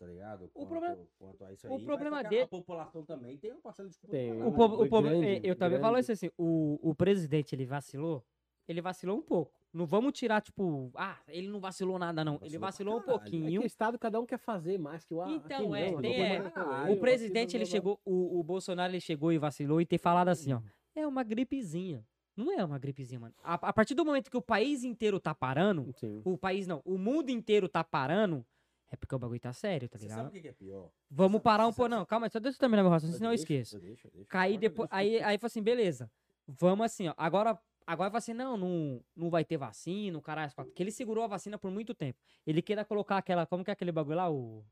tá ligado? Quanto, problema- quanto a isso o aí. mas problema que a- dele- A população também tem uma parcela de culpa. Tem, do o caralho. O Mas povo, foi o povo, grande, é, eu também falo grande. isso assim, o, o presidente ele vacilou, ele vacilou um pouco. Não vamos tirar, tipo, ah, ele não vacilou nada, não. ele Vacilou pra vacilou um caralho. é que pouquinho. o Estado cada um quer fazer mais que o ah, Então, quem é, não, tem- depois é, vai falar, o eu o vacilo, presidente, é. blá, ele blá, chegou, o, o Bolsonaro, ele chegou e vacilou e ter falado assim, ó. É uma gripezinha. Não é uma gripezinha, mano. A, a partir do momento que o país inteiro tá blá. parando, Sim. o país não, o mundo inteiro tá parando, é porque o bagulho tá sério, tá Você sabe o ligado? que que é pior? Vamos sabe- parar um você sabe- pouco. Não, calma, só deixa eu terminar meu raciocínio, Eu senão eu deixo, esqueço. deixo, eu deixo. Caí Pode deixar. depois. Aí, aí falou assim, beleza. Vamos assim, ó. Agora, agora vai ser, não, não, não vai ter vacina, o caralho. as quatro, Que ele segurou a vacina por muito tempo. Ele queira colocar aquela. Como que é aquele bagulho lá? O,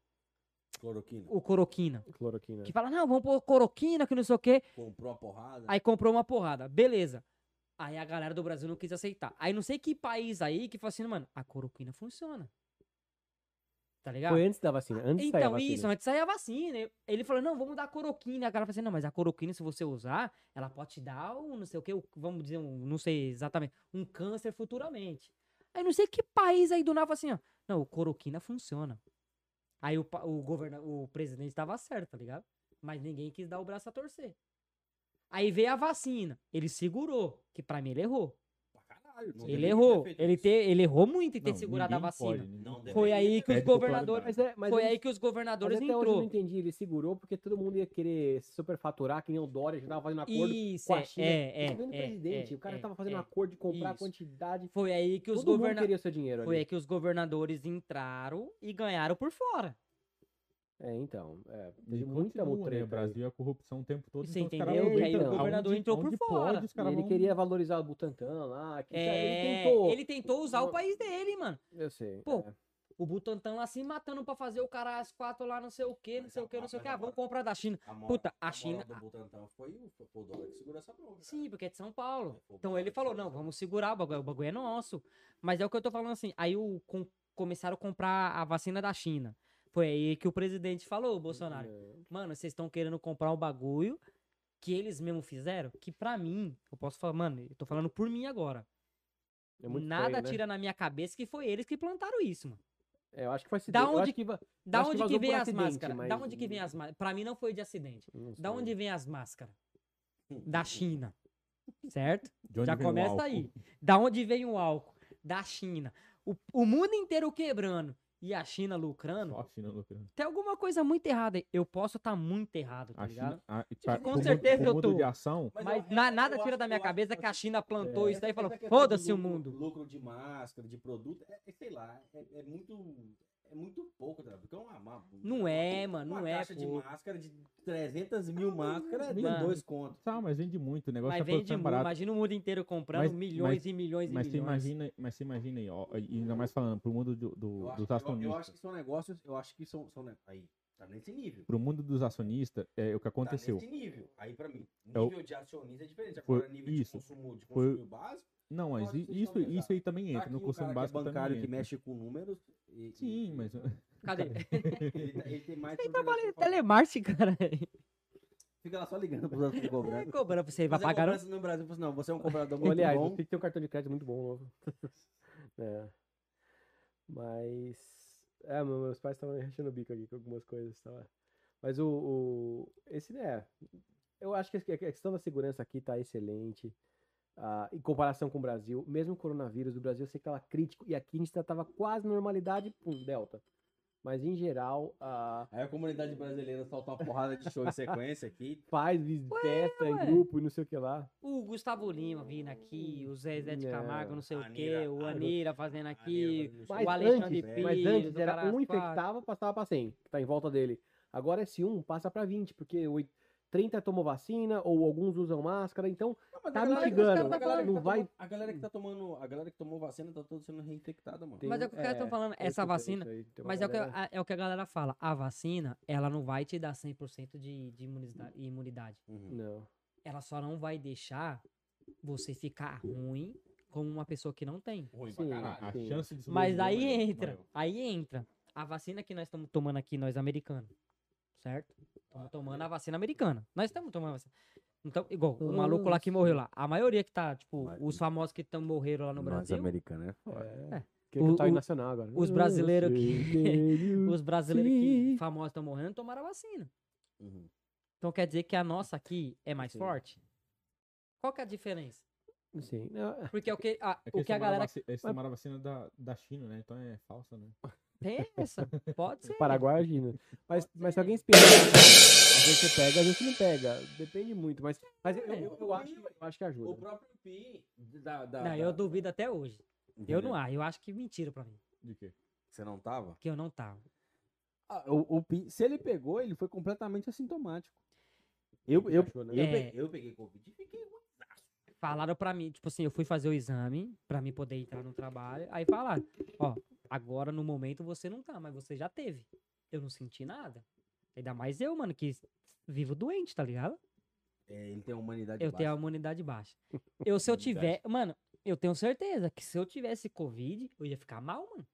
Cloroquina. o coroquina. Cloroquina. Que fala, não, vamos pôr coroquina, que não sei o quê. Comprou a porrada. Aí comprou uma porrada. Beleza. Aí a galera do Brasil não quis aceitar. Aí não sei que país aí que falou assim, mano, a coroquina funciona. Tá ligado? Foi antes da vacina. Antes da Então, vacina. isso, antes sair a vacina. Eu- Ele falou, não, vamos dar a coroquina. A galera falou assim, não, mas a coroquina, se você usar, ela pode te dar um, não sei o quê, o- vamos dizer, um, não sei exatamente, um câncer futuramente. Aí não sei que país aí do nada falou assim, ó, não, o coroquina funciona. Aí o, pa- o, governa, o presidente tava certo, tá ligado? Mas ninguém quis dar o braço a torcer. Aí veio a vacina, ele segurou, que pra mim ele errou. Pra caralho, não Ele deveria ter errou, feito ele, isso. ter, ele errou muito em ter Não, segurado a ninguém vacina. pode, ninguém Não pode. Foi deveria aí ter que os feito. governadores- Mas é, mas Foi eles- aí que os Mas governadores até hoje eu não entrou. entendi. Ele segurou porque todo mundo ia querer superfaturar, que nem o Dória já tava fazendo acordo. Isso, com a é, China. é, Eu é, tô vendo o é, presidente, é, o cara é, tava fazendo é. acordo de comprar isso. quantidade. Foi aí que os Todo mundo governadores. queria seu dinheiro Foi ali. aí que os governadores entraram e ganharam por fora. É, então. É, E teve muita continua, né? mutreta. O Brasil é corrupção o tempo todo. Você então os caras entendeu? Que aí o aproveitam governador aonde- entrou por aonde fora. pode, os E caras ele vão- queria valorizar o Butantan lá. Que, cara, É, Então, ele tentou. ele tentou usar o uma- país dele, mano. Eu sei. Pô, é. O Butantan lá se matando pra fazer o cara as quatro lá, não sei o que, não Mas sei o a- que, não sei o mas que. Ah, vamos agora- comprar da China. A mo- Puta, a moral China- do Butantan foi o, foi o dólar que segurou essa bronca. Sim, porque é de São Paulo. Foi o Então dólar ele que falou: segurou não, essa vamos segurar, o bagulho, o bagulho é nosso. Mas é o que eu tô falando assim. Aí o, com- começaram a comprar a vacina da China. Foi aí que o presidente falou, o Bolsonaro. É. Mano, vocês estão querendo comprar um bagulho que eles mesmo fizeram, que pra mim, eu posso falar, mano, eu tô falando por mim agora. É muito Nada estranho, né? tira na minha cabeça que foi eles que plantaram isso, mano. É, eu acho que foi Da acidente. eu onde- acho que va- Da acho que onde que vazou por vem as acidente, máscaras? Da mas onde que vem não- as máscaras? Pra mim não foi de acidente. não Da sei. onde vem as máscaras? bronca. Da [LAUGHS] China. Certo? De onde Já vem o começa álcool? aí. Da onde vem o álcool? Da China. O, o mundo inteiro quebrando. e a China lucrando, Só a China lucrando. tem alguma coisa muito errada aí. Eu posso estar muito errado, tá A ligado? China, a, e pra- com pro mundo- certeza pro eu mundo tô. de ação, Mas na- nada tira da minha cabeça que a China plantou isso é Essa- daí e falou, essa questão foda-se do o lucro- mundo. Lucro de máscara, de produto, é, é, sei lá, é, é muito. É muito pouco, tá? Porque é uma, uma- Não é, mano, uma não é caixa de pouco. é máscara de 300 mil máscaras, nem nem mano. dois contos. tá, mas vende muito. O negócio Mas é vende muito. barato. Imagina o mundo inteiro comprando Mas- milhões mas- e milhões e Mas você milhões. imagina, mas você imagina aí, ó, e ainda mais falando, pro mundo do, do- Eu acho, dos eu- eu, acionistas. acho que são negócios, eu acho que são. são ne- aí, tá nesse nível. Pro mundo dos acionistas, é o que aconteceu. Tá nesse nível. Aí, pra mim, É o- nível de acionista é diferente. Foi Agora, nível de isso. consumo, de Foi- consumo básico. Não, mas Pode i- ser isso, só isso aí também Tá entra. aqui No o consumo cara que básico é bancário também que entra. mexe com números. e- e- Sim, mas Cadê? Ele, tá- ele tem mais. Ele propriedade trabalha em pra falar. [LAUGHS] telemarketing, cara. Fica lá só ligando pros outros É, [LAUGHS] cobrando. cobrando pra você, vai Fazer pagar. não? é cobrança no Brasil, fala assim, não, você é um cobrador muito Aliás, bom. você tem um cartão de crédito muito bom novo. [LAUGHS] É. Mas. É, meu- meus pais estavam me rachando o bico aqui com algumas coisas. Tava... Mas o, o- Esse, né? Eu acho que a questão da segurança aqui tá excelente. ah, em comparação com o Brasil, mesmo o coronavírus, o Brasil eu sei que tava crítico e aqui a gente tá, tava quase normalidade, pum, Delta. Mas em geral, ah, Aí a comunidade brasileira solta uma porrada de show em sequência aqui. faz festa em ué. grupo e não sei o que lá. O Gustavo Lima vindo aqui, o Zezé de Não. Camargo, não sei o quê, Anira, o Anira. Anira fazendo aqui. Maneiro, fazendo Mas o show. Alexandre antes, Pires, mas antes o era Caralho um quatro. infectava, passava para 100, que tá em volta dele. Agora esse um passa para 20, porque oit- 30 tomou vacina ou alguns usam máscara, então Não, mas a Tá galera- mitigando, a galera que não tá vai- tomando- A galera que tá tomando, a galera que tomou vacina tá toda sendo reinfectada, mano. tem- Mas é o que os caras tão falando, eu essa escutei isso vacina- aí, tem uma Mas é o, que, galera- a- é o que a galera fala. A vacina, ela não vai te dar 100% de, de imunidade- imunidade. Uhum. Não. Ela só não vai deixar você ficar ruim como uma pessoa que não tem. Ruim Sim. pra a, caralho. a Sim. chance de Mas sobreviver aí é maior, entra, maior. aí entra a vacina que nós estamos tomando aqui, nós americanos, certo? Estamos tomando a vacina americana. Nós estamos tomando a vacina. Então, igual, o maluco lá que morreu lá. A maioria que tá, tipo, Mas- os famosos que tão, morreram lá no Brasil, americanos, né? É. É. Queria O- cantar o o- hino nacional agora. os brasileiros que- Brasileiro. [LAUGHS] os brasileiros que Sim. famosos estão morrendo tomaram a vacina. Uhum. Então quer dizer que a nossa aqui é mais Sim. forte? Qual que é a diferença? Sim, não, Porque é o que a, É que o eles que a tomaram galera vaci- Eles tomaram a vacina da, da China, né? Então é falsa, né? tem essa. Pode ser. Paraguai, China. Mas, Pode ser. mas se alguém espelhar, às vezes você pega, às vezes você não pega. Depende muito, mas, mas eu, eu- eu acho, que- eu acho que O ajuda. próprio Pi da. da Não, da- eu duvido até hoje. Eu Entendeu? não acho. Eu acho que mentira pra mim. De quê? Você não tava? Que eu não tava. Ah, o, o Pi, se ele pegou, ele foi completamente assintomático. Eu, eu, Achou, né? eu, É. peguei, eu peguei Covid e fiquei ruim. Falaram pra mim, tipo assim, eu fui fazer o exame pra mim poder entrar no trabalho. Aí falaram, ó, agora no momento você não tá, mas você já teve. Eu não senti nada. Ainda mais eu, mano, que vivo doente, tá ligado? É, ele tem a humanidade Eu tenho a baixa. imunidade baixa. Eu, se [LAUGHS] eu Imunidade. tiver, mano, eu tenho certeza que se eu tivesse Covid, eu ia ficar mal, mano.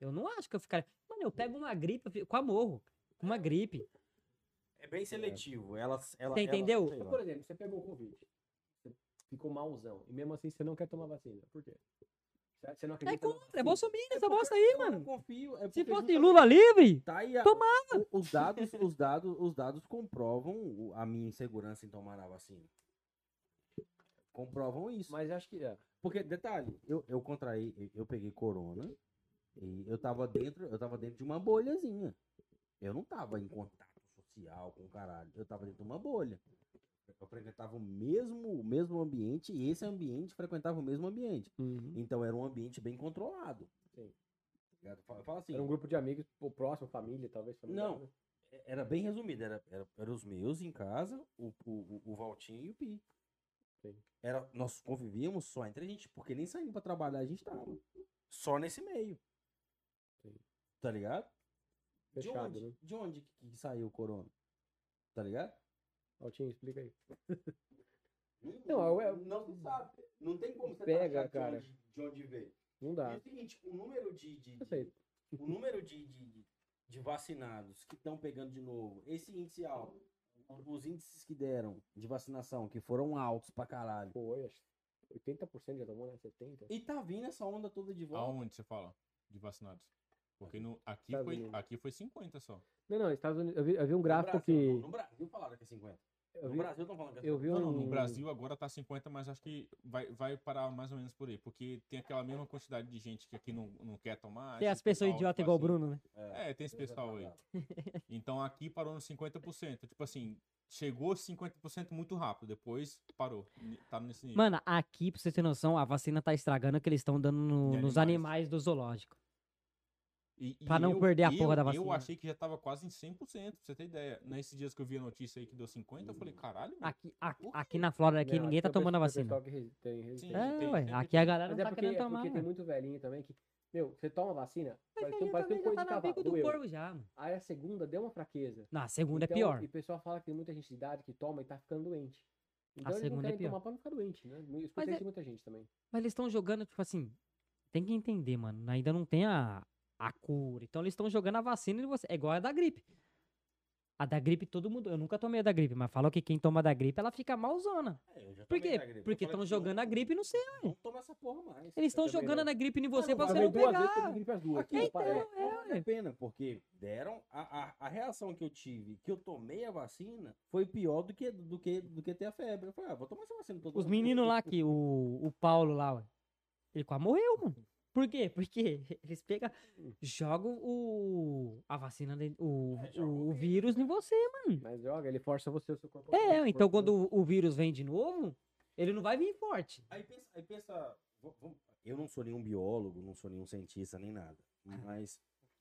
Eu não acho que eu ficaria. Mano, eu pego uma gripe, eu fico com a morro. com Uma gripe. É bem seletivo. Ela, ela, Você ela- entendeu? sei lá. Então, Por exemplo, você pegou o Covid, você ficou malzão, e mesmo assim você não quer tomar vacina. Por quê? Você- Você não É acredita na contra, é vacina? Bolsonaro, essa porque bosta aí, eu não mano. confio, é Se porque fosse justamente Lula livre, tá aí a- o- os dados, os dados, os dados comprovam o- a minha insegurança em tomar a vacina. Comprovam isso. Mas acho que é. Porque, detalhe, eu, eu contraí, eu- eu peguei corona e eu tava dentro, eu tava dentro de uma bolhazinha. Eu não tava em contato social com o caralho. Eu tava dentro de uma bolha. Eu frequentava o mesmo, o mesmo ambiente e esse ambiente frequentava o mesmo ambiente. Uhum. Então era um ambiente bem controlado. Sim. Ligado? Fala fala assim, Era um grupo de amigos, pô, próximo, família, talvez. familiar, Não. né? é- era bem resumido. Era, era, era os meus em casa, o, o, o- o Valtinho e o Pi. Sim. Era, nós convivíamos só entre a gente, porque nem saindo pra trabalhar a gente tava. Só nesse meio. Sim. Tá ligado? Fechado, de onde, né? de onde que, que saiu o corona? Tá ligado? Altinho, explica aí. não, Não, é- não se sabe. Não tem como você Pega, taxar de cara. onde- de onde veio. Não E é dá. o seguinte, o número de, de- Eu de- sei. o número de, de, de vacinados que estão pegando de novo, esse índice alto, os índices que deram de vacinação, que foram altos pra caralho. Foi, acho. 80% já tomou, né? 70%. E tá vindo essa onda toda de volta. Aonde você fala de vacinados? Porque no, aqui, Estados foi, Unidos. aqui foi 50 só. Não, não, Estados Unidos. Eu vi, eu vi um No gráfico Brasil, que. não, No Brasil falaram que é 50. Eu No vi, Brasil não falam que é eu vi Não, não, um- no Brasil agora tá 50, mas acho que vai, vai parar mais ou menos por aí. Porque tem aquela mesma quantidade de gente que aqui não, não quer tomar. Tem esse as pessoas pessoal, idiotas tipo igual o assim. Bruno, né? É, tem esse pessoal aí. Então aqui parou nos 50%. Tipo assim, chegou 50% muito rápido, depois parou. Ni- Tá nesse nível. Mmano, aqui, pra você ter noção, a vacina tá estragando que eles estão dando no- De animais. nos animais do zoológico. E- e pra não perder a porra da Eu vacina. achei que já tava quase em 100%, pra você ter ideia. Nesses dias que eu vi a notícia aí que deu 50, eu falei, caralho, É. mano. Aqui, a- aqui na Flórida, aqui, Não, ninguém acho tá que é o tomando a vacina. pessoal- pessoal que resi- tem resistência. Sim, É, tem- ué, tem- aqui a galera Mas não é tá porque, querendo é tomar. porque tem mano. muito velhinho também que. Meu, você toma a vacina, Mas parece, tem um- parece um gente também coisa já de tá na cavalo. bico do doeu. corvo já, mano. Aí a segunda deu uma fraqueza. Na segunda Então, é pior. E o pessoal fala que tem muita gente de idade que toma e tá ficando doente. Então A eles não segunda é querem pior. tomar pra não ficar doente, né? Eu escutei é- isso de muita gente também. Mas eles estão jogando, tipo assim. Tem que entender, mano. Ainda não tem a, a cura. Então eles estão jogando a vacina e você. É igual a da gripe. A da gripe, todo mundo. Eu nunca tomei a da gripe, mas falam que quem toma da gripe, ela fica malzona. É, eu já Por tomei quê? da gripe. Eu Porque falei estão assim, não- jogando a gripe no seu. Não toma essa porra mais. Eles estão também jogando não. a da gripe em você não pra vai você ver não duas vezes pegar. teve gripe as duas. Aqui, Pô, então, para, é. é, vale a pena, porque deram a, a, a reação que eu tive, que eu tomei a vacina, foi pior do que, do que, do que ter a febre. Eu falei, ah, vou tomar essa vacina todo Os meninos [LAUGHS] lá que o, o Paulo lá, ué, ele quase morreu, mano. Por quê? Porque [LAUGHS] eles pegam, jogam o a vacina, dele- o, o, o vírus em você, mano. Mas joga, ele força você, o seu corpo. É, então quando o, o vírus vem de novo, ele não vai vir forte. Aí pensa, aí pensa v- v- eu não sou nenhum biólogo, não sou nenhum cientista, nem nada. Mas.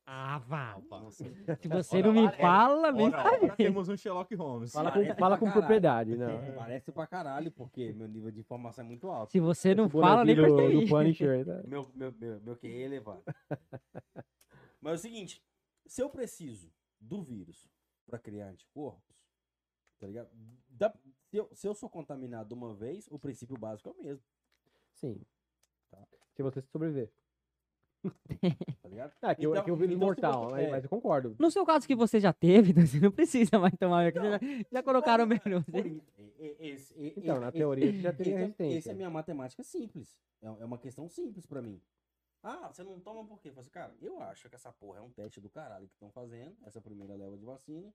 Ah, vá. Opa. Se você Ora, não me ora, fala, me Ora, ora, sabe. temos um Sherlock Holmes. Fala Parece com, fala pra com caralho. propriedade, [LAUGHS] né? É. não. Parece pra caralho, porque meu nível de informação é muito alto. Se você não Esse fala, nem bonequinho do- percebi. do Punisher, tá? Meu, meu, meu, meu QI é [LAUGHS] elevado. Mas é o seguinte: se eu preciso do vírus pra criar anticorpos, tá ligado? Da- se, eu, se eu sou contaminado uma vez, o princípio básico é o mesmo, Sim. Tá. Se você sobreviver. tá [LAUGHS] ligado? Ah, que, eu- Então- que eu vi no então se mortal, você- mas, é. mas eu concordo. No seu caso que você já teve, [LAUGHS] então você não precisa mais tomar. porque já, já colocaram o menu. Por isso, e- e- esse- e- Então, e- na esse- teoria, você já Essa então, teria resistência. é a minha matemática simples. É é uma questão simples pra mim. Ah, você não toma por quê? Eu falo assim, cara, eu acho que essa porra é um teste do caralho que estão fazendo, essa primeira leva de vacina.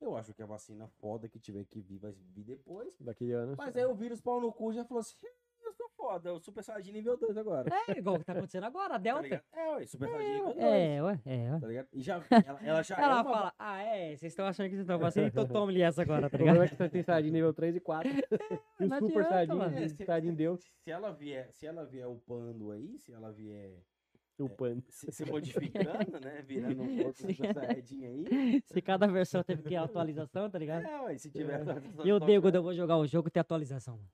Eu acho que a vacina foda que tiver que vir vai vir depois. Daqui a anos. tá. é. Mas aí o vírus pau no cu já falou assim: "Ih, eu sou foda, eu Super Saiyajin nível 2 agora. Tá É igual o que tá acontecendo [LAUGHS] agora, a Delta. ligado? é, ué, Super Saiyajin nível 2. É, ué, é, ué. Tá ligado? E já, ela, ela já é Ela uma- fala, ah, é, vocês estão achando que [LAUGHS] vocês estão fazendo, então tome-lhe essa agora, O tá ligado? problema é que você tem Saiyajin nível 3 [LAUGHS] e 4. e o não Super adianta, Saiyajin, mano. É, é, se- Saiyajin Deus, Se ela vier, se ela vier upando aí, se ela vier o pano. se, se modificando, né? Virando um pouco Sim. Super Saiyajin aí. Se cada versão teve que ter atualização, tá ligado? É, ué, se tiver atualização Eu de odeio software. quando eu vou jogar o jogo ter atualização. mano.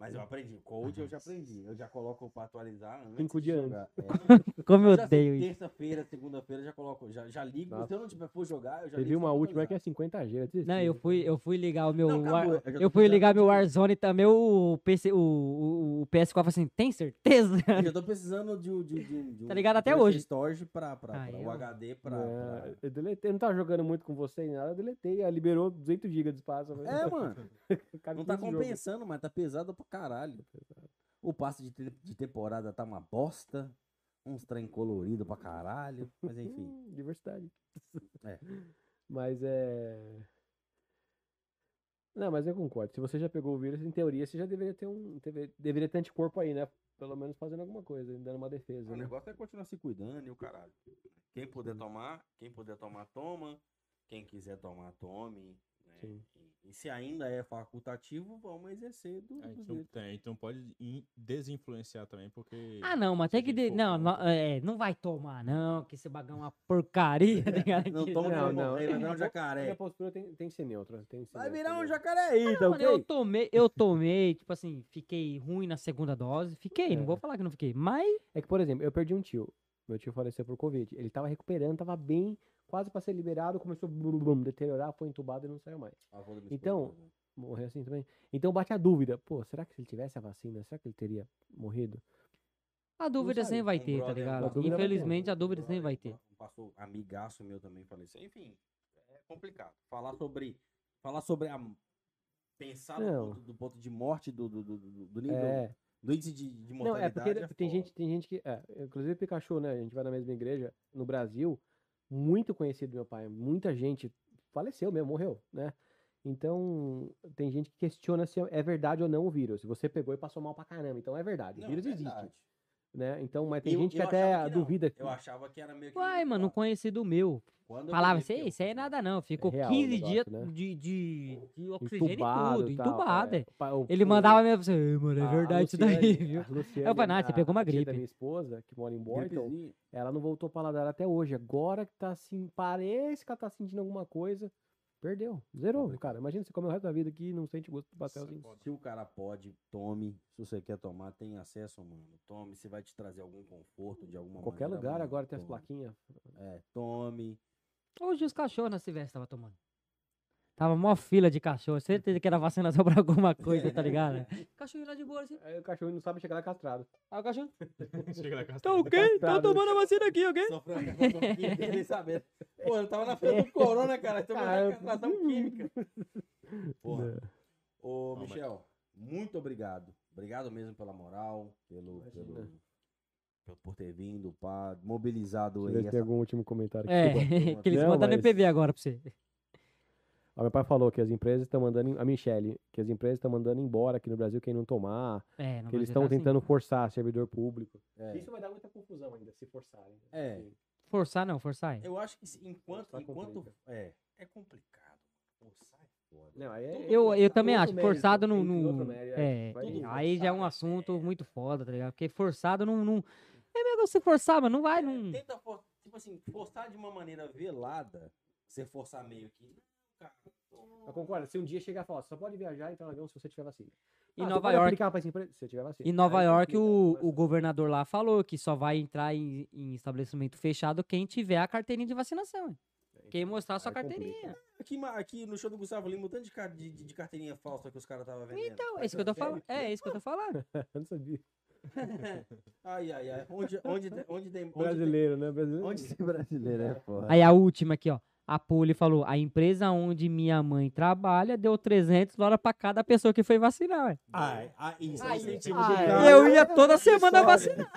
Mas eu aprendi. Code eu já aprendi. Eu já coloco pra atualizar antes. Cinco de dias jogar. É. Como eu Já sei, odeio isso. Terça-feira, segunda-feira, já coloco. Já, já ligo. Nossa. Se eu não tiver, for jogar, eu já Teve ligo uma pra última que atualizar. é 50G. desisti. Não, eu fui, eu fui ligar o meu. né? Não, acabou, é War- eu já tô eu fui ligado. ligar meu Warzone e também o, PC, o, o, o PS4 falou assim, tem certeza? Eu já tô precisando de, um- de, um- de, um- de um. Tá ligado? Até de um hoje. Storage pra, pra, Aí pra eu- o HD pra. Não, pra- Eu deletei, eu não tava jogando muito com você e nada, eu deletei. aí Liberou 200 GB de espaço. eu [LAUGHS] falei, É, mano. cabe Não tá 15 jogos. compensando, mas tá pesado pra caralho. O passe de, te- de temporada tá uma bosta. Uns trem colorido pra caralho. Mas enfim. Hum, Diversidade. É. [LAUGHS] Mas é. Não, mas eu concordo. Se você já pegou o vírus, em teoria você já deveria ter um. teve- Deveria ter anticorpo aí, né? Pelo menos fazendo alguma coisa, dando uma defesa. O Né? negócio é continuar se cuidando e o caralho. Quem puder tomar, quem puder tomar, toma. Quem quiser tomar, tome. né? Sim. E, e se ainda é facultativo, vamos exercer do, A do gente não [LAUGHS] jeito. tem, É, então pode in- desinfluenciar também, porque. Ah, não, mas tem Se que. a gente de- for né? Não, contra- não, é, não vai tomar, não, que esse bagulho é uma porcaria, [LAUGHS] tá ligado? Não Que- toma, não, Não, não. Vai [LAUGHS] virar um Minha jacaré. postura tem, tem que ser neutra. Tem que ser Vai neutra, virar um né? jacaré aí, tá Mano, eu ok? tomei, eu tomei, tipo assim, fiquei ruim na segunda dose. Fiquei, não vou falar que não fiquei. Mas É que, por exemplo, eu perdi um tio. Meu tio faleceu por Covid. Ele tava recuperando, tava bem, quase pra ser liberado, começou a blum, blum, deteriorar, foi entubado e não saiu mais. Então- Morreu assim também. Então bate a dúvida. Pô, será que se ele tivesse a vacina, será que ele teria morrido? a dúvida sabe, sempre vai Um ter, tá brother- ligado? a dúvida vai ter. Infelizmente, a um dúvida sempre brother vai que ter. pa- Passou amigaço meu também, falei isso. Enfim, é complicado. Falar sobre. Falar sobre a. Pensar do Não. ponto, do ponto de morte do, do, do, do- do nível. É. Do índice de, de Não, é mortalidade. porque tem foda. gente, tem gente que. É, inclusive Pikachu, né? A gente vai na mesma igreja, no Brasil, muito conhecido do meu pai. Muita gente faleceu mesmo, morreu, né? Então, tem gente que questiona se é verdade ou não o vírus. Você pegou e passou mal pra caramba. Então é verdade. O Não, vírus é existe. verdade. Né? Então, mas tem Eu- gente que eu até achava que não. duvida. Eu achava que era meio que. Uai, mano, um conhecido meu. Quando eu Falava, isso peguei, aí, isso aí é nada não. Ficou real o 15 negócio, dias né? de, de, de oxigênio Entubado, e tudo, e tal, entubado. é. Ah, é. Pa- o- Ele o- mandava mesmo assim, "Ei, mano, é a- a verdade isso daí, Luciane- viu? a Luciane, Eu falei, "Nada, você a- pegou uma a tia da gripe." minha esposa, que mora em Borton, Gripezinha. ela não voltou pra paladar até hoje. Agora que tá assim, parece que ela tá sentindo alguma coisa. Perdeu. Zerou, cara. Imagina você comer o resto da vida aqui e não sente gosto do pastelzinho. Se o cara pode, tome. Se você quer tomar, tem acesso, mano. Tome. Se vai te trazer algum conforto de alguma Qualquer maneira, lugar mano, agora tem as tome. plaquinhas. É, tome. Hoje os cachorros na Silvestre tava tomando. Tava mó fila de cachorro. Certeza que era vacinação pra alguma coisa, tá ligado? cachorro lá de boa, assim. Aí o cachorro não sabe chegar lá castrado. Aí o cachorro. [LAUGHS] Chega na casa. Tá ok? Tá Castrado. tomando a vacina aqui, ok? Só pra [LAUGHS] ele saber. Pô, eu tava na frente do corona, cara. Então Cara, eu castração [LAUGHS] química. Porra. Né? Ô, mas- Michel, muito obrigado. Obrigado mesmo pela moral, pelo, Imagina. pelo- pelo- por ter vindo, pá, mobilizado Deixa eu ver aí se essa tem algum último [LAUGHS] comentário aqui. É, que eles Não, mandaram mas- MPV agora pra você. Ó, meu pai falou que as empresas estão mandando. em- A Michelle, que as empresas estão mandando embora aqui no Brasil quem não tomar. É, não que eles vai estão ajudar assim. tentando forçar servidor público. É. vai dar muita confusão ainda, se forçarem. né? É. Forçar não, forçar é. Eu acho que se- enquanto. Forçar enquanto complica. é, é complicado. Forçar é foda. Não, aí é- Eu, eu também outro acho, mérito, forçado não. tem não- outro mérito, é, vai- e vai aí já é um assunto muito foda, tá ligado? Porque forçado não. não- É melhor você forçar, mas não vai, É, não. Tenta, for- tipo assim, forçar de uma maneira velada, você forçar meio que. Cara, Eu concordo. Se um dia chegar e falar, "Você só pode viajar em tal avião se você tiver vacina. Em Ah, né? só Nova pode York- aplicar pra essa empresa se você tiver vacina. Em Nova Aí York, complica, o, começa- o governador lá falou que só vai entrar em, em estabelecimento fechado quem tiver a carteirinha de vacinação. hein? Quem mostrar a sua Aí complica. carteirinha. Aqui, ma- aqui no show do Gustavo Lima, um tanto de, car- de, de carteirinha falsa que os caras estavam tá vendendo. Então, é isso que eu tô falando. É isso que eu tô falando. [LAUGHS] Eu não sabia. Ai, ai, ai. Onde, onde, tem- onde tem. Onde Brasileiro, né? Tem, Brasileiro. onde tem [LAUGHS] brasileiro, é foda. Aí a última aqui, ó. A Poli falou: a empresa onde minha mãe trabalha deu 300 dólares pra cada pessoa que foi vacinar. ué. Ai, ai, isso é Ai, incentivo ai. do Ah, cara. eu ia toda semana vacinar.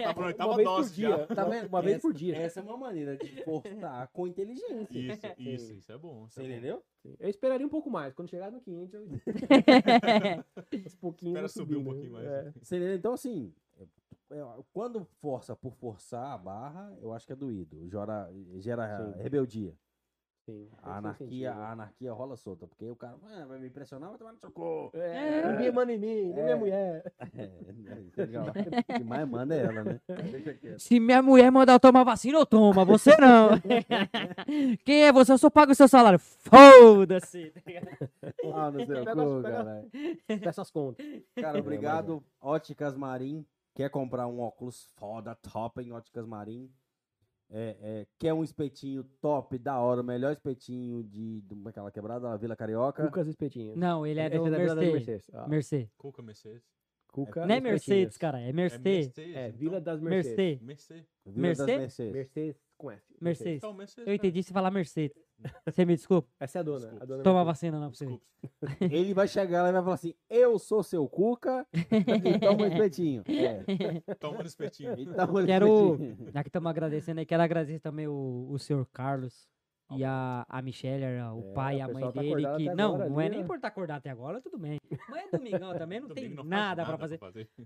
Já tava na Uma oitava vez por dose já. dia. Tá vendo? Uma vez por dia. Essa é uma maneira de forçar com inteligência. Isso, isso, isso [LAUGHS] é bom. Isso Você é bom. entendeu? Eu esperaria um pouco mais. Quando chegar no 500, eu... [LAUGHS] aos pouquinhos Espera vai subir um subindo, pouquinho mais. né? É. Você entendeu? Então, assim, é- é- quando força por forçar a barra, eu acho que é doído. Gera, gera Sim. rebeldia. Sim, tem A seu anarquia, sentido. a anarquia rola solta, porque o cara "Ah, vai me impressionar, vai tomar no seu cu. É, ninguém manda em mim, nem É. minha mulher. [LAUGHS] É, né, isso é legal. [LAUGHS] O que mais manda é ela, [LAUGHS] né? Deixa quieto. Se minha mulher mandar eu tomar vacina, eu tomo. Você não. Quem é você? Eu só pago o seu salário. Foda-se. Ah, no seu Pega cu, as- pega- caralho. [LAUGHS] Peço as contas. Cara, [LAUGHS] É, obrigado. Óticas Marim. Quer comprar um óculos foda, top em Óticas Marim? É, é, quer um espetinho top, da hora, o melhor espetinho de, de uma- é aquela quebrada, da Vila Carioca? Cucas espetinhas. Não, ele é Esse do da Ah, Vila das Mercedes. Ah, Mercedes. Cuca Mercedes. Cuca Não é espetinhas. Mercedes, cara. É É Mercedes. É, então. Vila das Mercedes. Mercedes. Mercedes. Vila Mercê? Mercedes. Mercedes com S. Mercedes. Então, Mercedes. Eu entendi se falar Mercedes. Você me desculpa? Essa é a dona. A Desculpa. dona Toma a Mercedes. vacina não pra você. ver. Desculpa. [LAUGHS] Ele vai chegar lá e vai falar assim: Eu sou seu Cuca e toma um [LAUGHS] espetinho. É, Toma no espetinho. e toma um Quero- [LAUGHS] espetinho. Aqui estamos agradecendo aí. Quero agradecer também o, o senhor Carlos e a, a Michelle, a- o É, pai e o a mãe pessoal tá dele. acordado Que, até não, agora não é ali, nem né? por estar acordado até agora, tudo bem. Amanhã é domingão também, [LAUGHS] não tem Domingo faz nada pra fazer.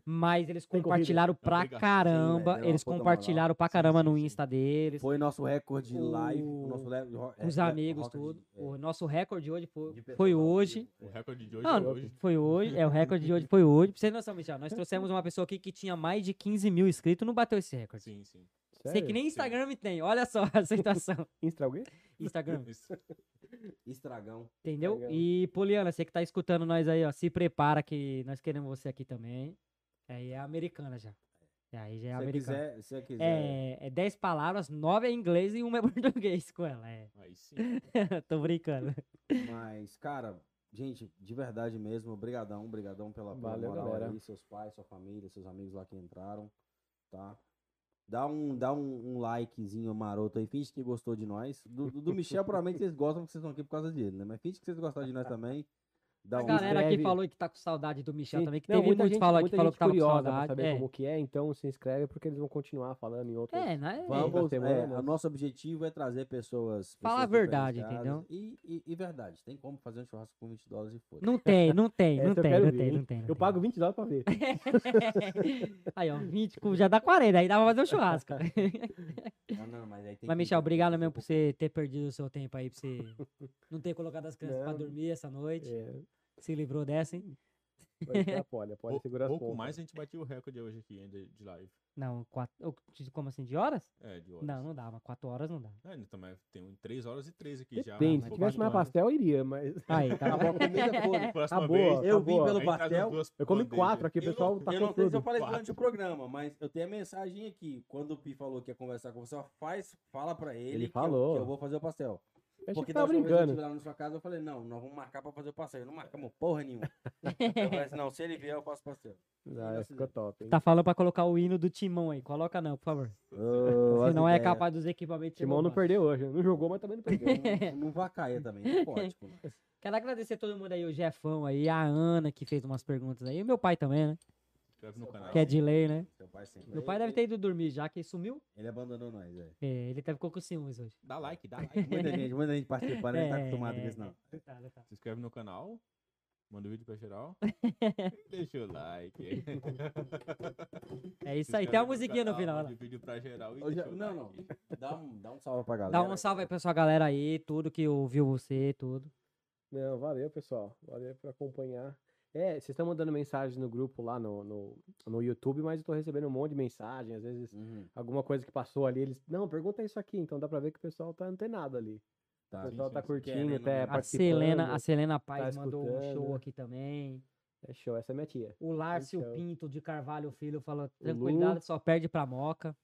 Mas eles Tem corrida. compartilharam Não, pra obrigado. Sim, caramba. velho, é uma eles puta moral. compartilharam pra caramba sim, no sim. Insta deles. Foi nosso recorde O- live. o nosso le- ro- com os é, amigos, roca de- tudo. é, O nosso recorde hoje foi, de foi pessoas ao hoje. vivo. O recorde de hoje Ah, Não, é não, hoje. foi hoje. É, o recorde de hoje foi hoje. Pra vocês não Michel, nós trouxemos uma pessoa aqui que tinha mais de 15 mil inscritos, não bateu esse recorde. Sim, sim. Sei que Sério? nem Instagram tem, olha só [LAUGHS] a situação. Insta alguém? [LAUGHS] Instagram, Isso. Estragão. entendeu? Legal. E, Poliana, você que tá escutando nós aí, ó, se prepara que nós queremos você aqui também. Aí é americana já. E Aí já Se é você americana. quiser, se você quiser. É, é 10 palavras, 9 é inglês e uma é [LAUGHS] português com ela. É, [LAUGHS] Aí sim. tô brincando. Então, Mas, cara, gente, de verdade mesmo, brigadão, brigadão pela, pela Valeu, moral galera. aí, seus pais, sua família, seus amigos lá que entraram, tá? Dá um, dá um, um likezinho maroto aí, finge que gostou de nós. Do, do- do Michel, provavelmente vocês gostam porque vocês estão aqui por causa dele, né? Mas finge que vocês gostaram de nós também. Da A onde? galera aqui Escreve. falou que tá com saudade do Michel Sim. também, que Não, teve muita muito gente- falou muita que falou gente que tava com curiosa pra saudade. saber é. como que é, então se inscreve porque eles vão continuar falando em outros. É, né? Vamos- Vamos, semana, é, né? o nosso objetivo é trazer pessoas. Falar a pessoas verdade, diferenciadas entendeu? E, e, e verdade. Tem como fazer um churrasco com 20 dólares e foi. Não tem, [LAUGHS] não tem, Essa não eu tem, quero não ver, tem, hein? não tem. não Eu tem. [LAUGHS] pago 20 dólares pra ver. aí, ó, 20, cu- já dá 40, aí dá pra fazer um churrasco. [LAUGHS] Ah, não, mas aí tem que- Mas, Michel, tem que obrigado fazer mesmo um por pouco. você ter perdido o seu tempo aí, pra você não ter colocado as crianças pra Não. dormir essa noite. É, Se livrou dessa, hein? vai ficar, pode, pode Pou- segurar as pouco pontas. mais a gente batia o recorde hoje aqui ainda de live. Não, quatro. ô, de- Como assim? De horas? É, de horas. Não, não dá, mas quatro horas não dá. É, ainda também tem 3 horas e 3 aqui já. Depende, um se pouco tivesse mais mais. pastel, eu iria, mas. [LAUGHS] Aí, tá bom. Comida, foda, próxima Acabou, vez. Eu vim Acabou, tá tá. pelo Aí traz as pastel. duas Eu comi bandejas. quatro aqui, o Eu não- pessoal tá Eu não com sei se eu tudo. falei Quatro. durante o programa, mas eu tenho a mensagem aqui. Quando o Pi falou que ia conversar com você, ó, faz, fala pra ele, que eu- falou. que eu vou fazer o pastel. Eu achei Porque que da tava última vez que eu brincando. estive lá na sua casa, eu falei, não, nós vamos marcar pra fazer o passeio. Não marcamos porra [LAUGHS] nenhuma. Eu falei assim, não, se ele vier, eu faço passeio. Ah, Nossa, ficou né? top, hein? Tá falando pra colocar o hino do Timão aí. Coloca não, por favor. Senão é capaz dos equipamentos. se Timão não roubar. perdeu hoje. Não jogou, mas também não perdeu. É, Não, não vacaia também, não pode. pô. Quero agradecer todo mundo aí, o Jefão aí, a Ana que fez umas perguntas aí. E meu pai também, né? Inscreve no canal. Que é delay, né? Seu pai sempre. Meu pai deve ter ido dormir já, que sumiu. Ele abandonou nós, é. É, ele teve ficou com ciúmes hoje. Dá like, dá like. Muita gente, muita gente participando, ele não tá É, acostumado com é, isso, não. Tá, tá. Se inscreve no canal. Manda o vídeo pra geral. Deixa o like. É isso Se aí. inscreve Tem no uma musiquinha no canal, final. né? Manda lá. o vídeo pra geral e Ô, deixa Jean, o Não, like. não. Dá um, dá um salve pra galera. Dá um salve aí pra sua galera aí, tudo que ouviu você, tudo. Não, valeu, pessoal. Valeu por acompanhar. É, vocês estão mandando mensagens no grupo lá no, no, no YouTube, mas eu tô recebendo um monte de mensagem. Às vezes, Uhum, alguma coisa que passou ali, eles. Não, pergunta isso aqui. Então dá pra ver que o pessoal tá antenado ali. tá. O pessoal sim, tá sim. curtindo, Querendo até mesmo. A participando. Selena, a Selena Paz tá mandou um show escutando. aqui também. É show, essa é minha tia. O Lárcio Então. Pinto de Carvalho Filho falou: Lu. tranquilidade, só perde pra [LAUGHS] Moca.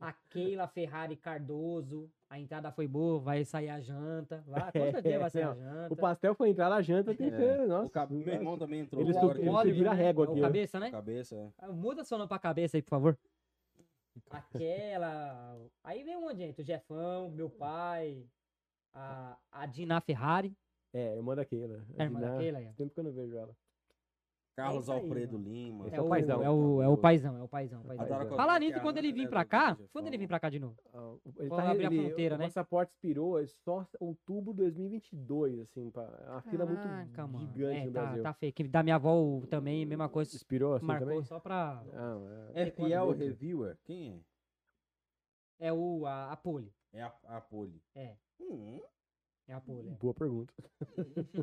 A Keila Ferrari Cardoso, a entrada foi boa, vai sair a [LAUGHS] janta. Vai, com certeza vai sair a não, janta. O pastel foi entrar na janta, tem que. É, Nossa, O cab- Meu irmão também entrou. Eles agora, tu- ele- eles Oliver, vira né? régua É aqui, O ó. cabeça, né? Cabeça, é. Ah, Muda seu nome pra cabeça aí, por favor. Aquela. Aí vem um monte de gente. O Jefão, meu pai, a, a Dina Ferrari, É, irmã da Keila. a irmã da Diná. Keila. aí, ó. Tempo que eu não vejo ela. Carlos isso aí, Alfredo mano. Lima. Esse É o o, paizão. é, o, é o paizão, é o paizão. o paizão. Adoro quando Falar diz que nisso, a quando ele Ana vir era pra do cá, Japão. quando ele vir pra cá de novo? Ah, o- Ele Vamos abrir a ele- fronteira, o né? passaporte expirou é só outubro de 2022, assim, pra, é uma fila muito Caraca, mano. gigante É, no tá, Brasil. Tá feio. Que da minha avó o- também, mesma coisa, Expirou assim marcou também? só pra... Ah, é. É fiel quando- reviewer? Quem É o, a, a Poli. é? É a, a Poli. É. Hum, [LAUGHS] É a Poli, é. [LAUGHS] Boa pergunta.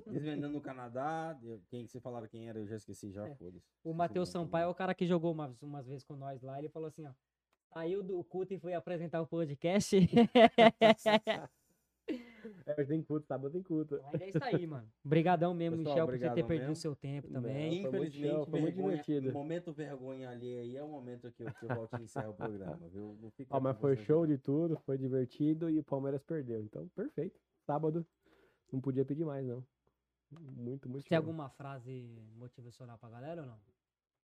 Eles vendendo no Canadá. eu- Quem que você falaram quem era, eu já esqueci já, É. foda-se. O Matheus Sampaio é o cara que jogou umas, umas vezes com nós lá. Ele falou assim, ó. Saiu do culto e foi apresentar o [LAUGHS] podcast. É, tem culto, sábado tem culto. Mas é isso aí, mano. Obrigadão mesmo, Pessoal, Michel, por você ter obrigadão perdido o mesmo. seu tempo Não, também. foi muito Infelizmente, show, foi muito vergonha- divertido. o momento vergonha alheia aí é o momento que eu, que eu volto e encerro o programa, viu? Não fica Ó, mas com foi vocês, show não. de tudo, foi divertido e o Palmeiras perdeu. Então, perfeito. Sábado, não podia pedir mais, não. Muito, muito Tem show. alguma frase motivacional pra galera ou não?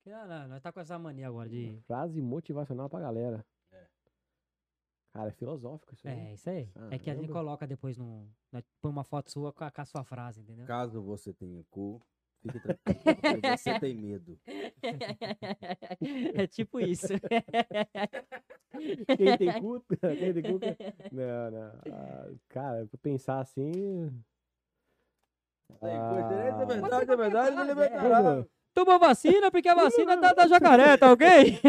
Porque, não, não, nós tá com essa mania agora de... Frase motivacional pra galera. É. Cara, é filosófico isso aí. É, isso aí. É que a gente Ah, Caramba. coloca depois no... nós Põe uma foto sua com a, com a sua frase, entendeu? Caso você tenha cu, fique tranquilo. porque você tem medo. [LAUGHS] Ah. é tipo isso. [LAUGHS] [LAUGHS] Quem tem culto? [LAUGHS] Quem [LAUGHS] tem culto? é Não, não. Ah, cara, pra pensar assim. Ah. verdade, é verdade, Mas ele é libertará. Toma vacina, porque a vacina tá da jacaré, tá [LAUGHS] ok?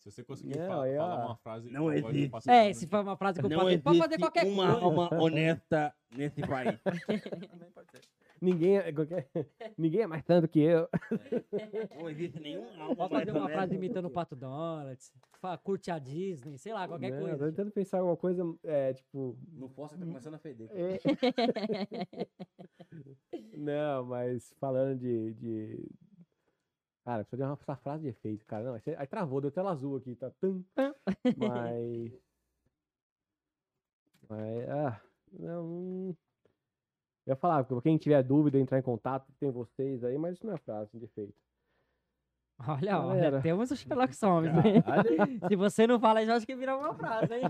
Se você conseguir Não, fa- falar é a- uma frase. Não agora eu existe. faço É, isso, se né? for uma frase que eu Não faço, pode fazer existe qualquer uma coisa. alma honesta nesse país. Ninguém é, qualquer- [LAUGHS] ninguém é mais tanto que eu. Não é existe nenhuma alma Pode mais fazer uma honesta. frase imitando o Pato Donald, fa- curte a Disney, sei lá, qualquer Não, coisa. Tô tentando Né, pensar alguma coisa, é, tipo. Não posso, tá começando a feder. é- [LAUGHS] Não, mas falando de. de... Cara, precisa de uma essa frase de efeito, cara. Não, esse- aí travou, deu tela azul aqui, tá? Tum. [LAUGHS] Mas. Mas. Ah, não. hum. Eu ia falar, pra quem tiver dúvida, entrar em contato, tem vocês aí, mas isso não é frase de efeito. Olha, olha, Galera. temos o Sherlock Holmes, né? Caralho. [LAUGHS] [LAUGHS] Se você não fala, eu já acho que vira uma frase, hein?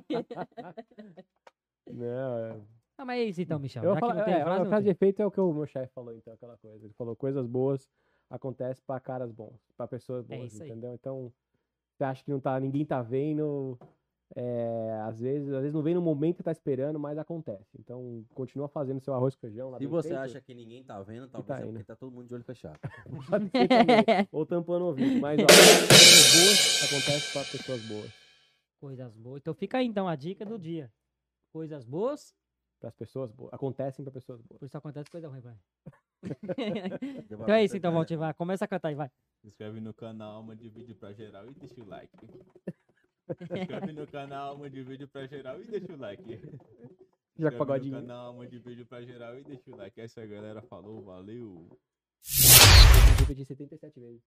Não, é. Ah, mas é isso então, Michel. Eu já vou que não falar, tem é, frase, a não frase de tem. efeito é o que o meu chefe falou, então, aquela coisa. Ele falou, coisas boas acontecem pra caras bons, pra pessoas É boas, isso aí. entendeu? Então, você acha que não tá, ninguém tá vendo, é, às vezes, às vezes não vem no momento que tá esperando, mas acontece. Então, continua fazendo seu arroz com feijão lá Se bem você feito, acha Tá que ninguém tá vendo, talvez é indo. porque tá todo mundo de olho fechado. [LAUGHS] pode ser também. ou tampando o ouvido, mas ó, coisas boas acontecem pra pessoas boas. Coisas boas. Então fica aí então a dica do dia. Coisas boas, Para as pessoas boas. Acontecem pra pessoas boas. por isso acontece coisa ruim, pai. então é isso então, né? Valtinho, vai. Começa a cantar aí, vai. Se inscreve no canal, mande vídeo pra geral e deixa [LAUGHS] o like. Se inscreve no canal, mande vídeo pra geral e deixa o like. Já Inscreve que no o pagodinho. canal, mande vídeo pra É geral e deixa o like. Essa galera falou, valeu. Eu repetir 77 vezes.